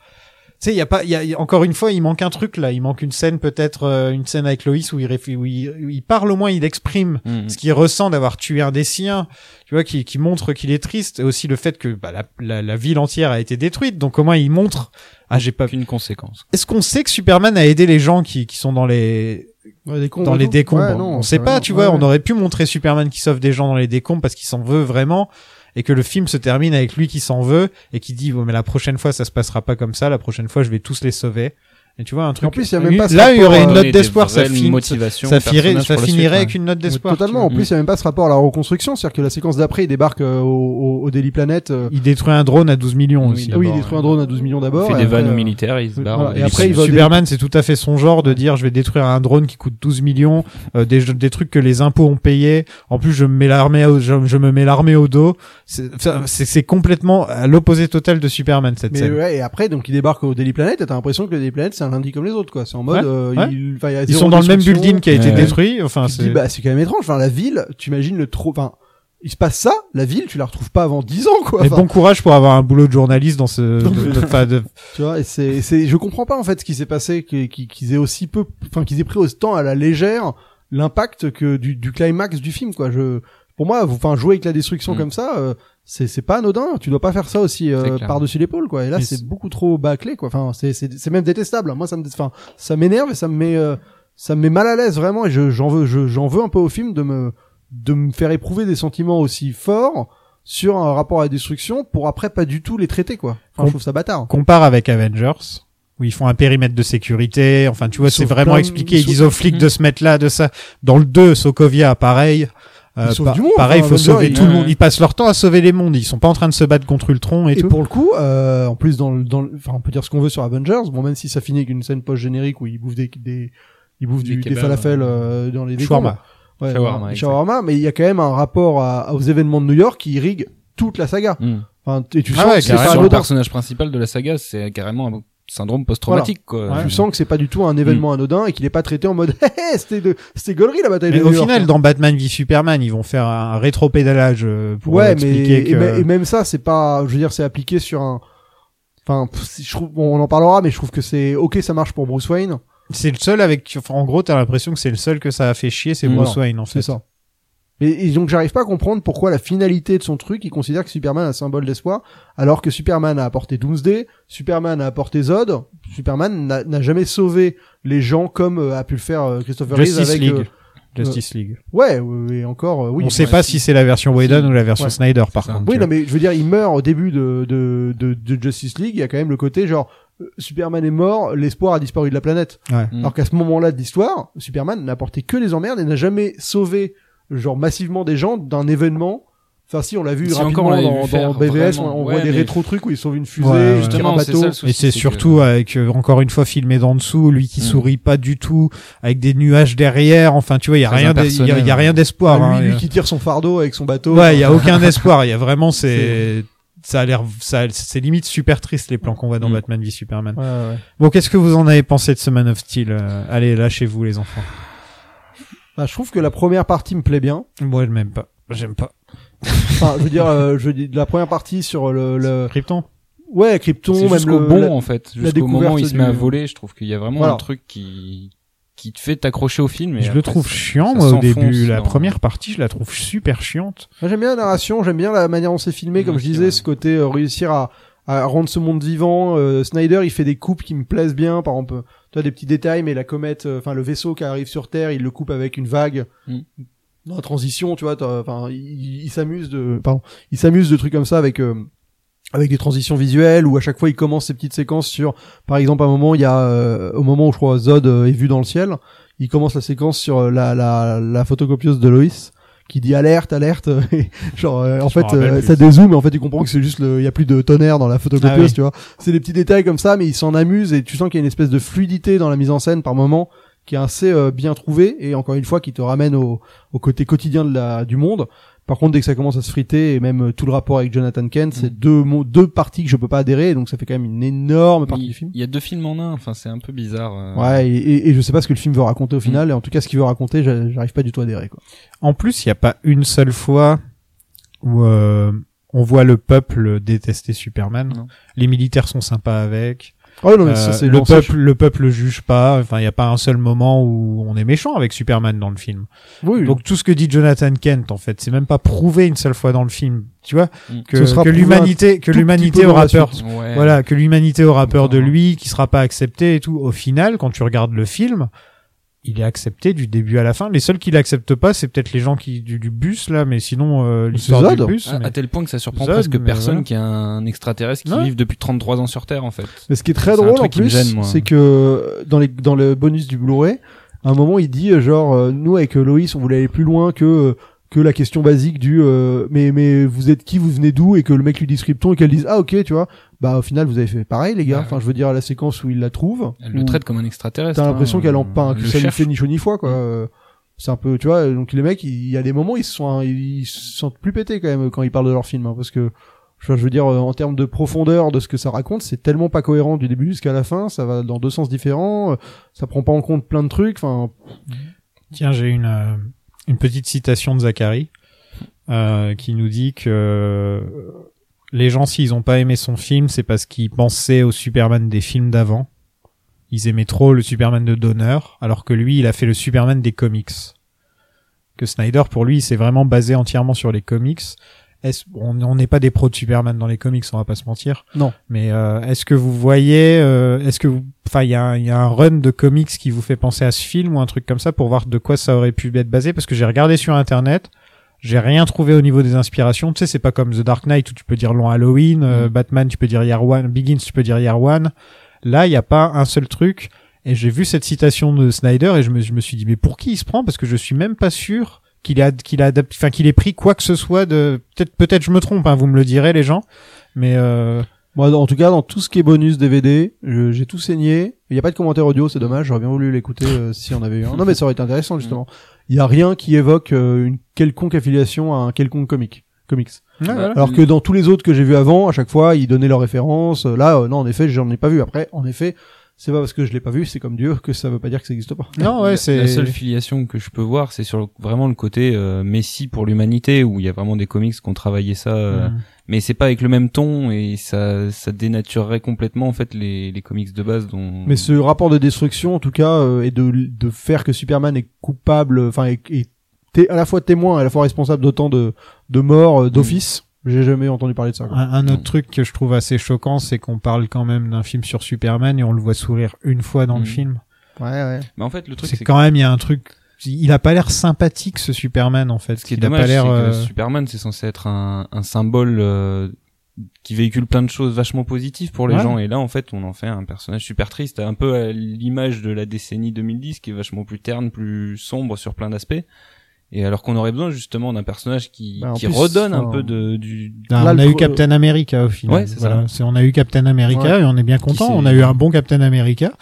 Speaker 1: Tu sais, il y a pas, il y a- il y a- encore une fois, il manque un truc là. Il manque une scène, peut-être euh, une scène avec Loïs où il, réfl- où il, où il parle au moins, il exprime
Speaker 3: Mm.
Speaker 1: ce qu'il ressent d'avoir tué un des siens, tu vois, qui, qui montre qu'il est triste, et aussi le fait que bah, la, la, la ville entière a été détruite, donc au moins il montre, ah j'ai pas
Speaker 3: Aucune conséquence.
Speaker 1: Est-ce qu'on sait que Superman a aidé les gens qui, qui sont dans les
Speaker 2: Ouais, des cons,
Speaker 1: dans
Speaker 2: et
Speaker 1: les
Speaker 2: tout.
Speaker 1: décombres
Speaker 2: Ouais, non,
Speaker 1: On sait
Speaker 2: c'est
Speaker 1: pas,
Speaker 2: vrai,
Speaker 1: tu
Speaker 2: ouais,
Speaker 1: vois,
Speaker 2: ouais.
Speaker 1: on aurait pu montrer Superman qui sauve des gens dans les décombres parce qu'il s'en veut vraiment et que le film se termine avec lui qui s'en veut et qui dit, oh, mais la prochaine fois ça se passera pas comme ça, la prochaine fois je vais tous les sauver. Et tu vois un truc.
Speaker 2: en plus, il y a même pas ce
Speaker 1: là, il y
Speaker 2: rapport,
Speaker 1: aurait une
Speaker 2: euh,
Speaker 1: note
Speaker 3: Donner des
Speaker 1: d'espoir, ça,
Speaker 3: vraies
Speaker 1: fin-
Speaker 3: motivations
Speaker 1: ça,
Speaker 3: au personnage
Speaker 1: finirait- ça
Speaker 3: pour la suite, hein.
Speaker 1: finirait
Speaker 3: ouais.
Speaker 1: avec une note
Speaker 2: Mais
Speaker 1: d'espoir. tu
Speaker 2: totalement.
Speaker 1: vois.
Speaker 2: En plus, il y a même pas ce rapport à la reconstruction, c'est-à-dire que la séquence d'après, il débarque euh, au, au, au Daily Planet. euh,
Speaker 1: Il détruit un drone à 12 millions
Speaker 3: Oui,
Speaker 1: aussi.
Speaker 2: ah oui, il
Speaker 1: d'abord.
Speaker 2: détruit un drone à 12 millions
Speaker 3: Il
Speaker 2: d'abord.
Speaker 3: fait
Speaker 2: et
Speaker 3: des
Speaker 2: après,
Speaker 3: vannes
Speaker 2: euh,
Speaker 3: au militaire, il se barre.
Speaker 2: voilà.
Speaker 3: au
Speaker 2: Et après, il va-
Speaker 1: Superman, c'est tout à fait son genre de dire je vais détruire un drone qui coûte 12 millions, euh, des, des trucs que les impôts ont payés. En plus, je me mets l'armée, au- je, je me mets l'armée au dos. C'est- enfin, C'est c'est complètement à l'opposé total de Superman cette
Speaker 2: Mais
Speaker 1: scène.
Speaker 2: ouais, et après, donc, il débarque au Daily Planet, et t'as l'impression que le Daily Planet, c'est un lundi comme les autres, quoi. C'est en mode,
Speaker 1: Ouais,
Speaker 2: euh,
Speaker 1: ouais.
Speaker 2: il- enfin, il y a
Speaker 1: Ils
Speaker 2: zéro
Speaker 1: sont dans le même
Speaker 2: destruction.
Speaker 1: building qui a été
Speaker 3: Ouais.
Speaker 1: détruit. Enfin,
Speaker 2: Tu te
Speaker 1: c'est
Speaker 2: dis, bah, c'est quand même étrange. Enfin, la ville, tu imagines le trop, enfin, il se passe ça, la ville, tu la retrouves pas avant 10 ans, quoi.
Speaker 1: mais
Speaker 2: Enfin,
Speaker 1: bon courage pour avoir un boulot de journaliste
Speaker 2: [LAUGHS]
Speaker 1: dans ce. de- de- enfin, de-
Speaker 2: Tu vois, et c'est, c'est, je comprends pas, en fait, ce qui s'est passé, qu'ils qu'ils- qu'ils aient aussi peu, enfin, qu'ils aient pris autant à la légère l'impact que du, du climax du film, quoi. Je, pour moi, vous- enfin, jouer avec la destruction
Speaker 3: Mm.
Speaker 2: comme ça, euh, c'est, c'est pas anodin. Tu dois pas faire ça aussi, euh,
Speaker 3: C'est clair.
Speaker 2: par-dessus l'épaule, quoi. Et là,
Speaker 1: Et
Speaker 2: c'est
Speaker 1: c'est-
Speaker 2: beaucoup trop bâclé, quoi. Enfin, c'est, c'est, c'est même détestable. Moi, ça me, dé- enfin, ça m'énerve et ça me met, euh, ça me met mal à l'aise, vraiment. Et je, j'en veux, je, j'en veux un peu au film de me, de me faire éprouver des sentiments aussi forts sur un rapport à la destruction pour après pas du tout les traiter, quoi. Enfin,
Speaker 1: Com-
Speaker 2: je trouve ça bâtard.
Speaker 1: compare avec Avengers où ils font un périmètre de sécurité. Enfin, tu vois,
Speaker 2: Ils
Speaker 1: c'est
Speaker 2: sauvent
Speaker 1: vraiment
Speaker 2: plein-
Speaker 1: expliqué.
Speaker 2: ils
Speaker 1: Ils disent aux flics de se mettre là, de ça. Dans le 2, Sokovia, pareil. Euh,
Speaker 2: Ils sauvent
Speaker 1: pa-
Speaker 2: du monde,
Speaker 1: pareil, il
Speaker 2: enfin,
Speaker 1: faut
Speaker 2: Avengers,
Speaker 1: sauver
Speaker 2: ils-
Speaker 1: tout le
Speaker 3: ouais,
Speaker 1: monde.
Speaker 3: ouais.
Speaker 1: Ils passent leur temps à sauver les mondes. Ils sont pas en train de se battre contre Ultron et,
Speaker 2: Et,
Speaker 1: tout.
Speaker 2: pour le coup, euh, en plus dans le, dans le- enfin on peut dire ce qu'on veut sur Avengers, bon même si ça finit avec une scène post générique où ils bouffent des des ils bouffent
Speaker 3: Des
Speaker 2: du, des
Speaker 3: kebabs,
Speaker 2: falafels euh, dans les
Speaker 1: Shawarma.
Speaker 2: décombres. Ouais,
Speaker 3: Shawarma,
Speaker 2: voilà,
Speaker 3: exact.
Speaker 2: shawarma, mais il y a quand même un rapport à, aux événements de New York qui irrigue toute la saga.
Speaker 3: Mm.
Speaker 2: Enfin et tu
Speaker 1: Ah
Speaker 2: sens
Speaker 1: ouais,
Speaker 2: que c'est
Speaker 1: carrément.
Speaker 2: pas
Speaker 3: sur le
Speaker 2: anodin.
Speaker 3: personnage principal de la saga, c'est carrément un syndrome post-traumatique quoi.
Speaker 1: Ouais.
Speaker 2: Tu sens que c'est pas du tout un événement anodin et qu'il est pas traité en mode [LAUGHS] Hé, hé, c'était de c'était gaulerie la bataille
Speaker 1: mais
Speaker 2: de
Speaker 1: au
Speaker 2: New York.
Speaker 1: final, dans Batman v Superman, ils vont faire un rétro-pédalage euh, pour
Speaker 2: ouais, mais
Speaker 1: expliquer
Speaker 2: et,
Speaker 1: que.
Speaker 2: même, et même ça, c'est pas, je veux dire, c'est appliqué sur un. Enfin, pff, je trouve, bon, on en parlera, mais je trouve que c'est ok, ça marche pour Bruce Wayne.
Speaker 1: C'est le seul avec. Enfin, en gros, t'as l'impression que c'est le seul que ça a fait chier, c'est
Speaker 3: Mm.
Speaker 1: Bruce Wayne en fait.
Speaker 2: C'est ça. Mais et donc j'arrive pas à comprendre pourquoi la finalité de son truc, il considère que Superman est un symbole d'espoir, alors que Superman a apporté Doomsday, Superman a apporté Zod, Superman n'a n'a jamais sauvé les gens comme euh, a pu le faire euh, Christopher Reeve
Speaker 1: Justice
Speaker 2: avec
Speaker 1: League.
Speaker 2: euh,
Speaker 1: Justice League.
Speaker 2: ouais, ouais, et encore euh, oui.
Speaker 1: on sait
Speaker 2: ouais.
Speaker 1: pas si c'est la version Whedon ou la version
Speaker 2: Ouais.
Speaker 1: Snyder par
Speaker 3: ça.
Speaker 1: contre.
Speaker 2: Oui,
Speaker 1: tu
Speaker 2: non, mais je veux dire, il meurt au début de, de, de, de Justice League. Il y a quand même le côté genre euh, Superman est mort, l'espoir a disparu de la planète.
Speaker 1: vois. Ouais.
Speaker 3: Mm.
Speaker 2: Alors qu'à ce moment-là de l'histoire, Superman n'a porté que les emmerdes et n'a jamais sauvé genre massivement des gens d'un événement. Enfin, si on l'a vu
Speaker 3: Si encore on
Speaker 2: rapidement
Speaker 3: l'avait
Speaker 2: dans,
Speaker 3: vu faire,
Speaker 2: dans BVS, on,
Speaker 3: vraiment.
Speaker 2: on
Speaker 3: Ouais,
Speaker 2: voit des
Speaker 3: mais-
Speaker 2: rétro trucs où ils sauvent une fusée,
Speaker 1: Ouais, ouais.
Speaker 2: ils tirent un
Speaker 3: Justement, c'est
Speaker 2: bateau.
Speaker 3: ça le souci.
Speaker 1: Et c'est
Speaker 3: que-
Speaker 1: surtout avec euh, encore une fois filmé d'en dessous, lui qui
Speaker 3: Mm.
Speaker 1: sourit pas du tout, avec des nuages derrière. Enfin, tu vois, il y a
Speaker 3: Très
Speaker 1: rien, d'es- il y a, il y a
Speaker 3: impersonnel.
Speaker 1: rien d'espoir.
Speaker 2: Ah,
Speaker 1: hein,
Speaker 2: lui,
Speaker 1: et-
Speaker 2: lui qui hein. tire son fardeau avec son bateau.
Speaker 1: Ouais, il y a aucun espoir. Il y a
Speaker 3: [LAUGHS]
Speaker 1: vraiment c'est ça a l'air ça c'est limite super triste les plans qu'on voit dans
Speaker 3: Mm.
Speaker 1: Batman v Superman.
Speaker 2: Ouais, ouais.
Speaker 1: Bon, qu'est-ce que vous en avez pensé de ce Man of Steel euh, Allez, lâchez-vous les enfants.
Speaker 2: Bah, je trouve que la première partie me plaît bien.
Speaker 1: Moi, je m'aime pas. J'aime pas.
Speaker 2: Enfin, je veux dire, euh, je veux dire, la première partie sur le, le...
Speaker 1: Euh, Krypton.
Speaker 2: ouais, Krypton,
Speaker 3: C'est
Speaker 2: même
Speaker 3: jusqu'au
Speaker 2: le,
Speaker 3: bon
Speaker 2: la-
Speaker 3: en fait,
Speaker 2: la
Speaker 3: jusqu'au moment où il
Speaker 2: découverte
Speaker 3: se met à
Speaker 2: du-
Speaker 3: voler, je trouve qu'il y a vraiment
Speaker 2: Voilà.
Speaker 3: un truc qui qui te fait t'accrocher au film. Et
Speaker 1: je
Speaker 3: après,
Speaker 1: le trouve
Speaker 3: ça-
Speaker 1: chiant
Speaker 3: ça
Speaker 1: moi au
Speaker 3: s'enfonce hein.
Speaker 1: début. La
Speaker 3: dans-
Speaker 1: première partie, je la trouve super chiante.
Speaker 2: Moi, j'aime bien la narration, j'aime bien la manière dont c'est filmé, comme
Speaker 3: Mmh,
Speaker 2: je
Speaker 3: c'est
Speaker 2: disais,
Speaker 3: vrai.
Speaker 2: ce côté euh, réussir à, à rendre ce monde vivant. Euh, Snyder, il fait des coupes qui me plaisent bien, par exemple, tu as des petits détails, mais la comète, euh, enfin le vaisseau qui arrive sur Terre, il le coupe avec une vague.
Speaker 3: Mmh.
Speaker 2: Dans la transition, tu vois, t'as- enfin, il, il s'amuse de, pardon, il s'amuse de trucs comme ça avec. euh, avec des transitions visuelles où à chaque fois il commence ces petites séquences sur par exemple à un moment il y a euh, au moment où je crois Zod euh, est vu dans le ciel il commence la séquence sur euh, la, la, la photocopieuse de Loïs qui dit alerte alerte [LAUGHS] et genre euh, en
Speaker 1: Je m'en
Speaker 2: fait
Speaker 1: rappelle
Speaker 2: euh,
Speaker 1: plus.
Speaker 2: ça dézoome mais en fait tu comprends que c'est juste le- il y a plus de tonnerre dans la photocopieuse
Speaker 1: Ah oui.
Speaker 2: tu vois c'est des petits détails comme ça mais il s'en amuse et tu sens qu'il y a une espèce de fluidité dans la mise en scène par moment qui est assez euh, bien trouvée et encore une fois qui te ramène au, au côté quotidien de la du monde par contre, dès que ça commence à se friter, et même euh, tout le rapport avec Jonathan Kent,
Speaker 1: Mm.
Speaker 2: c'est deux, mots- deux parties que je peux pas adhérer, donc ça fait quand même une énorme
Speaker 3: Mais
Speaker 2: partie
Speaker 3: il-
Speaker 2: du film.
Speaker 3: Il y a deux films en un, enfin c'est un peu bizarre. euh.
Speaker 2: Ouais, et, et- et je sais pas ce que le film veut raconter
Speaker 1: Mm.
Speaker 2: au final, et en tout cas, ce qu'il veut raconter, j'a- j'arrive pas du tout à adhérer, quoi.
Speaker 1: En plus, il n'y a pas une seule fois où euh, on voit le peuple détester Superman.
Speaker 3: Non.
Speaker 1: Les militaires sont sympas avec.
Speaker 2: Oh non, mais
Speaker 1: Euh,
Speaker 2: ça, c'est
Speaker 1: le
Speaker 2: bon, ça,
Speaker 1: peuple, le peuple le juge pas. Enfin, il n'y a pas un seul moment où on est méchant avec Superman dans le film.
Speaker 2: je- Oui,
Speaker 1: Donc tout ce que dit Jonathan Kent, en fait, c'est même pas prouvé une seule fois dans le film. Tu vois
Speaker 3: Mm.
Speaker 1: que,
Speaker 2: Ce sera
Speaker 1: que
Speaker 2: prouvé
Speaker 1: l'humanité, que
Speaker 2: tout petit
Speaker 1: l'humanité
Speaker 2: peu dans
Speaker 1: aura
Speaker 2: la
Speaker 1: peur.
Speaker 2: suite.
Speaker 3: Ouais.
Speaker 1: Voilà, que l'humanité aura peur de
Speaker 3: Encore.
Speaker 1: lui, qui sera pas accepté et tout. Au final, quand tu regardes le film, il est accepté du début à la fin. Les seuls qui l'acceptent pas, c'est peut-être les gens qui du, du bus là, mais sinon euh, l'histoire
Speaker 2: Zod.
Speaker 1: du bus.
Speaker 3: À,
Speaker 1: mais-
Speaker 3: à tel point que ça surprend
Speaker 1: Zod,
Speaker 3: presque
Speaker 1: mais
Speaker 3: personne
Speaker 1: voilà.
Speaker 3: qui a un extraterrestre qui
Speaker 1: Non.
Speaker 3: vive depuis 33 ans sur Terre en fait.
Speaker 2: Mais ce qui est
Speaker 3: C'est
Speaker 2: très
Speaker 3: un
Speaker 2: drôle
Speaker 3: truc
Speaker 2: en
Speaker 3: qui me
Speaker 2: plus,
Speaker 3: gêne, moi.
Speaker 2: c'est que dans, les, dans le bonus du Blu-ray, à un moment il dit euh, genre euh, nous avec euh, Loïs on voulait aller plus loin que euh, que la question basique du euh, mais mais vous êtes qui vous venez d'où et que le mec lui dit Krypton et qu'elle dise ah ok tu vois bah au final vous avez fait pareil les gars
Speaker 3: Ah,
Speaker 2: enfin je veux dire la séquence où il la trouve
Speaker 3: Elle
Speaker 2: où
Speaker 3: le traite comme un extraterrestre.
Speaker 2: t'as l'impression
Speaker 3: hein,
Speaker 2: qu'elle en
Speaker 3: euh,
Speaker 2: peint que
Speaker 3: le
Speaker 2: ça lui
Speaker 3: cherche.
Speaker 2: fait ni chaud ni froid quoi Euh, c'est un peu tu vois donc les mecs il y a des moments ils se sont hein, ils se sentent plus pétés quand même quand ils parlent de leur film hein, parce que je veux dire euh, en termes de profondeur de ce que ça raconte c'est tellement pas cohérent du début jusqu'à la fin ça va dans deux sens différents euh, ça prend pas en compte plein de trucs enfin
Speaker 1: Tiens, j'ai une, euh, une petite citation de Zachary euh, qui nous dit que euh, les gens, s'ils ont pas aimé son film, c'est parce qu'ils pensaient au Superman des films d'avant. Ils aimaient trop le Superman de Donner, alors que lui, il a fait le Superman des comics. Que Snyder, pour lui, il s'est vraiment basé entièrement sur les comics. Est-ce, on on n'est pas des pros de Superman dans les comics, on va pas se mentir.
Speaker 2: Non.
Speaker 1: Mais euh, est-ce que vous voyez, euh, est-ce que vous, enfin, il y, a un- il y a un run de comics qui vous fait penser à ce film ou un truc comme ça pour voir de quoi ça aurait pu être basé Parce que j'ai regardé sur internet, j'ai rien trouvé au niveau des inspirations. Tu sais, c'est pas comme The Dark Knight où tu peux dire long Halloween, euh,
Speaker 3: Mm.
Speaker 1: Batman, tu peux dire Year One, Begins, tu peux dire Year One. Là, il n'y a pas un seul truc. Et j'ai vu cette citation de Snyder et je me, je me suis dit mais pour qui il se prend Parce que je suis même pas sûr qu'il a qu'il a adapté- enfin qu'il ait pris quoi que ce soit de peut-être peut-être je me trompe hein, vous me le direz les gens mais euh,
Speaker 2: moi en tout cas dans tout ce qui est bonus DVD je- j'ai tout saigné il y a pas de commentaire audio c'est dommage j'aurais bien voulu l'écouter euh, si on avait eu un non mais ça aurait été
Speaker 3: Mm.
Speaker 2: intéressant justement il y a rien qui évoque euh, une quelconque affiliation à un quelconque comic comics
Speaker 3: voilà.
Speaker 2: Alors que dans tous les autres que j'ai vus avant, à chaque fois, ils donnaient leurs références. Euh, Là, euh, non, en effet, j'en ai pas vu. Après, en effet, c'est pas parce que je l'ai pas vu, c'est comme Dieu, que ça veut pas dire que ça existe pas.
Speaker 1: non Ah ouais
Speaker 3: La-
Speaker 1: c'est
Speaker 3: la seule filiation que je peux voir, c'est sur le- vraiment le côté euh, Messi pour l'humanité où il y a vraiment des comics qui ont travaillé ça, euh,
Speaker 1: Mm.
Speaker 3: mais c'est pas avec le même ton et ça ça dénaturerait complètement en fait les les comics de base dont
Speaker 2: Mais ce rapport de destruction, en tout cas, euh, et de, de faire que Superman est coupable, enfin, est, est t'es à la fois témoin et à la fois responsable d'autant de, de morts euh, d'office. J'ai jamais entendu parler de ça. quoi.
Speaker 1: Un, un
Speaker 3: Non.
Speaker 1: autre truc que je trouve assez choquant, c'est qu'on parle quand même d'un film sur Superman et on le voit sourire une fois dans le
Speaker 3: Mm.
Speaker 1: film.
Speaker 2: Ouais, ouais.
Speaker 3: Mais en fait, le truc,
Speaker 1: C'est
Speaker 3: c'est
Speaker 1: quand même, il y a un truc. Il a pas l'air sympathique ce Superman en fait.
Speaker 3: Ce qui est
Speaker 1: Il a
Speaker 3: dommage,
Speaker 1: pas
Speaker 3: c'est
Speaker 1: l'air.
Speaker 3: que
Speaker 1: euh,
Speaker 3: Superman, c'est censé être un, un symbole euh, qui véhicule plein de choses vachement positives pour les
Speaker 1: Ouais.
Speaker 3: gens. Et là, en fait, on en fait un personnage super triste, un peu à l'image de la décennie 2010, qui est vachement plus terne, plus sombre sur plein d'aspects. Et alors qu'on aurait besoin justement d'un personnage qui,
Speaker 2: Bah, en
Speaker 3: qui
Speaker 2: plus,
Speaker 3: redonne un
Speaker 2: en-
Speaker 3: peu de du
Speaker 1: Là,
Speaker 2: Là,
Speaker 1: on a
Speaker 2: le
Speaker 1: eu
Speaker 2: pro-
Speaker 1: Captain America au final.
Speaker 3: Ouais, c'est ça.
Speaker 1: Voilà, c'est- On a eu Captain America
Speaker 2: Ouais.
Speaker 1: et on est bien content.
Speaker 3: s'est-
Speaker 1: On a eu un bon Captain America,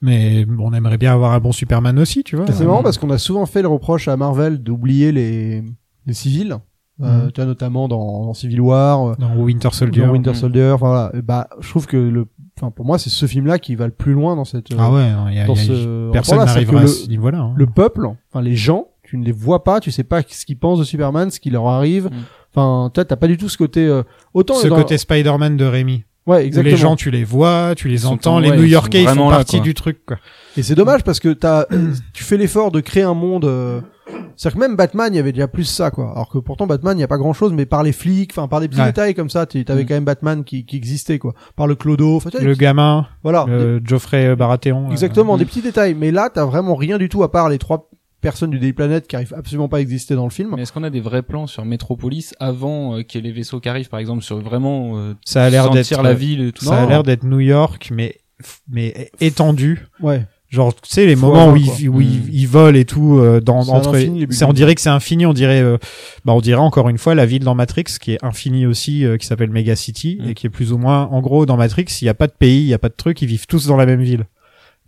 Speaker 1: mais on aimerait bien avoir un bon Superman aussi, tu vois.
Speaker 2: C'est marrant parce qu'on a souvent fait le reproche à Marvel d'oublier les, les civils. Euh,
Speaker 1: Mhm.
Speaker 2: tu vois, notamment dans, dans Civil War, euh,
Speaker 1: Dans Winter Soldier.
Speaker 2: dans Winter
Speaker 3: Mhm.
Speaker 2: Soldier, enfin, voilà. Et bah, je trouve que le, enfin, pour moi, c'est ce film-là qui va le plus loin dans cette, euh,
Speaker 1: Ah ouais, non, il y a-
Speaker 2: dans
Speaker 1: il y a-
Speaker 2: ce
Speaker 1: personne
Speaker 2: rapport-là. C'est que
Speaker 1: n'arrivera à
Speaker 2: le-
Speaker 1: ce niveau-là. hein.
Speaker 2: le peuple, enfin les gens, tu ne les vois pas, tu sais pas ce qu'ils pensent de Superman, ce qui leur arrive.
Speaker 3: Mm.
Speaker 2: Enfin, toi, t'as pas du tout ce côté euh, autant
Speaker 1: Ce
Speaker 2: dans-
Speaker 1: côté Spider-Man de Rémi.
Speaker 2: Ouais,
Speaker 1: Où
Speaker 2: exactement.
Speaker 1: les gens, tu les vois, tu les
Speaker 3: sont
Speaker 1: entends.
Speaker 3: en-
Speaker 1: Les
Speaker 3: ouais,
Speaker 1: New
Speaker 3: ils sont
Speaker 1: Yorkais, ils
Speaker 3: vraiment
Speaker 1: sont
Speaker 3: là,
Speaker 1: partie
Speaker 3: quoi.
Speaker 1: du truc, quoi.
Speaker 2: Et c'est dommage parce que t'as, [CLEARS THROAT] tu fais l'effort de créer un monde. euh, C'est-à-dire que même Batman, il y avait déjà plus ça, quoi. Alors que pourtant Batman, il y a pas grand-chose, mais par les flics, enfin par des petits
Speaker 1: Ouais.
Speaker 2: détails comme ça, tu- t'avais
Speaker 3: Mm.
Speaker 2: quand même Batman qui, qui existait, quoi. Par le clodo, enfin, tu sais,
Speaker 1: Le euh, gamin,
Speaker 3: Ah,
Speaker 2: voilà.
Speaker 1: le Geoffrey Baratheon. euh,
Speaker 2: Exactement,
Speaker 3: Mm.
Speaker 2: des petits détails. Mais là, t'as vraiment rien du tout à part les trois personnes du Daily Planet qui arrivent absolument pas à exister dans le film.
Speaker 3: Mais est-ce qu'on a des vrais plans sur Metropolis avant euh, qu'il y ait les vaisseaux qui arrivent, par exemple, sur vraiment euh,
Speaker 1: Ça a l'air d'être.
Speaker 3: sentir la ville et tout
Speaker 1: Ça a
Speaker 3: Non.
Speaker 1: l'air d'être New York, mais mais étendu.
Speaker 2: Ouais.
Speaker 1: Genre, tu sais, les
Speaker 2: Faut
Speaker 1: moments
Speaker 2: avoir,
Speaker 1: où,
Speaker 2: quoi. Hmm.
Speaker 1: ils, où
Speaker 3: Mm.
Speaker 1: ils, ils volent et tout, euh, dans,
Speaker 2: C'est à
Speaker 1: entre,
Speaker 2: l'infini, les buildings.
Speaker 1: c'est, on dirait que c'est infini, on dirait, euh, bah, on dirait encore une fois la ville dans Matrix, qui est infinie aussi, euh, qui s'appelle Mega City,
Speaker 2: Hmm.
Speaker 3: Mm.
Speaker 1: et qui est plus ou moins, en gros, dans Matrix, il n'y a pas de pays, il n'y a pas de truc, ils vivent tous dans la même ville.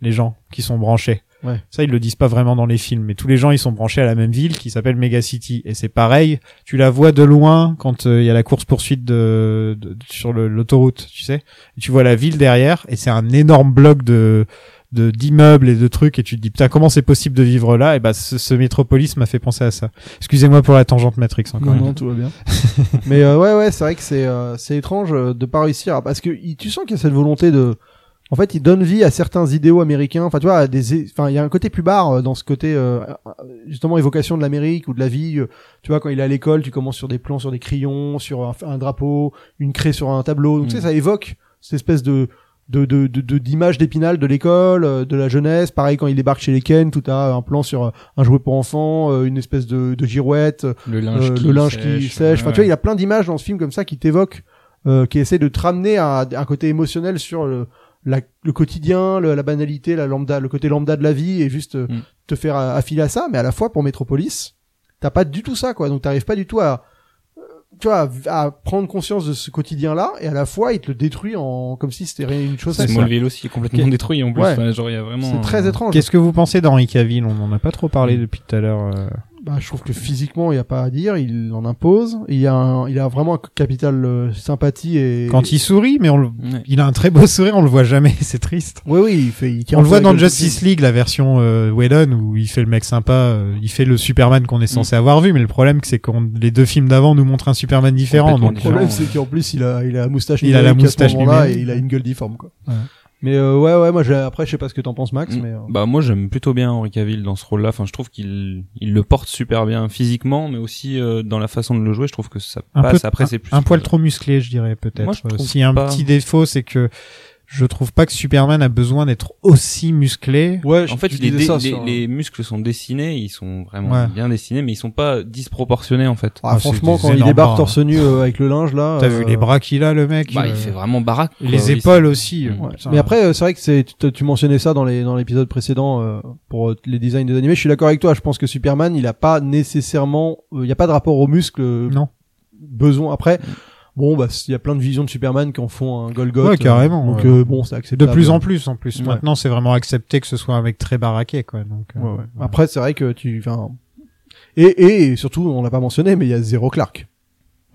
Speaker 1: Les gens qui sont branchés.
Speaker 2: Ouais.
Speaker 1: Ça, ils le disent pas vraiment dans les films, mais tous les gens, ils sont branchés à la même ville qui s'appelle Mega City. Et c'est pareil, tu la vois de loin quand euh, il y a la course-poursuite de, de- sur le- l'autoroute, tu sais. Et tu vois la ville derrière, et c'est un énorme bloc de de d'immeubles et de trucs et tu te dis putain comment c'est possible de vivre là et bah ce, ce métropolis m'a fait penser à ça excusez-moi pour la tangente Matrix encore
Speaker 2: Non,
Speaker 1: une
Speaker 2: non, tout va bien. [LAUGHS] Mais euh, ouais, ouais, c'est vrai que c'est euh, c'est étrange euh, de pas réussir à- parce que il- tu sens qu'il y a cette volonté de. En fait, il donne vie à certains idéaux américains. Enfin, tu vois, à des. é- Enfin, il y a un côté plus barre euh, dans ce côté euh, justement évocation de l'Amérique ou de la vie. euh, Tu vois, quand il est à l'école, tu commences sur des plans, sur des crayons, sur un, un drapeau, une craie sur un tableau. Donc
Speaker 3: Mm.
Speaker 2: tu sais, ça évoque cette espèce de de de de- de- d'image d'épinal de l'école, euh, de la jeunesse. Pareil quand il débarque chez les Ken, tout a un plan sur euh, un jouet pour enfants, euh, une espèce de, de girouette,
Speaker 3: le linge
Speaker 2: euh,
Speaker 3: qui
Speaker 2: le linge
Speaker 3: sèche,
Speaker 2: qui sèche. Enfin,
Speaker 3: ouais.
Speaker 2: tu vois, il y a plein d'images dans ce film comme ça qui t'évoquent, euh, qui essaient de te ramener à à un côté émotionnel sur le, la- le quotidien, le- la banalité, la lambda, le côté lambda de la vie et juste euh,
Speaker 3: Mm.
Speaker 2: te faire euh, affiler à ça. Mais à la fois pour Metropolis, t'as pas du tout ça, quoi. Donc t'arrives pas du tout à euh, tu vois, à à prendre conscience de ce quotidien-là, et à la fois, il te le détruit en comme si c'était rien une chose.
Speaker 3: C'est euh, Smallville aussi est complètement détruit en plus.
Speaker 2: Ouais.
Speaker 3: Enfin, genre, il y a vraiment.
Speaker 2: C'est très
Speaker 3: un-
Speaker 1: fois.
Speaker 2: étrange. Mm.
Speaker 1: qu'est-ce que vous pensez d'Henri Cavill on en a pas trop parlé depuis tout à l'heure euh.
Speaker 2: Bah, je trouve que physiquement, il n'y a pas à dire. Il en impose. Il y a, un- il a vraiment un capital euh, sympathie et
Speaker 1: quand il sourit mais on le-
Speaker 3: Ouais.
Speaker 1: il a un très beau sourire on le voit jamais [LAUGHS] c'est triste
Speaker 2: Oui, oui, il fait. Il tire
Speaker 1: on le
Speaker 2: un
Speaker 1: voit
Speaker 2: peu
Speaker 1: dans
Speaker 2: la gueule tout de
Speaker 1: Justice League, la version euh, Whedon, où il fait le mec sympa, euh, il fait le Superman qu'on est censé avoir vu, mais le problème c'est qu'on les deux films d'avant nous montrent un Superman différent.
Speaker 3: Complètement
Speaker 1: Donc, euh,
Speaker 2: suite. Le problème,
Speaker 3: Genre,
Speaker 2: c'est qu'en plus, il a, il a la moustache.
Speaker 1: Il a la
Speaker 2: numérique à ce
Speaker 1: moustache
Speaker 2: moment-là
Speaker 1: numérique.
Speaker 2: et il a une gueule difforme, quoi.
Speaker 1: Ouais.
Speaker 2: Mais euh, ouais, ouais, moi, j'ai- après, je sais pas ce que t'en penses, Max,
Speaker 3: Mm.
Speaker 2: mais. euh,
Speaker 3: Bah moi j'aime plutôt bien Henri Cavill dans ce rôle-là. Enfin je trouve qu'il il le porte super bien physiquement, mais aussi euh, dans la façon de le jouer. Je trouve que Bah, ça
Speaker 1: Un
Speaker 3: passe.
Speaker 1: peu-
Speaker 3: Après c'est plus
Speaker 1: un poil trop musclé, je dirais peut-être.
Speaker 3: Moi, je trouve
Speaker 1: si un
Speaker 3: pas.
Speaker 1: petit défaut, c'est que je trouve pas que Superman a besoin d'être aussi musclé.
Speaker 2: Ouais,
Speaker 3: En fait
Speaker 2: je
Speaker 3: les,
Speaker 2: disais
Speaker 3: dé-
Speaker 2: ça
Speaker 3: les-
Speaker 2: sur- euh,
Speaker 3: les muscles sont dessinés, ils sont vraiment
Speaker 1: Ouais.
Speaker 3: bien dessinés, mais ils sont pas disproportionnés en fait.
Speaker 2: Ah,
Speaker 1: Ah,
Speaker 2: franchement,
Speaker 1: c'est des
Speaker 2: quand il
Speaker 1: énormes
Speaker 2: débarque
Speaker 1: bras.
Speaker 2: torse nu euh, avec le linge, là.
Speaker 1: T'as
Speaker 2: euh,
Speaker 1: vu les bras qu'il a, le mec.
Speaker 3: Bah,
Speaker 1: euh,
Speaker 3: il fait vraiment baraque. quoi.
Speaker 1: les
Speaker 3: Oui,
Speaker 1: épaules
Speaker 3: c'est-
Speaker 1: aussi.
Speaker 3: Mm.
Speaker 1: euh,
Speaker 2: ouais.
Speaker 1: putain.
Speaker 2: Mais après, euh, c'est vrai que c'est, tu- tu mentionnais ça dans les, dans l'épisode précédent, euh, pour euh, les designs des animés. Je suis d'accord avec toi. Je pense que Superman, il a pas nécessairement, euh, il y a pas de rapport aux muscles. euh,
Speaker 1: Non.
Speaker 2: Besoin. Après, bon, bah, il y a plein de visions de Superman qui en font un Golgoth.
Speaker 1: Ouais, carrément,
Speaker 2: euh, Donc,
Speaker 1: ouais.
Speaker 2: euh, bon, c'est
Speaker 1: c'est de
Speaker 2: acceptable.
Speaker 1: plus en plus, en plus.
Speaker 2: Ouais.
Speaker 1: Maintenant, c'est vraiment accepté que ce soit un mec très baraqué, quoi. Donc, euh,
Speaker 2: Ouais, ouais. Après, c'est vrai que tu. Enfin, et, et surtout, on l'a pas mentionné, mais il y a zéro Clark.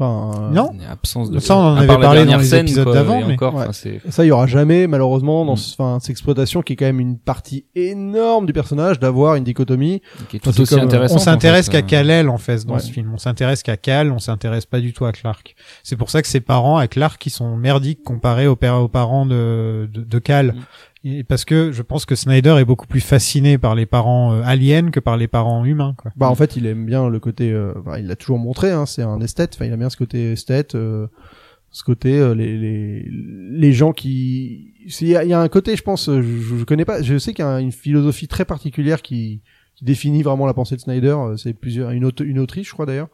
Speaker 2: Enfin, euh,
Speaker 1: Non.
Speaker 3: Il y a absence de.
Speaker 1: Ça, on en
Speaker 3: À
Speaker 1: avait
Speaker 3: part la
Speaker 1: parlé dans
Speaker 3: dernière
Speaker 1: les
Speaker 3: scène,
Speaker 1: épisodes
Speaker 3: quoi,
Speaker 1: d'avant,
Speaker 3: et
Speaker 1: mais-
Speaker 3: encore,
Speaker 2: Ouais.
Speaker 3: enfin, c'est-
Speaker 2: Ça, il y aura jamais, malheureusement, dans
Speaker 3: Mm.
Speaker 2: ce- enfin, cette exploitation qui est quand même une partie énorme du personnage, d'avoir une dichotomie.
Speaker 3: qui est
Speaker 2: Enfin,
Speaker 3: tout
Speaker 2: c'est
Speaker 3: aussi
Speaker 2: comme, euh,
Speaker 3: intéressant.
Speaker 1: On s'intéresse
Speaker 3: en fait,
Speaker 1: qu'à Kal-El en fait dans
Speaker 2: Ouais.
Speaker 1: ce film. On s'intéresse qu'à Kal, on s'intéresse pas du tout à Clark. C'est pour ça que ses parents à Clark ils sont merdiques comparés aux, pères- aux parents de, de, de Kal.
Speaker 3: Mm.
Speaker 1: Et parce que je pense que Snyder est beaucoup plus fasciné par les parents euh, aliens que par les parents humains. Quoi.
Speaker 2: Bah en fait, il aime bien le côté. euh, enfin, il l'a toujours montré. Hein, c'est un esthète. Enfin, il aime bien ce côté esthète, euh, ce côté euh, les, les les gens qui. c'est- Il y, a- il y a un côté, je pense, euh, je, je connais pas. Je sais qu'il y a une philosophie très particulière qui, qui définit vraiment la pensée de Snyder. Euh, C'est plusieurs une autre une autrice, je crois d'ailleurs.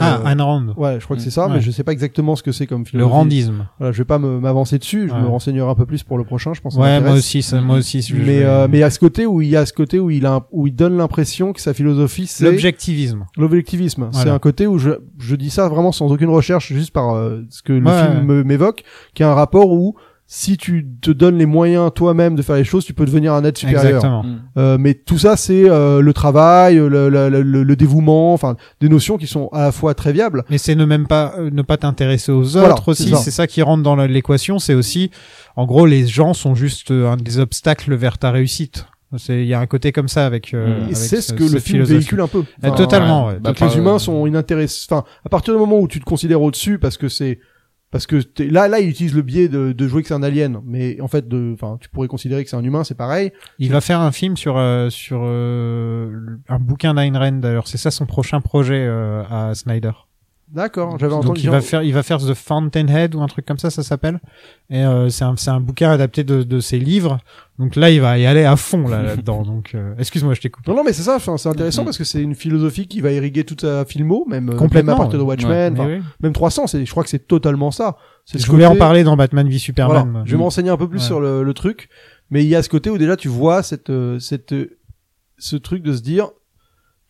Speaker 1: Ah,
Speaker 2: Euh,
Speaker 1: Ayn Rand.
Speaker 2: Ouais, je crois que c'est ça,
Speaker 1: Ouais.
Speaker 2: mais je sais pas exactement ce que c'est comme
Speaker 1: Le
Speaker 2: philosophie.
Speaker 1: randisme.
Speaker 2: Voilà, je vais pas me- m'avancer dessus. Je
Speaker 1: Ouais.
Speaker 2: me renseignerai un peu plus pour le prochain. Je pense. que ça
Speaker 1: Ouais, moi
Speaker 2: m'intéresse.
Speaker 1: aussi, ça, moi aussi. je-
Speaker 2: Mais
Speaker 1: je-
Speaker 2: euh, mais à ce côté où il y a ce côté où il a un- où il donne l'impression que sa philosophie c'est
Speaker 1: l'objectivisme.
Speaker 2: L'objectivisme, c'est
Speaker 1: Voilà.
Speaker 2: un côté où je, je dis ça vraiment sans aucune recherche, juste par euh, ce que le
Speaker 1: Ouais.
Speaker 2: film me- m'évoque, qui a un rapport où si tu te donnes les moyens toi-même de faire les choses, tu peux devenir un être supérieur.
Speaker 1: Exactement.
Speaker 2: Euh, mais tout ça, c'est euh, le travail, le, le- le- le dévouement, enfin des notions qui sont à la fois très viables.
Speaker 1: Mais c'est ne même pas euh, ne pas t'intéresser aux autres
Speaker 2: Voilà, c'est
Speaker 1: aussi.
Speaker 2: ça.
Speaker 1: C'est ça qui rentre dans la- l'équation. C'est aussi, en gros, les gens sont juste euh, un des obstacles vers ta réussite. C'est il y a un côté comme ça avec. euh,
Speaker 3: Mm. Et
Speaker 1: avec
Speaker 2: Et c'est
Speaker 1: ce-
Speaker 2: ce que le
Speaker 1: cette
Speaker 2: film
Speaker 1: philosophie.
Speaker 2: véhicule un peu.
Speaker 1: Euh,
Speaker 2: Enfin,
Speaker 1: totalement. ouais.
Speaker 3: Bah,
Speaker 2: Donc les
Speaker 3: par-
Speaker 2: humains sont inintéressants. Enfin, à partir du moment où tu te considères au-dessus, parce que c'est, parce que t'es- là, là, il utilise le biais de, de jouer que c'est un alien, mais en fait, de, enfin, tu pourrais considérer que c'est un humain, c'est pareil.
Speaker 1: Il va faire un film sur euh, sur euh, un bouquin d'Ayn Rand d'ailleurs. C'est ça son prochain projet euh, à Snyder.
Speaker 2: D'accord, j'avais
Speaker 1: Donc
Speaker 2: entendu.
Speaker 1: il va faire il va faire The Fountainhead ou un truc comme ça ça s'appelle. Et euh, c'est un c'est un bouquin adapté de de ses livres. Donc là il va y aller à fond là là-dedans.
Speaker 2: [LAUGHS]
Speaker 1: Donc euh, excuse-moi je t'ai coupé.
Speaker 2: Non, non, mais c'est ça. Enfin, c'est
Speaker 1: Mm.
Speaker 2: intéressant
Speaker 3: Mhm.
Speaker 2: parce que c'est une philosophie qui va irriguer toute sa filmo, même euh,
Speaker 1: Complètement,
Speaker 2: même à partir de Watchmen,
Speaker 1: Mais
Speaker 2: enfin,
Speaker 1: oui.
Speaker 2: même 300. C'est, je crois que c'est totalement ça. C'est
Speaker 1: Je
Speaker 2: ce
Speaker 1: voulais en
Speaker 2: côté-
Speaker 1: parler dans Batman v
Speaker 2: Voilà,
Speaker 1: Superman.
Speaker 2: je vais m'enseigner un peu plus
Speaker 1: Ouais.
Speaker 2: sur le, le truc, mais il y a ce côté où déjà tu vois cette, euh, cette, euh, ce truc de se dire,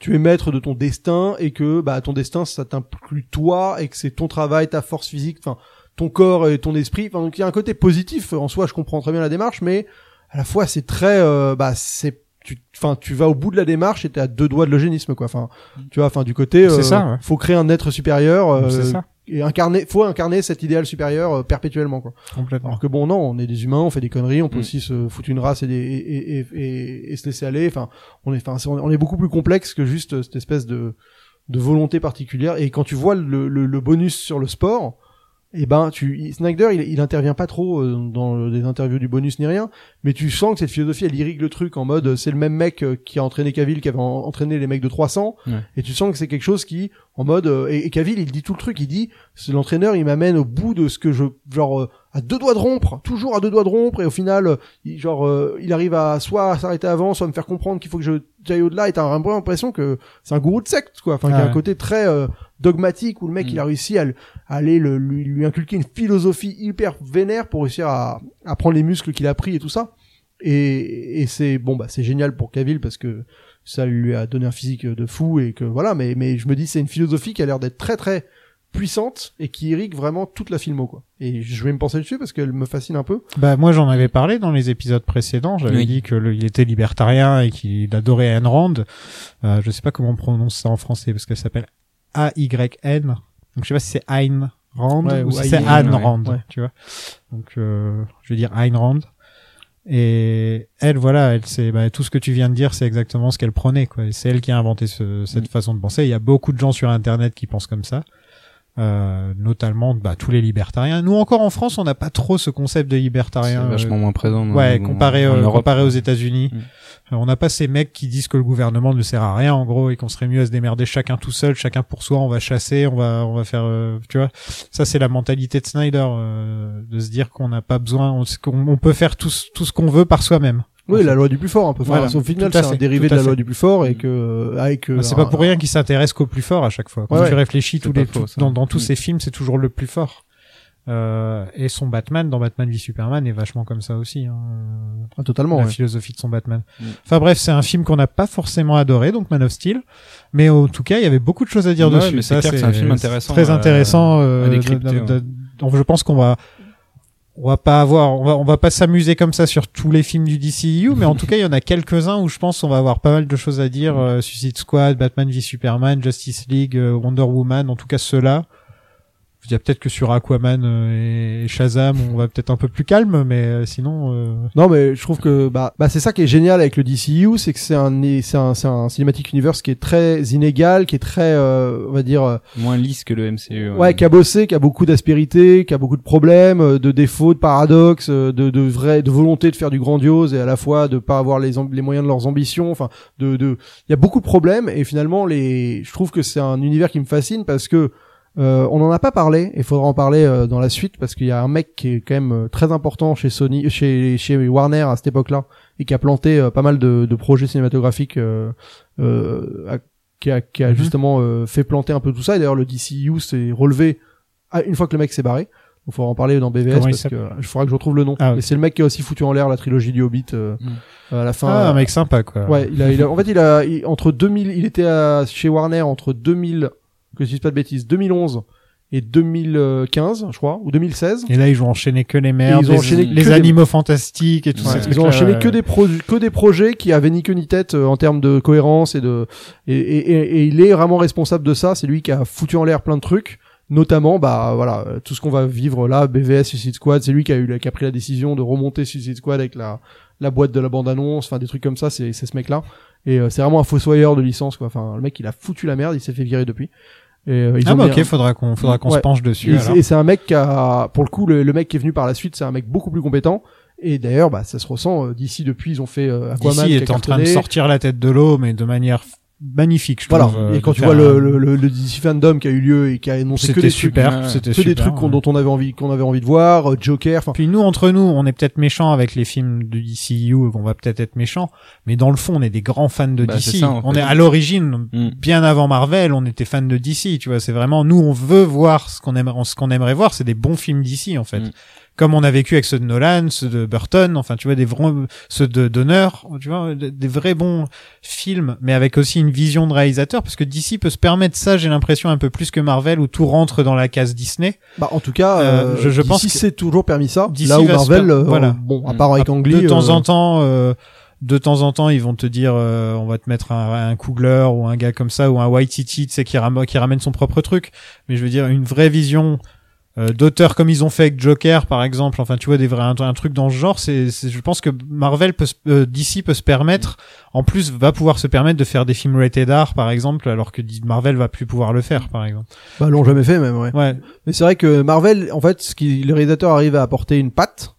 Speaker 2: tu es maître de ton destin et que bah ton destin ça t'inclut toi et que c'est ton travail, ta force physique, enfin ton corps et ton esprit. Enfin, donc il y a un côté positif en soi. Je comprends très bien la démarche, mais à la fois c'est très, euh, bah c'est tu, enfin, tu vas au bout de la démarche et t'es à deux doigts de l'eugénisme, quoi. Enfin, tu vois, enfin, du côté,
Speaker 1: C'est
Speaker 2: euh,
Speaker 1: ça, ouais.
Speaker 2: faut créer un être supérieur, euh,
Speaker 1: C'est ça,
Speaker 2: et incarner, faut incarner cet idéal supérieur euh, perpétuellement, quoi.
Speaker 1: complètement.
Speaker 2: Alors que bon, non, on est des humains, on fait des conneries, on peut
Speaker 3: Mm.
Speaker 2: aussi se foutre une race et, des, et, et, et, et se laisser aller. Enfin, on est, enfin, c'est- on est beaucoup plus complexe que juste euh, cette espèce de, de volonté particulière. Et quand tu vois le, le, le bonus sur le sport, eh ben, tu, il- Snyder, il, il intervient pas trop euh, dans le- les interviews du bonus ni rien, mais tu sens que cette philosophie, elle irrigue le truc en mode, euh, c'est le même mec euh, qui a entraîné Cavill, qui avait en- entraîné les mecs de 300,
Speaker 3: Ouais.
Speaker 2: et tu sens que c'est quelque chose qui, en mode, euh, et, et Cavill, il dit tout le truc, il dit, c'est l'entraîneur, il m'amène au bout de ce que je, genre, euh, à deux doigts de rompre, toujours à deux doigts de rompre, et au final, euh, il, genre, euh, il arrive à soit s'arrêter avant, soit me faire comprendre qu'il faut que je j'aille au-delà, et t'as un peu l'impression que c'est un gourou de secte, quoi, enfin,
Speaker 1: Ah
Speaker 2: qu'il y a
Speaker 1: ouais.
Speaker 2: un côté très euh, dogmatique où le mec,
Speaker 3: Mm.
Speaker 2: il a réussi à, le- à aller le- lui, lui inculquer une philosophie hyper vénère pour réussir à, à prendre les muscles qu'il a pris et tout ça. Et, et c'est bon, bah, c'est génial pour Cavill parce que ça lui a donné un physique de fou et que voilà. Mais, mais je me dis, c'est une philosophie qui a l'air d'être très très puissante et qui irrigue vraiment toute la filmo quoi. Et je vais me penser dessus parce qu'elle me fascine un peu.
Speaker 1: Bah moi j'en avais parlé dans les épisodes précédents. J'avais
Speaker 3: Oui.
Speaker 1: dit que le- il était libertarien et qu'il adorait Ayn Rand. Euh, je sais pas comment on prononce ça en français parce qu'elle s'appelle A Y N. Donc je sais pas si c'est Ayn Rand
Speaker 2: Ouais,
Speaker 1: ou
Speaker 2: ou
Speaker 1: si c'est
Speaker 3: Ayn,
Speaker 1: Anne
Speaker 3: ouais.
Speaker 1: Rand.
Speaker 2: Ouais.
Speaker 1: Tu vois. Donc euh, je veux dire Ayn Rand. Et elle, voilà, elle c'est bah, tout ce que tu viens de dire, c'est exactement ce qu'elle prenait. quoi. Et C'est elle qui a inventé ce-
Speaker 3: Mm.
Speaker 1: cette façon de penser. Il y a beaucoup de gens sur Internet qui pensent comme ça euh, notamment bah, tous les libertariens. Nous encore en France, on n'a pas trop ce concept de
Speaker 3: C'est
Speaker 1: libertarien.
Speaker 3: vachement moins présent. dans-
Speaker 1: euh, Ouais,
Speaker 3: dans-
Speaker 1: comparé,
Speaker 3: en
Speaker 1: euh,
Speaker 3: Europe.
Speaker 1: comparé aux États-Unis,
Speaker 3: Mm.
Speaker 1: Euh, on n'a pas ces mecs qui disent que le gouvernement ne sert à rien en gros et qu'on serait mieux à se démerder chacun tout seul, chacun pour soi. On va chasser, on va, on va faire, euh, tu vois. Ça c'est la mentalité de Snyder, euh, de se dire qu'on n'a pas besoin, on, qu'on- on peut faire tout, ce- tout ce qu'on veut par soi-même.
Speaker 2: Oui,
Speaker 1: En fait.
Speaker 2: la loi du plus fort un peu. Enfin,
Speaker 1: Voilà,
Speaker 2: au final,
Speaker 1: tout à
Speaker 2: c'est un
Speaker 1: fait,
Speaker 2: dérivé
Speaker 1: tout à
Speaker 2: de la
Speaker 1: fait. Mm.
Speaker 2: loi du plus fort et que euh, avec. euh,
Speaker 1: Bah, c'est pas
Speaker 2: un-
Speaker 1: pour rien qu'il s'intéresse qu'au plus fort à chaque fois. Quand
Speaker 2: Ouais,
Speaker 1: tu
Speaker 2: ouais.
Speaker 1: réfléchis tous
Speaker 3: pas
Speaker 1: les,
Speaker 3: faux,
Speaker 1: tout-
Speaker 3: ça.
Speaker 1: dans, dans tous
Speaker 3: Mm.
Speaker 1: ces films, c'est toujours le plus fort. Euh, et son Batman, dans Batman v Superman, est vachement comme ça aussi. hein,
Speaker 2: Ah, totalement.
Speaker 1: la
Speaker 2: ouais.
Speaker 1: philosophie de son Batman.
Speaker 3: Mm.
Speaker 1: Enfin bref, c'est un film qu'on n'a pas forcément adoré, donc Man of Steel. Mais en tout cas, il y avait beaucoup de choses à dire
Speaker 3: Ouais,
Speaker 1: dessus.
Speaker 3: mais c'est
Speaker 1: Ça,
Speaker 3: clair que c'est un film intéressant
Speaker 1: Très
Speaker 3: à-
Speaker 1: intéressant. euh,
Speaker 3: décrypter, hein.
Speaker 1: de- de-
Speaker 3: ouais.
Speaker 1: de- donc je pense qu'on va on va pas avoir on va on va pas s'amuser comme ça sur tous les films du DCU mais en tout cas il y en a quelques-uns où je pense on va avoir pas mal de choses à
Speaker 3: Mm.
Speaker 1: dire euh, Suicide Squad, Batman v Superman, Justice League, euh, Wonder Woman, en tout cas ceux-là. Je veux dire, peut-être que sur Aquaman euh, et Shazam, on va peut-être un peu plus calme, mais euh, sinon, euh,
Speaker 2: Non, mais je trouve que bah, bah c'est ça qui est génial avec le DCU, c'est que c'est un c'est un c'est un cinematic universe qui est très inégal, qui est très euh, on va dire euh,
Speaker 3: Moins lisse que le MCU.
Speaker 2: ouais, qui a bossé, qui a beaucoup d'aspérité, qui a beaucoup de problèmes, euh, de défauts, de paradoxes, euh, de de vrai de volonté de faire du grandiose et à la fois de pas avoir les amb- les moyens de leurs ambitions, enfin de de il y a beaucoup de problèmes et finalement les je trouve que c'est un univers qui me fascine parce que euh, on n'en a pas parlé et faudra en parler euh, dans la suite parce qu'il y a un mec qui est quand même euh, très important chez Sony, chez chez Warner à cette époque-là et qui a planté euh, pas mal de, de projets cinématographiques, euh, euh, à- qui a, qui a
Speaker 1: Mhm.
Speaker 2: justement euh, fait planter un peu tout ça. Et d'ailleurs le DCU s'est relevé à- une fois que le mec s'est barré. Donc faudra en parler dans BVS
Speaker 1: Comment il
Speaker 2: parce que
Speaker 1: s'appelle
Speaker 2: il faudra que je retrouve le nom.
Speaker 1: Ah, ok.
Speaker 2: Mais c'est le mec qui a aussi foutu en l'air la trilogie du Hobbit euh,
Speaker 3: Mhm.
Speaker 2: à la fin.
Speaker 1: ah,
Speaker 2: euh,
Speaker 1: un mec sympa, quoi.
Speaker 2: Ouais, il a, il a- en fait, il a, il- entre 2000, il était à- chez Warner entre 2000, que je dise pas de bêtises, 2011 et 2015, je crois, ou 2016.
Speaker 1: Et là, ils ont enchaîné que les merdes,
Speaker 2: ils ont
Speaker 1: les,
Speaker 2: enchaîné
Speaker 1: les
Speaker 2: que des-
Speaker 1: animaux fantastiques et tout
Speaker 3: Ouais.
Speaker 1: ça.
Speaker 3: Ils
Speaker 2: Ils ont enchaîné que des projets, que des projets qui avaient ni queue ni tête euh, en termes de cohérence et de, et, et, et- et il est vraiment responsable de ça. C'est lui qui a foutu en l'air plein de trucs. Notamment, bah voilà, euh, tout ce qu'on va vivre là, BVS, Suicide Squad, c'est lui qui a eu, la- qui a pris la décision de remonter Suicide Squad avec la, la boîte de la bande-annonce, enfin des trucs comme ça, c'est c'est ce mec-là. Et euh, c'est vraiment un fossoyeur de licence, quoi. Enfin, le mec, il a foutu la merde, il s'est fait virer depuis. Et, euh, ils
Speaker 1: Ah
Speaker 2: ont
Speaker 1: bah
Speaker 2: mis un-
Speaker 1: ok, faudra qu'on faudra qu'on
Speaker 2: Ouais.
Speaker 1: se penche dessus.
Speaker 2: et c'est-
Speaker 1: alors.
Speaker 2: Et c'est un mec qui a, pour le coup, le, le mec qui est venu par la suite, c'est un mec beaucoup plus compétent. Et d'ailleurs, bah, ça se ressent. euh, D'ici, depuis, ils ont fait euh, Aquaman.
Speaker 1: D'ici
Speaker 2: qui a
Speaker 1: est en train de
Speaker 2: cartonné.
Speaker 1: sortir la tête de l'eau, mais de manière f- magnifique, je
Speaker 2: Voilà.
Speaker 1: trouve. euh,
Speaker 2: et quand
Speaker 1: de
Speaker 2: tu
Speaker 1: faire
Speaker 2: vois le,
Speaker 1: un-
Speaker 2: le, le, le DC fandom qui a eu lieu et qui a énoncé que
Speaker 1: c'était
Speaker 2: des trucs,
Speaker 1: super,
Speaker 3: ouais.
Speaker 1: c'était
Speaker 2: que des
Speaker 1: super,
Speaker 2: trucs
Speaker 1: ouais.
Speaker 2: qu'on- dont on avait envie, qu'on avait envie de voir, euh, Joker. Enfin,
Speaker 1: Puis nous, entre nous, on est peut-être méchants avec les films de DCU, on va peut-être être méchants, mais dans le fond, on est des grands fans de
Speaker 3: Bah,
Speaker 1: DC.
Speaker 3: c'est ça, en
Speaker 1: on
Speaker 3: fait.
Speaker 1: est à l'origine,
Speaker 3: Mm.
Speaker 1: bien avant Marvel, on était fans de DC, tu vois. C'est vraiment, nous, on veut voir ce qu'on aimerait, ce qu'on aimerait voir, c'est des bons films DC, en fait.
Speaker 3: Mm.
Speaker 1: Comme on a vécu avec ceux de Nolan, ceux de Burton, enfin, tu vois, des vrais, ceux de Donner, tu vois, des des vrais bons films, mais avec aussi une vision de réalisateur, parce que DC peut se permettre ça, j'ai l'impression, un peu plus que Marvel, où tout rentre dans la case Disney.
Speaker 2: bah, en tout cas, euh,
Speaker 1: Euh, je- je
Speaker 2: DC
Speaker 1: pense que-
Speaker 2: s'est toujours permis ça.
Speaker 1: DC
Speaker 2: là où
Speaker 1: va se
Speaker 2: Marvel,
Speaker 1: faire-
Speaker 2: euh,
Speaker 1: voilà.
Speaker 2: bon, à
Speaker 3: Mm.
Speaker 2: part avec Ang Lee,
Speaker 1: de temps
Speaker 2: euh,
Speaker 1: en temps euh, de temps en temps ils vont te dire euh, on va te mettre un, un Coogler ou un gars comme ça ou un Waititi tu sais qui, ram- qui ramène son propre truc mais je veux dire une vraie vision euh, d'auteur comme ils ont fait avec Joker par exemple enfin tu vois des vrais un, un truc dans ce genre c'est c'est- je pense que Marvel peut se- euh, DC peut se permettre en plus va pouvoir se permettre de faire des films rated R par exemple alors que dit- Marvel va plus pouvoir le faire par exemple
Speaker 2: bah, l'ont jamais fait même. Ouais.
Speaker 1: ouais
Speaker 2: Mais c'est vrai que Marvel, en fait, ce qui, le réalisateur arrive à apporter une patte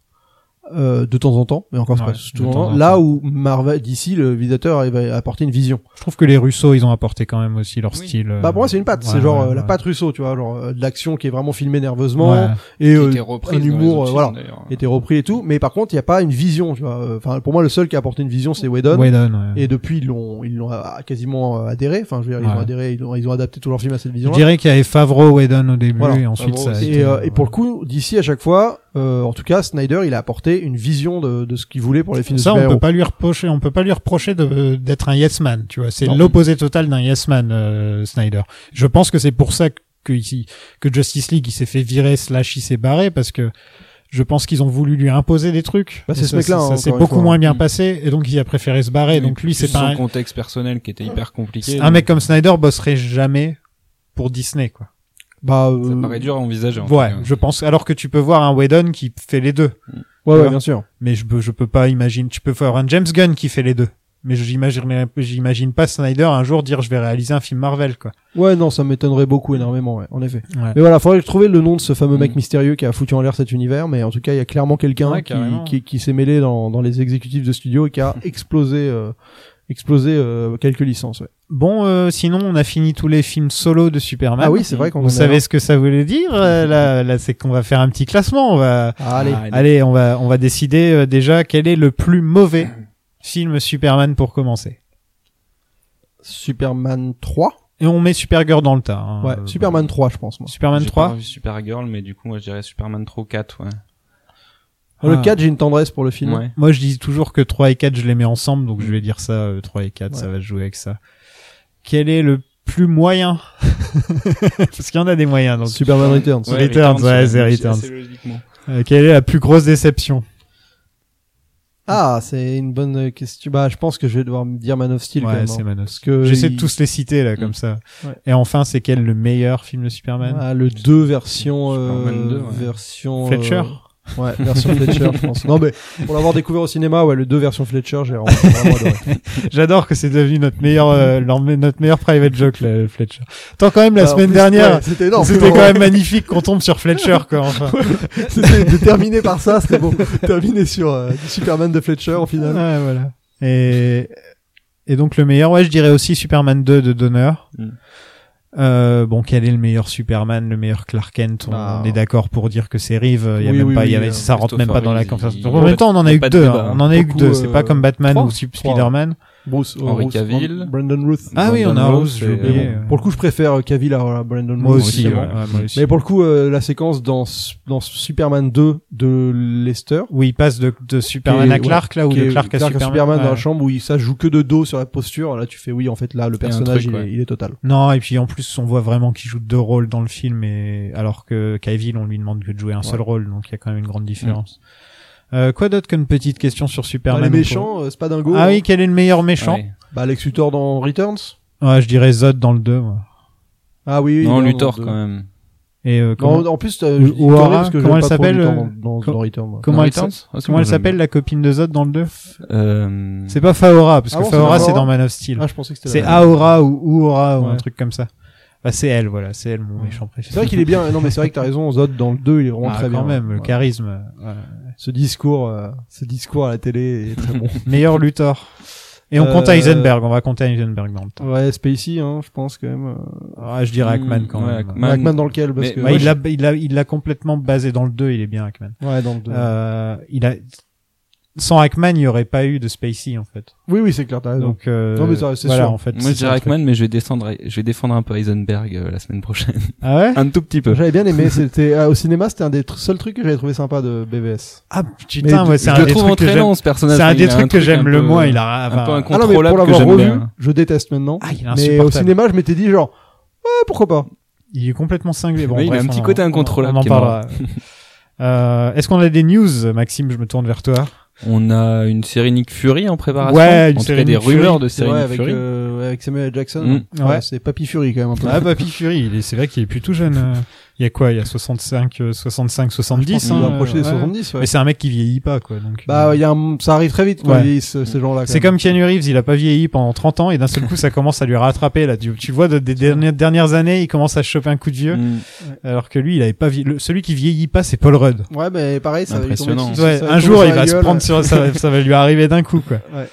Speaker 2: euh, de temps en temps, mais encore c'est
Speaker 1: Ouais, de
Speaker 2: pas souvent,
Speaker 1: temps en
Speaker 2: là
Speaker 1: temps.
Speaker 2: où Marvel, d'ici, le réalisateur arrive à apporter une vision.
Speaker 1: je trouve que les Russo ils ont apporté quand même aussi leur
Speaker 3: Oui.
Speaker 1: style euh,
Speaker 2: bah pour moi, c'est une patte, c'est
Speaker 1: ouais,
Speaker 2: genre
Speaker 1: ouais,
Speaker 2: euh, la
Speaker 1: ouais.
Speaker 2: patte Russo, tu vois, genre euh, de l'action qui est vraiment filmée nerveusement
Speaker 1: Ouais.
Speaker 2: et
Speaker 3: Qui
Speaker 2: euh,
Speaker 3: était reprise
Speaker 2: un
Speaker 3: dans les
Speaker 2: humour,
Speaker 3: autres
Speaker 2: euh, voilà,
Speaker 3: films, d'ailleurs.
Speaker 2: qui était repris et tout. Mais par contre, il n'y a pas une vision, tu vois. Euh, Enfin, pour moi, le seul qui a apporté une vision, c'est Whedon.
Speaker 1: Whedon, ouais.
Speaker 2: Et depuis, ils l'ont, ils l'ont euh, quasiment euh, adhéré. Enfin, je veux dire, ils
Speaker 1: Ouais.
Speaker 2: ont adhéré, ils ont, ils ont adapté tout leur film à cette
Speaker 1: Je
Speaker 2: vision-là.
Speaker 1: dirais qu'il y avait Favreau, Whedon au début,
Speaker 2: Voilà.
Speaker 1: et ensuite
Speaker 3: Favreau
Speaker 1: ça. a
Speaker 3: aussi.
Speaker 1: été-
Speaker 2: Et, euh, et pour le coup, d'ici à chaque fois, euh, en tout cas, Snyder, il a apporté une vision de, de ce qu'il voulait pour les films
Speaker 1: ça,
Speaker 2: de
Speaker 1: on peut
Speaker 2: super-héros.
Speaker 1: pas lui reprocher, on peut pas lui reprocher de- d'être un yes man, tu vois. C'est
Speaker 2: Non.
Speaker 1: l'opposé total d'un yes man, euh, Snyder. Je pense que c'est pour ça que, que ici, que Justice League, il s'est fait virer, slash, il s'est barré, parce que je pense qu'ils ont voulu lui imposer des trucs.
Speaker 2: Bah, c'est
Speaker 1: Et
Speaker 2: ce
Speaker 1: ça-
Speaker 2: mec-là,
Speaker 1: ça-
Speaker 2: hein,
Speaker 1: Ça s'est
Speaker 2: encore une
Speaker 1: beaucoup
Speaker 2: fois.
Speaker 1: moins bien
Speaker 3: Mm.
Speaker 1: passé, et donc il a préféré se barrer. donc lui, c'est
Speaker 3: Plus
Speaker 1: pas
Speaker 3: son contexte personnel qui était hyper compliqué.
Speaker 1: un, un mec comme
Speaker 2: euh.
Speaker 1: Snyder bosserait jamais pour Disney, quoi.
Speaker 2: Bah, euh,
Speaker 3: Ça paraît dur à envisager. en
Speaker 1: Ouais,
Speaker 3: fait,
Speaker 1: je pense. Alors que tu peux voir un Whedon qui fait les deux.
Speaker 2: ouais, ouais,
Speaker 1: vois.
Speaker 2: bien sûr.
Speaker 1: mais je peux, je peux pas imaginer. Tu peux faire un James Gunn qui fait les deux, mais j'imagine, j'imagine pas Snyder un jour dire je vais réaliser un film Marvel quoi.
Speaker 2: Ouais, non, ça m'étonnerait beaucoup énormément, ouais, en effet.
Speaker 1: Ouais.
Speaker 2: Mais voilà, faudrait trouver le nom de ce fameux mec
Speaker 3: Mm.
Speaker 2: mystérieux qui a foutu en l'air cet univers, mais en tout cas, il y a clairement quelqu'un
Speaker 1: Ouais,
Speaker 2: qui,
Speaker 1: carrément.
Speaker 2: qui, qui s'est mêlé dans, dans les exécutifs de studio et
Speaker 1: [LAUGHS]
Speaker 2: qui a explosé, euh, explosé euh, quelques licences, ouais.
Speaker 1: Bon, euh, sinon on a fini tous les films solo de Superman.
Speaker 2: Ah oui, c'est vrai qu'on en
Speaker 1: hein. Vous
Speaker 2: a
Speaker 1: savez
Speaker 2: un.
Speaker 1: ce que ça voulait dire euh, là, là c'est qu'on va faire un petit classement. On va,
Speaker 2: Ah, allez.
Speaker 3: Ah,
Speaker 1: allez, on va, on va décider euh, déjà quel est le plus mauvais film Superman pour commencer.
Speaker 2: Superman 3?
Speaker 1: Et on met Supergirl dans le tas. hein.
Speaker 2: Ouais,
Speaker 1: Euh,
Speaker 2: Superman 3, je pense, moi.
Speaker 1: Superman
Speaker 3: J'ai
Speaker 1: 3.
Speaker 3: pas vu Supergirl, mais du coup, moi, je dirais Superman 3 ou 4, ouais.
Speaker 2: Le
Speaker 1: Ah.
Speaker 2: 4, j'ai une tendresse pour le film.
Speaker 3: Ouais.
Speaker 1: Moi, je dis toujours que 3 et 4, je les mets ensemble,
Speaker 2: Mm.
Speaker 1: donc je vais dire ça, euh, 3 et 4, ça va se jouer avec ça. Quel est le plus moyen [LAUGHS] Parce qu'il y en a des moyens. Donc.
Speaker 2: Superman Returns.
Speaker 1: Ouais. Returns, ouais, c'est
Speaker 3: c'est
Speaker 1: Returns.
Speaker 3: assez logiquement.
Speaker 1: Euh, quelle est la plus grosse déception
Speaker 2: Ah, c'est une bonne question. Bah, je pense que je vais devoir me dire Man of Steel. quand
Speaker 1: Ouais,
Speaker 2: même,
Speaker 1: c'est
Speaker 2: hein.
Speaker 1: Man of
Speaker 2: Parce que
Speaker 1: J'essaie
Speaker 2: il-
Speaker 1: de tous les citer là comme
Speaker 3: Mm.
Speaker 1: ça.
Speaker 2: Ouais.
Speaker 1: Et enfin, c'est quel le meilleur film de Superman
Speaker 2: Ah, le 2 version
Speaker 3: Superman
Speaker 2: euh,
Speaker 3: 2, ouais.
Speaker 2: version
Speaker 1: Fletcher.
Speaker 2: euh, ouais, version Fletcher,
Speaker 1: [LAUGHS]
Speaker 2: je pense. Non mais pour l'avoir découvert au cinéma, ouais, le 2 version Fletcher, j'ai vraiment, vraiment adoré.
Speaker 1: J'adore que c'est devenu notre meilleur
Speaker 2: [LAUGHS]
Speaker 1: euh, leur- notre meilleur private joke là, le Fletcher. Tant quand même la
Speaker 2: Bah, en
Speaker 1: semaine
Speaker 2: plus,
Speaker 1: dernière,
Speaker 2: ouais, c'était énorme.
Speaker 1: c'était quand même magnifique qu'on tombe sur Fletcher quoi. Enfin.
Speaker 2: [LAUGHS] C'était de terminer par ça, c'était bon. Terminer sur euh, du Superman de Fletcher au final.
Speaker 1: Ouais, voilà. Et, et donc le meilleur, ouais, je dirais aussi Superman 2 de Donner.
Speaker 2: Hmm.
Speaker 3: Mm.
Speaker 1: Euh, bon, quel est le meilleur Superman, le meilleur Clark Kent On,
Speaker 2: Ah.
Speaker 1: on est d'accord pour dire que c'est Reeve. Il y a
Speaker 2: Oui,
Speaker 1: même
Speaker 2: oui,
Speaker 1: pas, il y
Speaker 2: oui,
Speaker 1: avait-
Speaker 2: euh,
Speaker 1: ça rentre même pas dans la
Speaker 3: Christopher Reeve,
Speaker 1: conversation.
Speaker 3: il-
Speaker 1: en même temps, on en a
Speaker 3: il y
Speaker 1: eu
Speaker 3: a pas
Speaker 1: que
Speaker 3: de
Speaker 1: deux.
Speaker 3: débat.
Speaker 1: hein. On en a eu que
Speaker 2: Beaucoup,
Speaker 1: deux. C'est
Speaker 2: euh,
Speaker 1: pas comme Batman
Speaker 2: trois,
Speaker 1: ou Sup-
Speaker 2: trois.
Speaker 1: Spider-Man.
Speaker 2: Bruce, oh,
Speaker 3: Henry
Speaker 2: Bruce,
Speaker 3: Cavill.
Speaker 2: Bran- Brandon Ruth.
Speaker 1: Ah oui, on a
Speaker 3: Rose,
Speaker 1: Rose, j'ai
Speaker 3: c'est-
Speaker 1: oublié.
Speaker 3: bon,
Speaker 1: euh,
Speaker 2: Pour le coup, je préfère euh, Cavill à à Brandon Ruth.
Speaker 1: moi aussi.
Speaker 3: c'est
Speaker 1: ouais,
Speaker 3: bon.
Speaker 1: ouais, moi aussi.
Speaker 2: Mais pour le coup, euh, la séquence dans dans Superman 2 de Lester.
Speaker 1: Où il passe de, de Superman
Speaker 2: Qui est-
Speaker 1: à Clark, là, ou
Speaker 2: qui
Speaker 1: de
Speaker 2: est
Speaker 1: Clark à Superman.
Speaker 2: dans la
Speaker 1: ouais.
Speaker 2: chambre où il, ça joue que de dos sur la posture. Là, tu fais oui, en fait, là, le
Speaker 3: y a un
Speaker 2: personnage,
Speaker 3: truc,
Speaker 2: il,
Speaker 3: ouais.
Speaker 2: est, il est total.
Speaker 1: Non, et puis en plus, on voit vraiment qu'il joue deux rôles dans le film, et alors que Cavill, on lui demande que de jouer un seul rôle, donc il y a quand même une
Speaker 2: Mm.
Speaker 1: grande différence. Euh, quoi d'autre qu'une petite question sur
Speaker 2: Bah,
Speaker 1: Superman
Speaker 2: les
Speaker 1: on peut-
Speaker 2: méchants, euh, c'est pas dingo.
Speaker 1: Ah
Speaker 2: hein.
Speaker 1: oui, quel est le meilleur méchant
Speaker 3: Ouais.
Speaker 2: Bah, Lex Luthor dans Returns.
Speaker 1: Ouais, je dirais Zod dans le 2, moi.
Speaker 2: Ah oui, oui.
Speaker 3: Non,
Speaker 2: il est
Speaker 3: Luthor
Speaker 2: dans-
Speaker 3: quand même.
Speaker 1: Et euh, comment,
Speaker 2: Non, en plus, euh,
Speaker 1: Ou-
Speaker 2: je dis
Speaker 1: ou
Speaker 2: Luthor
Speaker 1: Hara,
Speaker 2: parce que
Speaker 1: comment
Speaker 2: j'aime
Speaker 1: elle
Speaker 2: pas trop
Speaker 1: s'appelle,
Speaker 2: Luthor
Speaker 1: euh,
Speaker 2: dans, dans,
Speaker 1: com-
Speaker 2: dans Returns. moi.
Speaker 1: comment
Speaker 3: Dans
Speaker 1: elle
Speaker 3: Returns
Speaker 1: s'a-
Speaker 3: Ah, c'est
Speaker 1: comment
Speaker 3: bon,
Speaker 1: elle
Speaker 3: je l'aime
Speaker 1: s'appelle la copine de Zod dans le 2
Speaker 3: bien. Euh,
Speaker 1: C'est pas Faora, parce
Speaker 2: Ah
Speaker 1: que
Speaker 2: bon, c'est
Speaker 1: Faora,
Speaker 2: pas
Speaker 1: c'est
Speaker 2: Faora
Speaker 1: dans Man of Steel.
Speaker 2: Ah, je pensais que c'était
Speaker 1: c'est
Speaker 2: la-
Speaker 1: Aora ou Oura ou un
Speaker 2: Ouais.
Speaker 1: truc comme ça. Bah, c'est elle, voilà, c'est elle mon
Speaker 2: Ouais.
Speaker 1: méchant préféré.
Speaker 2: C'est vrai qu'il est bien. Non, mais c'est vrai que t'as raison. Zod dans le 2, il est vraiment
Speaker 1: [LAUGHS] Ah,
Speaker 2: très
Speaker 1: quand
Speaker 2: bien.
Speaker 1: même, le
Speaker 2: Ouais.
Speaker 1: charisme. euh, ouais.
Speaker 2: Ce discours, euh, ce discours à la télé
Speaker 1: [LAUGHS]
Speaker 2: est très bon.
Speaker 1: Meilleur Luthor. Et on
Speaker 2: Euh,
Speaker 1: compte à Heisenberg, on va compter à Heisenberg dans le temps.
Speaker 2: ouais, Spacey, hein, je pense quand même.
Speaker 1: Ah, je dirais Hackman quand
Speaker 3: Hmm, ouais,
Speaker 1: même.
Speaker 3: Hackman.
Speaker 2: Man... Hackman dans lequel parce
Speaker 3: Mais-
Speaker 2: que
Speaker 1: Ouais,
Speaker 3: Moi,
Speaker 1: il
Speaker 3: je-
Speaker 1: l'a il l'a il l'a complètement basé dans le 2, il est bien Hackman.
Speaker 2: ouais dans le 2.
Speaker 1: Euh, il a sans Hackman, il n'y aurait pas eu de Spacey en fait.
Speaker 2: Oui, oui, c'est clair. T'as raison.
Speaker 1: Donc euh,
Speaker 2: Ah Non, mais ça, c'est
Speaker 1: voilà
Speaker 2: sûr.
Speaker 1: en fait.
Speaker 3: Moi je
Speaker 1: c'est ça,
Speaker 3: dirais
Speaker 1: le truc.
Speaker 3: Hackman, mais je vais descendre, je vais défendre un peu Heisenberg euh, la semaine prochaine.
Speaker 1: Ah ouais
Speaker 3: un tout petit peu.
Speaker 2: J'avais
Speaker 1: [LAUGHS]
Speaker 2: bien aimé. C'était euh, au cinéma, c'était un des tr- seuls trucs que j'avais trouvé sympa de BVS.
Speaker 1: Ah putain,
Speaker 2: Mais
Speaker 1: ouais, c'est
Speaker 3: je
Speaker 1: un
Speaker 3: le
Speaker 1: des
Speaker 3: trouve
Speaker 1: trucs que
Speaker 3: très
Speaker 1: j'aime.
Speaker 3: lent ce personnage.
Speaker 1: C'est un
Speaker 3: Enfin,
Speaker 1: des
Speaker 3: il a
Speaker 1: trucs que
Speaker 3: truc un
Speaker 1: j'aime le
Speaker 3: peu-
Speaker 1: moins, il a
Speaker 3: un peu
Speaker 1: enfin,
Speaker 2: Ah non, mais pour
Speaker 3: Contrôlable que
Speaker 2: l'avoir
Speaker 3: j'aime
Speaker 2: revu,
Speaker 3: bien.
Speaker 2: je déteste maintenant.
Speaker 1: ah, il est
Speaker 2: mais au
Speaker 1: insupportable.
Speaker 2: cinéma, je m'étais dit genre, ouais, pourquoi pas.
Speaker 1: Il est complètement cinglé. Bon,
Speaker 3: Oui, il a
Speaker 1: bref,
Speaker 3: un petit
Speaker 1: on-
Speaker 3: côté
Speaker 1: on-
Speaker 3: incontrôlable
Speaker 1: On en
Speaker 3: qui est
Speaker 1: parlera. Euh, Est-ce qu'on a des news, Maxime Je me tourne vers toi.
Speaker 3: On a une série Nick Fury en préparation.
Speaker 1: Ouais, une
Speaker 3: en tout
Speaker 1: série
Speaker 3: cas, des
Speaker 1: Nick Fury.
Speaker 3: rumeurs de
Speaker 2: C'est
Speaker 3: série
Speaker 2: vrai
Speaker 3: Nick
Speaker 2: avec,
Speaker 3: Fury.
Speaker 2: euh, ouais, avec Samuel L. Jackson.
Speaker 3: Mm.
Speaker 1: Ouais.
Speaker 2: c'est Papy Fury quand même un peu.
Speaker 1: Ah, Papy Fury, il est- c'est vrai qu'il est plutôt jeune. euh, Il y a quoi Il y a 65, euh, 65, 70.
Speaker 2: il
Speaker 1: hein,
Speaker 2: doit approcher des
Speaker 1: ouais.
Speaker 2: 70. Ouais.
Speaker 1: Mais c'est un mec qui vieillit pas, quoi. Donc, euh,
Speaker 2: Bah, il y a un- ça arrive très vite quand
Speaker 1: Ouais.
Speaker 2: ils vieillissent, ces gens-là.
Speaker 1: c'est
Speaker 2: quand
Speaker 1: comme Keanu Reeves, il a pas vieilli pendant 30 ans et d'un seul coup, ça commence à lui rattraper. Là, tu, tu vois, de- des dernières, dernières années, il commence à choper un coup de vieux,
Speaker 3: Mm.
Speaker 1: alors que lui, il avait pas vieilli. le- celui qui vieillit pas, c'est Paul Rudd.
Speaker 2: même. Ouais, mais pareil, ça va lui tomber
Speaker 3: Impressionnant.
Speaker 2: dessus,
Speaker 1: Ouais,
Speaker 2: Ah, ça
Speaker 1: un
Speaker 2: lui tomber
Speaker 1: jour,
Speaker 2: sur
Speaker 1: il
Speaker 2: la
Speaker 1: va se
Speaker 2: gueule.
Speaker 1: prendre sur, ça, va- ça va lui arriver d'un coup, quoi.
Speaker 2: Ouais.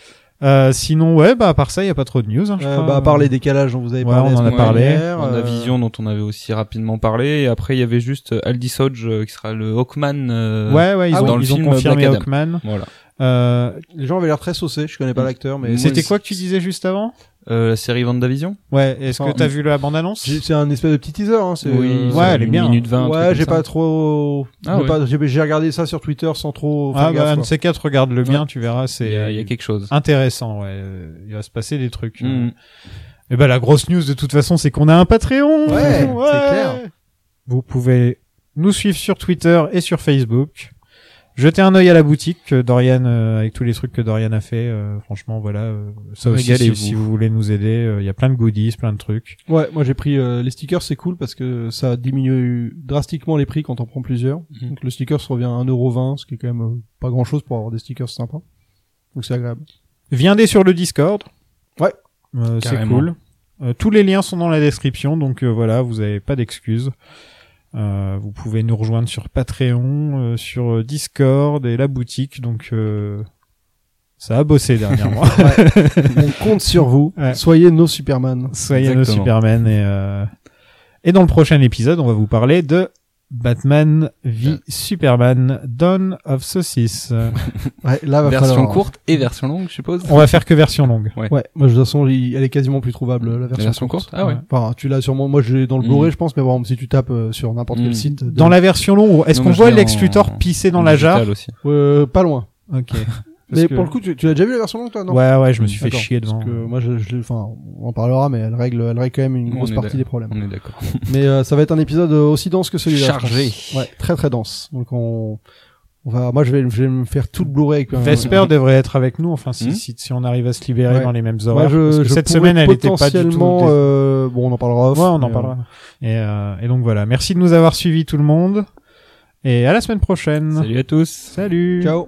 Speaker 1: Euh, sinon, ouais, bah à part ça, il y a pas trop de news. Hein, je
Speaker 2: Euh,
Speaker 1: crois.
Speaker 2: bah, à part les décalages dont vous avez
Speaker 1: Ouais,
Speaker 2: parlé.
Speaker 1: on
Speaker 2: la
Speaker 1: en a
Speaker 2: semaine
Speaker 1: parlé.
Speaker 2: dernière,
Speaker 3: On a
Speaker 2: euh,
Speaker 3: Vision dont on avait aussi rapidement parlé. Et après, il y avait juste euh, Aldi Sodge euh, qui sera le Hawkman. euh,
Speaker 1: Ouais, ouais, ils
Speaker 3: ah
Speaker 1: ont,
Speaker 3: oui. dans le
Speaker 1: ils ont
Speaker 3: film
Speaker 1: confirmé
Speaker 3: Black Adam.
Speaker 1: Hawkman.
Speaker 3: Voilà.
Speaker 1: Euh,
Speaker 2: Les gens avaient l'air très saucés, je connais pas
Speaker 3: Mm.
Speaker 2: l'acteur, mais
Speaker 3: Moi,
Speaker 1: C'était
Speaker 3: c'est-
Speaker 1: quoi que tu disais juste avant
Speaker 3: Euh, la série Vendavision
Speaker 1: Ouais, est-ce que
Speaker 2: Enfin,
Speaker 1: t'as vu la bande-annonce
Speaker 2: J'ai- C'est un espèce de petit teaser, hein. c'est- euh,
Speaker 1: Ouais, elle est bien.
Speaker 3: Minute 20. un truc
Speaker 2: Ouais,
Speaker 3: comme
Speaker 2: j'ai
Speaker 3: ça.
Speaker 2: pas trop.
Speaker 3: Ah
Speaker 2: j'ai
Speaker 3: ouais.
Speaker 2: pas- J'ai j'ai regardé ça sur Twitter sans trop. faire
Speaker 1: Ah bah,
Speaker 2: gaffe,
Speaker 1: un de
Speaker 2: quoi.
Speaker 1: ces quatre, regarde-le bien, tu verras,
Speaker 3: Il y, a- il y
Speaker 1: c'est
Speaker 3: a quelque chose.
Speaker 1: intéressant, ouais. euh, Il va se passer des trucs. hein.
Speaker 3: Mm.
Speaker 1: Et bah, la grosse news de toute façon, c'est qu'on a un Patreon [LAUGHS]
Speaker 2: Ouais, c'est clair.
Speaker 1: Vous pouvez nous suivre sur Twitter et sur Facebook. Jetez un œil à la boutique que Dorian, euh, avec tous les trucs que Dorian a fait. euh, franchement, voilà, euh, ça aussi, si,
Speaker 3: Régalez-vous.
Speaker 1: si vous voulez nous aider, euh, il y a plein de goodies, plein de trucs.
Speaker 2: Ouais, moi j'ai pris euh, les stickers, c'est cool parce que ça diminue drastiquement les prix quand on prend plusieurs.
Speaker 3: Mhm.
Speaker 2: Donc le sticker se revient à 1,20€, ce qui est quand même euh, pas grand chose pour avoir des stickers sympas. Donc c'est
Speaker 3: [LAUGHS]
Speaker 2: agréable.
Speaker 1: Viendez sur le Discord.
Speaker 2: Ouais.
Speaker 1: Euh, c'est
Speaker 3: Carrément.
Speaker 1: cool. Euh, tous les liens sont dans la description, donc euh, voilà, vous n'avez pas d'excuses. Euh, vous pouvez nous rejoindre sur Patreon, euh, sur euh, Discord et la boutique, donc euh, ça a bossé dernièrement.
Speaker 2: on compte sur vous.
Speaker 1: Ouais.
Speaker 2: Soyez nos Superman.
Speaker 1: [LAUGHS] Soyez nos
Speaker 3: Exactement.
Speaker 1: Superman et euh, et dans le prochain épisode, on va vous parler de Batman v Superman Dawn of
Speaker 3: [LAUGHS]
Speaker 1: Saucisse.
Speaker 2: Ouais, là va
Speaker 3: Version
Speaker 2: falloir. hein.
Speaker 3: courte et version longue, je suppose.
Speaker 1: on va faire que version longue.
Speaker 2: Ouais, moi de toute façon, il- elle est quasiment plus trouvable la version,
Speaker 3: la version courte. Ah ouais.
Speaker 2: Enfin, tu l'as sûrement. Moi, je l'ai dans le
Speaker 3: Mhm.
Speaker 2: Blu-ray, je pense, mais bon, si tu tapes euh, sur n'importe quel
Speaker 3: Mhm.
Speaker 2: site,
Speaker 1: Dans la version longue, est-ce qu'on
Speaker 3: Non, moi, je
Speaker 1: voit
Speaker 3: l'ai
Speaker 1: Lex
Speaker 3: en-
Speaker 1: Luthor pisser dans
Speaker 3: En
Speaker 1: la
Speaker 3: digital
Speaker 1: jarre
Speaker 3: aussi.
Speaker 2: euh, pas loin.
Speaker 1: [LAUGHS] Ok.
Speaker 2: mais pour le coup, tu, tu l'as déjà vu la version longue, toi, non
Speaker 1: ouais, ouais, je me suis fait
Speaker 2: D'accord.
Speaker 1: chier devant.
Speaker 2: Parce que moi, je, je l'ai- enfin, on en parlera, mais elle règle, elle règle quand même une
Speaker 3: On
Speaker 2: grosse
Speaker 3: est
Speaker 2: partie
Speaker 3: d'accord.
Speaker 2: des problèmes.
Speaker 3: On est d'accord.
Speaker 2: Mais euh, ça va être un épisode euh, aussi dense que celui-là. je
Speaker 3: Chargé.
Speaker 2: pense. Ouais, très très dense. Donc on On va, moi, je vais, je vais me faire tout le Blu-ray avec euh, un-
Speaker 1: Vesper devrait être avec nous, enfin, si,
Speaker 3: Hmm.
Speaker 1: si, si on arrive à se libérer
Speaker 2: Ouais.
Speaker 1: dans les mêmes
Speaker 2: Moi,
Speaker 1: horaires.
Speaker 2: je-
Speaker 1: parce que
Speaker 2: je
Speaker 1: cette
Speaker 2: pourrais
Speaker 1: semaine, elle était pas du tout.
Speaker 2: potentiellement,
Speaker 1: dé-
Speaker 2: euh, bon, on en parlera off.
Speaker 1: Ouais, on en
Speaker 2: mais,
Speaker 1: parlera. Et, euh, et donc voilà. Merci de nous avoir suivis, tout le monde. Et à la semaine prochaine.
Speaker 3: Salut à tous.
Speaker 1: Salut.
Speaker 2: euh, Ciao.